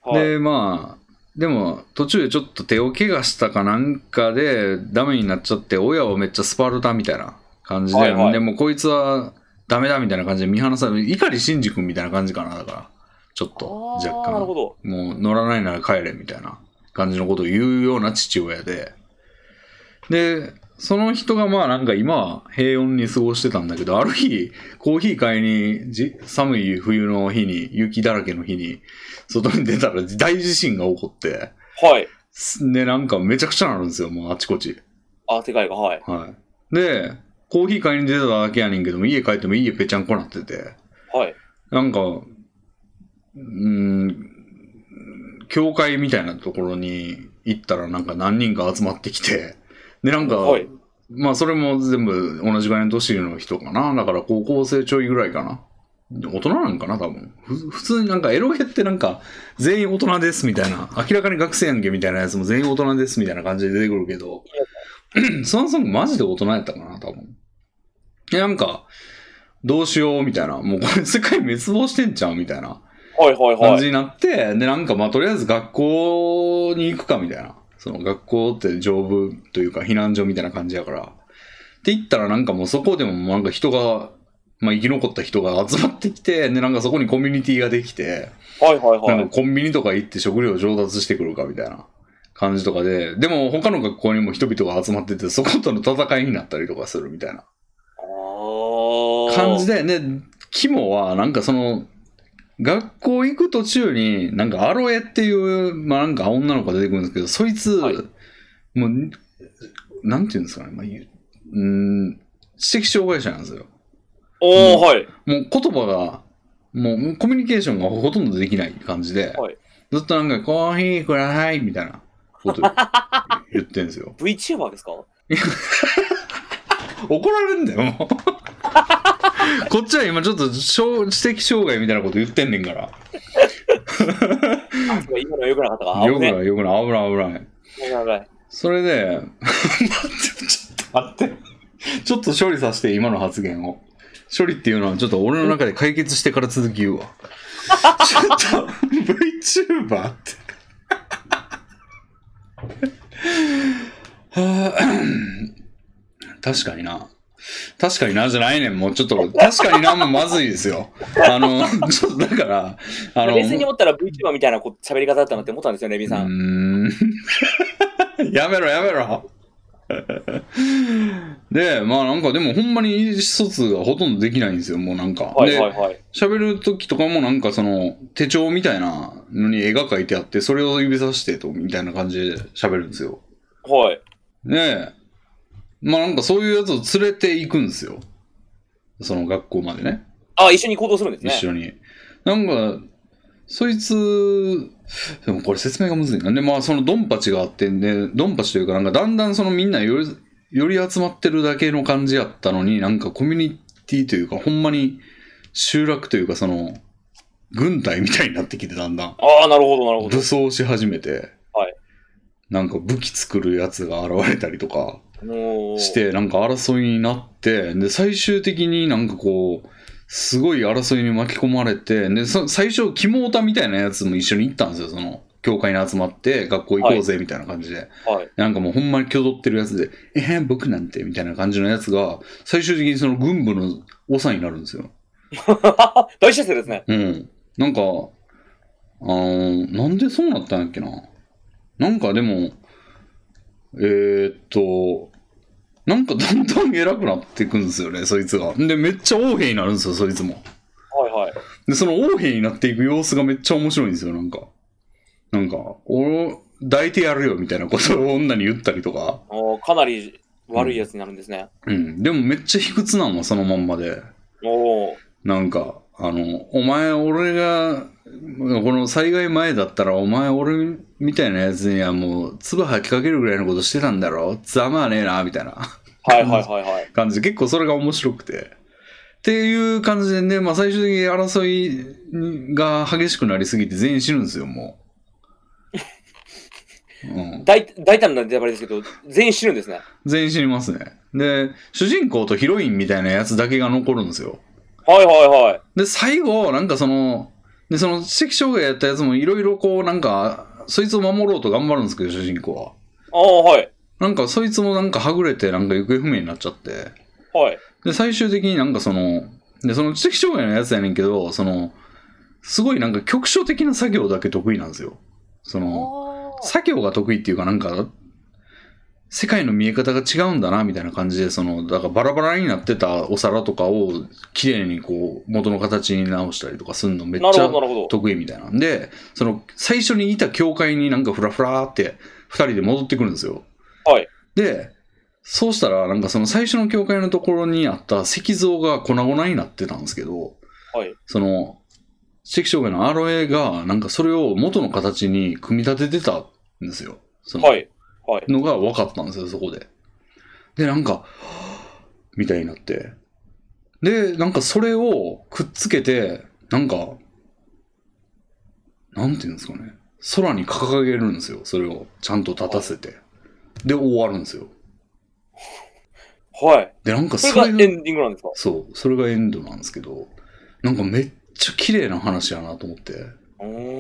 Speaker 2: はい、
Speaker 1: で、まあ、でも途中でちょっと手を怪我したかなんかでダメになっちゃって、親はめっちゃスパルタみたいな感じで、
Speaker 2: はいはい
Speaker 1: でもこいつはダメだみたいな感じで見放される、碇シンジ君みたいな感じかな、だから、ちょっと
Speaker 2: あー
Speaker 1: 若干。
Speaker 2: なるほど。
Speaker 1: もう乗らないなら帰れみたいな感じのことを言うような父親で。で、その人がまあなんか今は平穏に過ごしてたんだけど、ある日、コーヒー買いに、じ寒い冬の日に、雪だらけの日に、外に出たら大地震が起こって、
Speaker 2: はい。
Speaker 1: すで、なんかめちゃくちゃなるんですよ、もうあちこち。
Speaker 2: あ、世界が、はい。
Speaker 1: はい。で、コーヒー買いに出ただけやねんけども、家帰っても家ぺちゃんこなってて。
Speaker 2: はい。
Speaker 1: なんか、うーん、教会みたいなところに行ったらなんか何人か集まってきて、で、なんか、
Speaker 2: はい
Speaker 1: まあそれも全部同じぐらいの年の人かな。だから高校生ちょいぐらいかな。大人なんかな、多分。ふ普通になんかエロゲってなんか全員大人ですみたいな、明らかに学生やんけみたいなやつも全員大人ですみたいな感じで出てくるけど、 サンソングマジで大人やったかな、多分。で、なんか、どうしようみたいな、もうこれ世界滅亡してんちゃうみたいな
Speaker 2: はいはいは
Speaker 1: 感
Speaker 2: い。
Speaker 1: じになって、で、なんかまあとりあえず学校に行くかみたいな。その学校って丈夫というか避難所みたいな感じやから。って言ったらなんかもうそこでもなんか人が、まあ生き残った人が集まってきて、で、なんかそこにコミュニティができて、
Speaker 2: はいはいは
Speaker 1: ないんか。コンビニとか行って食料上達してくるかみたいな感じとかで、でも他の学校にも人々が集まってて、そことの戦いになったりとかするみたいな
Speaker 2: ああ。
Speaker 1: 感じ
Speaker 2: で。
Speaker 1: で、で、肝はなんかその、学校行く途中に、なんかアロエっていう、まあなんか女の子が出てくるんですけど、そいつ、
Speaker 2: はい
Speaker 1: もう、なんていうんですかね、まあ、言ううん、知的障害者なんですよ。
Speaker 2: おお、はい。
Speaker 1: もう言葉が、もうコミュニケーションがほとんどできない感じで、
Speaker 2: はい
Speaker 1: ずっとなんか、コーヒーくださいみたいなこと言ってんですよ。
Speaker 2: VTuber ですか
Speaker 1: 怒られるんだよ、もう。 こっちは今ちょっと小知的障害みたいなこと言ってんねんから。
Speaker 2: あそうか今のは良くなかったか。
Speaker 1: よく
Speaker 2: 危ね
Speaker 1: ない、よくない、危ない、危ない。
Speaker 2: 危ない危ない
Speaker 1: それで、待って、ちょっと待って。ちょっと処理させて、今の発言を。処理っていうのは、ちょっと俺の中で解決してから続き言うわ。ちょっと、VTuber って。はあ確かにな。確かになじゃないねん。もうちょっと、確かになもまずいですよ。あの、ちょっとだから、あの、
Speaker 2: 冷静に思ったら VTuber みたいなこ喋り方だったなって思ったんですよね、レビンさん。
Speaker 1: うーん やめろやめろでまあなんかでもほんまに意思疎通がほとんどできないんですよもうなんか、
Speaker 2: はいはいはい。
Speaker 1: で喋る時とかもなんかその手帳みたいなのに絵が描いてあってそれを指さしてとみたいな感じで喋るんですよ
Speaker 2: はい。
Speaker 1: でまあなんかそういうやつを連れて行くんですよその学校までね
Speaker 2: あ、一緒に行動するんですね。
Speaker 1: 一緒に。なんか、そいつ、でもこれ説明がむずいな。で、まあそのドンパチがあってんで、ドンパチというかなんかだんだんそのみんなより、より集まってるだけの感じやったのに、なんかコミュニティというか、ほんまに集落というかその、軍隊みたいになってきてだんだん。
Speaker 2: ああ、なるほどなるほど。
Speaker 1: 武装し始めて、
Speaker 2: はい
Speaker 1: なんか武器作るやつが現れたりとか、
Speaker 2: もう
Speaker 1: して、なんか争いになって、で、最終的になんかこう、すごい争いに巻き込まれて、で、そ最初、肝オタみたいなやつも一緒に行ったんですよ、その、教会に集まって、学校行こうぜ、みたいな感じで。
Speaker 2: はい。
Speaker 1: なんかもうほんまに気を取ってるやつで、えー、僕なんて、みたいな感じのやつが、最終的にその軍部の長になるんですよ。
Speaker 2: 大出世ですね。
Speaker 1: うん。なんか、あのーなんでそうなったんやっけな。なんかでも、えー、っと、なんかだんだん偉くなっていくんですよね、そいつが。で、めっちゃ王兵になるんですよ、そいつも。
Speaker 2: はいはい。
Speaker 1: で、その王兵になっていく様子がめっちゃ面白いんですよ、なんか。なんか、俺、抱いてやるよ、みたいなことを女に言ったりとか。
Speaker 2: あーかなり悪いやつになるんですね。
Speaker 1: うん。でもめっちゃ卑屈なんは、そのまんまで。
Speaker 2: おお。
Speaker 1: なんか、あの、お前、俺が、この災害前だったら、お前、俺みたいなやつにはもう、唾吐きかけるぐらいのことしてたんだろざまあねえな、みたいな
Speaker 2: はいはいはいはい。
Speaker 1: 感じで、結構それが面白くて。っていう感じでね、まあ最終的に争いが激しくなりすぎて全員死ぬんですよ、もう。うん、
Speaker 2: 大大胆なネタバレですけど、全員知るんですね。
Speaker 1: 全員死にますね。で、主人公とヒロインみたいなやつだけが残るんですよ。
Speaker 2: はいはいはい。
Speaker 1: で、最後、なんかその、で、その、知的障害やったやつもいろいろこう、なんか、そいつを守ろうと頑張るんですけど、主人公は。
Speaker 2: ああ、はい。
Speaker 1: なんか、そいつもなんかはぐれて、なんか行方不明になっちゃって。
Speaker 2: はい。
Speaker 1: で、最終的になんかその、で、その知的障害のやつやねんけど、その、すごいなんか局所的な作業だけ得意なんですよ。そ
Speaker 2: あ
Speaker 1: の、作業が得意っていうかなんか、世界の見え方が違うんだな、みたいな感じで、その、だからバラバラになってたお皿とかを、綺麗にこう、元の形に直したりとかするのめ
Speaker 2: ー
Speaker 1: っ
Speaker 2: な
Speaker 1: ちゃ
Speaker 2: るほどなるほど。
Speaker 1: 得意みたいなんで、その、最初にいた教会になんかフラフラーって、二人で戻ってくるんですよ。
Speaker 2: はい。
Speaker 1: で、そうしたら、なんかその最初の教会のところにあった石像が粉々になってたんですけど、
Speaker 2: はい。
Speaker 1: その、知的障害のアロエが、なんかそれを元の形に組み立ててたんですよ。その、
Speaker 2: はい。はい。
Speaker 1: のが分かったんですよ、そこで。で、なんか、は ぁみたいになって。で、なんかそれをくっつけて、なんか、なんていうんですかね。空に掲げるんですよ、それを。ちゃんと立たせて。で、終わるんですよ。
Speaker 2: はい。
Speaker 1: で、なんか
Speaker 2: そ
Speaker 1: そ
Speaker 2: れが
Speaker 1: れ
Speaker 2: エ
Speaker 1: が、
Speaker 2: ンディングなんですか
Speaker 1: そう、それがエンドなんですけど、なんかめっちゃ綺麗な話やなと思って。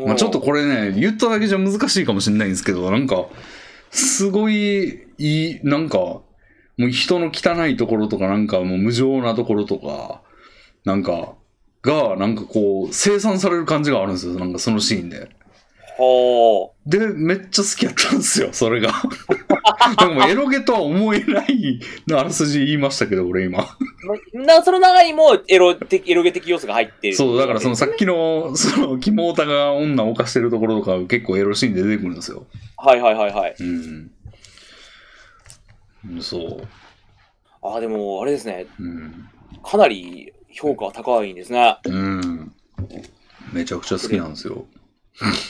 Speaker 1: まあ、ちょっとこれね、言っただけじゃ難しいかもしれないんですけど、なんか、すごいいい、なんか、もう人の汚いところとか、なんかもう無情なところとか、なんか、が、なんかこう、生産される感じがあるんですよ、なんかそのシーンで。
Speaker 2: は
Speaker 1: で、めっちゃ好きやったんですよ、それが。 なんかもうエロゲとは思えない、あらすじ言いましたけど、俺今。
Speaker 2: あ。なその中にもエロ的エロゲ的要素が入ってる。
Speaker 1: そう、だからそのさっきの、その、キモータが女を犯してるところとか、結構エロシーンで出てくるんですよ。
Speaker 2: はいはいはいはい。
Speaker 1: うん。そう。
Speaker 2: ああ、でもあれですね。
Speaker 1: うん。
Speaker 2: かなり評価は高いんですね。
Speaker 1: うん。めちゃくちゃ好きなんですよ。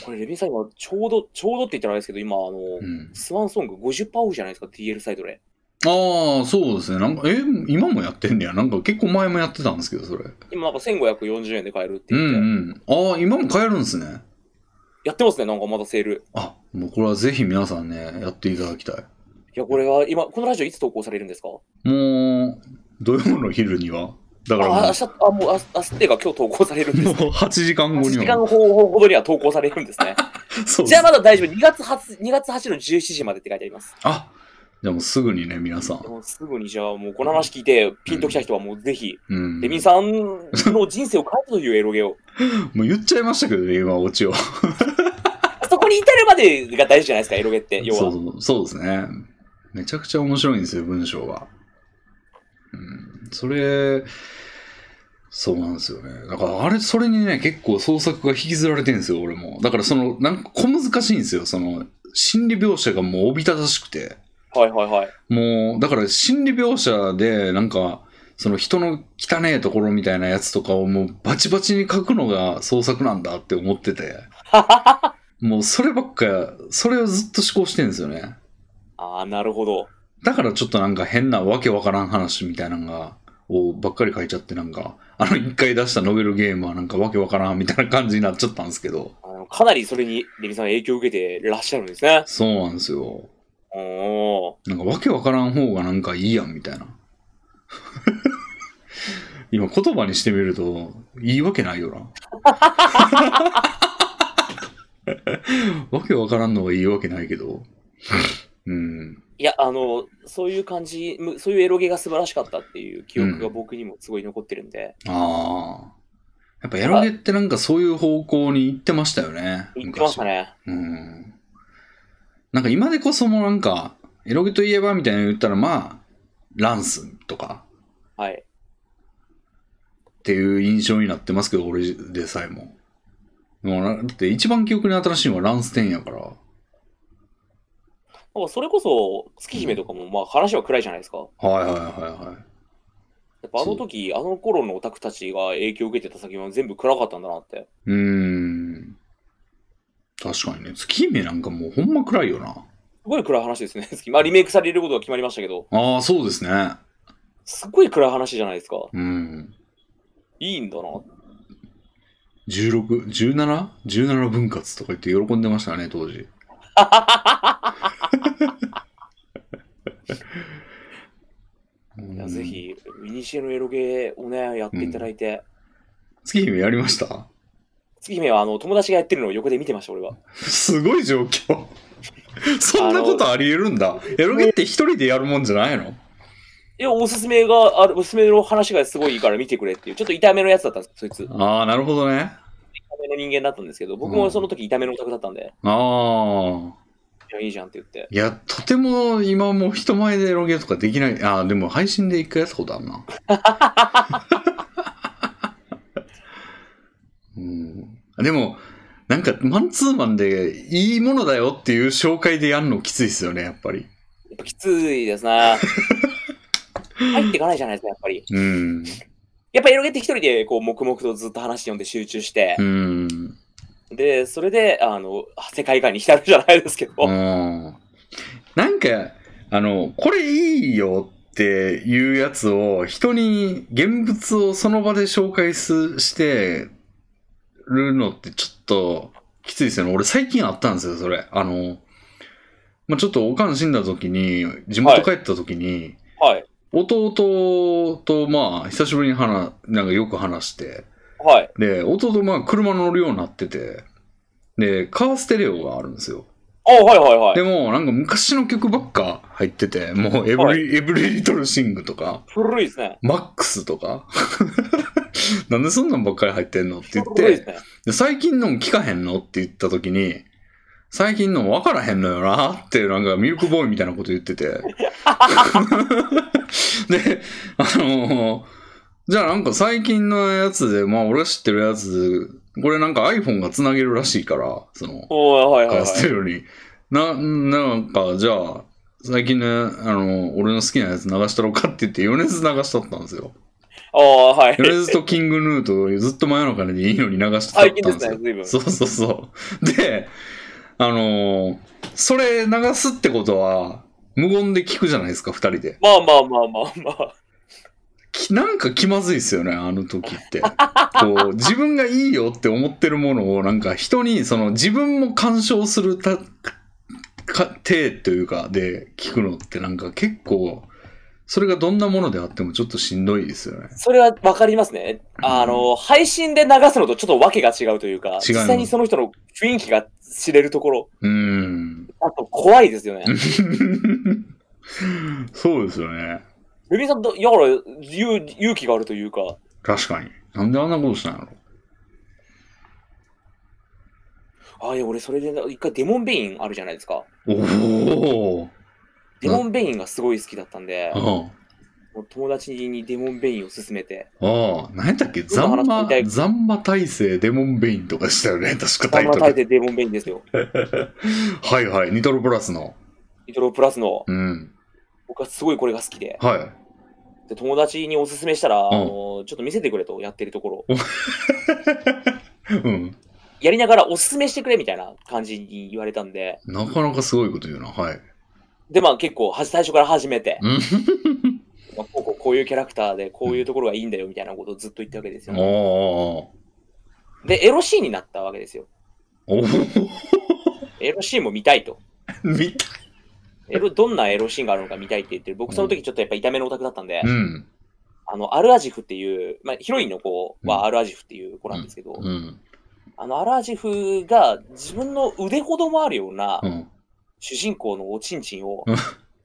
Speaker 2: これ、レビンさん今、ちょうど、ちょうどって言ったらあれですけど、今、あの
Speaker 1: う、ん。
Speaker 2: スワンソング50%オフじゃないですか、TL サイトで。
Speaker 1: ああ、そうですね。なんか、え、今もやってんねや。なんか結構前もやってたんですけど、それ。
Speaker 2: 今なんか1540円で買えるって
Speaker 1: う
Speaker 2: 言
Speaker 1: ん
Speaker 2: って、
Speaker 1: うん。ああ、今も買えるんですね。
Speaker 2: やってますね、なんかまだセール。
Speaker 1: あ、もうこれはぜひ皆さんね、やっていただきたい。
Speaker 2: いや、これは今、このラジオいつ投稿されるんですか
Speaker 1: もう、土曜の昼には。だからも
Speaker 2: あ、明日、あ、もう明日、明日っていうか今日投稿されるん
Speaker 1: う、
Speaker 2: で
Speaker 1: も
Speaker 2: す
Speaker 1: う8時間後
Speaker 2: 8時
Speaker 1: に
Speaker 2: 間
Speaker 1: は。
Speaker 2: ほほほどには投稿されるんですね。
Speaker 1: そうで
Speaker 2: じ
Speaker 1: す
Speaker 2: ゃあまだ大丈夫。2月8、2月8の17時までって書いてあります。
Speaker 1: あ、じゃあもうすぐにね、皆さん。
Speaker 2: もうすぐにじゃあもうこの話聞いてピンときた人はもうぜひ、
Speaker 1: うん。
Speaker 2: レビンさんの人生を変えたというエロゲを。
Speaker 1: もう言っちゃいましたけどね、今、オチを。
Speaker 2: そこに至るまでが大事じゃないですか、エロゲって。要は。
Speaker 1: そうそうそうですね。めちゃくちゃ面白いんですよ、文章が。うん、それ、そうなんですよね。だから、あれ、それにね、結構創作が引きずられてるんですよ、俺も。だから、その、なんか小難しいんですよ、その、心理描写がもうおびただしくて。
Speaker 2: はいはいはい。
Speaker 1: もう、だから心理描写で、なんか、その人の汚えところみたいなやつとかをもうバチバチに書くのが創作なんだって思って て。もうそればっか、それをずっと思考してるんですよね。
Speaker 2: ああ、なるほど。
Speaker 1: だからちょっとなんか変なわけわからん話みたいなのが、をばっかり書いちゃってなんか、あの一回出したノベルゲームはなんかわけわからんみたいな感じになっちゃったんですけど。
Speaker 2: あのかなりそれにレビンさん影響を受けてらっしゃるんですね。
Speaker 1: そうなんですよ。
Speaker 2: おー
Speaker 1: なんかわけわからん方がなんかいいやんみたいな。 今言葉にしてみると、いいわけないよ な。わけわからんのがいいわけないけど。うん。
Speaker 2: いや、あの、そういう感じ、むそういうエロゲが素晴らしかったっていう記憶が僕にもすごい残ってるんで、
Speaker 1: ああ。やっぱエロゲってなんかそういう方向に行ってましたよね。
Speaker 2: 言ってましたね。
Speaker 1: うん。なんか今でこそもうなんか、エロゲといえばみたいなの言ったらまあ、ランスとか、
Speaker 2: は
Speaker 1: っ
Speaker 2: い。
Speaker 1: ていう印象になってますけど、俺でさえも。もうなだって一番記憶に新しいのはランステンやから。
Speaker 2: なんかそれこそ、月姫とかも、まあ話は暗いじゃないですか。
Speaker 1: はいはいはいはい。
Speaker 2: やっぱあの時、あの頃のオタクたちが影響を受けてた先は全部暗かったんだなって。
Speaker 1: うーん。確かにね、月姫なんかもうほんま暗いよな。
Speaker 2: すごい暗い話ですね。 月まあリメイクされることが決まりましたけど、
Speaker 1: ああ、そうですね。
Speaker 2: すっごい暗い話じゃないですか。
Speaker 1: うん。
Speaker 2: いいんだな。
Speaker 1: 16、17?17 17分割とか言って喜んでましたね、当時。
Speaker 2: いやぜ。ひ、イニシエのエロゲーをね、やっていただいて、
Speaker 1: 月姫やりました
Speaker 2: 月姫はあの友達がやってるのを横で見てました、俺は。
Speaker 1: すごい状況。そんなことあり得るんだ。エロゲって一人でやるもんじゃないの
Speaker 2: いや、おすすめがある、おすすめの話がすごいいいから見てくれっていう、ちょっと痛めのやつだったんです、そいつ。痛
Speaker 1: ああ、なるほどね。
Speaker 2: めの人間だったんですけど、僕
Speaker 1: う
Speaker 2: も
Speaker 1: ん
Speaker 2: その時痛めのオタクだったんで、
Speaker 1: ああ。
Speaker 2: いや、いいじゃんって言って。
Speaker 1: いや、とても今もう人前でロゲとかできない。ああ、でも配信で一回やったことあるな。うん、でも、なんかマンツーマンでいいものだよっていう紹介でやるのきついですよね、やっぱり。
Speaker 2: やっぱきついですね。 入っていかないじゃないですか、やっぱり。
Speaker 1: うん。
Speaker 2: やっぱエロゲって一人で、こう、黙々とずっと話読んで集中して
Speaker 1: う、ん。
Speaker 2: で、それで、あの、世界観に浸るじゃないですけど、
Speaker 1: うんなんか、あの、これいいよっていうやつを、人に現物をその場で紹介すしてるのってちょっときついですよね。俺最近あったんですよ、それ。あの、まあ、ちょっとおかん死んだ時に、地元帰った時に、
Speaker 2: はい、
Speaker 1: 弟とまあ、久しぶりに話、なんかよく話して、
Speaker 2: はい、
Speaker 1: で、弟まあ、車乗るようになってて、で、カーステレオがあるんですよ。
Speaker 2: あ、はい、はい、はい
Speaker 1: で。も、なんか昔の曲ばっか入ってて、もうエブリ、
Speaker 2: は
Speaker 1: エブリリトルシングとか、
Speaker 2: 古いですね。
Speaker 1: マックスとか、 なんでそんなんばっかり入ってんのって言っ
Speaker 2: 古いです
Speaker 1: て、
Speaker 2: ね。
Speaker 1: で最近の聞かへんのって言った時に、最近の分からへんのよなって、なんかミルクボーイみたいなこと言ってて。で、あのーじゃあなんか最近のやつで、まあ俺が知ってるやつ、これなんか iPhone がつなげるらしいから、その、
Speaker 2: おーはい、はい、
Speaker 1: カ
Speaker 2: は
Speaker 1: ー
Speaker 2: い。
Speaker 1: ステレオに。な、なんか、じゃあ、 最近ね、あの、俺の好きなやつ流したろかって言って、米津流しとったんですよ。
Speaker 2: あああ、はい。
Speaker 1: 米津とキングヌートをずっと真夜中でいいのに流してた
Speaker 2: 最近
Speaker 1: ん
Speaker 2: ですね、随分。
Speaker 1: そうそうそう。で、あのーそれ流すってことは、無言で聞くじゃないですか、二人で。
Speaker 2: まあまあまあまあまあ。
Speaker 1: きなんか気まずいですよね、あの時って。こう、自分がいいよって思ってるものを、なんか人に、その自分も干渉するた、か、手というか、で聞くのってなんか結構、それがどんなものであってもちょっとしんどいですよね。
Speaker 2: それはわかりますね。あの、配信で流すのとちょっとわけが違うという
Speaker 1: 違
Speaker 2: か、
Speaker 1: い
Speaker 2: 実
Speaker 1: ます
Speaker 2: 際にその人の雰囲気が知れるところ、
Speaker 1: うん。
Speaker 2: あと怖いですよね。
Speaker 1: そうですよね。
Speaker 2: ルビーさんど、だから勇勇気があるというか、
Speaker 1: 確かに。なんであんなことしたんやろ。
Speaker 2: ああ、いや、俺それでな一回デモンベインあるじゃないですか。
Speaker 1: おお。
Speaker 2: デモンベインがすごい好きだったんで、
Speaker 1: あ
Speaker 2: もう友達にデモンベインを勧めて、
Speaker 1: あ。ああ。何やったっけザン
Speaker 2: 話
Speaker 1: マ
Speaker 2: みた、い
Speaker 1: ザンマ体制デモンベインとかでしたよね。確かタ
Speaker 2: た
Speaker 1: イ
Speaker 2: ま
Speaker 1: ト
Speaker 2: たい
Speaker 1: ル。
Speaker 2: てデモンベインですよ。
Speaker 1: はいはい。ニトロプラスの。
Speaker 2: イトロプラスの、
Speaker 1: うん。
Speaker 2: 僕はすごいこれが好きで、
Speaker 1: は
Speaker 2: で友達にお勧めしたら、
Speaker 1: ん
Speaker 2: あの、ちょっと見せてくれとやってるところ、
Speaker 1: い。うん。
Speaker 2: やりながらお勧めしてくれみたいな感じに言われたんで、
Speaker 1: なかなかすごいこと言うな。はい。
Speaker 2: で、まあ結構はじ、最初から始めて、
Speaker 1: うん。
Speaker 2: まあ、こうこうこういうキャラクターで、こういうところがいいんだよみたいなことをずっと言ったわけですよ。
Speaker 1: お
Speaker 2: で、エロシーンになったわけですよ。
Speaker 1: お。おお。
Speaker 2: エロシーンも見たいと。
Speaker 1: 見た。
Speaker 2: エロどんなエロシーンがあるのか見たいって言ってる。僕その時ちょっとやっぱ痛めのオタクだったんで、
Speaker 1: うん。
Speaker 2: あの、アルアジフっていう、まあ、ヒロインの子
Speaker 1: うん
Speaker 2: はアルアジフっていう子なんですけど、
Speaker 1: うん。
Speaker 2: あの、アルアジフが自分の腕ほどもあるような
Speaker 1: うん。
Speaker 2: 主人公のおちんちんを
Speaker 1: うん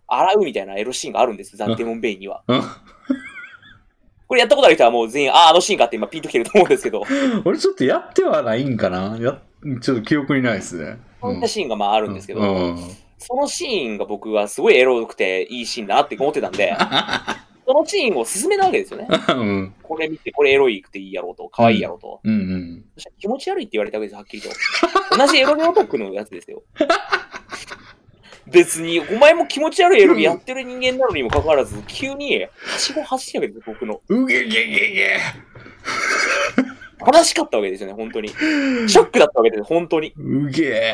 Speaker 2: 洗うみたいなエロシーンがあるんですよ、ザ・デモンベインには。
Speaker 1: うん
Speaker 2: これやったことある人はもう全員、ああ、あのシーンかって今ピンときてると思うんですけど、
Speaker 1: 俺ちょっとやってはないんかなやちょっと記憶にないですね。
Speaker 2: そういったシーンがまああるんですけど、
Speaker 1: うん
Speaker 2: そのシーンが僕はすごいエロくていいシーンだなって思ってたんで、そのシーンを勧めたわけですよね。
Speaker 1: うん。
Speaker 2: これ見て、これエロいくていいやろうと、可愛いやろうと。
Speaker 1: うんうん。
Speaker 2: そしたら気持ち悪いって言われたわけですよ、はっきりと。同じエロゲオタクのやつですよ。別に、お前も気持ち悪いエロゲやってる人間なのにもかかわらず、急に、はしご走ってたわけですよ、僕の。
Speaker 1: うげげげげ
Speaker 2: 悲しかったわけですよね、本当に。ショックだったわけですよ、本当に。
Speaker 1: うげえ。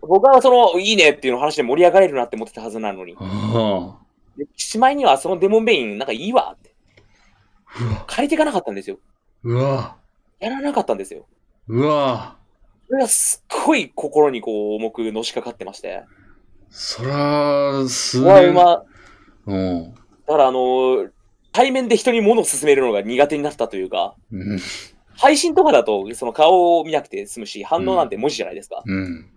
Speaker 2: 僕はその、いいねっていうの話で盛り上がれるなって思ってたはずなのに。
Speaker 1: あ
Speaker 2: でしまいには、そのデモンベイン、なんかいいわって。
Speaker 1: あ。うわ。
Speaker 2: 借りていかなかったんですよ。
Speaker 1: うわ。
Speaker 2: やらなかったんですよ。
Speaker 1: うわ。
Speaker 2: それがすっごい心にこう重くのしかかってまして。
Speaker 1: そら、数
Speaker 2: うわう
Speaker 1: 年。
Speaker 2: ま、
Speaker 1: うん。
Speaker 2: だからあのー対面で人に物を勧めるのが苦手になったというか、
Speaker 1: うん。
Speaker 2: 配信とかだとその顔を見なくて済むし、反応なんて文字じゃないですか。
Speaker 1: うん。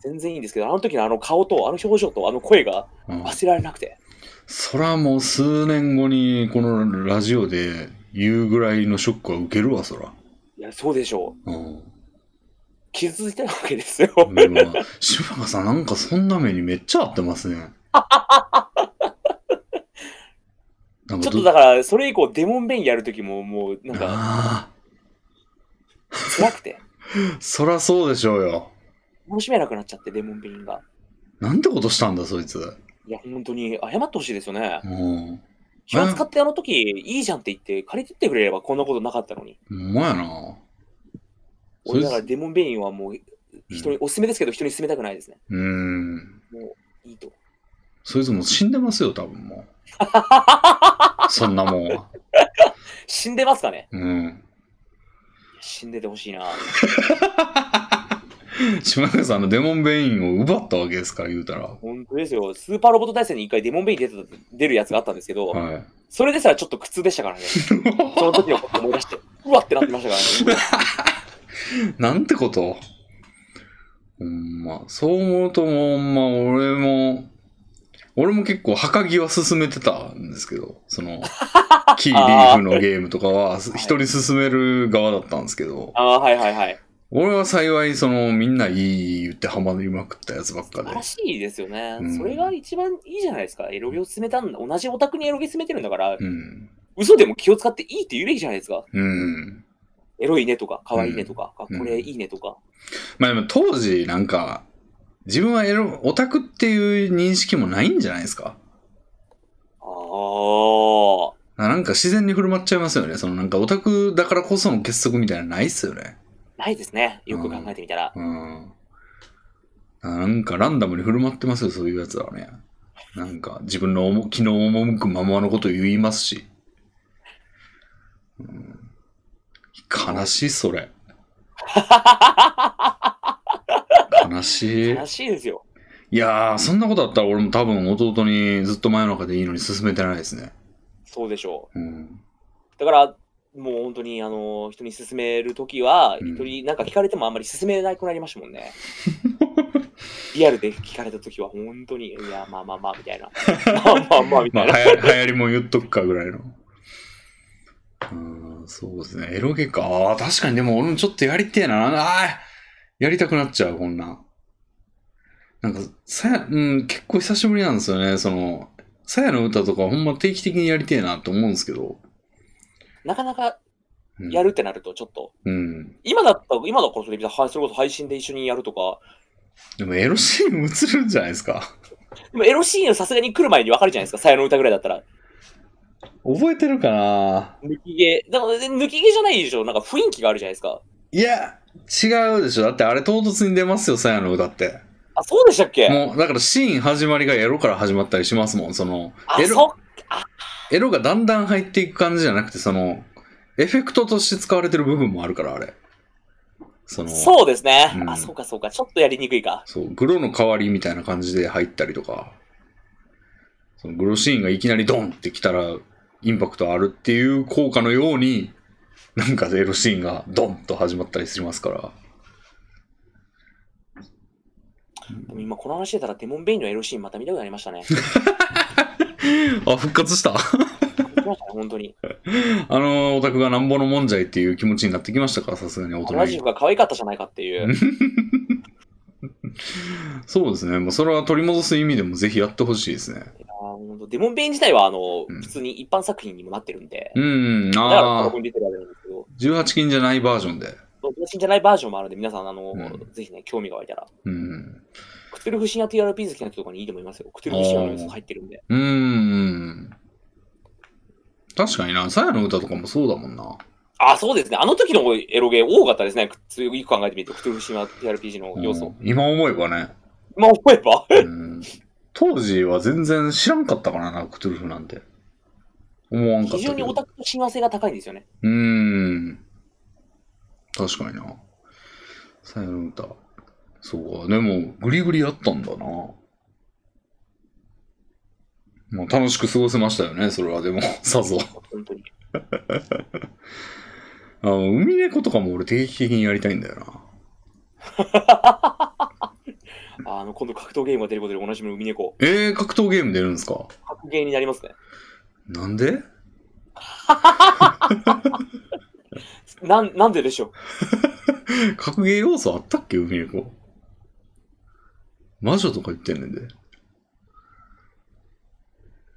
Speaker 2: 全然いいんですけど、あの時のあの顔と、あの表情と、あの声が
Speaker 1: うん
Speaker 2: 忘れられなくて。
Speaker 1: そらもう数年後にこのラジオで言うぐらいのショックは受けるわ、そら。
Speaker 2: いや、そうでしょう。
Speaker 1: うん。
Speaker 2: 傷ついてるわけですよ。
Speaker 1: うわ柴田さん、なんかそんな目にめっちゃ合ってますね。なん
Speaker 2: ち
Speaker 1: かど
Speaker 2: ょっとだから、それ以降デモンベインやる時ももう、なんか
Speaker 1: あ
Speaker 2: 辛くて、
Speaker 1: あ、そらそうでしょうよ。
Speaker 2: 楽しめなくなっちゃって、デモンベインが。
Speaker 1: なんてことしたんだ、そいつ。
Speaker 2: いや、本当に謝ってほしいですよね。
Speaker 1: うん。
Speaker 2: 気を使ってあの時、いいじゃんって言って、借りてってくれればこんなことなかったのに。
Speaker 1: ほんまやな。そ
Speaker 2: 俺
Speaker 1: い
Speaker 2: だから
Speaker 1: つ、
Speaker 2: デモンベインはもう、人に、おすすめですけど、人に勧めたくないですね。
Speaker 1: うん。
Speaker 2: いいと。
Speaker 1: そいつもう死んでますよ、多分も う。そんなもんは。
Speaker 2: 死んでますかね
Speaker 1: うん。
Speaker 2: 死んでてほしいな。
Speaker 1: 島田さん、あのデモンベインを奪ったわけですから、言うたら。
Speaker 2: 本当ですよ。スーパーロボット大戦に一回デモンベイン出てた出るやつがあったんですけど、
Speaker 1: はい。
Speaker 2: それですらちょっと苦痛でしたからね。その時のこと思い出して、うわってなってましたから ね。
Speaker 1: なんてことほんま、そう思うともうほんま、俺も、俺も結構、墓木は進めてたんですけど、そ の、キーリーフのゲームとかは、一人進める側だったんですけど、
Speaker 2: ああ、はいはいはい。
Speaker 1: 俺は幸い、その、みんないい言ってハマりまくったやつばっか
Speaker 2: 素晴
Speaker 1: で
Speaker 2: ら。しいですよね。
Speaker 1: うん
Speaker 2: それが一番いいじゃないですか。エロゲを進めたんだ。同じオタクにエロゲ進めてるんだから、
Speaker 1: うん。
Speaker 2: 嘘でも気を使っていいって言うべきじゃないですか。
Speaker 1: うん。
Speaker 2: エロいねとか、可愛いねとか、
Speaker 1: うん
Speaker 2: あこれいいねとか。
Speaker 1: まあでも当時、なんか、自分はエロ、オタクっていう認識もないんじゃないですか。
Speaker 2: ああ。
Speaker 1: ななんか自然に振る舞っちゃいますよね。そのなんかオタクだからこその結束みたいなのないっすよね。
Speaker 2: ないですね。よく考えてみたら。
Speaker 1: うん。なんかランダムに振る舞ってますよ、そういうやつはね。なんか自分の思う昨日赴くままのこと言いますし。うん、悲しい、それ。悲しい。
Speaker 2: 悲しいですよ。
Speaker 1: いやー、そんなことあったら俺も多分弟にずっと真夜中でいいのに勧めてないですね。
Speaker 2: そうでしょ
Speaker 1: うん。
Speaker 2: う。だから、もう本当に、あの、人に勧めるときは、
Speaker 1: うん
Speaker 2: 人になんか聞かれてもあんまり勧めなくなりましたもん ね。リアルで聞かれたときは、本当に、いや、まあまあまあ、みたいな。 まあまあまあ、み
Speaker 1: ま
Speaker 2: た
Speaker 1: あ、
Speaker 2: い
Speaker 1: 流
Speaker 2: な。
Speaker 1: 行り流行りも言っとくかぐらいの。うん、そうですね。エロゲか。ああ、確かにでも俺もちょっとやりてえな。ああ、やりたくなっちゃう、こんなん。なんか、さや、うん、結構久しぶりなんですよね。その、さやの歌とかほんま定期的にやりてえなと思うんですけど。
Speaker 2: なかなか
Speaker 1: うん
Speaker 2: やるってなると、ちょっと、
Speaker 1: うん。
Speaker 2: 今だったら、今だからそれ、はいそれこそ配信で一緒にやるとか、
Speaker 1: でもエロシーン映るんじゃないですか。
Speaker 2: でもエロシーンをさすがに来る前に分かるじゃないですか、さやの歌ぐらいだったら。
Speaker 1: 覚えてるかな
Speaker 2: 抜き毛。だから、で抜き毛じゃないでしょ、なんか雰囲気があるじゃないですか。
Speaker 1: いや、違うでしょ。だってあれ唐突に出ますよ、さやの歌って。
Speaker 2: あ、そうでしたっけ
Speaker 1: もう、だからシーン始まりがエロから始まったりしますもん。その、
Speaker 2: あ、
Speaker 1: エロ
Speaker 2: そ、
Speaker 1: エロがだんだん入っていく感じじゃなくて、その、エフェクトとして使われてる部分もあるから、あれ。その、
Speaker 2: そうですね、
Speaker 1: うん
Speaker 2: あ、そうかそうか。ちょっとやりにくいか。
Speaker 1: そう、グロの代わりみたいな感じで入ったりとか、そのグロシーンがいきなりドンってきたら、インパクトあるっていう効果のように、なんかエロシーンがドンと始まったりしますから。
Speaker 2: でも今この話してたらデモン・ベインのエロシーンまた見たくなりましたね。
Speaker 1: あ、復活した
Speaker 2: 見ましたね、本当に。
Speaker 1: あのオタクがなんぼのもんじゃいっていう気持ちになってきましたかさすがに大
Speaker 2: あの
Speaker 1: 人
Speaker 2: ラジ
Speaker 1: に
Speaker 2: オ。が可愛かったじゃないかっていう。
Speaker 1: そうですね。もうそれは取り戻す意味でもぜひやってほしいですね。
Speaker 2: あ本当デモン・ベイン自体は、あの、
Speaker 1: うん
Speaker 2: 普通に一般作品にもなってるんで。
Speaker 1: うん、
Speaker 2: だから
Speaker 1: あ
Speaker 2: ここに出てるわけなんですけど、
Speaker 1: あ、18禁じゃないバージョンで。
Speaker 2: 同心じゃないバージョンもあるんで、皆さん、あの、
Speaker 1: うん
Speaker 2: ぜひね、興味が湧いたら、
Speaker 1: うん。
Speaker 2: クトゥルフ神話 TRP 好きな人とかにいいと思いますよ。クトゥルフ神話の要素入ってるんで。
Speaker 1: うん。確かにな、さやの歌とかもそうだもんな。
Speaker 2: あ、そうですね。あの時のエロゲー多かったですね。つよく考えてみると、クトゥルフ神話 TRPG の要
Speaker 1: う
Speaker 2: 素
Speaker 1: ん。今思えばね。
Speaker 2: まあ、思えば
Speaker 1: うん当時は全然知らんかったからな、クトゥルフなんて。思わんかった
Speaker 2: 非
Speaker 1: け
Speaker 2: 常
Speaker 1: ど。
Speaker 2: にオタクの親和性が高いんですよね。
Speaker 1: うーん。確かにな。さよの歌。そうか。でも、グリグリやったんだな。まあ、楽しく過ごせましたよね、それは。でも、 さぞ。
Speaker 2: 本当に。
Speaker 1: あの、海猫とかも俺定期的にやりたいんだよな。
Speaker 2: あの、今度格闘ゲームが出ることでおなじみの海猫、
Speaker 1: えー、格闘ゲーム出るんですか
Speaker 2: 格ゲーになりますね。
Speaker 1: なんで
Speaker 2: なん、なんででしょう。
Speaker 1: 格ゲー要素あったっけ海猫。魔女とか言ってんねんで。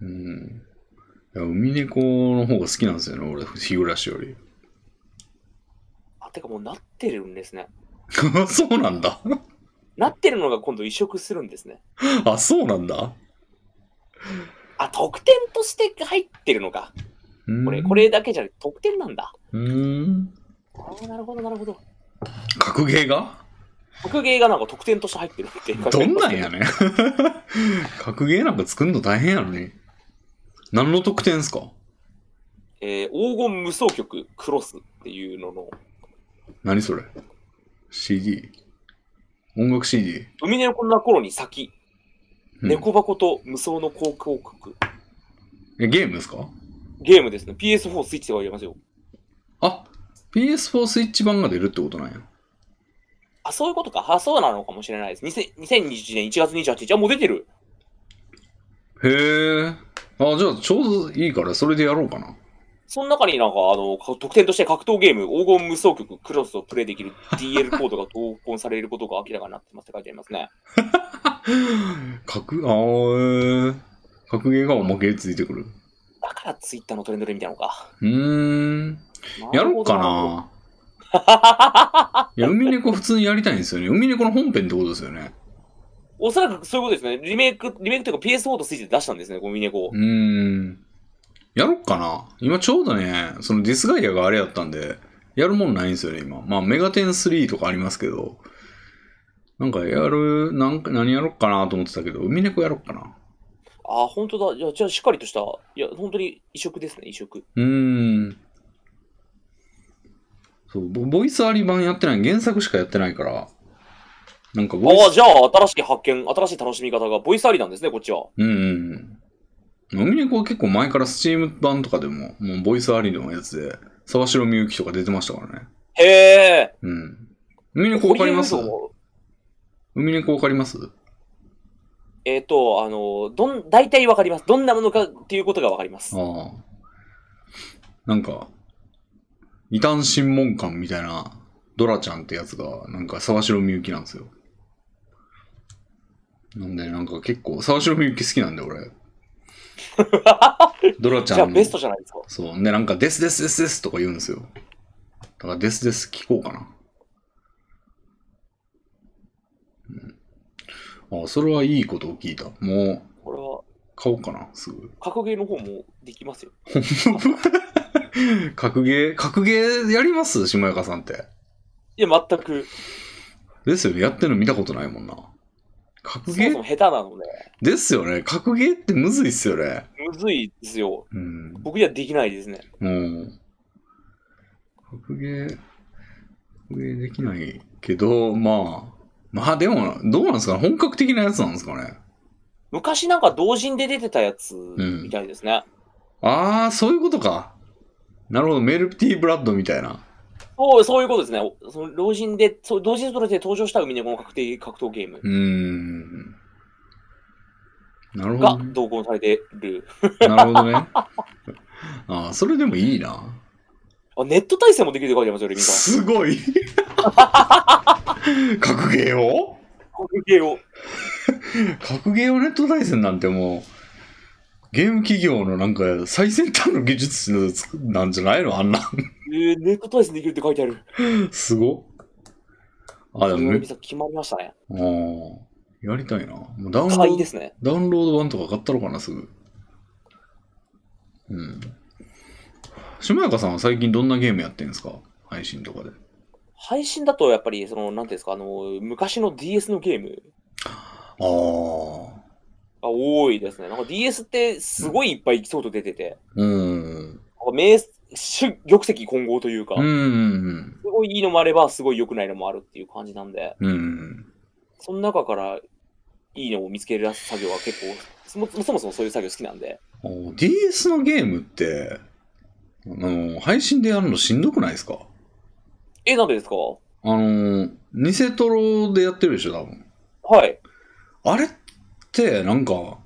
Speaker 1: うん。いや、海猫の方が好きなんですよね、俺、日暮らしより。
Speaker 2: あ、てかもうなってるんですね。
Speaker 1: そうなんだ。
Speaker 2: なってるのが今度移植するんですね。
Speaker 1: あ、そうなんだ。
Speaker 2: あ、特典として入ってるのか。
Speaker 1: うん
Speaker 2: これ、こ。れだけじゃなくて特典なんだ。
Speaker 1: うん。
Speaker 2: ああ、なるほど、なるほど。
Speaker 1: 格ゲーが
Speaker 2: 格ゲーがなんか特典として入ってるっていう
Speaker 1: どんなんやねん。 格ゲーなんか作るの大変やのに。何の特典ですか
Speaker 2: えー黄金無双曲クロスっていうのの、
Speaker 1: 何それ ?CD? 音楽 CD?
Speaker 2: 海のこんな頃に先、
Speaker 1: うん
Speaker 2: 猫箱と無双の広告曲、
Speaker 1: え、ゲームですか
Speaker 2: ゲームですね。PS4 スイッチでは入れますよ。
Speaker 1: あ、PS4 スイッチ版が出るってことなんや。
Speaker 2: あ、そういうことか。あ、そうなのかもしれないです。2000 2021年1月28日。あ、もう出てる。
Speaker 1: へえ。あ、じゃあちょうどいいからそれでやろうかな。
Speaker 2: その中になんか、あの、か特典として格闘ゲーム、黄金無双曲、クロスをプレイできる DL コードが投稿されることが明らかになってますって書いてありますね。
Speaker 1: 格、あー、格ゲーがおまけついてくる。
Speaker 2: だからツイッターのトレンドで見たのか。
Speaker 1: うーん。やろうか
Speaker 2: るほど。
Speaker 1: な。いや、海猫普通にやりたいんですよね。海猫の本編ってことですよね。
Speaker 2: おそらくそういうことですね。リメイク、リメイクというか PS4 とスイッチで出したんですね、ゴミ猫を
Speaker 1: う。ーん。やろっかな。今ちょうどね、そのディスガイアがあれやったんで、やるもんないんですよね、今。まあ、メガテン3とかありますけど、なんかやる、なんか何やろっかなと思ってたけど、海猫やろっかな。
Speaker 2: あ、本当だ。じゃあ、じゃあしっかりとした、いや、本当に移植ですね、移植。
Speaker 1: うーん。そう、ぼボイスアリ版やってない、原作しかやってないから、なんかボイ
Speaker 2: ああ、
Speaker 1: ス、
Speaker 2: じゃあ、新しい発見、新しい楽しみ方が、ボイスありなんですね、こっちは。
Speaker 1: うんうんうん。海猫は結構前から Steam 版とかでも、もうボイスアリのやつで、沢城みゆきとか出てましたからね。
Speaker 2: へえ。
Speaker 1: うん。海猫わかります
Speaker 2: ホリエモンも
Speaker 1: 海猫わかります
Speaker 2: えっ、と、あの、どん、大体わかります。どんなものかっていうことがわかります。
Speaker 1: ああ。なんか、異端審問官みたいな、ドラちゃんってやつが、なんか沢城みゆきなんですよ。なんで、なんか結構、沢城みゆき好きなんで、俺。ドラち
Speaker 2: じゃ
Speaker 1: ゃ
Speaker 2: あ、
Speaker 1: ん
Speaker 2: ベストじゃないですか。
Speaker 1: そう。で、なんか、ですですですですとか言うんですよ。だから、ですです聞こうかな。うん。あ、それはいいことを聞いた。もう、
Speaker 2: これは、
Speaker 1: 買おうかな、すぐ。
Speaker 2: 格ゲーの方もできますよ。
Speaker 1: 格ゲー、格ゲーやります下中さんって。
Speaker 2: いや、全く、
Speaker 1: ですよね。やってるの見たことないもんな。
Speaker 2: そ
Speaker 1: 格
Speaker 2: も
Speaker 1: ゲ
Speaker 2: そ
Speaker 1: ー
Speaker 2: も下手なので、
Speaker 1: ですよね。格ゲーってむずいっすよね。
Speaker 2: むずいですよ。
Speaker 1: うん。
Speaker 2: 僕にはできないですね。
Speaker 1: もう、格ゲー、格ゲーできないけど、まあ、まあでも、どうなんですかね。本格的なやつなんですかね。
Speaker 2: 昔なんか同人で出てたやつ
Speaker 1: ん
Speaker 2: みたいですね。
Speaker 1: ああ、そういうことか。なるほど。メルティーブラッドみたいな。
Speaker 2: そうそういうことですね。おその老人で、そう同人として登場した海猫の確定格闘ゲーム
Speaker 1: うーん。なるほ
Speaker 2: が
Speaker 1: ど、ね。
Speaker 2: 同梱されてる。
Speaker 1: なるほどね。 ああ、それでもいいな。
Speaker 2: あネット対戦もできるって書いてありますよ、レミさん。
Speaker 1: すごい 格ゲーを
Speaker 2: 格ゲーを。
Speaker 1: 格ゲーをネット対戦なんてもう、ゲーム企業のなんか最先端の技術のつなんじゃないの あんな。
Speaker 2: えー、ネット対戦できるって書いてある。
Speaker 1: すごあ、でも
Speaker 2: レ
Speaker 1: め
Speaker 2: ミ、さん決まりましたね。
Speaker 1: あーやりたいな。もうダウンロー
Speaker 2: 買い
Speaker 1: ド
Speaker 2: で、すね。
Speaker 1: ダウンロード版とか買ったのかな、すぐ。うん。しもやかさんは最近どんなゲームやってんですか配信とかで。
Speaker 2: 配信だとやっぱり、その、なんていうんですか、あの、昔の DS のゲーム
Speaker 1: ああ。
Speaker 2: が多いですね。なんか DS ってすごいいっぱいソフト出てて、
Speaker 1: うん。
Speaker 2: なんか名、主玉石混合というか、
Speaker 1: うんう
Speaker 2: す
Speaker 1: ん
Speaker 2: ごいいいのもあれば、すごい良くないのもあるっていう感じなんで、
Speaker 1: うん。うん。
Speaker 2: その中からいいのを見つける作業は結構、そもそもそもそういう作業好きなんで、
Speaker 1: あの DS のゲームって、あの、配信でやるのしんどくないですか
Speaker 2: え、なんでですか
Speaker 1: あの、ニセトロでやってるでしょ、多分。
Speaker 2: はい。
Speaker 1: あれって、なんか、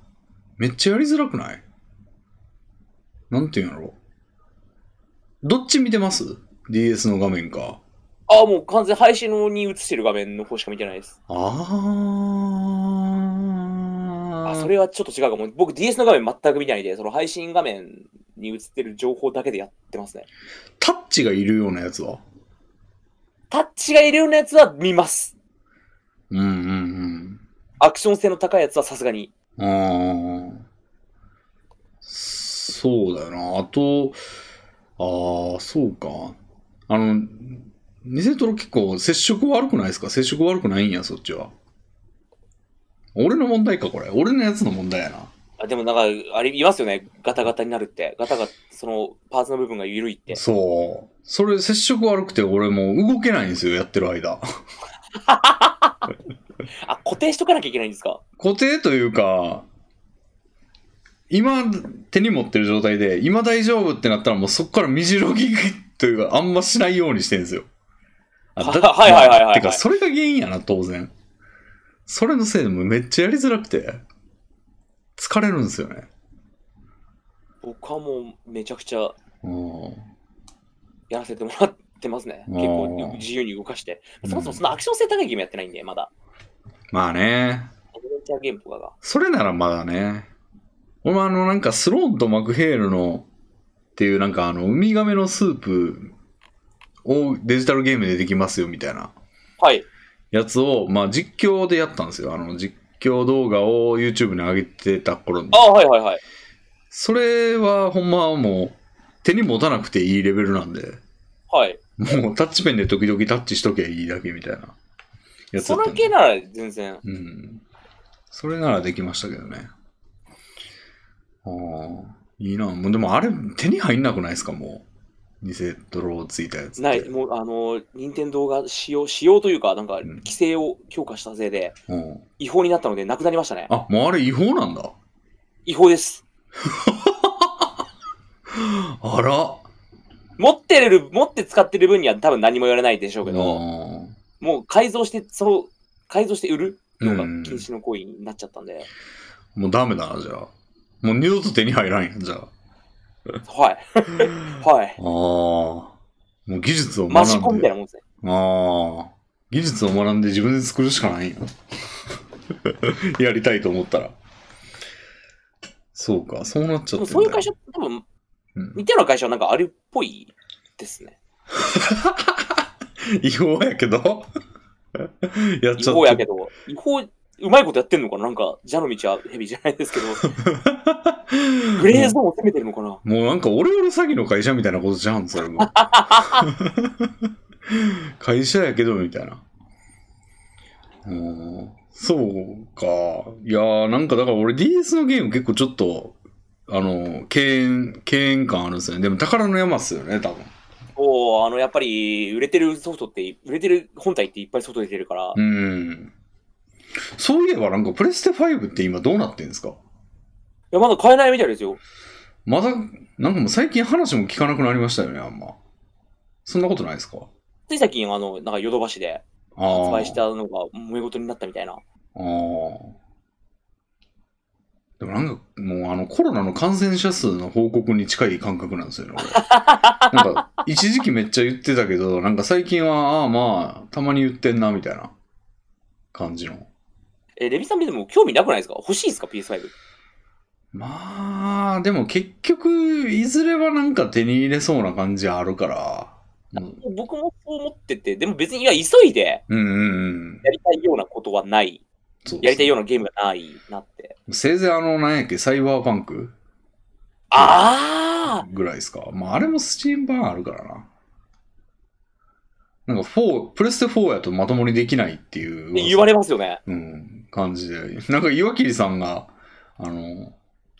Speaker 1: めっちゃやりづらくないなんていうんやろどっち見てます ?DS の画面か。
Speaker 2: あもう完全配信のに映してる画面の方しか見てないです。
Speaker 1: あー。
Speaker 2: あ、それはちょっと違うかも。僕 DS の画面全く見ないで、その配信画面に映ってる情報だけでやってますね。
Speaker 1: タッチがいるようなやつは
Speaker 2: タッチがいるようなやつは見ます。
Speaker 1: うんうん
Speaker 2: アクション性の高いやつはさすがに。
Speaker 1: うん。ああ。そうだよな。あと、ああ、そうか。あの、ニセトロ結構接触悪くないですか接触悪くないんや、そっちは。俺の問題か、これ。俺のやつの問題やな。
Speaker 2: あでもなんか、あれ言いますよね。ガタガタになるって。ガタガタ、そのパーツの部分が緩いって。
Speaker 1: そう。それ接触悪くて俺もう動けないんですよ、やってる間。
Speaker 2: あ、固定しとかなきゃいけないんですか
Speaker 1: 固定というか、今手に持ってる状態で、今大丈夫ってなったらもうそこからみじろぎというか、あんましないようにしてるんですよ。あだ
Speaker 2: はいはいはいはいはい
Speaker 1: てか、それが原因やな、当然。それのせいでもうめっちゃやりづらくて、疲れるんですよね。
Speaker 2: 僕はもうめちゃくちゃ
Speaker 1: うん
Speaker 2: やらせてもらってますね。結
Speaker 1: あ
Speaker 2: 構
Speaker 1: ー
Speaker 2: 自由に動かして。
Speaker 1: うん
Speaker 2: そもそもそのアクション性高いゲームやってないんで、まだ。
Speaker 1: まあね、
Speaker 2: アドベンチャーゲームとかが。
Speaker 1: それならまだね。俺もあの、なんかスローンとマクヘールの、っていうなんかあの、ウミガメのスープをデジタルゲームでできますよみたいな
Speaker 2: はい。
Speaker 1: やつを、まあ実況でやったんですよ。あの、実況動画を YouTube に上げてた頃に
Speaker 2: あ、はいはいはい。
Speaker 1: それはほんまもう手に持たなくていいレベルなんで、
Speaker 2: はい。
Speaker 1: もうタッチペンで時々タッチしとけばいいだけみたいなやつだ
Speaker 2: そ
Speaker 1: った
Speaker 2: の
Speaker 1: んで
Speaker 2: 系なら全然。
Speaker 1: うん。それならできましたけどね。ああ、いいな。もうでもあれ、手に入んなくないですか、もう。偽ドローついたやつって。
Speaker 2: ない、もう、あの、任天堂が使用、使用というか、なんか、
Speaker 1: ん
Speaker 2: 規制を強化したせいで、
Speaker 1: うん。
Speaker 2: 違法になったので、なくなりましたね。
Speaker 1: あ、もうあれ違法なんだ。
Speaker 2: 違法です。
Speaker 1: あら。
Speaker 2: 持ってる、持って使ってる分には多分何も言われないでしょうけど、
Speaker 1: あ
Speaker 2: もう改造して、その、改造して売るのが
Speaker 1: うん
Speaker 2: 禁止の行為になっちゃったんで、
Speaker 1: ーもうダメだな、じゃあ。もう二度と手に入らんやん、じゃあ。
Speaker 2: はい。はい
Speaker 1: あ。あ。もう技術を
Speaker 2: マ
Speaker 1: 学
Speaker 2: ジコン
Speaker 1: ん
Speaker 2: みた
Speaker 1: で。
Speaker 2: いなもんですね。
Speaker 1: ああ。技術を学んで自分で作るしかないんや。 やりたいと思ったら。そうか、そうなっち
Speaker 2: で
Speaker 1: ゃってんだよ
Speaker 2: もそういう会社、多
Speaker 1: う
Speaker 2: 分、
Speaker 1: ん
Speaker 2: 似たような会社はなんかあるっぽいですね。
Speaker 1: 違法やけど やっ
Speaker 2: 違
Speaker 1: ちゃっ
Speaker 2: 法や
Speaker 1: て
Speaker 2: けど、違法、うまいことやってんのかななんか、蛇の道は蛇じゃないで すけど、グレーゾーンを攻めてるのかな
Speaker 1: もうなんかオレオレ詐欺の会社みたいなことじゃんそれも会社やけどみたいなうんそうかいやーなんかだから俺 DS のゲーム結構ちょっとあの敬遠敬遠感あるんですよねでも宝の山っすよね多分
Speaker 2: おーあの、やっぱり、売れてるソフトって、売れてる本体っていっぱい外出てるから、
Speaker 1: うんそういえばなんかプレステ5って今どうなってんですか
Speaker 2: いや、まだ買えないみたいですよ。
Speaker 1: まだ、なんかもう最近話も聞かなくなりましたよね、あんま。そんなことないですか
Speaker 2: つい最近、あの、なんかヨドバシで
Speaker 1: あー
Speaker 2: 発売し。たのが揉め事になったみたいな。
Speaker 1: あーでもなんかもうあのコロナの感染者数の報告に近い感覚なんです よね、俺なんか一時期めっちゃ言ってたけど、なんか最近は、ああまあ、たまに言ってんな、みたいな感じの。
Speaker 2: え、レビさん見ても興味なくないですか欲しいですか ?PS5。
Speaker 1: まあ、でも結局、いずれはなんか手に入れそうな感じあるから。うん
Speaker 2: 僕もそう思ってて、でも別に、いや、急いで
Speaker 1: うんうんうん。
Speaker 2: やりたいようなことはない。
Speaker 1: そう
Speaker 2: やりたいようなゲームがないなって。
Speaker 1: せいぜいあの、なんやっけ、サイバーパンク
Speaker 2: ああ
Speaker 1: ぐらいですか。まあ、あれもスチーム版あるからな。なんか4、プレステ4やとまともにできないっていう噂
Speaker 2: 言われますよね。
Speaker 1: うん、感じで。なんか岩切さんが、あの、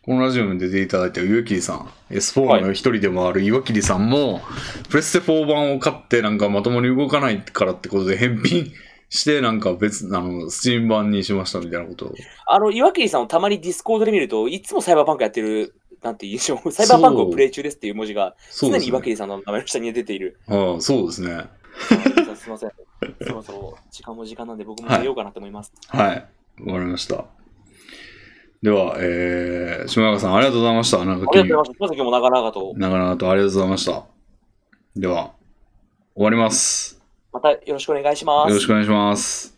Speaker 1: このラジオに出ていただいた岩切さん、S4 の一人でもある岩切さんも、プレステ4版を買ってなんかまともに動かないからってことで返 品して、なんか別、あの、スチーム版にしましたみたいなことを。
Speaker 2: あの、岩切さんをたまにディスコードで見ると、いつもサイバーパンクやってるなんて印象。サイバーパンクをプレイ中ですっていう文字が、
Speaker 1: そう
Speaker 2: 常
Speaker 1: で
Speaker 2: に
Speaker 1: す
Speaker 2: 岩
Speaker 1: ね。
Speaker 2: 切さんの名前の下に出ている。
Speaker 1: ああそうですね。
Speaker 2: すいません。そろそろ時間も時間なんで僕も
Speaker 1: はい
Speaker 2: 寝ようかなと思います。
Speaker 1: はい。わかりました。では、えー、島中さん、ありがとうございました。なんか
Speaker 2: ありがとうございました。すいません、今日も長々と。
Speaker 1: 長々とありがとうございました。では、終わります。
Speaker 2: またよろしくお願いしま
Speaker 1: よ
Speaker 2: す
Speaker 1: ろし。くお願いします。